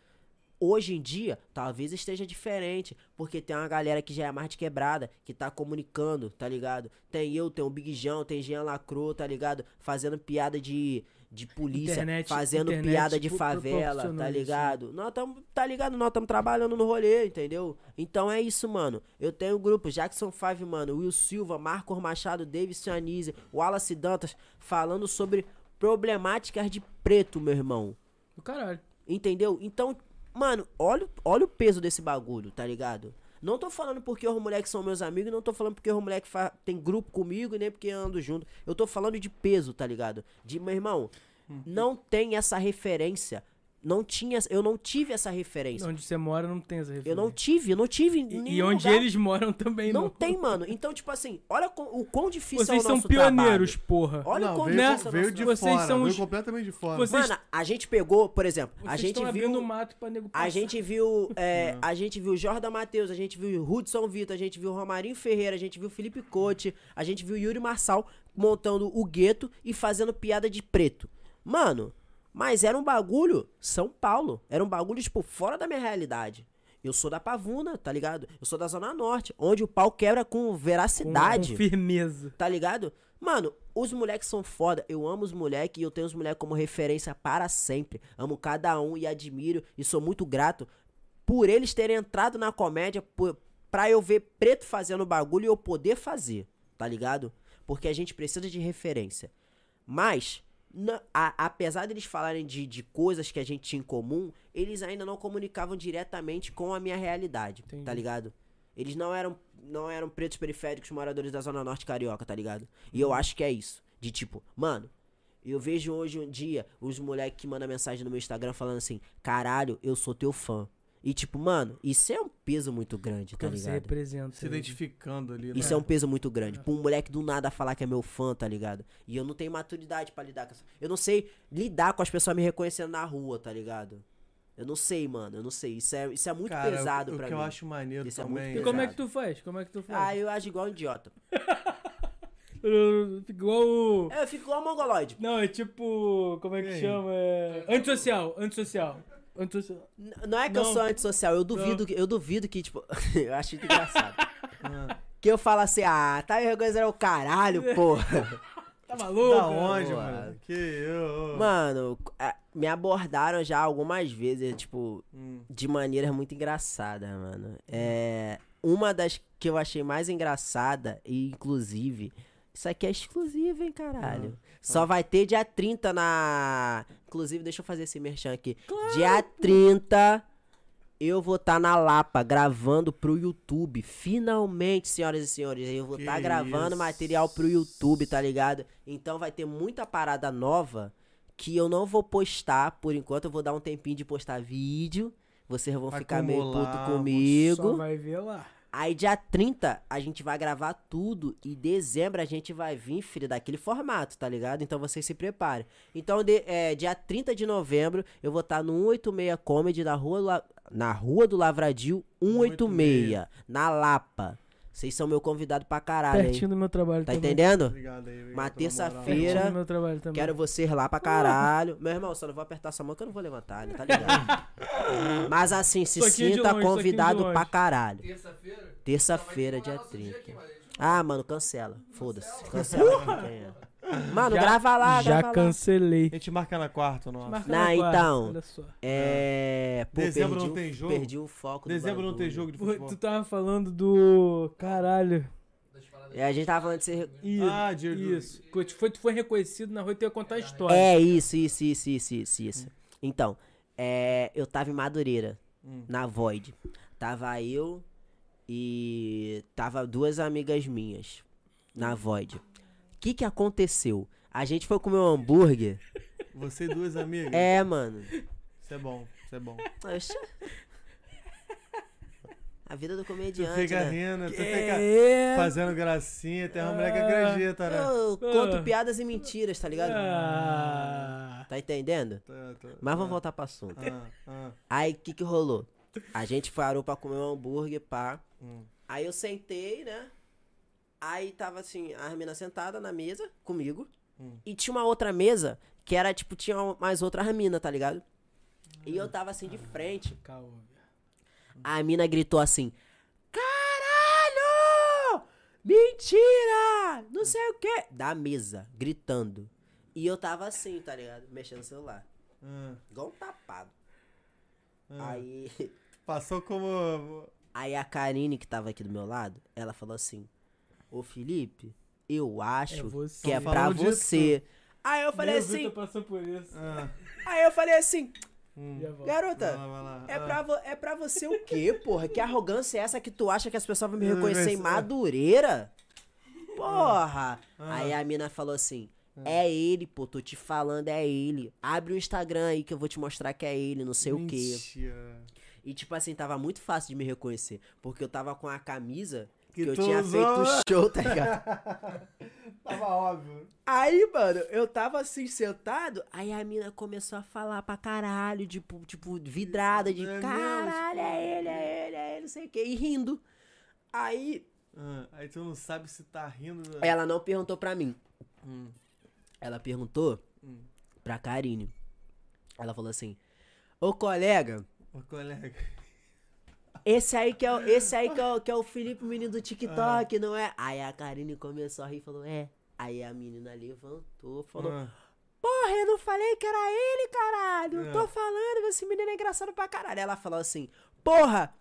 Speaker 3: Hoje em dia, talvez esteja diferente, porque tem uma galera que já é mais de quebrada, que tá comunicando, tá ligado? Tem eu, tem o Big Jão, tem Jean Lacroix, tá ligado? Fazendo piada de, de polícia,
Speaker 1: Internet-
Speaker 3: fazendo
Speaker 1: internet
Speaker 3: piada de
Speaker 1: pro-
Speaker 3: favela,
Speaker 1: proporcionou
Speaker 3: tá
Speaker 1: isso,
Speaker 3: ligado? ligado? Nós estamos, tá ligado? Nós estamos trabalhando no rolê, entendeu? Então é isso, mano. Eu tenho o grupo Jackson 5, mano, Will Silva, Marcos Machado, Davidson Anise, Wallace Dantas, falando sobre problemáticas de preto, meu irmão.
Speaker 1: Do caralho.
Speaker 3: Entendeu? Então, mano, olha, o- olha o peso desse bagulho, tá ligado? Não tô falando porque os moleques são meus amigos, não tô falando porque os moleques fa- tem grupo comigo, e nem porque eu ando junto. Eu tô falando de peso, tá ligado? De, meu irmão,
Speaker 1: Uhum.
Speaker 3: não tem essa referência. Não tinha, eu não tive essa referência.
Speaker 1: Onde você mora não tem essa referência.
Speaker 3: eu não tive, eu não tive. em
Speaker 1: E, e
Speaker 3: nenhum
Speaker 1: onde
Speaker 3: lugar.
Speaker 1: eles moram também não.
Speaker 3: Não tem, mano. Então, tipo assim, olha co- o quão difícil é o
Speaker 1: Vocês são
Speaker 3: nosso
Speaker 1: pioneiros,
Speaker 3: trabalho.
Speaker 1: porra.
Speaker 3: Olha o
Speaker 6: não,
Speaker 3: quão
Speaker 6: veio,
Speaker 1: nessa-
Speaker 3: difícil é o
Speaker 6: veio
Speaker 3: nosso
Speaker 6: de
Speaker 1: vocês
Speaker 6: fora,
Speaker 1: são
Speaker 6: veio
Speaker 1: os-
Speaker 6: completamente de fora.
Speaker 1: Vocês-
Speaker 3: Mano, a gente pegou, por exemplo, a
Speaker 1: Vocês
Speaker 3: gente
Speaker 1: tão
Speaker 3: viu
Speaker 1: abrindo mato pra nego
Speaker 3: A
Speaker 1: passar.
Speaker 3: gente viu, é, a gente viu Jordan Matheus, a gente viu Hudson Vitor, a gente viu Romarinho Ferreira, a gente viu Felipe Cote, a gente viu Yuri Marçal montando o gueto e fazendo piada de preto. Mano, mas era um bagulho São Paulo, era um bagulho tipo fora da minha realidade. Eu sou da Pavuna, tá ligado? Eu sou da Zona Norte, onde o pau quebra com
Speaker 1: Com-
Speaker 3: veracidade.
Speaker 1: Com firmeza.
Speaker 3: Tá ligado? Mano, os moleques são foda. Eu amo os moleques e eu tenho os moleques como referência para sempre. Amo cada um e admiro e sou muito grato por eles terem entrado na comédia por, pra eu ver preto fazendo bagulho e eu poder fazer. Tá ligado? Porque a gente precisa de referência. Mas, na- a- apesar deles falarem de, de coisas que a gente tinha em comum, eles ainda não comunicavam diretamente com a minha realidade. Tá
Speaker 1: Entendi.
Speaker 3: ligado? Eles não eram, não eram pretos periféricos moradores da Zona Norte Carioca, tá ligado? E eu acho que é isso. De tipo, mano, eu vejo hoje um dia os moleques que mandam mensagem no meu Instagram falando assim: caralho, eu sou teu fã. E tipo, mano, isso é um peso muito grande, tá
Speaker 1: Porque você
Speaker 3: ligado?
Speaker 1: representa.
Speaker 2: Se identificando ali, né?
Speaker 3: Isso é um peso muito grande. Pra um moleque do nada falar que é meu fã, tá ligado? E eu não tenho maturidade pra lidar com essa. Eu não sei lidar com as pessoas me reconhecendo na rua, tá ligado? Eu não sei, mano. Eu não sei. Isso é, isso é muito
Speaker 2: Cara,
Speaker 3: pesado
Speaker 2: o,
Speaker 3: pra
Speaker 2: O que
Speaker 3: mim.
Speaker 2: eu acho maneiro
Speaker 3: Isso é muito
Speaker 2: também.
Speaker 1: E como é que tu faz? Como é que tu
Speaker 3: Ah,
Speaker 1: faz?
Speaker 3: eu acho igual um idiota.
Speaker 1: Eu- Igual o.
Speaker 3: É, Eu fico igual um mongoloide.
Speaker 1: Não, é tipo. Como é que
Speaker 2: Quem?
Speaker 1: chama? É... Antissocial, antissocial. Antissocial.
Speaker 3: N- Não é que
Speaker 1: Não.
Speaker 3: eu sou antissocial, eu duvido,
Speaker 1: Não.
Speaker 3: que, eu duvido que, tipo, eu acho muito engraçado.
Speaker 2: Ah,
Speaker 3: que eu falo assim, ah, tá me reconhecendo o caralho, porra.
Speaker 1: Tá maluco?
Speaker 2: da onde,
Speaker 3: boa.
Speaker 2: mano? Que eu.
Speaker 3: Mano, a- me abordaram já algumas vezes, tipo,
Speaker 2: Hum.
Speaker 3: de maneira muito engraçada, mano. É. Uma das que eu achei mais engraçada, e inclusive. Isso aqui é exclusivo, hein, caralho.
Speaker 2: Ah, tá.
Speaker 3: Só vai ter dia 30 na. Inclusive, deixa eu fazer esse merchan aqui. Dia 30, eu vou estar na Lapa gravando pro YouTube. Finalmente, senhoras e senhores, eu vou
Speaker 2: Que
Speaker 3: estar gravando
Speaker 2: isso.
Speaker 3: material pro YouTube, tá ligado? Então vai ter muita parada nova que eu não vou postar por enquanto. Eu vou dar um tempinho de postar vídeo. Vocês vão
Speaker 2: Vai
Speaker 3: ficar meio
Speaker 2: acumular,
Speaker 3: puto
Speaker 2: você
Speaker 1: Só
Speaker 3: comigo.
Speaker 1: vai ver lá.
Speaker 3: Aí dia 30 a gente vai gravar tudo e dezembro a gente vai vir, filho, daquele formato, tá ligado? Então vocês se preparem. Então de- é, dia 30 de novembro eu vou estar no 186 Comedy na rua, La- na rua do Lavradio 186, na Lapa. Vocês são meu convidado pra caralho, hein?
Speaker 1: Pertinho do meu trabalho
Speaker 3: Tá
Speaker 1: também.
Speaker 3: entendendo?
Speaker 2: Obrigado aí, obrigado
Speaker 3: Uma
Speaker 2: pela moral.
Speaker 3: terça-feira.
Speaker 1: Pertinho do meu trabalho também. Ah.
Speaker 3: Quero vocês lá pra caralho. Meu irmão, só não vou apertar sua mão que eu não vou levantar, né? Tá ligado? Mas assim, se
Speaker 1: Soquinho é de
Speaker 3: sinta
Speaker 1: longe,
Speaker 3: convidado
Speaker 1: soquinho de
Speaker 3: pra
Speaker 1: longe.
Speaker 3: caralho.
Speaker 4: Terça-feira?
Speaker 3: Terça-feira,
Speaker 4: Vai
Speaker 3: dia
Speaker 4: demorar nosso dia aqui,
Speaker 3: 30.
Speaker 4: mas a gente-
Speaker 3: Ah, mano, cancela. Foda-se. Cancela aqui quem é. Mano,
Speaker 1: Já-
Speaker 3: grava lá, grava
Speaker 1: Já
Speaker 3: lá.
Speaker 1: cancelei.
Speaker 2: A gente marca na quarta, nossa.
Speaker 1: Marca
Speaker 3: Não,
Speaker 1: na quarta,
Speaker 3: então.
Speaker 1: Olha só.
Speaker 3: É. Pô,
Speaker 2: Dezembro
Speaker 3: perdi
Speaker 2: não
Speaker 3: o-
Speaker 2: tem jogo?
Speaker 3: Perdi o foco do
Speaker 2: Dezembro não
Speaker 3: bagulho.
Speaker 2: tem jogo de
Speaker 1: Pô,
Speaker 2: futebol.
Speaker 1: Tu tava falando do. Caralho.
Speaker 3: É, a gente tava falando de ser.
Speaker 1: Isso.
Speaker 2: Ah, dia do-
Speaker 1: isso. Que Tu, foi, tu foi reconhecido na rua e tu ia contar a história.
Speaker 2: né?
Speaker 3: É, isso, isso, isso, isso, isso, isso. Então, é, eu tava em Madureira,
Speaker 2: Hum.
Speaker 3: na Void. Tava eu e tava duas amigas minhas na Void. O que que aconteceu? A gente foi comer um hambúrguer.
Speaker 2: Você e duas amigas.
Speaker 3: É, mano.
Speaker 2: Isso é bom, isso é bom.
Speaker 3: Oxe. A vida do
Speaker 2: Tu
Speaker 3: comediante,
Speaker 2: fica
Speaker 3: né?
Speaker 2: rindo, tu fica
Speaker 1: É.
Speaker 2: fazendo gracinha, tem uma mulher que
Speaker 1: Ah.
Speaker 2: acredita, né?
Speaker 3: Eu conto
Speaker 1: Ah.
Speaker 3: piadas e mentiras, tá ligado?
Speaker 1: Ah.
Speaker 3: Tá entendendo?
Speaker 2: Tá, tá.
Speaker 3: Mas vamos voltar pro assunto.
Speaker 2: Ah, ah.
Speaker 3: Aí o que, que rolou? A gente parou pra comer um hambúrguer, pá.
Speaker 2: Hum.
Speaker 3: Aí eu sentei, né? Aí tava assim, a mina sentada na mesa comigo.
Speaker 2: Hum.
Speaker 3: E tinha uma outra mesa que era tipo, tinha um- mais outra mina, tá ligado? E eu tava assim de frente.
Speaker 1: Calma, velho.
Speaker 3: A mina gritou assim: Caralho! Mentira! Não sei o quê. Da mesa, gritando. E eu tava assim, tá ligado? Mexendo no celular.
Speaker 2: Ah,
Speaker 3: Igual um tapado.
Speaker 2: ah.
Speaker 3: Aí.
Speaker 2: Passou como.
Speaker 3: Aí a Karine, que tava aqui do meu lado, ela falou assim: Ô Felipe, eu acho
Speaker 1: É você.
Speaker 3: que é
Speaker 2: Falou
Speaker 3: pra
Speaker 2: disso.
Speaker 3: você. Aí eu falei
Speaker 1: Meu
Speaker 3: assim,
Speaker 1: Vitor passou por isso.
Speaker 2: Ah,
Speaker 3: aí eu falei assim,
Speaker 2: hum.
Speaker 1: Já volto.
Speaker 2: Vai
Speaker 3: garota,
Speaker 2: lá, vai lá.
Speaker 3: é
Speaker 2: Ah,
Speaker 3: pra, vo- é pra você o quê, porra? Que arrogância é essa que tu acha que as pessoas vão me
Speaker 2: Eu
Speaker 3: reconhecer em
Speaker 2: conheço, é.
Speaker 3: Madureira? Porra!
Speaker 2: Ah.
Speaker 3: Aí a mina falou assim: É ele, pô, tô te falando, é ele. Abre o Instagram aí que eu vou te mostrar que é ele, não sei o quê.
Speaker 2: mentira.
Speaker 3: E tipo assim, tava muito fácil de me reconhecer, porque eu tava com a camisa
Speaker 2: Que
Speaker 3: que, eu
Speaker 2: tu
Speaker 3: tinha
Speaker 2: usou.
Speaker 3: feito show, tá ligado?
Speaker 2: Tava óbvio.
Speaker 3: Aí, mano, eu tava assim sentado, aí a mina começou a falar pra caralho, tipo, tipo vidrada de
Speaker 2: É mesmo?
Speaker 3: caralho, é ele, é ele, é ele, não sei o quê, e rindo. Aí
Speaker 2: Ah, aí tu não sabe se tá rindo. né?
Speaker 3: ela não perguntou pra mim.
Speaker 2: Hum.
Speaker 3: Ela perguntou
Speaker 2: Hum.
Speaker 3: pra Karine. Ela falou assim: "Ô colega,
Speaker 2: Ô, colega.
Speaker 3: Esse aí que é o, esse aí que é o, que é o Felipe, o menino do TikTok,
Speaker 2: Ah.
Speaker 3: não é? Aí a Karine começou a rir e falou, é. Aí a menina levantou, falou,
Speaker 2: Ah,
Speaker 3: porra, eu não falei que era ele, caralho. Eu
Speaker 2: É.
Speaker 3: tô falando, esse menino é engraçado pra caralho. Ela falou assim, porra,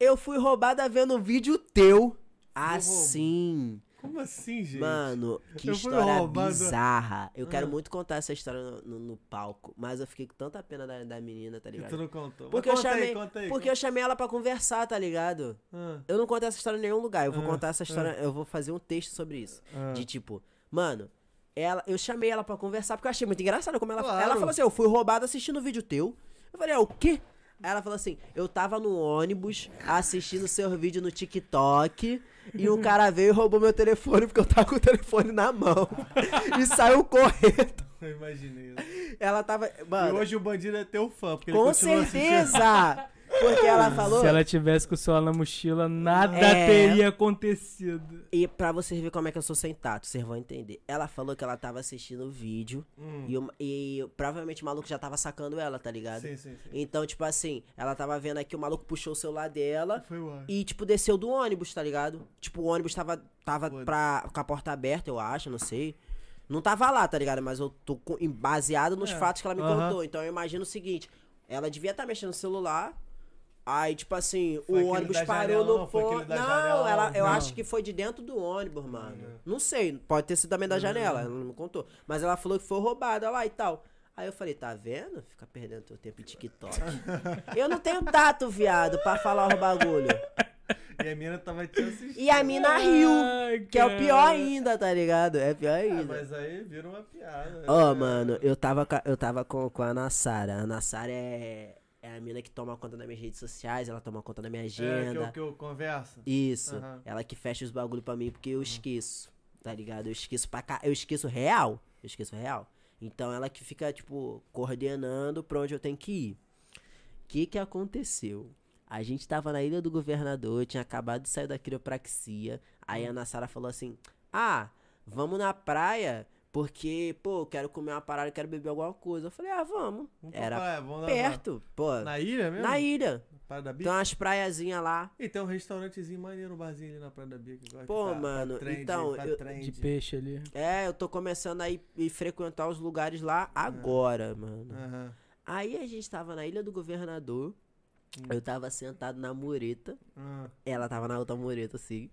Speaker 3: eu fui roubada vendo um vídeo teu. Assim,
Speaker 2: como assim, gente?
Speaker 3: mano, que
Speaker 2: Eu fui
Speaker 3: história
Speaker 2: roubada.
Speaker 3: bizarra. Eu quero
Speaker 2: Ah.
Speaker 3: muito contar essa história no, no- no palco, mas eu fiquei com tanta pena da, da menina, tá
Speaker 2: Que
Speaker 3: ligado?
Speaker 2: tu não contou. Mas
Speaker 3: Porque eu
Speaker 2: conta aí,
Speaker 3: chamei,
Speaker 2: conta aí,
Speaker 3: porque eu chamei ela pra conversar, tá ligado?
Speaker 2: Ah,
Speaker 3: Eu não contei essa história em nenhum lugar. Eu vou
Speaker 2: Ah,
Speaker 3: contar essa história. Eu vou fazer um texto sobre isso.
Speaker 2: ah.
Speaker 3: De tipo, mano, ela, eu chamei ela pra conversar porque eu achei muito engraçado como ela.
Speaker 2: Claro.
Speaker 3: Ela falou assim: eu fui roubado assistindo o vídeo teu. Eu falei, é o quê? Aí ela falou assim: eu tava no ônibus assistindo seu vídeo no TikTok e um cara veio e roubou meu telefone porque eu tava com o telefone na mão e saiu correndo.
Speaker 2: Eu imaginei. isso.
Speaker 3: Ela tava.
Speaker 2: E
Speaker 3: Mano,
Speaker 2: hoje o bandido é teu fã, porque ele
Speaker 3: com
Speaker 2: continua assistindo.
Speaker 3: certeza! Porque ela falou.
Speaker 1: Se ela tivesse com o celular na mochila, nada
Speaker 3: É.
Speaker 1: teria acontecido.
Speaker 3: E pra vocês verem como é que eu sou sem tato, vocês vão entender. Ela falou que ela tava assistindo o vídeo
Speaker 2: Hum.
Speaker 3: e, o- e provavelmente o maluco já tava sacando ela, tá ligado?
Speaker 2: Sim, sim, sim.
Speaker 3: Então, tipo assim, ela tava vendo aqui, o maluco puxou o celular dela
Speaker 2: Foi o
Speaker 3: e, tipo, desceu do ônibus, tá ligado? Tipo, o ônibus tava, tava
Speaker 2: Foda.
Speaker 3: pra, com a porta aberta, eu acho, não sei. Não tava lá, tá ligado? Mas eu tô co- em- baseado nos fatos que ela me
Speaker 2: É. Aham.
Speaker 3: contou. Então eu imagino o seguinte: ela devia estar mexendo no celular. Aí, tipo assim,
Speaker 2: Foi
Speaker 3: o
Speaker 2: aquele
Speaker 3: ônibus
Speaker 2: da
Speaker 3: parou
Speaker 2: janela,
Speaker 3: no
Speaker 2: não? Foi aquele
Speaker 3: ponto.
Speaker 2: da
Speaker 3: Não,
Speaker 2: janela,
Speaker 3: ela, eu
Speaker 2: não.
Speaker 3: acho que foi de dentro do ônibus, mano. Não sei, pode ter sido também
Speaker 2: Hum.
Speaker 3: da janela, ela não me contou. Mas ela falou que foi roubada lá e tal. Aí eu falei, tá vendo? Fica perdendo teu tempo em TikTok. eu não tenho tato, viado, pra falar o bagulho.
Speaker 2: E a mina tava te assistindo.
Speaker 3: E a mina riu,
Speaker 1: Ai,
Speaker 3: que é o pior
Speaker 1: cara.
Speaker 3: ainda, tá ligado? É pior
Speaker 2: Ah,
Speaker 3: ainda.
Speaker 2: mas aí vira uma piada.
Speaker 3: Ó,
Speaker 2: né?
Speaker 3: mano, eu tava, com a- eu tava com, com a Ana Sara. A Ana Sara é, é a mina que toma conta das minhas redes sociais, ela toma conta da minha
Speaker 2: É, que
Speaker 3: agenda.
Speaker 2: eu, que eu converso.
Speaker 3: Isso.
Speaker 2: Aham.
Speaker 3: Ela que fecha os bagulho pra mim porque eu esqueço. Tá ligado? Eu esqueço pra cá. Eu esqueço real. Eu esqueço real. Então ela que fica, tipo, coordenando pra onde eu tenho que ir. O que que aconteceu? A gente tava na Ilha do Governador, eu tinha acabado de sair da quiropraxia. Aí a Ana Sara falou assim: Ah, vamos na praia, porque, pô, eu quero comer uma parada, eu quero beber alguma coisa. Eu falei: Ah, vamos.
Speaker 2: Vamos pra
Speaker 3: Era
Speaker 2: praia, vamos na-
Speaker 3: perto, pô.
Speaker 2: Na, na ilha mesmo?
Speaker 3: Na ilha. Então
Speaker 2: Praia da
Speaker 3: Tem
Speaker 2: Bica?
Speaker 3: umas praiazinhas lá.
Speaker 2: E tem um restaurantezinho maneiro, um barzinho ali na Praia da Bica. agora que
Speaker 3: Pô,
Speaker 2: tá- tá
Speaker 3: mano,
Speaker 2: trend,
Speaker 3: então,
Speaker 2: tá
Speaker 3: eu-
Speaker 2: trend.
Speaker 1: De peixe ali.
Speaker 3: É, eu tô começando a ir, ir frequentar os lugares lá agora, mano.
Speaker 2: Aham.
Speaker 3: Aí a gente tava na Ilha do Governador. Eu tava sentado na mureta.
Speaker 2: Ah,
Speaker 3: Ela tava na outra mureta, assim.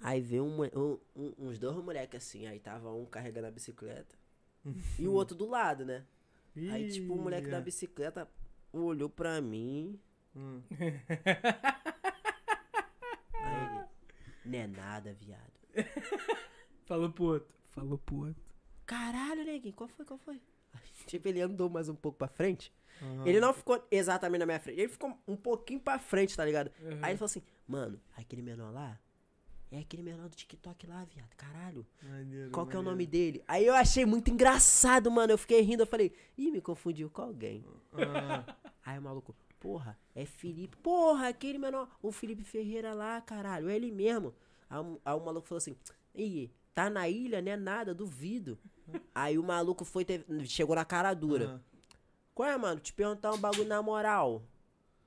Speaker 3: Aí veio um mo- um- um- uns dois moleques assim. Aí tava um carregando a bicicleta. e o outro do lado, né? Aí, tipo, o moleque
Speaker 2: Ih,
Speaker 3: da
Speaker 2: é.
Speaker 3: bicicleta olhou pra mim.
Speaker 2: Hum.
Speaker 3: Aí ele, não é nada, viado.
Speaker 1: Falou pro outro. Falou pro outro.
Speaker 3: Caralho, neguinho, qual foi? Qual foi? Tipo, ele andou mais um pouco pra frente.
Speaker 2: Aham.
Speaker 3: Ele não ficou exatamente na minha frente. Ele ficou um pouquinho pra frente, tá ligado? Aí ele falou assim, mano, aquele menor lá. É aquele menor do TikTok lá, viado. Caralho.
Speaker 2: Maneiro,
Speaker 3: Qual que é o
Speaker 2: maneiro.
Speaker 3: nome dele? Aí eu achei muito engraçado, mano. Eu fiquei rindo. Eu falei, ih, me confundiu com alguém.
Speaker 2: Ah,
Speaker 3: Aí o maluco, porra, é Felipe. Porra, aquele menor. O Felipe Ferreira lá, caralho. É ele mesmo. Aí, o- aí o maluco falou assim, ih, tá na ilha, né? Nada, duvido. Aí o maluco foi, teve- chegou na cara dura.
Speaker 2: ah,
Speaker 3: Qual é, mano? Te perguntar um bagulho na moral.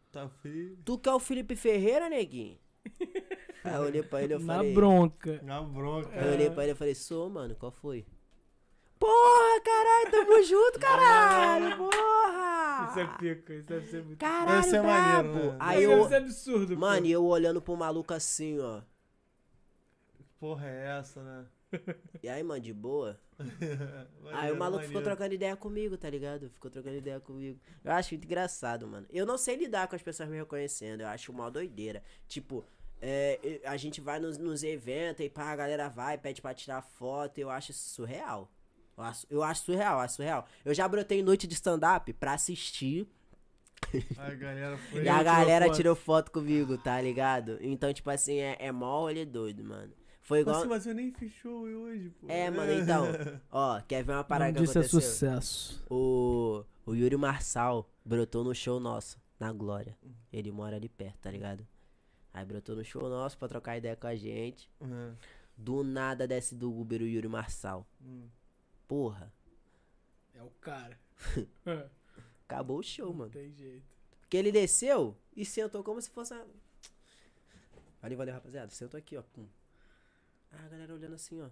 Speaker 2: tá frio.
Speaker 3: Tu que é o Felipe Ferreira, neguinho? Aí eu olhei pra ele e
Speaker 1: Na
Speaker 3: falei.
Speaker 1: bronca.
Speaker 2: Na bronca.
Speaker 3: Aí eu olhei pra ele e falei, sou, mano, qual foi? Porra, caralho, tamo junto, caralho!
Speaker 1: Isso é
Speaker 3: Porra!
Speaker 1: pica, isso deve ser muito.
Speaker 3: Caralho,
Speaker 2: Deve ser maneiro,
Speaker 3: brabo!
Speaker 2: né?
Speaker 3: Aí
Speaker 1: isso
Speaker 3: Ah,
Speaker 1: é deve
Speaker 3: eu.
Speaker 1: ser absurdo, pô.
Speaker 3: Mano, e eu olhando pro maluco assim, ó.
Speaker 2: Porra, é essa, né?
Speaker 3: E aí, mano, de boa? Aí
Speaker 2: é
Speaker 3: o maluco ficou trocando ideia comigo, tá ligado? Ficou trocando ideia comigo. Eu acho muito engraçado, mano. Eu não sei lidar com as pessoas me reconhecendo. Eu acho uma doideira. Tipo, é, e- a gente vai nos, nos eventos e pá, a galera vai, pede pra tirar foto. Eu acho isso surreal. Eu acho, eu acho surreal, eu acho surreal. Eu já brotei noite de stand-up pra assistir.
Speaker 2: A galera foi.
Speaker 3: E a
Speaker 1: tirou
Speaker 3: galera
Speaker 1: foto.
Speaker 3: tirou foto comigo, tá ligado? Então, tipo assim, é, é mó olho doido, mano. Foi igual.
Speaker 1: assim,
Speaker 2: Nossa, mas eu nem fiz show hoje, pô.
Speaker 3: É, mano, então. Ó, quer ver uma
Speaker 1: O nome
Speaker 3: parada que
Speaker 1: disso é
Speaker 3: aconteceu?
Speaker 1: sucesso.
Speaker 3: O, o Yuri Marçal brotou no show nosso, na Glória. Ele mora ali perto, tá ligado? Aí brotou no show nosso pra trocar ideia com a gente.
Speaker 2: Aham.
Speaker 3: Do nada desce do Uber o Yuri Marçal.
Speaker 2: Hum.
Speaker 3: Porra,
Speaker 1: É o cara. Ah,
Speaker 3: acabou o show, mano.
Speaker 1: Tem jeito.
Speaker 3: Porque ele desceu e sentou como se fosse. a- Valeu, valeu, rapaziada. Sentou aqui, ó. Pum. Ah, a galera olhando assim, ó.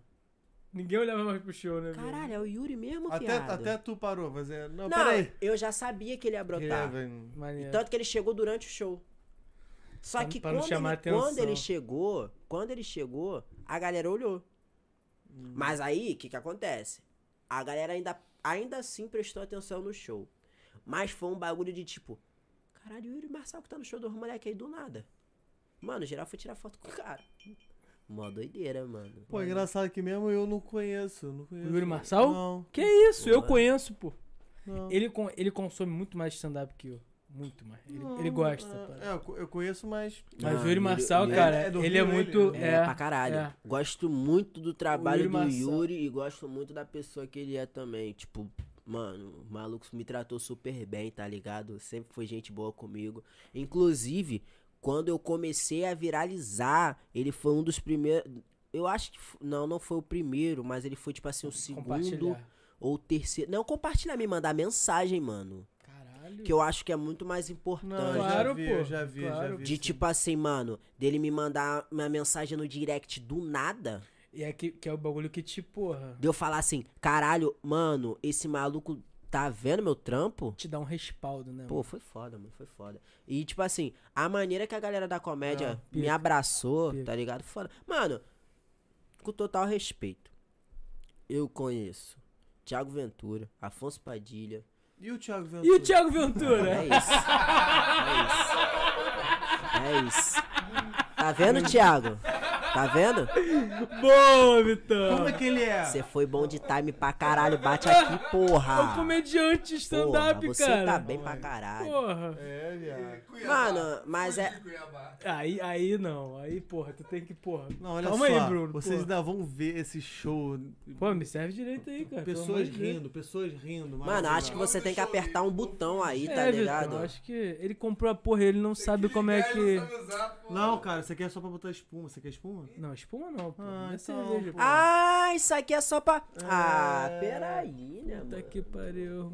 Speaker 1: Ninguém olhava mais pro show, né? velho?
Speaker 3: Caralho, é o Yuri mesmo,
Speaker 2: Até,
Speaker 3: viado.
Speaker 2: até tu parou, mas é. Não,
Speaker 3: Não,
Speaker 2: peraí.
Speaker 3: eu já sabia que ele ia
Speaker 2: Que
Speaker 3: brotar.
Speaker 2: vem-
Speaker 1: Maneiro.
Speaker 3: Tanto que ele chegou durante o show. Só
Speaker 1: É. Pra-
Speaker 3: que
Speaker 1: pra não
Speaker 3: quando,
Speaker 1: chamar
Speaker 3: ele, quando
Speaker 1: atenção.
Speaker 3: ele chegou, quando ele chegou, a galera olhou.
Speaker 1: Hum.
Speaker 3: Mas aí, o que que acontece? A galera ainda, ainda assim prestou atenção no show. Mas foi um bagulho de tipo, caralho, o Yuri Marçal que tá no show dos moleques aí do nada. Mano, geral foi tirar foto com o cara. Mó doideira, mano.
Speaker 2: Pô, é engraçado que mesmo eu não conheço. eu Não conheço.
Speaker 1: Yuri Marçal?
Speaker 2: Não.
Speaker 3: é
Speaker 1: Que isso, eu conheço, pô.
Speaker 2: não.
Speaker 1: Ele, con- ele consome muito mais stand-up que eu. Muito mais. Ele, ele gosta.
Speaker 2: É,
Speaker 1: pá.
Speaker 2: eu, co- eu conheço, mas.
Speaker 1: Mas
Speaker 3: Não,
Speaker 1: o Yuri
Speaker 3: ele-
Speaker 1: Marçal,
Speaker 3: ele é-
Speaker 1: cara,
Speaker 2: é do
Speaker 1: ele é
Speaker 2: Rio, ele-
Speaker 1: muito.
Speaker 3: É,
Speaker 1: É,
Speaker 3: pra caralho.
Speaker 1: é.
Speaker 3: Gosto muito do trabalho
Speaker 1: Yuri
Speaker 3: do
Speaker 1: Marçal.
Speaker 3: Yuri e gosto muito da pessoa que ele é também. Tipo, mano, o maluco me tratou super bem, tá ligado? Sempre foi gente boa comigo. Inclusive, quando eu comecei a viralizar, ele foi um dos primeiros. Eu acho que. f- Não, não foi o primeiro, mas ele foi, tipo assim, o segundo
Speaker 1: Compartilhar.
Speaker 3: ou o terceiro. Não, compartilhar, me mandar mensagem, mano.
Speaker 1: Caralho.
Speaker 3: Que eu acho que é muito mais importante.
Speaker 2: Não, eu
Speaker 1: Claro,
Speaker 2: já vi,
Speaker 1: pô.
Speaker 2: eu já vi, eu já
Speaker 1: Claro.
Speaker 2: vi.
Speaker 3: De
Speaker 2: sim.
Speaker 3: tipo assim, mano, dele me mandar uma mensagem no direct do nada,
Speaker 1: E é que, que é o bagulho que te, porra,
Speaker 3: de eu falar assim, caralho, mano, esse maluco tá vendo meu trampo?
Speaker 1: te dá um respaldo, né?
Speaker 3: Pô, foi foda, mano, foi foda. E tipo assim, a maneira que a galera da comédia
Speaker 1: Ah, pica,
Speaker 3: me abraçou,
Speaker 1: pica.
Speaker 3: tá ligado? Foda. Mano, com total respeito, eu conheço Thiago Ventura, Afonso Padilha.
Speaker 2: E o Thiago Ventura?
Speaker 1: E o Thiago Ventura?
Speaker 3: É isso. É isso. É isso. Tá vendo, Thiago? Tá vendo?
Speaker 1: Boa, Vitão!
Speaker 2: Como é que ele é?
Speaker 3: Você foi bom de time pra caralho, bate aqui,
Speaker 1: É um
Speaker 3: porra.
Speaker 1: comediante
Speaker 3: tá? Porra,
Speaker 1: stand-up,
Speaker 3: você
Speaker 1: cara.
Speaker 3: tá bem pra caralho.
Speaker 1: Porra.
Speaker 2: É, viado.
Speaker 3: Mano, mas é.
Speaker 1: Aí, aí não. Aí, porra, tu tem que, porra.
Speaker 2: Não, olha
Speaker 1: Calma
Speaker 2: só.
Speaker 1: aí, Bruno.
Speaker 2: Vocês
Speaker 1: porra.
Speaker 2: ainda vão ver esse show.
Speaker 1: Pô, me serve direito aí, cara. pelo amor
Speaker 2: pessoas
Speaker 1: de Deus.
Speaker 2: rindo, pessoas rindo.
Speaker 3: Mano,
Speaker 2: maravilhoso.
Speaker 3: acho que você tem que apertar um botão aí, tá
Speaker 1: É, Vitão,
Speaker 3: ligado?
Speaker 1: eu acho que ele comprou a porra, ele não sabe como é que.
Speaker 2: Não, cara, isso aqui é só pra botar espuma. Você quer espuma?
Speaker 1: Não, espuma não, pô.
Speaker 2: Ah,
Speaker 1: não é
Speaker 2: então,
Speaker 1: cerveja,
Speaker 2: pô.
Speaker 1: pô.
Speaker 3: Ah, isso aqui é só pra. Ah, peraí, né,
Speaker 1: Puta
Speaker 3: mano?
Speaker 1: que pariu. É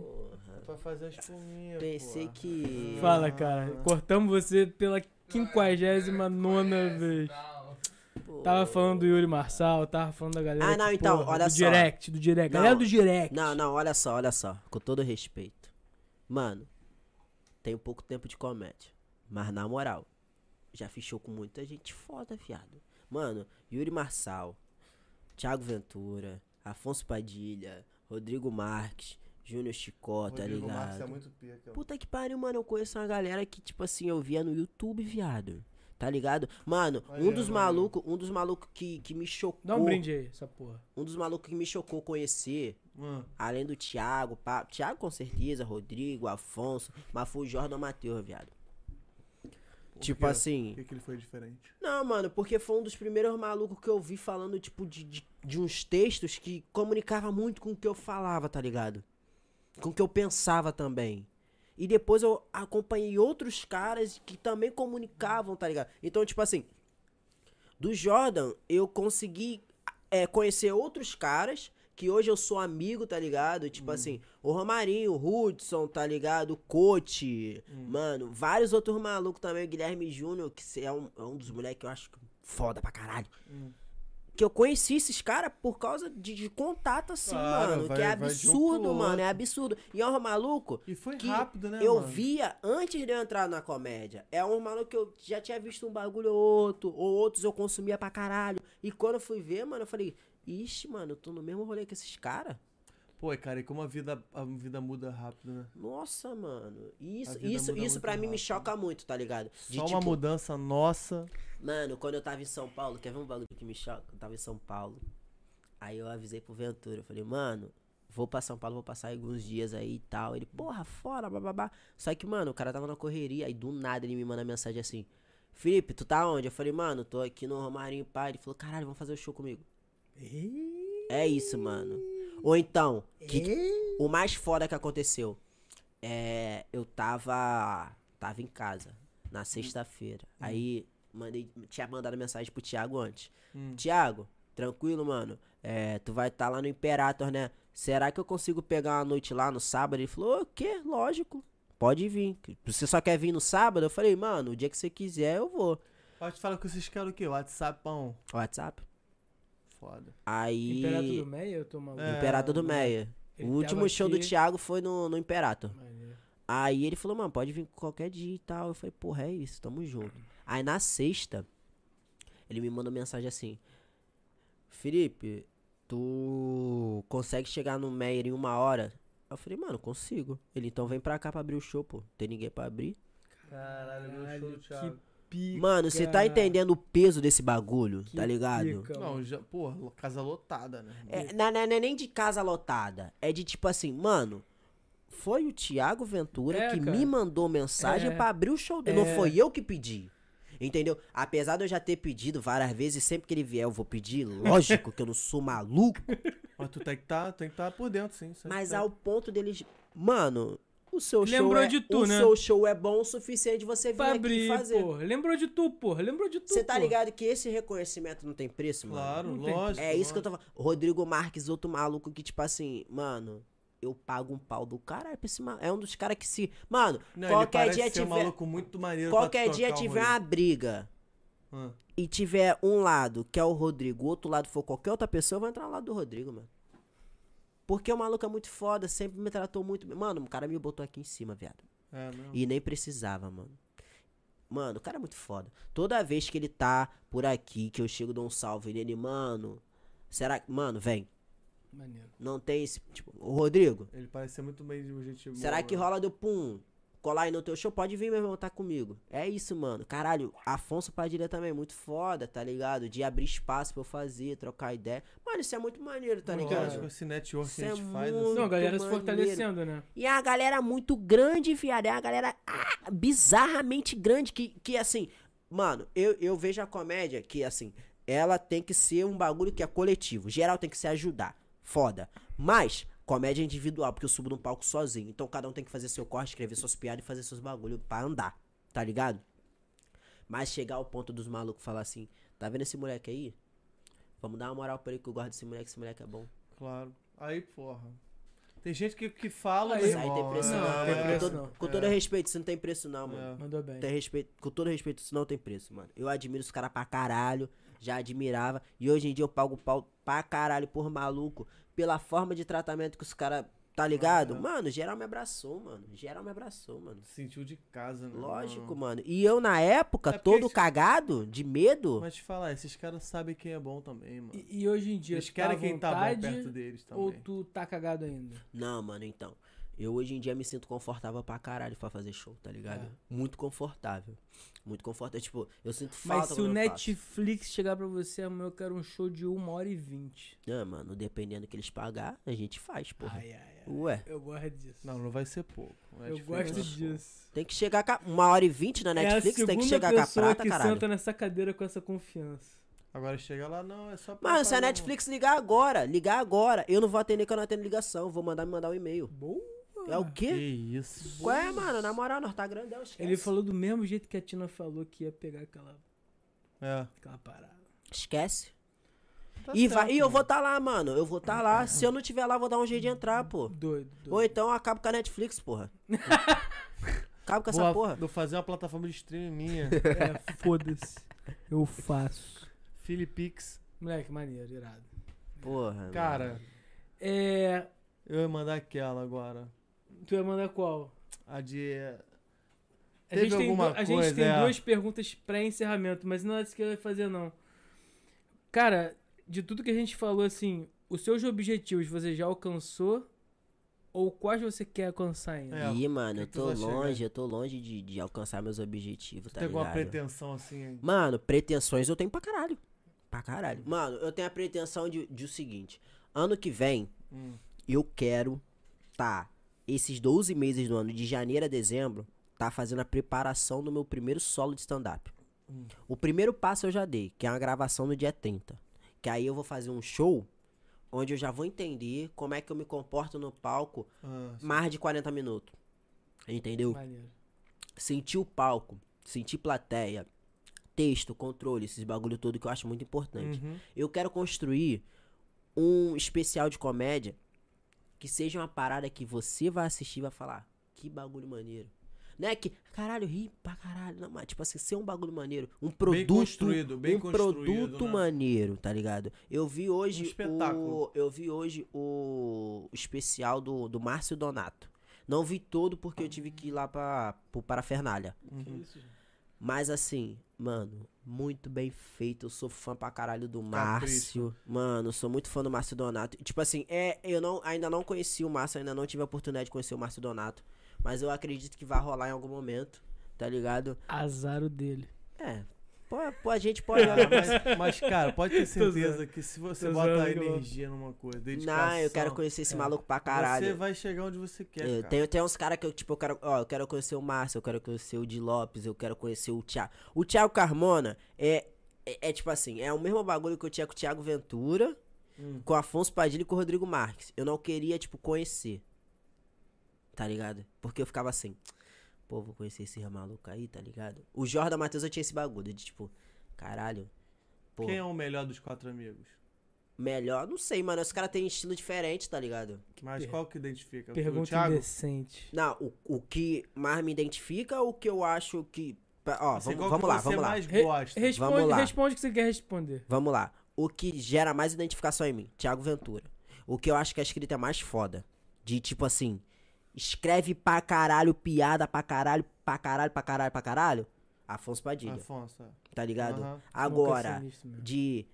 Speaker 3: Porra.
Speaker 2: Pra fazer a espuminha.
Speaker 3: Pensei
Speaker 2: pô.
Speaker 3: que.
Speaker 1: Fala, cara. Cortamos você pela 59 vez.
Speaker 3: Pô.
Speaker 1: Tava falando do Yuri Marçal, tava falando da galera.
Speaker 3: Ah, não,
Speaker 1: que,
Speaker 3: então,
Speaker 1: porra,
Speaker 3: olha
Speaker 1: do
Speaker 3: só.
Speaker 1: Direct, do Direct.
Speaker 3: Não.
Speaker 1: Galera do Direct.
Speaker 3: Não, não, olha só, olha só. Com todo respeito. Mano, tenho pouco tempo de comédia. Mas na moral, já fechou com muita gente foda, viado. Mano, Yuri Marçal, Thiago Ventura, Afonso Padilha, Rodrigo Marques, Júnior Chicó, tá
Speaker 2: Rodrigo Marques
Speaker 3: ligado?
Speaker 2: é muito pica.
Speaker 3: Puta que pariu, mano. Eu conheço uma galera que, tipo assim, eu via no YouTube, viado. Tá ligado? Mano, um
Speaker 2: Maneiro,
Speaker 3: dos
Speaker 2: maneiro.
Speaker 3: malucos, um dos malucos que, que me chocou.
Speaker 1: Dá um brinde aí, essa porra.
Speaker 3: Um dos malucos que me chocou conhecer
Speaker 2: Mano,
Speaker 3: Além do Thiago, pa... Thiago com certeza, Rodrigo, Afonso, mas foi o Jordan Matheus, viado. tipo
Speaker 2: quê?
Speaker 3: assim.
Speaker 2: por que, que ele foi diferente?
Speaker 3: Não, mano, porque foi um dos primeiros malucos que eu vi falando, tipo, de, de, de uns textos que comunicava muito com o que eu falava, tá ligado? Com o que eu pensava também. E depois eu acompanhei outros caras que também comunicavam, tá ligado? Então, tipo assim, do Jordan eu consegui é, conhecer outros caras que hoje eu sou amigo, tá ligado?
Speaker 2: Uhum.
Speaker 3: Tipo assim, o Romarinho, o Hudson, tá ligado? O Coach,
Speaker 2: Uhum.
Speaker 3: mano, vários outros malucos também, o Guilherme Júnior, que cê é um, é um dos moleques que eu acho que foda pra caralho.
Speaker 2: Uhum.
Speaker 3: Que eu conheci esses caras por causa de, de contato, assim,
Speaker 2: Claro,
Speaker 3: mano. que
Speaker 2: vai- vai
Speaker 3: é
Speaker 2: de um
Speaker 3: absurdo,
Speaker 2: pro
Speaker 3: mano. É absurdo. E é um maluco
Speaker 2: E foi
Speaker 3: que
Speaker 2: rápido, né,
Speaker 3: eu
Speaker 2: mano?
Speaker 3: via antes de eu entrar na comédia. É um maluco que eu já tinha visto um bagulho ou outro, ou outros eu consumia pra caralho. E quando eu fui ver, mano, eu falei, ixi, mano, eu tô no mesmo rolê que esses caras.
Speaker 2: Pô, e cara, e como a vida, a vida muda rápido, né?
Speaker 3: Nossa, mano.
Speaker 2: A
Speaker 3: Isso,
Speaker 2: vida
Speaker 3: isso,
Speaker 2: muda
Speaker 3: isso
Speaker 2: muito
Speaker 3: pra mim me
Speaker 2: rápido. né?
Speaker 3: choca muito, tá ligado? De
Speaker 2: Só uma
Speaker 3: tipo,
Speaker 2: mudança nossa.
Speaker 3: Mano, quando eu tava em São Paulo, quer ver um bagulho que me choca? Eu tava em São Paulo. Aí eu avisei pro Ventura, eu falei, mano, vou pra São Paulo, vou passar alguns dias aí e tal. Ele, porra, fora, bababá. Só que, mano, o cara tava na correria, aí do nada ele me manda mensagem assim, Felipe, tu tá onde? Eu falei, mano, tô aqui no Romarinho Pai. Ele falou, caralho, vamos fazer o show comigo. É isso, mano. Ou então, que- o mais foda que aconteceu. É, eu tava. Tava em casa, na sexta-feira. Aí mandei, tinha mandado mensagem pro Thiago antes.
Speaker 2: Hum.
Speaker 3: Thiago, tranquilo, mano. É, tu vai estar lá no Imperator, né? Será que eu consigo pegar uma noite lá no sábado? Ele falou, o quê? Lógico. Pode vir. Você só quer vir no sábado? Eu falei, mano, o dia que você quiser eu vou.
Speaker 2: Pode falar com esses caras o quê? WhatsAppão.
Speaker 3: WhatsApp.
Speaker 2: Foda.
Speaker 3: Aí.
Speaker 1: Imperator do Meia, eu tô maluco.
Speaker 2: É.
Speaker 3: Imperator do
Speaker 2: né?
Speaker 3: Meia. O
Speaker 1: Ele
Speaker 3: último
Speaker 1: tava
Speaker 3: show do
Speaker 1: aqui.
Speaker 3: Thiago foi no, no Imperator.
Speaker 1: Maneiro.
Speaker 3: Aí ele falou, mano, pode vir qualquer dia e tal. Eu falei, porra, é isso, tamo junto. Aí na sexta, ele me mandou mensagem assim: Felipe, tu consegue chegar no Meyer em uma hora? Eu falei, mano, consigo. Ele, então vem pra cá pra abrir o show, pô. Tem ninguém pra abrir.
Speaker 2: Caralho,
Speaker 1: Caralho, que pica.
Speaker 3: Mano, você tá entendendo o peso desse bagulho,
Speaker 1: Que
Speaker 3: tá ligado?
Speaker 1: pica, mano.
Speaker 2: Não, já, porra, casa lotada, né?
Speaker 3: É, não, não, não é nem de casa lotada. É de tipo assim, mano. foi o Thiago Ventura
Speaker 1: É,
Speaker 3: que
Speaker 1: cara.
Speaker 3: me mandou mensagem
Speaker 1: É.
Speaker 3: pra abrir o show dele.
Speaker 1: É.
Speaker 3: Não foi eu que pedi. Entendeu? Apesar de eu já ter pedido várias vezes, sempre que ele vier eu vou pedir, lógico que eu não sou maluco,
Speaker 2: Mas tu tem que tá, tem que tá por dentro, sim. isso aí
Speaker 3: mas
Speaker 2: tá.
Speaker 3: ao ponto deles, mano, o seu
Speaker 1: Lembrou
Speaker 3: show é,
Speaker 1: de tu,
Speaker 3: o
Speaker 1: né?
Speaker 3: seu show é bom o suficiente você vir
Speaker 1: Pra
Speaker 3: aqui
Speaker 1: abrir,
Speaker 3: fazer.
Speaker 1: porra. Lembrou de tu, porra. Lembrou de tu.
Speaker 3: Você tá
Speaker 1: porra.
Speaker 3: ligado que esse reconhecimento não tem preço, mano?
Speaker 2: Claro,
Speaker 1: Não tem-
Speaker 2: lógico.
Speaker 3: É isso que eu
Speaker 2: lógico.
Speaker 3: tava. Rodrigo Marques, outro maluco que, tipo assim, mano, eu pago um pau do caralho pra esse maluco. É um dos caras que se. Mano,
Speaker 2: Não, ele
Speaker 3: qualquer
Speaker 2: parece
Speaker 3: dia
Speaker 2: ser um
Speaker 3: tiver.
Speaker 2: maluco muito maneiro pra
Speaker 3: Qualquer
Speaker 2: tu
Speaker 3: dia
Speaker 2: tocar um
Speaker 3: tiver
Speaker 2: rolê.
Speaker 3: uma briga
Speaker 2: Ah.
Speaker 3: e tiver um lado que é o Rodrigo, o outro lado for qualquer outra pessoa, eu vou entrar no lado do Rodrigo, mano. Porque o maluco é muito foda, sempre me tratou muito. bem. Mano, o cara me botou aqui em cima, viado.
Speaker 2: É, mesmo.
Speaker 3: E nem precisava, mano. Mano, o cara é muito foda. Toda vez que ele tá por aqui, que eu chego, dou um salve nele, mano. Será que. Mano, vem.
Speaker 1: Maneiro.
Speaker 3: Não tem esse. Tipo, ô Rodrigo,
Speaker 2: Ele parece ser muito bem de um jeito
Speaker 3: será
Speaker 2: bom,
Speaker 3: que
Speaker 2: né?
Speaker 3: rola do pum? Colar aí no teu show? Pode vir, meu irmão, tá comigo. É isso, mano. Caralho, Afonso Padilha também, é muito foda, tá ligado? De abrir espaço pra eu fazer, trocar ideia. Mano, isso é muito maneiro, tá
Speaker 2: Lógico,
Speaker 3: ligado?
Speaker 2: esse network que a
Speaker 3: Isso é
Speaker 2: gente faz.
Speaker 3: muito-
Speaker 2: assim.
Speaker 1: Não, a galera se
Speaker 3: maneiro.
Speaker 1: fortalecendo, né?
Speaker 3: E é a galera muito grande, viado. É a galera ah, bizarramente grande. Que, que assim, mano, eu, eu vejo a comédia que, assim, ela tem que ser um bagulho que é coletivo. Geral tem que se ajudar. Foda. Mas, comédia é individual, porque eu subo num palco sozinho. Então cada um tem que fazer seu corte, escrever suas piadas e fazer seus bagulho pra andar. Tá ligado? Mas chegar ao ponto dos malucos falar assim: tá vendo esse moleque aí? Vamos dar uma moral pra ele que eu gosto desse moleque, esse moleque é bom.
Speaker 2: Claro. Aí, porra. Tem gente que, que fala,
Speaker 1: Aí-
Speaker 2: meu
Speaker 3: Mas aí né?
Speaker 2: irmão,
Speaker 3: tem preço
Speaker 2: é,
Speaker 3: não,
Speaker 1: não,
Speaker 3: mano.
Speaker 1: tem
Speaker 3: Com
Speaker 1: preço
Speaker 3: todo-
Speaker 1: não.
Speaker 3: Com todo respeito, isso não tem preço não, mano.
Speaker 2: É.
Speaker 1: Mandou bem.
Speaker 3: Tem respeito, com todo respeito, isso não tem preço, mano. Eu admiro os caras pra caralho, já admirava. E hoje em dia eu pago pau pra caralho por maluco, pela forma de tratamento que os caras, tá ligado?
Speaker 2: Aham.
Speaker 3: Mano, geral me abraçou, mano. Geral me abraçou, mano.
Speaker 2: é. Sentiu de casa, né?
Speaker 3: Lógico,
Speaker 2: Não.
Speaker 3: mano. E eu na época,
Speaker 2: É porque
Speaker 3: todo
Speaker 2: esse-
Speaker 3: cagado, de medo.
Speaker 2: Mas te falar, esses caras sabem quem é bom também, mano.
Speaker 1: E, e hoje em dia,
Speaker 2: Eles
Speaker 1: tu tá à
Speaker 2: querem quem tá bom
Speaker 1: vontade
Speaker 2: perto deles também.
Speaker 1: ou tu tá cagado ainda?
Speaker 3: Não, mano, então. Eu hoje em dia me sinto confortável pra caralho pra fazer show, tá ligado?
Speaker 2: É.
Speaker 3: Muito confortável. Muito confortável. Tipo, eu sinto falta
Speaker 1: Mas se o
Speaker 3: quando eu faço.
Speaker 1: Netflix chegar pra você amanhã, eu quero um show de 1 hora e 20.
Speaker 3: Ah, mano, dependendo do que eles pagar, a gente faz, porra.
Speaker 1: Ai, ai, ai.
Speaker 3: Ué.
Speaker 1: Eu gosto disso.
Speaker 2: Não, não vai ser pouco. É
Speaker 1: eu
Speaker 2: diferente.
Speaker 1: gosto disso.
Speaker 3: Tem que chegar com a... Uma hora e vinte na Netflix,
Speaker 1: é a
Speaker 3: tem que
Speaker 1: segunda
Speaker 3: chegar com a
Speaker 1: pessoa
Speaker 3: prata,
Speaker 1: que
Speaker 3: caralho.
Speaker 1: senta nessa cadeira com essa confiança.
Speaker 2: Agora chega lá, não, é só pra
Speaker 3: Mano, se a
Speaker 2: fazer um-
Speaker 3: Netflix ligar agora, ligar agora, eu não vou atender que eu não atendo ligação, vou mandar me mandar um e-mail.
Speaker 1: Boa.
Speaker 3: É o
Speaker 2: Que
Speaker 3: quê?
Speaker 2: isso.
Speaker 3: Qual é, mano? Na moral, nós tá grandão, esquece.
Speaker 1: Ele falou do mesmo jeito que a Tina falou que ia pegar aquela,
Speaker 2: É.
Speaker 1: aquela parada.
Speaker 3: Esquece.
Speaker 2: Tá
Speaker 3: e,
Speaker 2: certo,
Speaker 3: vai, e eu
Speaker 2: mano.
Speaker 3: vou tá lá, mano. Eu vou tá lá. Se eu não tiver lá, eu vou dar um jeito de entrar, pô.
Speaker 1: Doido, doido.
Speaker 3: Ou então eu acabo com a Netflix, porra. acabo com essa
Speaker 2: Vou a-
Speaker 3: porra.
Speaker 2: Vou fazer uma plataforma de streaming minha.
Speaker 1: É, foda-se. Eu faço.
Speaker 2: Filipix.
Speaker 1: Moleque, maneiro, irado.
Speaker 3: Porra. mano.
Speaker 2: Cara,
Speaker 1: É.
Speaker 2: eu ia mandar aquela agora.
Speaker 1: Tu ia mandar qual?
Speaker 2: A de.
Speaker 1: A
Speaker 2: Teve
Speaker 1: gente, tem,
Speaker 2: alguma
Speaker 1: du- a gente
Speaker 2: coisa,
Speaker 1: tem
Speaker 2: é.
Speaker 1: duas perguntas pré-encerramento, mas não é isso que eu ia fazer, não. Cara, de tudo que a gente falou, assim, os seus objetivos você já alcançou? Ou quais você quer alcançar ainda?
Speaker 2: É,
Speaker 3: Ih, mano,
Speaker 2: que tu
Speaker 3: eu tô
Speaker 2: vai chegar?
Speaker 3: longe, eu tô longe de, de alcançar meus objetivos, tá
Speaker 2: Tem alguma
Speaker 3: ligado?
Speaker 2: pretensão assim.
Speaker 3: Mano, pretensões eu tenho pra caralho. Pra caralho. Mano, eu tenho a pretensão de, de o seguinte: ano que vem,
Speaker 2: Hum.
Speaker 3: eu quero tá. Esses 12 meses do ano, de janeiro a dezembro, tá fazendo a preparação do meu primeiro solo de stand-up.
Speaker 2: Hum.
Speaker 3: O primeiro passo eu já dei, que é uma gravação no dia 30. Que aí eu vou fazer um show onde eu já vou entender como é que eu me comporto no palco
Speaker 2: Ah,
Speaker 3: mais de 40 minutos. Entendeu?
Speaker 1: Maneiro.
Speaker 3: sentir o palco, sentir plateia, texto, controle, esses bagulho todo que eu acho muito importante.
Speaker 2: Uhum.
Speaker 3: Eu quero construir um especial de comédia que seja uma parada que você vai assistir e vai falar: "Que bagulho maneiro". Não é que, caralho, ri pra caralho. Não, mas, tipo assim, ser um bagulho maneiro. Um produto.
Speaker 2: construído, bem
Speaker 3: um
Speaker 2: construído,
Speaker 3: produto
Speaker 2: né?
Speaker 3: maneiro, tá ligado? Eu vi hoje.
Speaker 2: Um espetáculo.
Speaker 3: O, eu vi hoje o especial do, do Márcio Donato. Não vi todo porque eu tive que ir lá pra, pro Parafernália.
Speaker 1: Que isso, gente?
Speaker 3: Mas assim, mano, muito bem feito. Eu sou fã pra caralho do
Speaker 2: Capricho.
Speaker 3: Márcio. Mano, eu sou muito fã do Márcio Donato. E, Tipo assim, é, eu não, ainda não conheci o Márcio, ainda não tive a oportunidade de conhecer o Márcio Donato. Mas eu acredito que vai rolar em algum momento, tá ligado?
Speaker 1: Azar o dele.
Speaker 3: É. Pô, ah, pô, a gente pode olhar.
Speaker 2: Mas, mas, cara, pode ter
Speaker 1: Tô
Speaker 2: certeza
Speaker 1: zoando.
Speaker 2: que se você
Speaker 1: Tô
Speaker 2: bota
Speaker 1: zoando,
Speaker 2: energia numa coisa, dedicação... É.
Speaker 3: Não, eu quero conhecer esse maluco pra
Speaker 2: Você
Speaker 3: caralho.
Speaker 2: vai chegar onde você quer,
Speaker 3: Eu-
Speaker 2: cara.
Speaker 3: tem, tem uns caras que eu, tipo, eu quero, ó, eu quero conhecer o Márcio, eu quero conhecer o Di Lopes, eu quero conhecer o Thiago. O Thiago Carmona é, é, é tipo assim, é o mesmo bagulho que eu tinha com o Thiago Ventura,
Speaker 2: Hum.
Speaker 3: com o Afonso Padilha e com o Rodrigo Marques. Eu não queria, tipo, conhecer. Tá ligado? Porque eu ficava assim, pô, vou conhecer esse maluco aí, tá ligado? O Jordan Matheus eu tinha esse bagulho de, tipo, caralho. Pô,
Speaker 2: Quem é o melhor dos quatro amigos?
Speaker 3: melhor, não sei, mano. Os caras têm estilo diferente, tá ligado?
Speaker 2: Mas
Speaker 1: Per-
Speaker 2: qual que identifica? o
Speaker 1: Pergunta
Speaker 2: Thiago?
Speaker 1: indecente.
Speaker 3: Não, o, o que mais me identifica, o que eu acho que. pa- Ó,
Speaker 2: Assim,
Speaker 3: vamos,
Speaker 2: qual
Speaker 3: vamos
Speaker 2: que
Speaker 3: lá,
Speaker 2: você
Speaker 3: vamos lá.
Speaker 2: mais
Speaker 1: Re-
Speaker 2: gosta?
Speaker 1: Responde,
Speaker 3: Vamos lá.
Speaker 1: responde o que você quer responder.
Speaker 3: Vamos lá. O que gera mais identificação em mim? Thiago Ventura. O que eu acho que a escrita é mais foda. De tipo assim, escreve pra caralho, piada pra caralho, pra caralho, pra caralho, pra caralho. Afonso Padilha,
Speaker 2: Afonso. é.
Speaker 3: tá ligado?
Speaker 2: Aham.
Speaker 1: Maluco é
Speaker 3: Agora,
Speaker 1: sinistro mesmo.
Speaker 3: de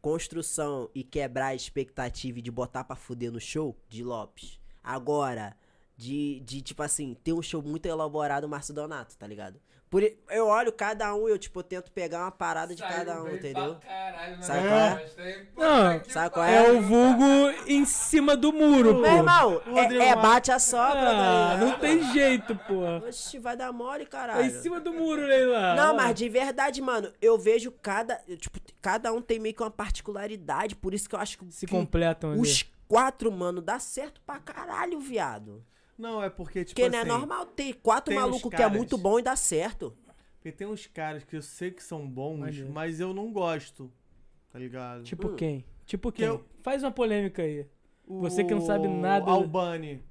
Speaker 3: construção e quebrar a expectativa e de botar pra fuder no show de Lopes. Agora, de, de tipo assim, ter um show muito elaborado, Márcio Donato, tá ligado? Por, i- eu olho cada um, eu tipo, tento pegar uma parada de
Speaker 4: Saiu
Speaker 3: cada um,
Speaker 4: bem
Speaker 3: entendeu?
Speaker 4: Pra caralho, né? na
Speaker 3: Sabe é?
Speaker 4: resposta, hein? Puta
Speaker 1: É. Não,
Speaker 4: que pariu.
Speaker 3: sabe qual
Speaker 1: É o vulgo em cima do muro,
Speaker 3: Meu
Speaker 1: pô.
Speaker 3: irmão,
Speaker 2: Rodrigo
Speaker 3: é, é
Speaker 2: Marcos.
Speaker 3: bate a sobra, tá
Speaker 1: Ah,
Speaker 3: ligado?
Speaker 1: não tem jeito, pô.
Speaker 3: Oxi, vai dar mole,
Speaker 1: É em
Speaker 3: caralho.
Speaker 1: cima do muro, Leila.
Speaker 3: Não, mas de verdade, mano, eu vejo cada. eu, Tipo, cada um tem meio que uma particularidade, por isso que eu acho que,
Speaker 1: Se
Speaker 3: que
Speaker 1: completam ali.
Speaker 3: os quatro, mano, dá certo pra caralho, viado.
Speaker 2: Não, é porque, tipo
Speaker 3: Porque
Speaker 2: assim...
Speaker 3: não é normal ter quatro
Speaker 2: tem uns
Speaker 3: malucos que é
Speaker 2: caras-
Speaker 3: muito bom e dá certo.
Speaker 2: Porque tem uns caras que eu sei que são bons,
Speaker 1: Maneiro.
Speaker 2: mas eu não gosto. Tá ligado?
Speaker 1: Tipo
Speaker 3: Hum.
Speaker 1: quem? Tipo quem?
Speaker 2: eu-
Speaker 1: Faz uma polêmica aí.
Speaker 2: O
Speaker 1: você que não sabe nada-
Speaker 2: Albani.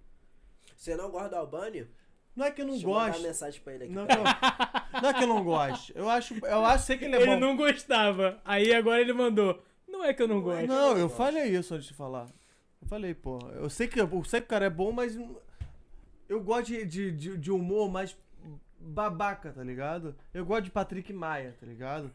Speaker 3: Você não gosta do Albani?
Speaker 2: Não é que eu não
Speaker 3: Deixa eu mandar
Speaker 2: gosto.
Speaker 3: mensagem pra ele aqui.
Speaker 2: Não é, que eu, não é que eu não gosto. Eu acho, eu acho sei que ele é
Speaker 1: Ele
Speaker 2: bom.
Speaker 1: não gostava. Aí agora ele mandou. Não é que eu não gosto.
Speaker 2: Não, eu falei isso antes de falar. Eu falei, pô. Eu sei que, eu sei que o cara é bom, mas. não- Eu gosto de, de, de- de humor mais babaca, tá ligado? Eu gosto de Patrick Maia, tá ligado?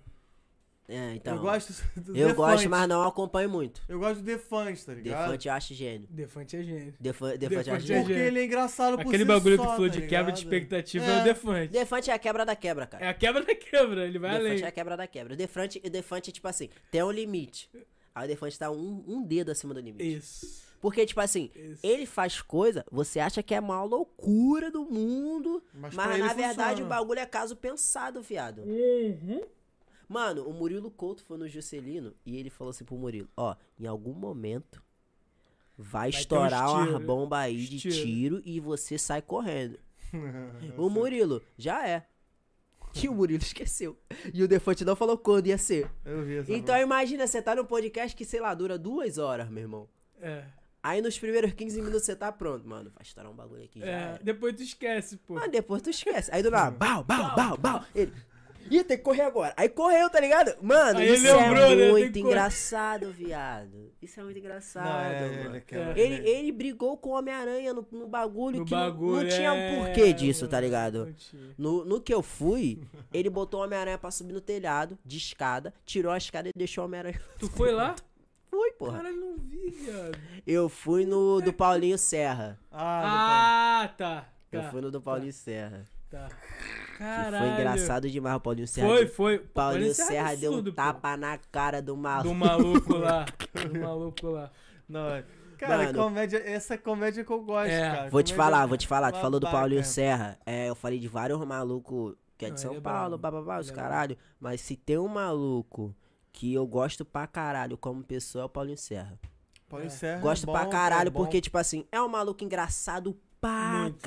Speaker 3: É, então.
Speaker 2: eu gosto do
Speaker 3: eu gosto,
Speaker 2: Defante.
Speaker 3: mas não acompanho muito.
Speaker 2: Eu gosto do Defante, tá ligado?
Speaker 3: Defante eu acho gênio.
Speaker 1: Defante é gênio.
Speaker 3: Defante, Defante, eu
Speaker 1: Defante
Speaker 3: acho gênio.
Speaker 2: Porque ele é engraçado por
Speaker 1: Aquele
Speaker 2: si
Speaker 1: bagulho
Speaker 2: só,
Speaker 1: que tu falou
Speaker 2: tá
Speaker 1: de quebra de
Speaker 2: ligado?
Speaker 1: expectativa
Speaker 2: É.
Speaker 1: é o Defante.
Speaker 3: Defante é a quebra da quebra, cara.
Speaker 1: É a quebra da quebra, ele vai
Speaker 3: Defante
Speaker 1: além.
Speaker 3: é a quebra da quebra. O Defante, o Defante, tipo assim, tem um limite. Aí o Defante tá um, um dedo acima do limite.
Speaker 1: Isso.
Speaker 3: Porque, tipo assim,
Speaker 1: Isso.
Speaker 3: ele faz coisa, você acha que é a maior loucura do mundo,
Speaker 2: Mas
Speaker 3: mas,
Speaker 2: pra ele
Speaker 3: na verdade
Speaker 2: funciona.
Speaker 3: o bagulho é caso pensado, viado.
Speaker 1: Uhum.
Speaker 3: Mano, o Murilo Couto foi no Juscelino e ele falou assim pro Murilo, ó, em algum momento vai,
Speaker 1: ter uns
Speaker 3: estourar uma
Speaker 1: tiro.
Speaker 3: bomba aí de
Speaker 1: Uns tiro.
Speaker 3: tiro e você sai correndo. o Murilo, já é. E o Murilo esqueceu. E o Defante não falou quando ia ser.
Speaker 2: Eu vi essa
Speaker 3: Então imagina, você tá num podcast que, sei lá, dura duas horas, meu irmão.
Speaker 1: É.
Speaker 3: Aí nos primeiros 15 minutos você tá pronto. Mano, vai estourar um bagulho aqui já.
Speaker 1: É, Hum.
Speaker 3: era.
Speaker 1: Depois tu esquece, pô.
Speaker 3: Mas depois tu esquece. Aí do nada, bal, bal, bal, bal. Ele. Ih, tem que correr agora. Aí correu, tá ligado? Mano,
Speaker 1: Aí ele
Speaker 3: isso
Speaker 1: lembrou, né? Tem
Speaker 3: é
Speaker 1: que
Speaker 3: muito
Speaker 1: correr.
Speaker 3: engraçado, viado. Isso é muito engraçado,
Speaker 2: Não, é, é,
Speaker 3: mano.
Speaker 2: ele é quebra.
Speaker 1: É.
Speaker 3: Ele, ele brigou com o Homem-Aranha no, no bagulho
Speaker 1: No
Speaker 3: que não- não,
Speaker 1: bagulho,
Speaker 3: tinha
Speaker 1: é,
Speaker 3: um porquê disso, tá
Speaker 1: mano,
Speaker 3: ligado?
Speaker 1: não tinha.
Speaker 3: No, no que eu fui, ele botou o Homem-Aranha pra subir no telhado, de escada, tirou a escada e deixou o Homem-Aranha.
Speaker 1: Tu foi lá?
Speaker 3: Fui, porra.
Speaker 1: Caralho, não vi, viado.
Speaker 3: Eu fui no
Speaker 1: é
Speaker 3: do Paulinho Serra.
Speaker 2: Ah,
Speaker 1: Ah, tá. tá
Speaker 3: eu fui no do Paulinho Serra.
Speaker 1: Tá.
Speaker 3: Que
Speaker 1: Caralho.
Speaker 3: foi engraçado demais o Paulinho Serra.
Speaker 1: Foi, foi. Pô,
Speaker 3: Paulinho
Speaker 1: parece
Speaker 3: Serra deu um
Speaker 1: absurdo, pô.
Speaker 3: tapa na cara do maluco.
Speaker 1: Do maluco lá. Do maluco lá.
Speaker 2: não, é. Cara,
Speaker 3: Mano.
Speaker 2: comédia, essa é comédia que eu gosto,
Speaker 1: É,
Speaker 2: cara.
Speaker 3: Vou te
Speaker 2: Comédia
Speaker 3: falar, vou te falar. Tu falou do
Speaker 2: babaca.
Speaker 3: Paulinho Serra. É, eu falei de vários malucos que é de
Speaker 1: Não,
Speaker 3: São
Speaker 1: ele é
Speaker 3: Paulo,
Speaker 1: brabo.
Speaker 3: bababá, os
Speaker 1: Ele é
Speaker 3: caralho. Mas se tem um maluco que eu gosto pra caralho como pessoa, é o Paulinho Serra.
Speaker 2: Paulinho Serra.
Speaker 3: Gosto
Speaker 2: é bom,
Speaker 3: pra caralho,
Speaker 2: é bom.
Speaker 3: porque, tipo assim, é um maluco engraçado pra
Speaker 1: Muito.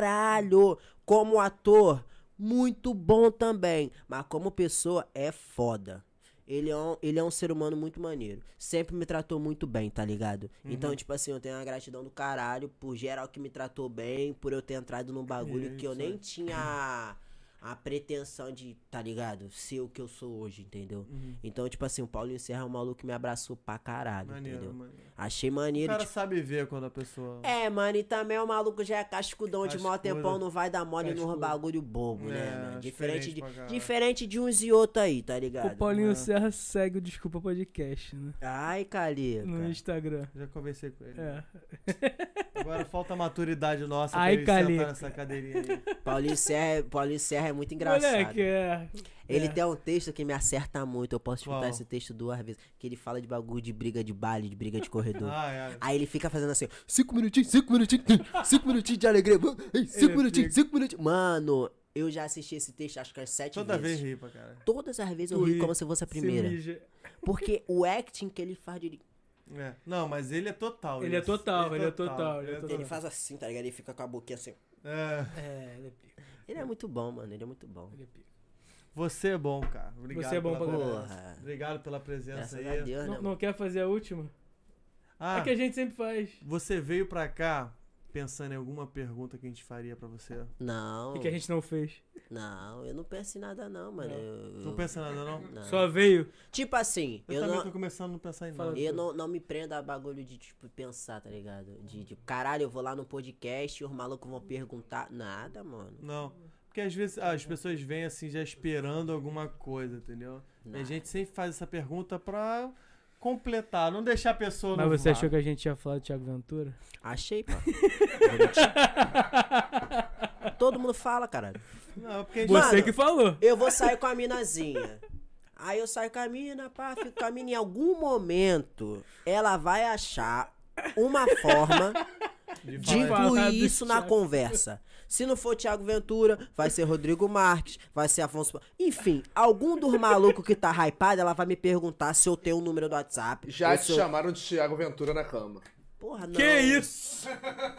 Speaker 3: caralho. Como ator, muito bom também. Mas como pessoa, é foda. Ele é, um, ele é um ser humano muito maneiro. Sempre me tratou muito bem, tá ligado?
Speaker 2: Uhum.
Speaker 3: Então, tipo assim, eu tenho uma gratidão do caralho por geral que me tratou bem, por eu ter entrado num bagulho
Speaker 2: É
Speaker 3: que eu
Speaker 2: isso
Speaker 3: nem
Speaker 2: aí.
Speaker 3: tinha a, a pretensão de, tá ligado? Ser o que eu sou hoje, entendeu?
Speaker 2: Uhum.
Speaker 3: Então, tipo assim, o Paulinho Serra é um maluco que me abraçou pra caralho, entendeu?
Speaker 2: Maneiro, maneiro.
Speaker 3: Achei
Speaker 2: O
Speaker 3: maneiro.
Speaker 2: cara
Speaker 3: tipo-
Speaker 2: sabe ver quando a pessoa.
Speaker 3: É, mano, e também o maluco já é cascudão de mó
Speaker 2: Cascudo.
Speaker 3: tempão, não vai dar mole nos
Speaker 2: Cascudo.
Speaker 3: bagulho
Speaker 2: É,
Speaker 3: bobo, né,
Speaker 2: diferente
Speaker 3: mano? Diferente,
Speaker 2: pra
Speaker 3: de,
Speaker 2: caralho.
Speaker 3: diferente de uns e outros aí, tá
Speaker 1: O
Speaker 3: ligado?
Speaker 1: Paulinho
Speaker 2: mano.
Speaker 1: Serra segue o Desculpa Podcast, né?
Speaker 3: Ai, Calica.
Speaker 1: No Instagram.
Speaker 2: Já conversei com ele.
Speaker 1: É.
Speaker 2: Agora falta a maturidade nossa
Speaker 1: Ai,
Speaker 2: pra ele sentar
Speaker 1: Calica.
Speaker 2: nessa cadeirinha aí.
Speaker 3: Paulinho Serra, Paulinho Serra é é muito engraçado.
Speaker 1: Moleque, é.
Speaker 3: Ele
Speaker 1: é.
Speaker 3: tem um texto que me acerta muito. Eu posso escutar
Speaker 2: Qual?
Speaker 3: esse texto duas vezes. Que ele fala de bagulho de briga de baile, de briga de corredor.
Speaker 2: Ah, é.
Speaker 3: Aí ele fica fazendo assim, cinco minutinhos, cinco minutinhos, cinco minutinhos de alegria, ei, cinco
Speaker 1: é
Speaker 3: minutinhos, cinco minutinhos. Mano, eu já assisti esse texto acho que umas sete
Speaker 2: Toda vez
Speaker 3: vezes.
Speaker 2: ri pra cara.
Speaker 3: Todas as vezes eu
Speaker 1: Tu
Speaker 3: ri
Speaker 1: ri,
Speaker 3: como se fosse a primeira.
Speaker 1: Se mija.
Speaker 3: Porque o acting que ele faz de.
Speaker 2: É. Não, mas ele é total.
Speaker 1: Ele é
Speaker 2: isso.
Speaker 1: total, ele é total, ele é
Speaker 3: Ele
Speaker 1: total.
Speaker 3: faz assim, tá ligado? Ele fica com a boquinha assim.
Speaker 2: É.
Speaker 1: É, ele é pica.
Speaker 3: Ele é muito bom, mano. Ele é muito bom.
Speaker 1: Ele é pica.
Speaker 2: Você é bom, cara. Obrigado
Speaker 1: Você é bom
Speaker 2: pela
Speaker 1: pra
Speaker 2: presença.
Speaker 3: caralho.
Speaker 2: Obrigado pela presença
Speaker 3: Graças
Speaker 2: aí. é
Speaker 3: a Deus, né?
Speaker 1: Não,
Speaker 3: mano?
Speaker 1: não quer fazer a última?
Speaker 2: Ah,
Speaker 1: É que a gente sempre faz.
Speaker 2: você veio pra cá pensando em alguma pergunta que a gente faria pra você?
Speaker 3: Não,
Speaker 1: E que a gente não fez.
Speaker 3: não, eu não penso em nada, não, mano.
Speaker 1: Não.
Speaker 3: Eu-
Speaker 2: Não pensa nada, não?
Speaker 3: não.
Speaker 1: Só veio.
Speaker 3: Tipo assim,
Speaker 2: Eu,
Speaker 3: eu,
Speaker 2: também
Speaker 3: não,
Speaker 2: tô começando a não pensar em
Speaker 1: Fala.
Speaker 2: nada.
Speaker 3: Eu não, não me prendo a bagulho de, tipo, pensar, tá ligado? De, de, caralho, eu vou lá no podcast e os malucos vão perguntar. Nada, mano.
Speaker 2: Não. Porque às vezes ah, as pessoas vêm assim já esperando alguma coisa, entendeu? E a
Speaker 3: Nada.
Speaker 2: gente sempre faz essa pergunta pra completar, não deixar a pessoa
Speaker 1: Mas
Speaker 2: no
Speaker 1: você
Speaker 2: vácuo.
Speaker 1: achou que a gente ia falar do Thiago Ventura?
Speaker 3: Achei, pá. Vou mentir. Todo mundo fala, caralho.
Speaker 2: Não, porque a gente...
Speaker 1: Você
Speaker 3: Mano.
Speaker 1: que falou.
Speaker 3: Eu vou sair com a minazinha. Aí eu saio com a mina, pá, fico com a mina. Em algum momento, ela vai achar uma forma
Speaker 2: de
Speaker 3: de
Speaker 2: falar-
Speaker 1: falar do
Speaker 3: incluir isso na
Speaker 1: Thiago.
Speaker 3: conversa. Se não for Thiago Ventura, vai ser Rodrigo Marques, vai ser Afonso. Pa- Enfim, algum dos malucos que tá hypado, ela vai me perguntar se eu tenho o número do WhatsApp.
Speaker 5: Já
Speaker 3: ou
Speaker 5: te
Speaker 3: se eu-
Speaker 5: chamaram de Thiago Ventura na cama.
Speaker 3: Porra, não.
Speaker 1: Que isso?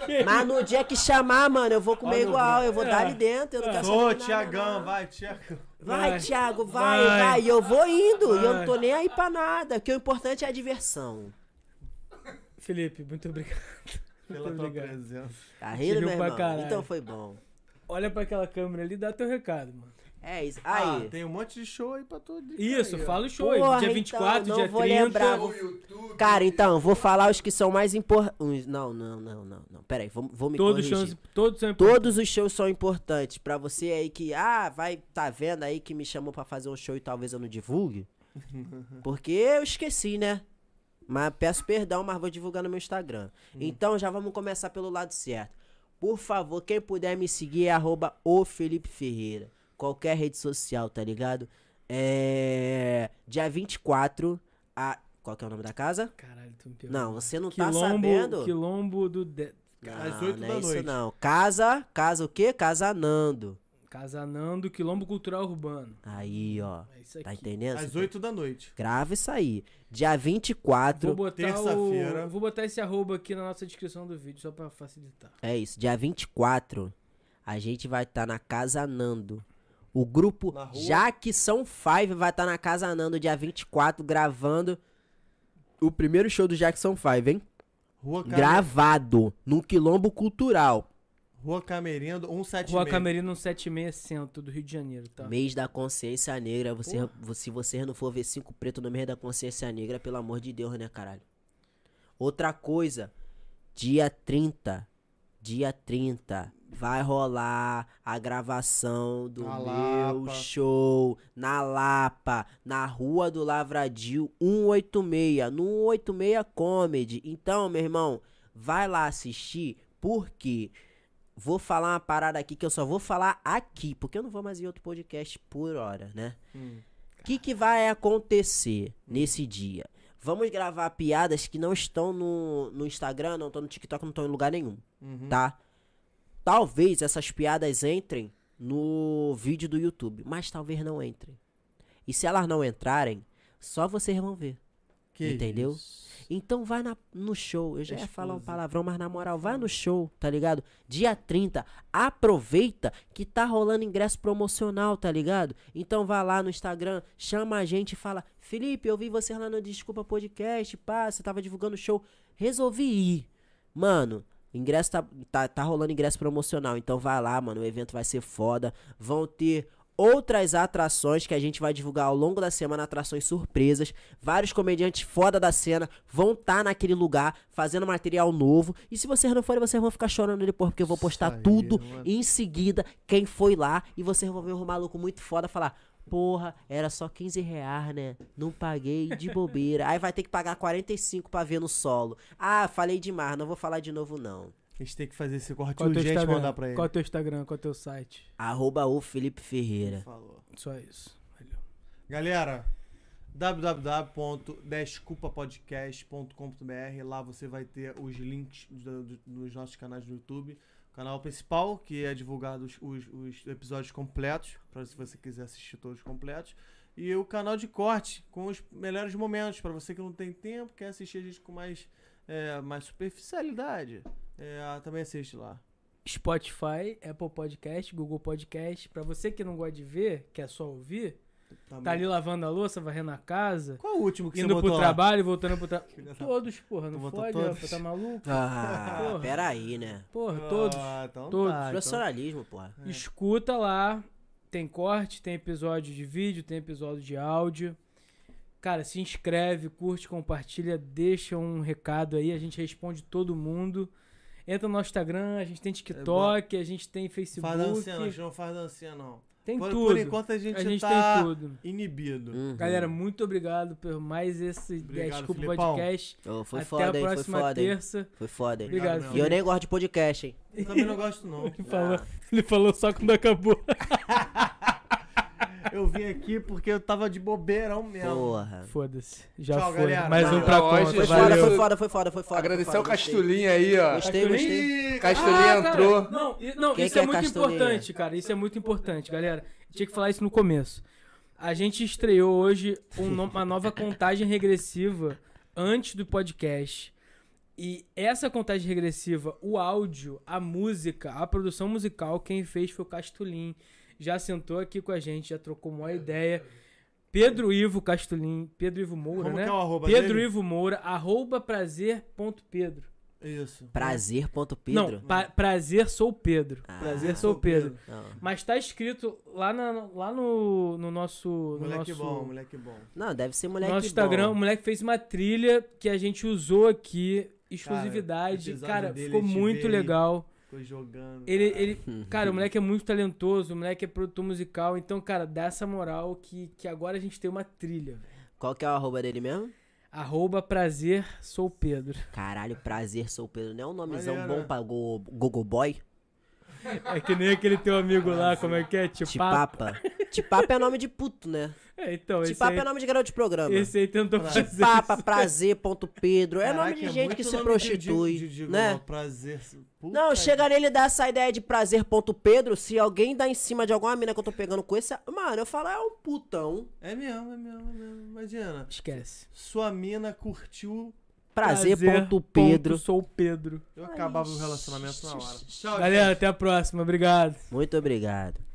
Speaker 1: Que
Speaker 3: Mas no dia que chamar, mano, eu vou comer
Speaker 2: Olha o
Speaker 3: igual, eu vou
Speaker 1: É.
Speaker 3: dar ali dentro, eu não quero
Speaker 2: Ô,
Speaker 3: saber de nada,
Speaker 2: Tiagão,
Speaker 3: não.
Speaker 2: vai, Tiagão.
Speaker 3: Vai,
Speaker 1: Vai.
Speaker 3: Thiago, vai,
Speaker 1: Vai.
Speaker 3: vai, E eu vou indo, e eu
Speaker 1: Vai.
Speaker 3: não tô nem aí pra nada, porque o importante é a diversão.
Speaker 1: Felipe, muito obrigado.
Speaker 2: Pela
Speaker 1: Muito
Speaker 2: tua
Speaker 1: obrigado.
Speaker 2: presença.
Speaker 3: Tá rindo,
Speaker 1: riu
Speaker 3: meu
Speaker 1: pra
Speaker 3: irmão?
Speaker 1: caralho.
Speaker 3: Então foi bom.
Speaker 1: Olha pra aquela câmera ali e dá teu recado, mano.
Speaker 3: É isso.
Speaker 2: Ah,
Speaker 3: Aí.
Speaker 2: tem um monte de show aí pra tu.
Speaker 1: Isso,
Speaker 2: aí, ó.
Speaker 1: fala o show. aí.
Speaker 3: Porra,
Speaker 1: dia
Speaker 3: então,
Speaker 1: 24,
Speaker 3: não
Speaker 1: dia
Speaker 3: vou
Speaker 1: 30.
Speaker 3: lembrar.
Speaker 4: O YouTube.
Speaker 3: Cara, então, vou falar os que são mais importantes. Não, não, não, não, não. Peraí, vou, vou me
Speaker 1: Todos, os
Speaker 3: corrigir.
Speaker 1: shows- todos são
Speaker 3: Todos os shows são importantes Pra você aí que, ah, vai, tá vendo aí que me chamou pra fazer um show e talvez eu não divulgue. Porque eu esqueci, né? Mas peço perdão, mas vou divulgar no meu Instagram. Então já vamos começar pelo lado certo. Por favor, quem puder me seguir é arroba o Felipe Ferreira. Qualquer rede social, tá ligado? É. Dia 24 a. Qual que é o nome da casa?
Speaker 1: Caralho, tu me pegou.
Speaker 3: Não, você não
Speaker 1: Quilombo,
Speaker 3: tá sabendo.
Speaker 1: Quilombo do... De...
Speaker 3: Não,
Speaker 2: Às oito
Speaker 3: não
Speaker 2: da
Speaker 3: é isso
Speaker 2: noite.
Speaker 3: não. Casa, casa o quê? Casa Nando.
Speaker 1: Casanando, Quilombo Cultural Urbano.
Speaker 3: Aí, ó.
Speaker 1: É isso aqui.
Speaker 3: Tá entendendo?
Speaker 2: Às
Speaker 3: Você
Speaker 2: 8 da noite.
Speaker 3: Grava isso aí. Dia
Speaker 1: Vou
Speaker 3: 24.
Speaker 1: botar,
Speaker 2: terça-feira.
Speaker 1: o... Vou botar esse arroba aqui na nossa descrição do vídeo, só pra facilitar.
Speaker 3: É isso. Dia 24, a gente vai estar na Casa Nando. O grupo
Speaker 2: Na rua.
Speaker 3: Jaque São Five vai estar na Casa Nando dia 24, gravando o primeiro show do Jackson Five, hein?
Speaker 2: Rua, Came...
Speaker 3: Gravado no Quilombo Cultural.
Speaker 2: Rua um Camerindo, 176.
Speaker 1: Rua Camerino 176 Centro, do Rio de Janeiro, tá?
Speaker 3: Mês da Consciência Negra. Você, Se você não for ver cinco preto no mês da Consciência Negra, pelo amor de Deus, né, caralho? Outra coisa, dia 30, dia 30, vai rolar a gravação do
Speaker 2: Na
Speaker 3: meu
Speaker 2: Lapa.
Speaker 3: show na Lapa, na Rua do Lavradio 186, no 186 Comedy. Então, meu irmão, vai lá assistir, porque vou falar uma parada aqui que eu só vou falar aqui, porque eu não vou mais em outro podcast por hora, né?
Speaker 2: Hum.
Speaker 3: O que, que vai acontecer nesse dia? Vamos gravar piadas que não estão no, no Instagram, não estão no TikTok, não estão em lugar nenhum,
Speaker 2: Uhum.
Speaker 3: tá? Talvez essas piadas entrem no vídeo do YouTube, mas talvez não entrem. E se elas não entrarem, só vocês vão ver.
Speaker 2: Que
Speaker 3: Entendeu?
Speaker 2: isso.
Speaker 3: Então vai na- no show. Eu já ia
Speaker 2: Explosivo.
Speaker 3: falar um palavrão, mas na moral, vai no show, tá ligado? Dia 30, aproveita que tá rolando ingresso promocional, tá ligado? Então vai lá no Instagram, chama a gente e fala: Felipe, eu vi você lá no Desculpa Podcast, pá, você tava divulgando o show. Resolvi ir. Mano. Ingresso tá, tá, tá rolando ingresso promocional, então vai lá, mano. O evento vai ser foda. Vão ter outras atrações que a gente vai divulgar ao longo da semana, atrações surpresas. Vários comediantes foda da cena vão estar naquele lugar fazendo material novo. E se vocês não forem, vocês vão ficar chorando depois, porque eu vou postar
Speaker 2: Isso aí,
Speaker 3: tudo
Speaker 2: mano.
Speaker 3: em seguida. Quem foi lá e vocês vão ver um maluco muito foda falar. Porra, era só 15 reais, né? Não paguei de bobeira. Aí vai ter que pagar 45 pra ver no solo. Ah, falei demais, não vou falar de novo, não.
Speaker 2: A gente tem que fazer esse corte
Speaker 1: Qual é o teu
Speaker 2: urgente e
Speaker 1: Instagram?
Speaker 2: mandar pra ele.
Speaker 1: Qual é o teu Instagram? Qual é o teu site?
Speaker 3: Arroba o Felipe Ferreira.
Speaker 2: Falou.
Speaker 1: Só isso. Valeu.
Speaker 2: Galera, www.desculpapodcast.com.br Lá você vai ter os links do- do- dos nossos canais no YouTube. O canal principal, que é divulgado os, os- os episódios completos, para se você quiser assistir todos completos. E o canal de corte, com os melhores momentos, para você que não tem tempo, quer assistir a gente com mais, é, mais superficialidade. É, também assiste lá.
Speaker 1: Spotify, Apple Podcast, Google Podcast. Pra você que não gosta de ver, quer só ouvir, tá ali lavando a louça, varrendo a casa,
Speaker 2: Qual é o último que você
Speaker 1: indo
Speaker 2: botou
Speaker 1: pro
Speaker 2: lá?
Speaker 1: trabalho, voltando pro trabalho.
Speaker 2: da-
Speaker 1: Todos, porra,
Speaker 2: Tu
Speaker 1: não
Speaker 2: botou
Speaker 1: fode,
Speaker 2: todos?
Speaker 1: rapaz, tá maluco?
Speaker 3: Ah,
Speaker 1: Porra.
Speaker 3: peraí, né?
Speaker 1: Porra, todos.
Speaker 2: Ah, então
Speaker 1: Todos.
Speaker 2: tá, então
Speaker 3: Profissionalismo, porra.
Speaker 2: É.
Speaker 1: Escuta lá. Tem corte, tem episódio de vídeo, tem episódio de áudio. Cara, se inscreve, curte, compartilha, deixa um recado aí, a gente responde todo mundo. Entra no nosso Instagram, a gente tem TikTok, a gente tem Facebook,
Speaker 2: Faz dancinha, não, a gente não faz dancinha, não.
Speaker 1: tem
Speaker 2: assim, por,
Speaker 1: tudo.
Speaker 2: por enquanto a gente,
Speaker 1: a gente
Speaker 2: tá
Speaker 1: tem tudo. Hum.
Speaker 2: inibido.
Speaker 3: Uhum.
Speaker 1: Galera, muito obrigado por mais esse
Speaker 2: Obrigado,
Speaker 1: Desculpa
Speaker 2: Filipão.
Speaker 1: Podcast.
Speaker 3: Ô, foi
Speaker 1: Até
Speaker 3: foda,
Speaker 1: a
Speaker 3: hein? Foi
Speaker 1: próxima
Speaker 3: foda, hein?
Speaker 1: terça.
Speaker 3: Foi foda, hein?
Speaker 1: Obrigado,
Speaker 2: Obrigado,
Speaker 3: E eu
Speaker 1: Felipe.
Speaker 3: nem gosto de podcast, hein?
Speaker 2: Eu também não gosto, não.
Speaker 1: Ele falou, ele falou só quando acabou.
Speaker 2: Eu vim aqui porque eu tava de bobeirão mesmo.
Speaker 3: Porra.
Speaker 1: Foda-se. Já
Speaker 2: Tchau,
Speaker 1: foi.
Speaker 2: galera.
Speaker 1: Mais um
Speaker 2: Valeu.
Speaker 1: pra
Speaker 5: Hoje
Speaker 1: conta.
Speaker 5: foi
Speaker 3: Foi foda,
Speaker 5: Valeu.
Speaker 3: foi foda, foi foda, foi foda.
Speaker 5: Agradecer
Speaker 3: foi
Speaker 5: ao
Speaker 3: foda, gostei.
Speaker 5: Castulinho aí, ó.
Speaker 3: Gostei, gostei.
Speaker 5: Castulinho
Speaker 1: Ah, cara,
Speaker 5: entrou.
Speaker 1: Não, e- não,
Speaker 3: Quem
Speaker 1: isso
Speaker 3: que
Speaker 1: é,
Speaker 3: é
Speaker 1: muito
Speaker 3: Castolinha?
Speaker 1: importante, cara. Isso é muito importante, galera. Tinha que falar isso no começo. A gente estreou hoje um no- uma nova contagem regressiva antes do podcast. E essa contagem regressiva, o áudio, a música, a produção musical, quem fez foi o Castulin. Já sentou aqui com a gente, já trocou uma ideia. Pedro Ivo Castulin, Pedro Ivo Moura,
Speaker 2: Como
Speaker 1: né?
Speaker 2: que é o arroba
Speaker 1: Pedro
Speaker 2: dele?
Speaker 1: Ivo Moura, arroba prazer.pedro.
Speaker 2: Isso.
Speaker 3: Prazer.pedro.
Speaker 1: Não, pra- prazer sou Pedro.
Speaker 3: Ah.
Speaker 1: prazer sou Pedro.
Speaker 3: Não.
Speaker 1: Mas tá escrito lá, na- lá no, no nosso. No
Speaker 2: Moleque
Speaker 1: nosso,
Speaker 2: bom, moleque bom.
Speaker 3: Não, deve ser
Speaker 1: no
Speaker 3: moleque
Speaker 1: nosso Instagram, é um o
Speaker 3: bom.
Speaker 1: moleque fez uma trilha que a gente usou aqui, exclusividade.
Speaker 2: episódio
Speaker 1: Cara,
Speaker 2: dele,
Speaker 1: ficou
Speaker 2: a gente vê
Speaker 1: muito
Speaker 2: ele-
Speaker 1: legal.
Speaker 2: Ficou jogando.
Speaker 1: Ele, ele, cara, o moleque é muito talentoso, o moleque é produtor musical. Então, cara, dá essa moral que, que agora a gente tem uma trilha. velho.
Speaker 3: Qual que é o arroba dele mesmo?
Speaker 1: Arroba prazer, sou Pedro.
Speaker 3: Caralho, prazer, sou Pedro. Não é um nomezão
Speaker 2: Maneiro,
Speaker 3: bom pra go- Gogo Boy?
Speaker 1: É que nem aquele teu amigo lá, como é que é? Tipo.
Speaker 3: Tipapa. Tipapa é nome de puto, né?
Speaker 1: É, então, esse
Speaker 3: Tipapa
Speaker 1: aí,
Speaker 3: é nome de garoto de programa.
Speaker 1: esse aí tentou fazer.
Speaker 3: Tipapa, prazer, ponto Pedro. É nome
Speaker 2: Caraca,
Speaker 3: de
Speaker 2: é
Speaker 3: gente
Speaker 2: muito
Speaker 3: que se
Speaker 2: nome
Speaker 3: prostitui,
Speaker 2: de- de- de-
Speaker 3: né?
Speaker 2: Prazer. Puta
Speaker 3: Não, chega nele e dá essa ideia de prazer, ponto Pedro. Se alguém dá em cima de alguma mina que eu tô pegando com esse, mano, eu falo, é um putão.
Speaker 2: É mesmo, é mesmo, é mesmo. Imagina.
Speaker 1: Esquece.
Speaker 2: Sua mina curtiu.
Speaker 3: Prazer, ponto Pedro.
Speaker 1: sou o Pedro.
Speaker 2: Eu acabava o relacionamento na hora. Tchau,
Speaker 1: Galera, até a próxima. Obrigado.
Speaker 3: Muito obrigado.